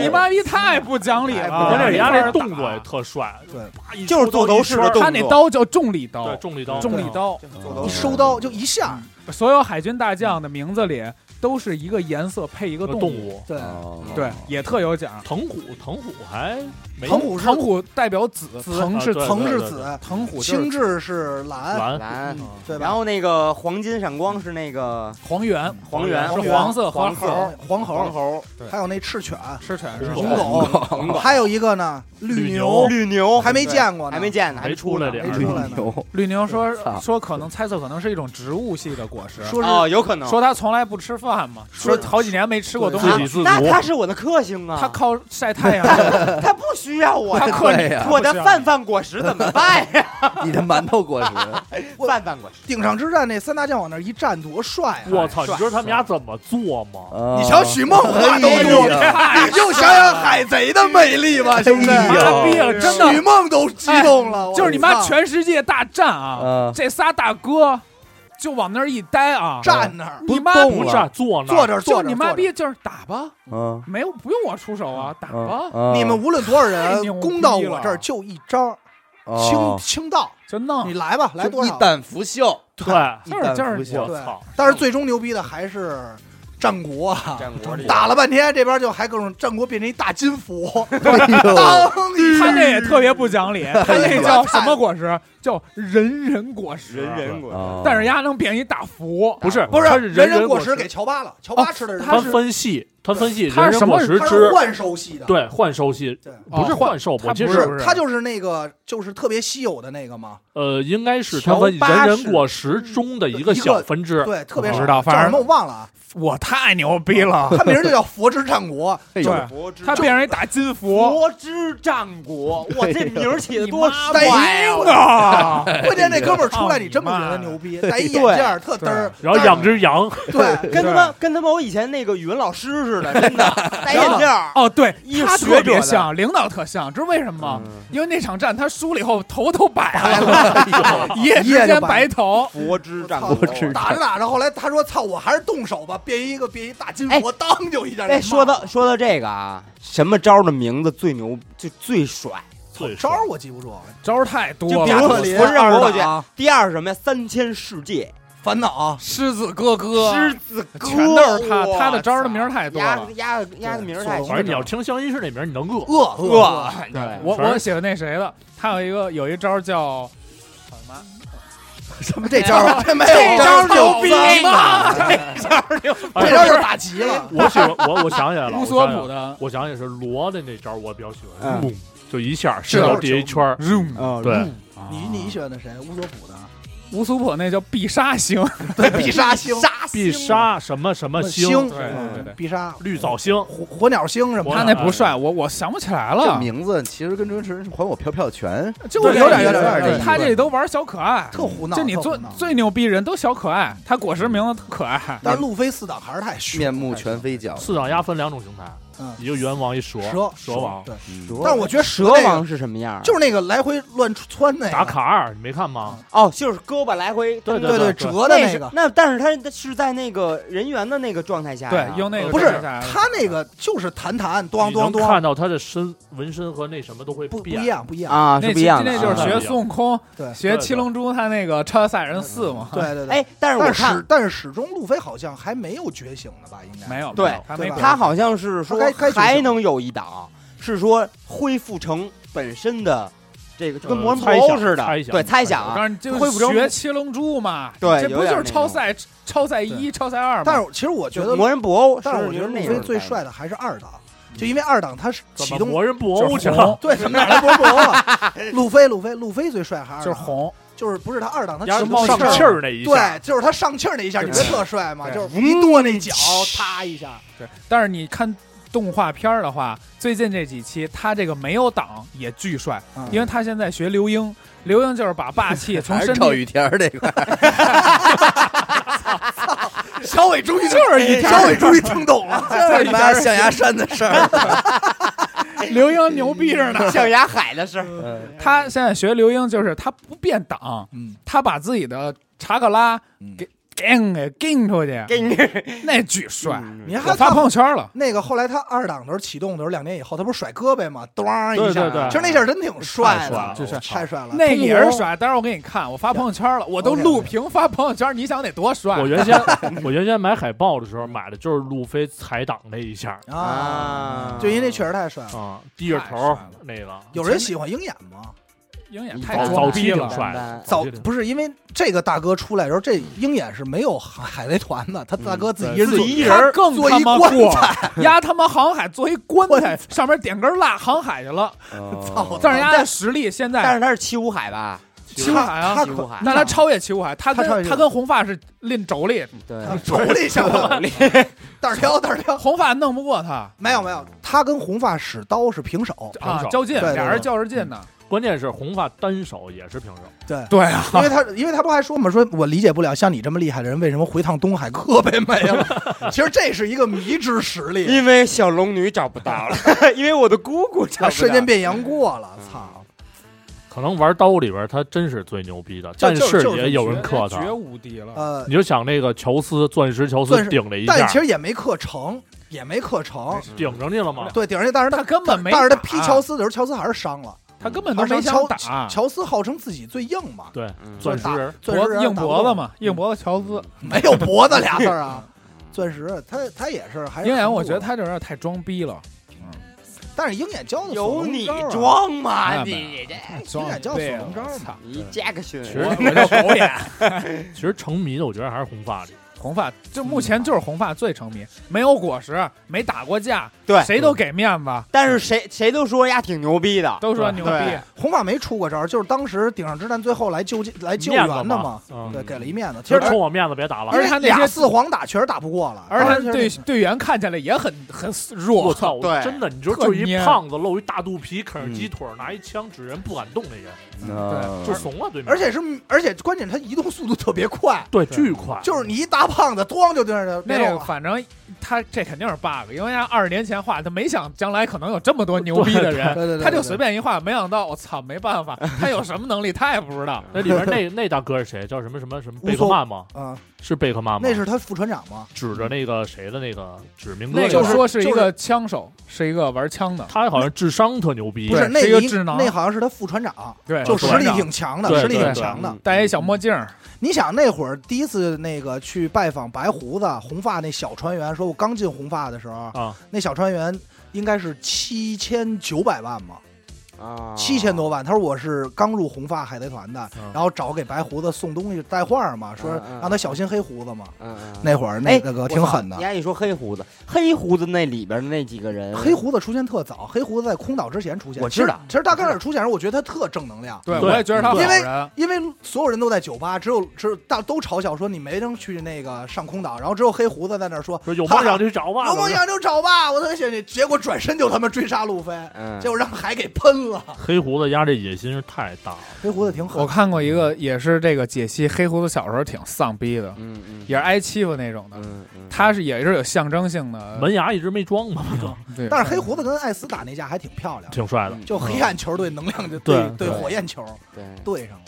Speaker 5: 你妈逼太不讲理了！
Speaker 4: 关哎键是人家这
Speaker 5: 动
Speaker 4: 动作也特帅，
Speaker 2: 对
Speaker 4: 啪一
Speaker 3: 就是
Speaker 4: 出兜
Speaker 3: 座头
Speaker 4: 一
Speaker 3: 市
Speaker 4: 圈
Speaker 3: 的
Speaker 4: 儿
Speaker 3: 动作
Speaker 5: 他那刀叫重力刀
Speaker 4: 对，重力刀，
Speaker 5: 重力刀，
Speaker 2: 一收刀就一下，
Speaker 5: 所有海军大将的名字里都是一个颜色配一个动
Speaker 4: 动
Speaker 5: 物，
Speaker 4: 物。
Speaker 2: 对，
Speaker 1: 哦
Speaker 5: 对，也特有奖。
Speaker 4: 藤虎，藤虎还没
Speaker 2: 藤虎是
Speaker 5: 藤虎代表紫，
Speaker 4: 紫
Speaker 5: 藤是
Speaker 4: 啊对
Speaker 2: 藤是
Speaker 4: 对
Speaker 2: 紫，
Speaker 5: 藤虎就是
Speaker 2: 青雉是哎蓝，
Speaker 4: 蓝
Speaker 3: 蓝，
Speaker 2: 对吧？
Speaker 3: 然后那个黄金闪光是那个
Speaker 5: 黄猿，
Speaker 3: 黄猿
Speaker 5: 是黄色和
Speaker 3: 黄
Speaker 5: 猴，
Speaker 2: 黄
Speaker 3: 黄
Speaker 2: 猴，
Speaker 3: 猴、
Speaker 2: 还有那赤犬，
Speaker 5: 是犬是
Speaker 4: 红
Speaker 5: 狗
Speaker 2: 红
Speaker 1: 哦
Speaker 2: 狗，
Speaker 3: 红狗，
Speaker 2: 还有一个呢，
Speaker 4: 绿
Speaker 2: 牛，
Speaker 3: 绿牛，
Speaker 2: 还没见过呢，
Speaker 3: 还没见呢，还
Speaker 4: 没出
Speaker 3: 呢
Speaker 4: 来点
Speaker 2: 没
Speaker 4: 儿
Speaker 2: 出来呢。
Speaker 1: 牛，
Speaker 5: 绿牛说
Speaker 1: 操
Speaker 5: 说可能猜测可能是一种植物系的果实，
Speaker 2: 说是
Speaker 3: 哦，有可能
Speaker 5: 说他从来不吃饭嘛，
Speaker 2: 说
Speaker 5: 说好几年没吃过东
Speaker 4: 自
Speaker 5: 西
Speaker 4: 己，自足
Speaker 3: 那他是我的克星啊，
Speaker 5: 他靠晒太 阳，
Speaker 3: 他不需要我 呀，
Speaker 5: 他克
Speaker 1: 对
Speaker 5: 你
Speaker 1: 呀
Speaker 3: 我的泛泛果实怎么办呀？
Speaker 1: 你的馒头果实， 啊
Speaker 3: 泛泛果实，
Speaker 2: 顶上之战那三大将往那儿一站，多帅啊！
Speaker 4: 我操！你知道他们家怎么做吗？
Speaker 1: 啊
Speaker 2: 你瞧许梦华都
Speaker 1: 哎
Speaker 2: 多，
Speaker 1: 呀
Speaker 2: 你就想想海贼的魅力吧，兄弟。
Speaker 1: 哎呦
Speaker 5: 妈逼了，真
Speaker 2: 许
Speaker 5: 的。
Speaker 2: 梦都激动了，我
Speaker 5: 就是你妈
Speaker 2: 操
Speaker 5: 全世界大战啊
Speaker 1: 嗯！
Speaker 5: 这仨大哥就往那儿一待啊，
Speaker 2: 站那儿
Speaker 5: 你妈
Speaker 1: 动
Speaker 4: 不
Speaker 1: 了
Speaker 4: 是啊坐那儿
Speaker 2: 坐这儿坐
Speaker 5: 就
Speaker 2: 着，
Speaker 5: 你妈
Speaker 2: 坐着
Speaker 5: 逼，就是打吧，
Speaker 1: 嗯
Speaker 5: 没有不用我出手啊，打吧，
Speaker 1: 嗯，
Speaker 2: 你们无论多少
Speaker 5: 太牛
Speaker 2: 人
Speaker 5: 逼了嗯
Speaker 2: 攻到我这儿就一招清
Speaker 1: 哦
Speaker 2: 清道，
Speaker 5: 就弄
Speaker 2: 你。来吧，来
Speaker 1: 就
Speaker 2: 多
Speaker 1: 一
Speaker 2: 少？
Speaker 1: 胆拂袖，
Speaker 4: 对，
Speaker 1: 一
Speaker 5: 就是
Speaker 1: 胆
Speaker 5: 就是
Speaker 1: 拂袖
Speaker 4: 我
Speaker 2: 对
Speaker 4: 操！
Speaker 2: 但是最终牛逼的还是战国啊。
Speaker 3: 战国里
Speaker 2: 打了半天，这边就还各种战国变成一大金斧，
Speaker 5: 哦
Speaker 1: 哎
Speaker 2: 当一
Speaker 5: 他
Speaker 2: 下
Speaker 5: 那也特别不讲理，他那叫什么果实？叫人人果实。
Speaker 3: 人人
Speaker 1: 呦
Speaker 3: 果
Speaker 1: 哦
Speaker 5: 但是丫能变一大福，
Speaker 4: 不是
Speaker 2: 不是
Speaker 4: 他是
Speaker 2: 人
Speaker 4: 人
Speaker 2: 果
Speaker 4: 实
Speaker 2: 实给乔巴了，乔
Speaker 5: 哦
Speaker 2: 巴吃的人
Speaker 4: 他
Speaker 2: 参
Speaker 4: 分析，他分析
Speaker 5: 他
Speaker 4: 人
Speaker 5: 是
Speaker 4: 人果
Speaker 5: 什
Speaker 4: 实
Speaker 5: 么
Speaker 2: 他
Speaker 4: 之
Speaker 2: 是幻兽系的，
Speaker 4: 对幻兽系，
Speaker 2: 对
Speaker 4: 不是
Speaker 5: 哦换
Speaker 4: 幻兽，
Speaker 5: 他
Speaker 4: 我记
Speaker 5: 不
Speaker 4: 得
Speaker 5: 是
Speaker 2: 他就是那个就是特别稀有的那个嘛，
Speaker 4: 呃，应该是他们
Speaker 3: 乔巴
Speaker 4: 人
Speaker 3: 是
Speaker 4: 人果实中的一个
Speaker 2: 一个
Speaker 4: 小分支。
Speaker 2: 对，特别
Speaker 5: 不
Speaker 2: 少
Speaker 5: 知道
Speaker 2: 叫
Speaker 5: 反
Speaker 2: 什
Speaker 5: 正
Speaker 2: 么我忘了啊，
Speaker 5: 我太牛逼了！
Speaker 2: 他名儿就叫佛之战 国，
Speaker 1: 呦
Speaker 5: 对
Speaker 3: 国之
Speaker 5: 他变成一大金福，
Speaker 3: 国之战国，我这名儿起的多帅
Speaker 2: 你妈
Speaker 3: 呀！我
Speaker 5: 啊！
Speaker 2: 关键那哥们儿出来，
Speaker 5: 哎呦
Speaker 2: 你真不觉得牛 逼？戴一眼镜儿特嘚儿，
Speaker 4: 然后养只羊，
Speaker 2: 但是对，
Speaker 3: 跟他妈跟他妈我以前那个语文老师似的，真的戴眼镜儿，
Speaker 5: 哦，对
Speaker 3: 一，个
Speaker 5: 他
Speaker 3: 学者
Speaker 5: 特别
Speaker 3: 的
Speaker 5: 像领导，特像，知道为什么吗？因为那场战他输了以后头都白了， 一夜之
Speaker 2: 一夜
Speaker 5: 间
Speaker 2: 就白
Speaker 5: 白头。
Speaker 3: 国啊之战
Speaker 2: 国
Speaker 1: 之
Speaker 2: 打着打着，后来他说：“操，我还是动手吧，变一个变一大金
Speaker 3: 哎
Speaker 2: 佛，当就一下。”
Speaker 3: 哎，说到说到这个啊，什么招儿的名字最牛，就最帅？
Speaker 4: 最
Speaker 2: 招儿我记不住，
Speaker 5: 招儿太
Speaker 3: 就
Speaker 5: 多
Speaker 3: 比如
Speaker 2: 亚特
Speaker 3: 说
Speaker 5: 了，
Speaker 2: 林
Speaker 3: 不是让我去
Speaker 2: 二，
Speaker 3: 第二是什么呀？三千世界，
Speaker 2: 烦恼啊
Speaker 5: 狮子哥哥，
Speaker 3: 狮子哥，
Speaker 5: 全都是他，
Speaker 3: 我
Speaker 5: 他的招儿的
Speaker 3: 操
Speaker 5: 名儿太多
Speaker 3: 压
Speaker 5: 了。
Speaker 3: 压压的名儿太多
Speaker 4: 反正你要听相音室那名儿，你能饿。
Speaker 2: 饿饿，
Speaker 3: 对
Speaker 5: 我
Speaker 4: 全是
Speaker 5: 我喜欢那谁的，他有一个有一招叫叫什么？
Speaker 1: 什 么这招儿这没 有
Speaker 6: 这招儿
Speaker 1: 有
Speaker 6: 牛逼
Speaker 1: 吗？
Speaker 6: 这招儿牛，
Speaker 4: 哎
Speaker 1: 这招儿就打急了。
Speaker 4: 我喜欢我我想起来了，
Speaker 5: 乌
Speaker 4: 我
Speaker 5: 索
Speaker 4: 想起来
Speaker 5: 普
Speaker 4: 了
Speaker 5: 的
Speaker 4: 我想起来是罗的那招，我比较喜欢
Speaker 3: 嗯，
Speaker 4: 嗡就一下射到第一圈儿，
Speaker 5: Room，
Speaker 1: 嗯
Speaker 3: 啊，
Speaker 4: 对，
Speaker 2: 你你选的谁？乌索 普的
Speaker 5: 乌苏普那叫必杀星，
Speaker 2: 对必嗯杀星，
Speaker 4: 必杀什么什么
Speaker 2: 星，
Speaker 5: 对对对
Speaker 2: 必杀
Speaker 4: 绿藻星，
Speaker 2: 火火鸟星什么
Speaker 4: 火
Speaker 2: 的
Speaker 5: 他
Speaker 4: 鸟
Speaker 5: 那不帅，我我想不起来
Speaker 1: 这
Speaker 5: 了，
Speaker 1: 名字其实跟周星驰还我飘飘拳
Speaker 5: 就
Speaker 2: 对有点有点有
Speaker 1: 点
Speaker 5: 他这都玩小可爱，
Speaker 2: 特胡闹，
Speaker 5: 就你
Speaker 2: 特
Speaker 5: 最
Speaker 2: 胡闹
Speaker 5: 最牛逼人都小可爱，他果实名字特可爱，
Speaker 2: 但路飞四档还是太虚，
Speaker 1: 面目全非脚，
Speaker 4: 四掌鸭分两种形态，
Speaker 2: 嗯
Speaker 4: 一个猿王，一蛇
Speaker 2: 蛇
Speaker 4: 蛇王，
Speaker 2: 对，
Speaker 1: 嗯
Speaker 2: 但是我觉得蛇
Speaker 3: 蛇
Speaker 2: 那个
Speaker 3: 王是什么样？啊
Speaker 2: 就是那个来回乱窜那个
Speaker 4: 打，卡尔，你没看吗？
Speaker 3: 哦，就是胳膊来回，
Speaker 4: 对
Speaker 2: 对
Speaker 4: 对
Speaker 2: 折的
Speaker 3: 是
Speaker 2: 个，
Speaker 3: 那但是他是在那个人猿的那个状态下呀，
Speaker 5: 对，用那个
Speaker 2: 不是
Speaker 5: 状态
Speaker 2: 他那个就是弹弹
Speaker 4: 你
Speaker 2: 咚咚
Speaker 4: 能
Speaker 2: 咚
Speaker 4: 看，到他的身纹身和那什么都会
Speaker 2: 不不
Speaker 4: 变
Speaker 2: 一，样不一样，
Speaker 3: 啊，
Speaker 5: 那
Speaker 3: 是不一样的
Speaker 5: 那
Speaker 3: 啊，
Speaker 5: 就是
Speaker 4: 啊
Speaker 5: 学孙悟空，
Speaker 2: 对
Speaker 5: 学七龙珠，他那个《超赛亚人四》嘛，
Speaker 2: 对对对。
Speaker 3: 哎，但是我
Speaker 2: 但是
Speaker 3: 看
Speaker 2: 始但是始终路飞好像还没有觉醒呢吧？应该
Speaker 5: 没有，
Speaker 3: 对
Speaker 5: 没有他没
Speaker 2: 对吧
Speaker 3: 他好像是说
Speaker 2: 他该该觉醒
Speaker 3: 还能有一档，是说恢复成本身的这个，就跟
Speaker 4: 呃
Speaker 3: 魔人布
Speaker 4: 猜
Speaker 3: 欧
Speaker 4: 想
Speaker 3: 似的
Speaker 4: 猜，想
Speaker 3: 对，猜
Speaker 4: 猜
Speaker 3: 想
Speaker 4: 想
Speaker 5: 我
Speaker 3: 啊，
Speaker 5: 告诉你，就
Speaker 3: 恢复
Speaker 5: 是
Speaker 3: 成
Speaker 5: 学七龙珠嘛，
Speaker 3: 对
Speaker 5: 这
Speaker 3: 有
Speaker 5: 不
Speaker 3: 点
Speaker 5: 就
Speaker 3: 那
Speaker 5: 是超
Speaker 3: 种
Speaker 5: 赛超赛一、超赛二
Speaker 2: 但
Speaker 5: 嘛？
Speaker 2: 是其实我觉
Speaker 3: 就
Speaker 2: 得，
Speaker 3: 魔人布欧，
Speaker 2: 但是我觉
Speaker 3: 就
Speaker 2: 得
Speaker 3: 是嗯
Speaker 2: 路
Speaker 3: 那
Speaker 2: 飞
Speaker 3: 种
Speaker 2: 最
Speaker 3: 感觉
Speaker 2: 帅的还是二档，就因为二档他是
Speaker 4: 怎
Speaker 2: 启
Speaker 4: 么
Speaker 2: 动
Speaker 4: 魔人布
Speaker 5: 就
Speaker 4: 欧
Speaker 5: 是
Speaker 4: 去
Speaker 5: 红
Speaker 4: 了，，
Speaker 2: 对怎么哪来波波了？路飞路飞路飞最帅还
Speaker 5: 就是
Speaker 2: 二
Speaker 5: 是
Speaker 2: 档
Speaker 5: 红，
Speaker 2: 啊就是不是他二档他
Speaker 4: 压
Speaker 2: 启
Speaker 4: 着
Speaker 2: 动
Speaker 4: 上
Speaker 2: 气
Speaker 4: 气儿那一下，
Speaker 2: 对，就是他上气儿那一下，
Speaker 5: 对
Speaker 2: 你不是特帅吗？
Speaker 5: 对
Speaker 2: 就是一跺那脚，啪一下，
Speaker 5: 对，但是你看动画片儿的话，最近这几期他这个没有挡也巨帅，
Speaker 2: 嗯
Speaker 5: 因为他现在学刘英，刘英就是把霸气从
Speaker 1: 还是
Speaker 5: 身
Speaker 1: 赵
Speaker 5: 体，
Speaker 1: 雨田儿这块儿，
Speaker 2: 小伟终于就是一小哎伟终于听懂 了，
Speaker 1: 这他妈象牙山的事 儿。
Speaker 5: 刘英牛逼着呢。
Speaker 3: 象牙海的事儿，
Speaker 5: 他现在学刘英就是他不变挡，
Speaker 2: 嗯，
Speaker 5: 他把自己的查克拉
Speaker 1: 嗯
Speaker 5: 给。给给给出去，
Speaker 3: 给你
Speaker 5: 那巨帅！
Speaker 2: 你
Speaker 5: 我
Speaker 2: 还
Speaker 5: 发
Speaker 2: 看
Speaker 5: 朋友圈了，
Speaker 2: 那个后来他二档的时候启动的时候，两年以后他不是甩胳膊吗？咚一
Speaker 4: 对
Speaker 2: 下，
Speaker 4: 对对
Speaker 2: 其实那下儿真挺帅的，
Speaker 4: 太帅了
Speaker 2: 太帅了。
Speaker 5: 那也是甩。待会儿我给你看，我发朋友圈了，我都
Speaker 2: OK，OK
Speaker 5: 录屏发朋友圈，你想得多帅？ 啊
Speaker 4: 我原先 我原先买海报的时候买的就是路飞踩档那一下
Speaker 2: 啊，就因为那确实太帅了。
Speaker 4: 啊，低着
Speaker 5: 太帅
Speaker 4: 头
Speaker 5: 了
Speaker 4: 那个
Speaker 2: 有人喜欢鹰眼吗？
Speaker 5: 鹰眼
Speaker 3: 你
Speaker 5: 太
Speaker 4: 早
Speaker 5: 装
Speaker 4: 早
Speaker 5: 逼
Speaker 4: 期挺
Speaker 5: 了，
Speaker 4: 帅
Speaker 3: 班
Speaker 4: 的，
Speaker 2: 早
Speaker 4: 期挺
Speaker 2: 不是因为这个大哥出来的时候，这鹰眼是没有海海贼团的，他大哥自己一人
Speaker 4: 自
Speaker 2: 做
Speaker 4: 己一人
Speaker 5: 他更
Speaker 2: 做
Speaker 5: 他
Speaker 2: 一
Speaker 5: 妈
Speaker 2: 棺
Speaker 5: 过
Speaker 2: 材，
Speaker 5: 压他妈航海做一棺
Speaker 2: 棺
Speaker 5: 材，上面点根蜡航海去了。
Speaker 1: 哦操
Speaker 5: 但是压的实力现
Speaker 3: 但
Speaker 5: 在
Speaker 3: 是他是七五海吧？
Speaker 5: 七武海啊
Speaker 2: 他，
Speaker 3: 七武海，
Speaker 5: 但他超越七武海，他
Speaker 2: 他超越
Speaker 5: 跟
Speaker 2: 七武海
Speaker 5: 他跟红发是拎妯娌，
Speaker 3: 对，
Speaker 2: 瞅了 一下，胆儿挑胆儿挑，
Speaker 5: 红发弄不过他
Speaker 2: 没有没有，他跟红发使刀是平手，
Speaker 5: 啊
Speaker 4: 平手，
Speaker 5: 较劲，
Speaker 2: 对对
Speaker 5: 俩人较着劲呢。
Speaker 4: 关键是红发单手也是平手，
Speaker 2: 对。
Speaker 5: 对啊，
Speaker 2: 因为他，因为他不还说嘛，说我理解不了像你这么厉害的人为什么回趟东海胳膊没了。其实这是一个迷之实 力，
Speaker 3: 因为小龙女找不到了， 因为我的姑姑找不到，
Speaker 2: 瞬间变杨过了，操！
Speaker 4: 可能玩刀里边他真是最牛逼的，但
Speaker 2: 就是就是哎
Speaker 4: 也有人克
Speaker 5: 绝
Speaker 4: 他。
Speaker 5: 无敌了。
Speaker 2: 呃
Speaker 4: 你，就想那个乔斯钻石乔斯
Speaker 2: 钻石
Speaker 4: 顶嗯了一
Speaker 2: 但
Speaker 4: 下
Speaker 2: 是，其实也没克成，也没克成，
Speaker 4: 顶上去了吗？
Speaker 2: 对，顶上去，但是
Speaker 5: 他
Speaker 2: 他，
Speaker 5: 根本没打，
Speaker 2: 但是他劈乔斯的时候，乔斯还是伤了，
Speaker 5: 他根本都
Speaker 2: 而且
Speaker 5: 没想
Speaker 2: 乔
Speaker 5: 打，
Speaker 2: 乔斯号称自己最硬嘛，
Speaker 4: 对，
Speaker 3: 嗯
Speaker 4: 钻石人
Speaker 2: 钻
Speaker 5: 脖
Speaker 2: 石
Speaker 5: 子
Speaker 2: 人
Speaker 5: 硬
Speaker 2: 打不
Speaker 5: 脖
Speaker 2: 动
Speaker 5: 子嘛，硬脖子乔斯。
Speaker 2: 没有脖子俩字儿 啊。钻石，他他也是，还是
Speaker 5: 鹰眼，
Speaker 2: 扛
Speaker 5: 我
Speaker 2: 住
Speaker 5: 觉得
Speaker 2: 了，
Speaker 5: 他这人太装逼了，
Speaker 2: 但是鹰眼教的
Speaker 3: 有你
Speaker 2: 装，
Speaker 3: 装吗？
Speaker 5: 哎
Speaker 3: 你这
Speaker 5: 装
Speaker 2: 啊眼叫索隆招儿
Speaker 5: 操！
Speaker 3: 一杰克逊，
Speaker 4: 其
Speaker 5: 我
Speaker 4: 实
Speaker 5: 我叫狗眼，
Speaker 4: 其实成迷的，我觉得还是红发的。
Speaker 5: 红发就目前就是红发最成迷，没有果实，没打过架，
Speaker 3: 对
Speaker 5: 谁都给面子，
Speaker 3: 但是谁谁都说呀挺牛逼的，
Speaker 5: 都说
Speaker 4: 对
Speaker 5: 牛
Speaker 3: 对
Speaker 5: 逼。
Speaker 2: 红发没出过招儿，就是当时顶上之战最后来救济来救
Speaker 4: 面
Speaker 2: 援
Speaker 4: 子
Speaker 2: 的
Speaker 4: 嘛
Speaker 2: 嘛，，
Speaker 4: 嗯
Speaker 2: 对，给了一面子。其
Speaker 4: 其
Speaker 2: 实
Speaker 4: 实冲我面子别打了
Speaker 5: 而。且他那些
Speaker 2: 俩四皇打确实打不过了，
Speaker 5: 而
Speaker 2: 当
Speaker 5: 且
Speaker 2: 时
Speaker 5: 队
Speaker 2: 确实
Speaker 5: 队员看起来也很很弱，
Speaker 4: 我操！我
Speaker 3: 对
Speaker 4: 真的，你说
Speaker 5: 特
Speaker 4: 就一
Speaker 5: 蔫
Speaker 4: 胖子露一大肚皮，啃着鸡腿，拿一枪指人，不敢动那人
Speaker 1: 嗯
Speaker 4: 就怂了，对面。
Speaker 2: 而且是而且关键他移动速度特别快，
Speaker 4: 对
Speaker 5: 对
Speaker 4: 巨快，
Speaker 2: 就是你一大胖子咣就盯着他，别
Speaker 5: 那
Speaker 2: 动
Speaker 5: 个
Speaker 2: 了。
Speaker 5: 反正他这肯定是 bug，因为他二十年前画，他没想将来可能有这么多牛逼的人，
Speaker 2: 对对对，
Speaker 5: 他就随便一画，没想到我操，没办法，他有什么能力他也不知 道。
Speaker 4: 那里边那那大哥是谁？叫什么什么什么
Speaker 2: 乌
Speaker 4: 贝克
Speaker 2: 索
Speaker 4: 曼吗？
Speaker 2: 啊，
Speaker 4: 是贝克曼吗？
Speaker 2: 那是他副船长嘛，
Speaker 4: 指着那个谁的那个指明哥
Speaker 5: 那
Speaker 4: 那个
Speaker 5: 个
Speaker 2: 就是
Speaker 5: 说是一个枪手，是一个玩枪的，
Speaker 4: 他好像智商特牛逼
Speaker 2: 不，是
Speaker 5: 对
Speaker 2: 那
Speaker 5: 是一个
Speaker 2: 一
Speaker 5: 智哎囊
Speaker 2: 那好像是他副船长，
Speaker 5: 对，
Speaker 2: 就
Speaker 4: 副
Speaker 2: 实
Speaker 4: 船
Speaker 2: 力
Speaker 4: 长
Speaker 2: 挺强的，
Speaker 4: 对
Speaker 2: 实力
Speaker 4: 对
Speaker 2: 挺
Speaker 4: 对
Speaker 2: 强的。
Speaker 5: 戴一小墨镜儿，
Speaker 2: 你想那会儿第一次那个去拜访白胡子红发那小船员，说我刚进红发的时候，
Speaker 4: 啊
Speaker 2: 那小船员应该是七千九百万嘛，
Speaker 3: 啊，
Speaker 2: 七千多万。他说我是刚入红发海贼团的，
Speaker 4: 嗯
Speaker 2: 然后找给白胡子送东西带话嘛，说
Speaker 3: 嗯嗯
Speaker 2: 让他小心黑胡子嘛。
Speaker 3: 嗯，嗯
Speaker 2: 那会儿那
Speaker 3: 哎
Speaker 2: 个个
Speaker 3: 我
Speaker 2: 挺
Speaker 3: 操
Speaker 2: 狠的
Speaker 3: 你，还一说黑胡子，黑胡子那里边的那几个人，
Speaker 2: 黑胡子出现特早，黑胡子在空岛之前出现。
Speaker 3: 我
Speaker 2: 其实
Speaker 3: 知道
Speaker 2: 其实大开始出现时，我觉得他特正能量。
Speaker 5: 对，
Speaker 4: 对
Speaker 5: 我也觉得他好
Speaker 2: 因为
Speaker 5: 人。
Speaker 2: 因为所有人都在酒吧，只有只有大都嘲笑说你没能去那个上空岛，然后只有黑胡子在那儿说
Speaker 4: 说有梦想
Speaker 2: 就
Speaker 4: 就去找吧，
Speaker 2: 有梦想就找吧，我特别喜欢你。结果转身就他妈追杀路飞，
Speaker 3: 嗯，
Speaker 2: 结果让海给喷了。
Speaker 4: 黑胡子压这野心是太大了，
Speaker 2: 哎黑胡子挺狠
Speaker 5: 我，看过一个，也是这个解析黑胡子小时候挺丧逼的，
Speaker 3: 嗯嗯，
Speaker 5: 也是挨欺负那种的。
Speaker 3: 嗯嗯，
Speaker 5: 他是也是有象征性
Speaker 2: 嗯
Speaker 5: 的，
Speaker 4: 门牙一直没装嘛，
Speaker 5: 对
Speaker 2: 但是黑胡子跟艾斯打那架还挺漂亮，
Speaker 4: 挺帅的。
Speaker 2: 就黑暗球对能量就
Speaker 4: 对
Speaker 2: 对
Speaker 3: 对
Speaker 2: 火焰球
Speaker 3: 对，
Speaker 2: 对上了。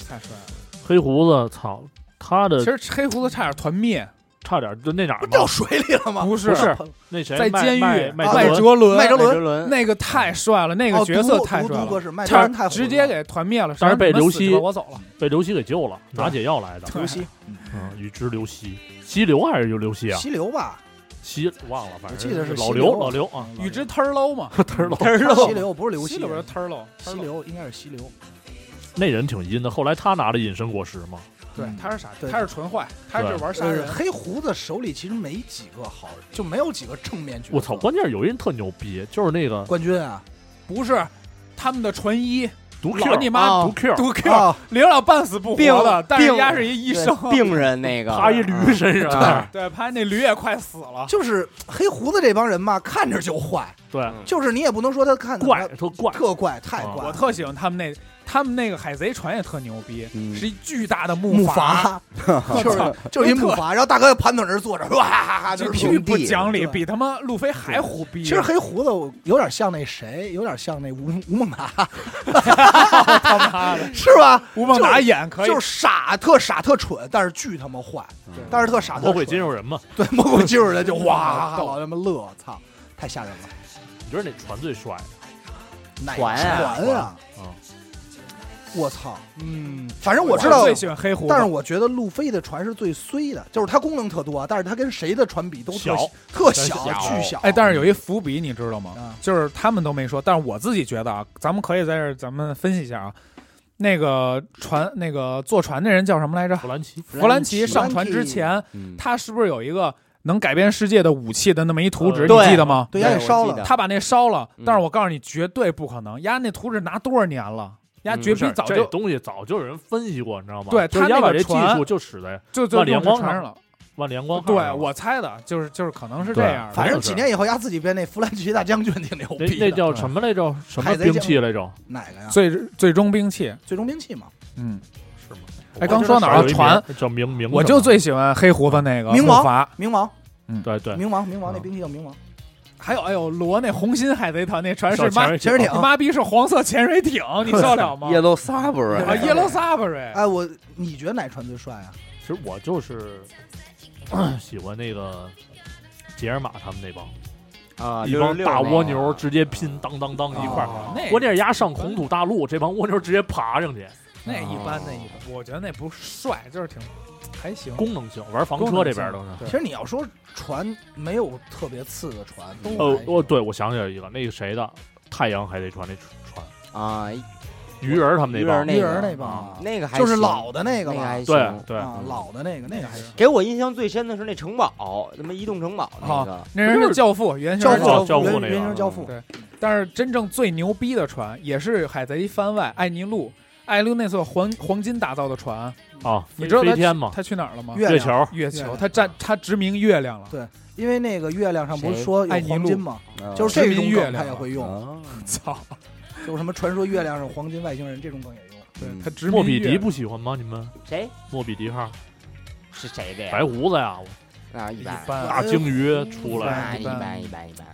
Speaker 5: 太帅了。
Speaker 4: 黑胡子，操，他的
Speaker 5: 其实黑胡子差点团灭，
Speaker 4: 差点就那哪儿
Speaker 2: 不
Speaker 4: 嘛
Speaker 2: 掉，水里了吗？
Speaker 5: 啊不
Speaker 4: 不是
Speaker 2: 喷
Speaker 4: 那谁
Speaker 5: 在
Speaker 4: 麦
Speaker 5: 监狱
Speaker 4: 麦
Speaker 2: 啊
Speaker 4: 麦
Speaker 5: 麦
Speaker 4: 哲伦
Speaker 5: 哲伦，
Speaker 2: 麦哲伦
Speaker 3: 伦，
Speaker 5: 那个太帅了，那个
Speaker 2: 哦
Speaker 5: 角色
Speaker 2: 独
Speaker 5: 太
Speaker 2: 独
Speaker 5: 帅
Speaker 2: 独
Speaker 5: 了
Speaker 2: 哥，是麦哲
Speaker 5: 差
Speaker 2: 伦
Speaker 5: 点
Speaker 2: 太
Speaker 5: 直接给团灭了。
Speaker 4: 但是被
Speaker 5: 说你们
Speaker 4: 刘
Speaker 5: 死
Speaker 4: 希
Speaker 5: 吧我走了，
Speaker 4: 被刘希给救了，
Speaker 5: 对
Speaker 4: 拿解药来的。
Speaker 5: 对
Speaker 2: 呼吸
Speaker 4: 嗯，与之刘希，希流还是就刘希啊？
Speaker 2: 溪流吧，
Speaker 4: 希忘了，反
Speaker 2: 我
Speaker 4: 正
Speaker 2: 记得是
Speaker 4: 老
Speaker 2: 希
Speaker 4: 刘，
Speaker 2: 流
Speaker 4: 老刘啊，
Speaker 5: 与之 turn low 嘛，
Speaker 4: 他是老
Speaker 3: 他是
Speaker 2: 溪流不是流
Speaker 5: 西
Speaker 2: 溪
Speaker 5: 里边儿 turn low，
Speaker 2: 溪流应该是溪流，
Speaker 4: 那人挺阴的。后来他拿了隐身果实嘛，
Speaker 5: 嗯对，他是傻逼，
Speaker 2: 对
Speaker 5: 他是纯坏，他就是玩杀
Speaker 2: 就是
Speaker 5: 人。
Speaker 2: 呃黑胡子手里其实没几个好人，就没有几个正面角色。
Speaker 4: 我操！关键是有一人特牛逼，就是那个
Speaker 2: 冠军啊！
Speaker 5: 不是他们的纯一
Speaker 4: 毒
Speaker 5: 老
Speaker 4: Q，
Speaker 5: 你妈
Speaker 4: 毒 Q，
Speaker 5: 毒 Q，
Speaker 2: 啊，
Speaker 5: 领导半死不活
Speaker 3: 病
Speaker 5: 的，但是
Speaker 3: 病
Speaker 5: 人家是一医生，
Speaker 3: 对病人那个，
Speaker 4: 趴一驴身上。
Speaker 3: 啊
Speaker 5: 对，怕那驴也快死了。
Speaker 2: 就是黑胡子这帮人嘛，看着就坏，
Speaker 4: 对，
Speaker 5: 嗯
Speaker 2: 就是你也不能说他看着
Speaker 4: 怪特怪，
Speaker 2: 特怪，太怪
Speaker 5: 我
Speaker 2: 了。
Speaker 5: 特喜欢他们那，他们那个海贼船也特牛逼，
Speaker 1: 嗯
Speaker 5: 是一巨大的
Speaker 2: 木
Speaker 5: 筏，
Speaker 2: 筏 就是就是一木筏，然后大哥盘腿那坐着，哇哈哈哈，
Speaker 5: 就
Speaker 2: 就是
Speaker 5: 巨
Speaker 1: 平
Speaker 5: 不
Speaker 1: 地
Speaker 5: 讲理，
Speaker 2: 对
Speaker 5: 比他妈路飞还虎逼。
Speaker 2: 其实黑胡子有点像那谁，有点像那吴吴孟达，
Speaker 5: 他妈的，
Speaker 2: 是吧？
Speaker 5: 吴孟达演可以，
Speaker 2: 就是傻，特傻，特蠢，但是巨他妈坏，但是特傻，特
Speaker 4: 魔鬼
Speaker 2: 蠢
Speaker 4: 金肉人嘛。
Speaker 2: 对 魔鬼金人就哇，
Speaker 5: 逗
Speaker 2: 哎老他妈乐，操，太吓人了。
Speaker 4: 你觉得哪船最帅？
Speaker 2: 哪
Speaker 3: 船啊
Speaker 2: 船啊
Speaker 4: 嗯！
Speaker 2: 我操，嗯，反正我知道
Speaker 5: 最，喜欢黑胡子，
Speaker 2: 但是我觉得路飞的船是最衰的，就是它功能特多，但是它跟谁的船比都特
Speaker 4: 小
Speaker 2: 特
Speaker 4: 真
Speaker 2: 小，
Speaker 4: 小
Speaker 2: 巨小。
Speaker 5: 哎，但是有一伏笔，你知道吗？
Speaker 2: 啊
Speaker 5: 就是他们都没说，但是我自己觉得啊，咱们可以在这儿咱们分析一下啊。那个船，那个坐船的人叫什么来着？
Speaker 4: 弗兰奇，
Speaker 5: 弗兰奇上船之前，
Speaker 1: 嗯
Speaker 5: 他是不是有一个能改变世界的武器的那么一图纸？
Speaker 4: 呃
Speaker 5: 你记得吗？
Speaker 2: 对，也给烧
Speaker 3: 我记
Speaker 2: 了
Speaker 3: 得。
Speaker 5: 他把那烧了
Speaker 3: 嗯，
Speaker 5: 但是我告诉你，绝对不可能。丫那图纸拿多少年了？丫
Speaker 3: 嗯
Speaker 5: 绝
Speaker 4: 不是
Speaker 5: 逼早
Speaker 4: 这
Speaker 5: 就
Speaker 4: 东西早就有人分析过，你知道吗？
Speaker 5: 对
Speaker 4: 就是
Speaker 5: 他
Speaker 4: 压
Speaker 5: 那
Speaker 4: 把
Speaker 5: 个
Speaker 4: 这技
Speaker 5: 船
Speaker 4: 术就使在
Speaker 5: 就就
Speaker 4: 万里
Speaker 5: 用
Speaker 4: 阳
Speaker 5: 这
Speaker 4: 光
Speaker 5: 船上了。
Speaker 4: 万啊联啊光号
Speaker 5: 对
Speaker 4: 上了。
Speaker 5: 我猜的，就是就是可能是这
Speaker 4: 对
Speaker 5: 样的。
Speaker 2: 反正
Speaker 4: 是
Speaker 2: 几年以后，丫自己变那弗兰奇大将军挺牛
Speaker 4: 那
Speaker 2: 逼
Speaker 4: 那
Speaker 2: 的。
Speaker 4: 叫什么来着？什么
Speaker 2: 海贼
Speaker 4: 兵
Speaker 2: 将
Speaker 4: 器来着？
Speaker 2: 哪个呀？
Speaker 5: 最最终兵器，
Speaker 2: 最终兵器嘛，
Speaker 5: 嗯，
Speaker 4: 是吗？
Speaker 5: 哎刚说哪儿了
Speaker 4: 我记得
Speaker 5: 船
Speaker 4: 有一名叫明明什么，
Speaker 5: 我就最喜欢黑胡子那个
Speaker 2: 冥
Speaker 5: 木
Speaker 2: 王
Speaker 5: 筏。
Speaker 2: 冥王，
Speaker 4: 对对，
Speaker 2: 冥王，冥王，
Speaker 4: 嗯
Speaker 2: 那兵器叫冥王，
Speaker 5: 还有，哎呦，罗那红心海贼团那船
Speaker 4: 小
Speaker 5: 是妈
Speaker 4: 潜水
Speaker 2: 潜水艇
Speaker 5: 他。妈逼是黄色潜水 艇，你受了吗？
Speaker 1: ，Yellow Submarine，
Speaker 5: 啊，Yellow Submarine，
Speaker 2: 哎，我你觉得哪船最帅啊？
Speaker 4: 其实我就是 喜欢那个杰尔玛他们那帮，
Speaker 3: 啊，
Speaker 4: 一帮
Speaker 3: 66
Speaker 4: 大
Speaker 3: 那
Speaker 4: 蜗
Speaker 3: 个
Speaker 4: 牛直接拼，当当当一块儿。
Speaker 2: 哦
Speaker 5: 那
Speaker 4: 关键是压上红土大陆，这帮蜗牛直接爬上去，
Speaker 5: 那一般那一般，我觉得那不是帅，就是挺还行。
Speaker 4: 功能性玩房
Speaker 5: 功
Speaker 4: 车
Speaker 5: 能
Speaker 4: 这
Speaker 5: 性哎
Speaker 4: 边都是。
Speaker 5: 对
Speaker 2: 其实你要说船，没有特别次的船，都
Speaker 4: 哦
Speaker 2: 还，行
Speaker 4: 哦，对，我想起来一个，那个谁的太阳还得穿那船，
Speaker 3: 啊，
Speaker 4: 鱼人他们那帮
Speaker 3: 鱼人，
Speaker 2: 鱼人那
Speaker 3: 个啊
Speaker 2: 帮，
Speaker 3: 那个还
Speaker 2: 就是
Speaker 3: 行
Speaker 2: 老的那
Speaker 3: 那
Speaker 2: 个
Speaker 3: 个
Speaker 2: 吧
Speaker 3: 还，行
Speaker 4: 对对，
Speaker 2: 啊，老的那个，那个还是
Speaker 3: 给我印象最深的是那城堡，他妈移动城堡那个，
Speaker 2: 哦
Speaker 5: 那人是教父，原型
Speaker 2: 教
Speaker 5: 是
Speaker 2: 父
Speaker 4: 教
Speaker 2: 教
Speaker 4: 父
Speaker 2: 原
Speaker 4: 那个
Speaker 2: 原型教父
Speaker 5: 对，但是真正最牛逼的船也是海贼番外艾尼路，艾尼路那艘黄黄金打造的船，
Speaker 4: 啊，
Speaker 5: 你知道
Speaker 4: 飞
Speaker 5: 他
Speaker 4: 天吗？
Speaker 5: 他去哪儿了吗？
Speaker 2: 月
Speaker 4: 月
Speaker 2: 亮
Speaker 4: 球，
Speaker 5: 月
Speaker 2: 月
Speaker 5: 球，
Speaker 2: 亮
Speaker 5: 他占他殖民月亮了。
Speaker 2: 对因为那个月亮上不是
Speaker 3: 谁
Speaker 2: 说有
Speaker 5: 艾尼
Speaker 2: 黄
Speaker 5: 路
Speaker 2: 金吗？
Speaker 1: 啊
Speaker 2: 就是这
Speaker 5: 殖
Speaker 2: 种
Speaker 5: 民月
Speaker 2: 梗
Speaker 5: 亮
Speaker 2: 他也会用，
Speaker 1: 啊
Speaker 5: 操，
Speaker 2: 就是什么传说月亮上黄金外星人这种梗也用。
Speaker 5: 对
Speaker 1: 嗯
Speaker 5: 他殖民
Speaker 4: 莫比
Speaker 5: 月
Speaker 4: 迪
Speaker 5: 亮
Speaker 4: 不喜欢吗？你们
Speaker 3: 谁
Speaker 4: 莫比迪号，
Speaker 3: 是谁的呀？
Speaker 4: 白胡子呀，
Speaker 3: 啊，一
Speaker 5: 一
Speaker 3: 般，
Speaker 5: 般
Speaker 4: 大鲸鱼出来，
Speaker 3: 啊一
Speaker 5: 一
Speaker 3: 般，
Speaker 5: 般
Speaker 3: 一般，一般。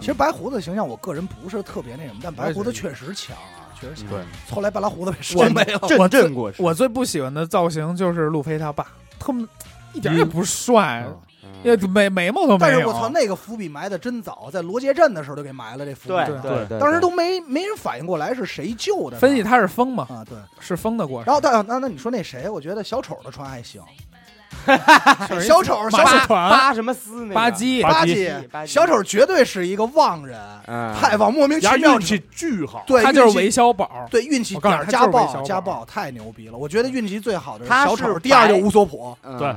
Speaker 2: 其实白胡子形象我个人不是特别那什么，但白胡子确实强啊，确实强。
Speaker 4: 对，
Speaker 2: 后来半拉胡子被收
Speaker 5: 我
Speaker 2: 没了，
Speaker 5: 我最
Speaker 3: 过去，
Speaker 5: 我最不喜欢的造型就是路飞他爸，特么一点儿也不帅，
Speaker 3: 嗯
Speaker 5: 也眉眉毛都没
Speaker 2: 但
Speaker 5: 有。
Speaker 2: 是我操，那个伏笔埋的真早，在罗杰镇的时候就给埋了这伏笔。
Speaker 3: 对
Speaker 5: 对
Speaker 3: 对对，
Speaker 2: 当时都没没人反应过来是谁救的呢，
Speaker 5: 分析他是疯嘛，
Speaker 2: 啊对。
Speaker 5: 是疯的过程。
Speaker 2: 然后但那那你说那谁，我觉得小丑的船还行，小丑小
Speaker 3: 八
Speaker 2: 丑
Speaker 5: 啊
Speaker 3: 八什么斯那个
Speaker 5: 吧唧
Speaker 4: 吧
Speaker 2: 八
Speaker 4: 唧
Speaker 2: 戒
Speaker 3: 八戒
Speaker 2: 小丑绝对是一个旺人，
Speaker 3: 嗯
Speaker 2: 太旺，莫名其
Speaker 4: 牙
Speaker 2: 哎妙
Speaker 4: 运气巨好，
Speaker 2: 对，
Speaker 5: 他就
Speaker 2: 运
Speaker 5: 是
Speaker 2: 气
Speaker 5: 韦小宝，
Speaker 2: 对运气
Speaker 5: 我告
Speaker 2: 点
Speaker 5: 诉
Speaker 2: 儿
Speaker 5: 你
Speaker 2: 家
Speaker 5: 他就是韦小
Speaker 2: 暴
Speaker 5: 宝
Speaker 2: 家暴太牛逼了，我觉得运气最好的
Speaker 3: 他
Speaker 2: 小
Speaker 3: 是
Speaker 2: 丑，
Speaker 3: 白
Speaker 2: 第二就乌索普，
Speaker 3: 嗯
Speaker 4: 对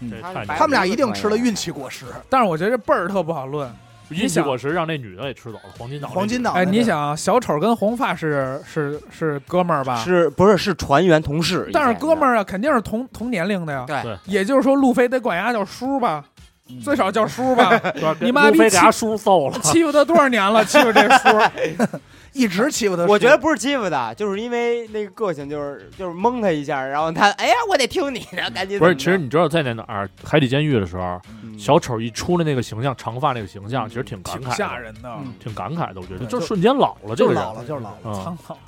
Speaker 1: 嗯
Speaker 4: 这
Speaker 3: 他
Speaker 4: 太
Speaker 3: 是
Speaker 4: 牛
Speaker 3: 白
Speaker 4: 了
Speaker 2: 他们俩一定吃了运气果实。
Speaker 5: 但是我觉得倍儿特不好论。
Speaker 4: 运气果实让那女的给吃走了，黄金岛那
Speaker 2: 黄金
Speaker 4: 女
Speaker 2: 岛
Speaker 4: 的
Speaker 2: 啊那
Speaker 5: 哎，
Speaker 2: 个，
Speaker 5: 你想啊小丑跟红发是是是哥们儿吧？
Speaker 3: 是不是是船员同事？
Speaker 5: 但是哥们
Speaker 3: 儿
Speaker 5: 儿啊，肯定是同同年龄的呀。
Speaker 3: 对
Speaker 4: 对
Speaker 5: 也就是说，路飞得管丫叫叔吧，
Speaker 2: 嗯
Speaker 5: 最少叫叔吧。
Speaker 4: 对吧
Speaker 5: 你妈
Speaker 4: 路
Speaker 5: 逼
Speaker 4: 飞给
Speaker 5: 气
Speaker 4: 他叔揍了，
Speaker 5: 欺负他多少年了？欺负这 叔，
Speaker 2: 一直欺负他，
Speaker 3: 我觉得不是欺负他，就是因为那个个性，就是就是蒙他一下，然后他哎呀，我得听你的，赶紧
Speaker 4: 不
Speaker 3: 怎么
Speaker 4: 是，
Speaker 3: 着
Speaker 4: 其实你知道在那哪儿海底监狱的时候，
Speaker 3: 嗯
Speaker 4: 小丑一出来那个形象，长发那个形象，
Speaker 3: 嗯
Speaker 4: 其实挺感
Speaker 5: 挺
Speaker 4: 慨，
Speaker 5: 吓，人的。啊
Speaker 2: 嗯
Speaker 4: 挺感慨的。我觉得
Speaker 2: 对
Speaker 4: 就
Speaker 2: 就
Speaker 4: 瞬间老了，这
Speaker 2: 就
Speaker 4: 个
Speaker 2: 是
Speaker 4: 人
Speaker 2: 老了，就是老了。
Speaker 4: 嗯，
Speaker 5: 苍老，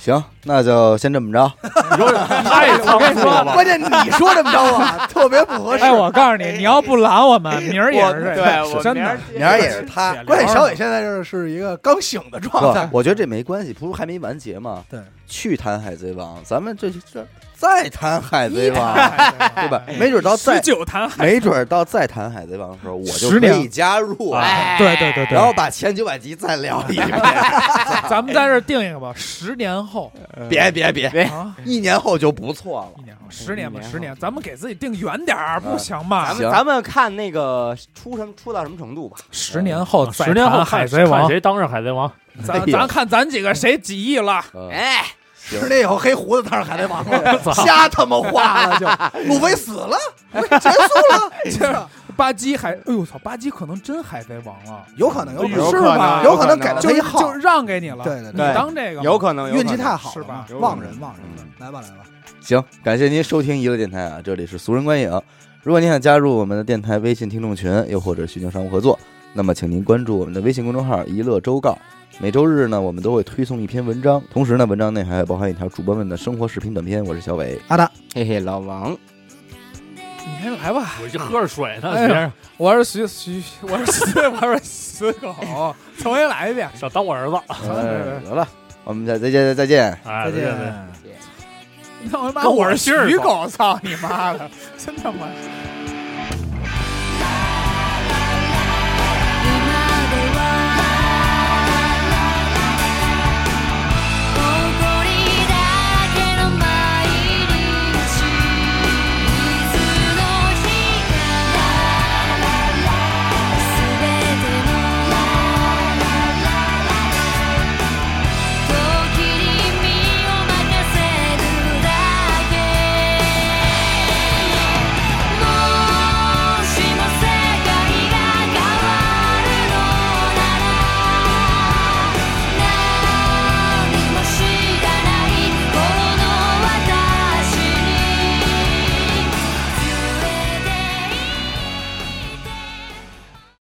Speaker 1: 行，那就先这么着。
Speaker 4: 你说 太仓促了吧
Speaker 2: 关？键你说这么着啊，特别不合适
Speaker 5: 哎，。我告诉你，你要不拦我们，明儿也
Speaker 3: 我
Speaker 5: 是这
Speaker 3: 对，我
Speaker 5: 真
Speaker 3: 明儿
Speaker 5: 的。
Speaker 1: 明儿也是他
Speaker 5: 血流
Speaker 2: 关键小
Speaker 5: 了
Speaker 2: 伟现在这是一个刚醒的状态，
Speaker 1: 不，我觉得这没关系，不是还没完结吗？
Speaker 2: 对，
Speaker 1: 去谈海贼王，咱们这这再谈海贼王，对吧？没准到
Speaker 5: 十
Speaker 1: 再
Speaker 5: 九谈海，
Speaker 1: 没准到再谈海贼王的时候，我就
Speaker 5: 十
Speaker 1: 可
Speaker 5: 年
Speaker 1: 以加入，
Speaker 4: 哎
Speaker 3: 哎，
Speaker 5: 对对对对
Speaker 1: 然后把前九百集再聊一遍。
Speaker 5: 咱们在这儿定一个吧，十年后
Speaker 1: 别别别，
Speaker 5: 啊，
Speaker 1: 一年后就不错了。
Speaker 5: 一年后，十年吧，
Speaker 3: 一年后
Speaker 5: 十年，咱们给自己定远点儿，不行
Speaker 3: 咱
Speaker 5: 吗？
Speaker 1: 行
Speaker 3: 们咱们看那个出什么出到什么程度吧。
Speaker 5: 十年后，
Speaker 4: 十年后看
Speaker 5: 海贼
Speaker 4: 看
Speaker 5: 王，
Speaker 4: 谁当上海贼王？
Speaker 1: 哎
Speaker 5: 咱
Speaker 1: 呦
Speaker 5: 咱看咱几个谁几亿了。
Speaker 1: 嗯
Speaker 3: 哎，
Speaker 1: 行
Speaker 2: 十年以后黑胡子当然海贼王了，瞎他妈画了就。路飞死了，结束了，
Speaker 5: 巴基还，哎呦我操，巴基可能真海贼王了，
Speaker 2: 有可能，有可能
Speaker 3: 有
Speaker 5: 是
Speaker 3: 可能
Speaker 5: 吧？
Speaker 2: 有可能给了
Speaker 5: 就
Speaker 2: 他一
Speaker 5: 就
Speaker 2: 号，
Speaker 5: 让给你了，
Speaker 2: 对对
Speaker 5: 你
Speaker 3: 对
Speaker 5: 当这个吧
Speaker 3: 有可能有可
Speaker 2: 运
Speaker 3: 能
Speaker 2: 气太好
Speaker 5: 是
Speaker 2: 了
Speaker 5: 吧
Speaker 2: 嘛，旺人旺人
Speaker 1: 嗯，
Speaker 2: 来吧来吧。
Speaker 1: 行，感谢您收听娱乐电台啊，这里是俗人观影。如果您想加入我们的电台微信听众群，又或者寻求商务合作，那么请您关注我们的微信公众号“娱乐周告”。每周日呢，我们都会推送一篇文章，同时呢，文章内还包含一条主播们的生活视频短片。我是小伟，
Speaker 3: 嘿嘿，老王，
Speaker 5: 你先来吧。
Speaker 4: 我就喝着水呢，
Speaker 5: 哎
Speaker 4: 别人
Speaker 5: 我是徐徐，我是徐，我是死狗，重新来一遍。
Speaker 4: 想当我儿子，
Speaker 1: 哎得了，我们再再见再见。
Speaker 4: 哎，对对对。
Speaker 5: 你看我他妈
Speaker 4: 跟我
Speaker 5: 是
Speaker 4: 是姓儿
Speaker 5: 徐
Speaker 4: 狗
Speaker 5: 狗，操你妈的，真他妈！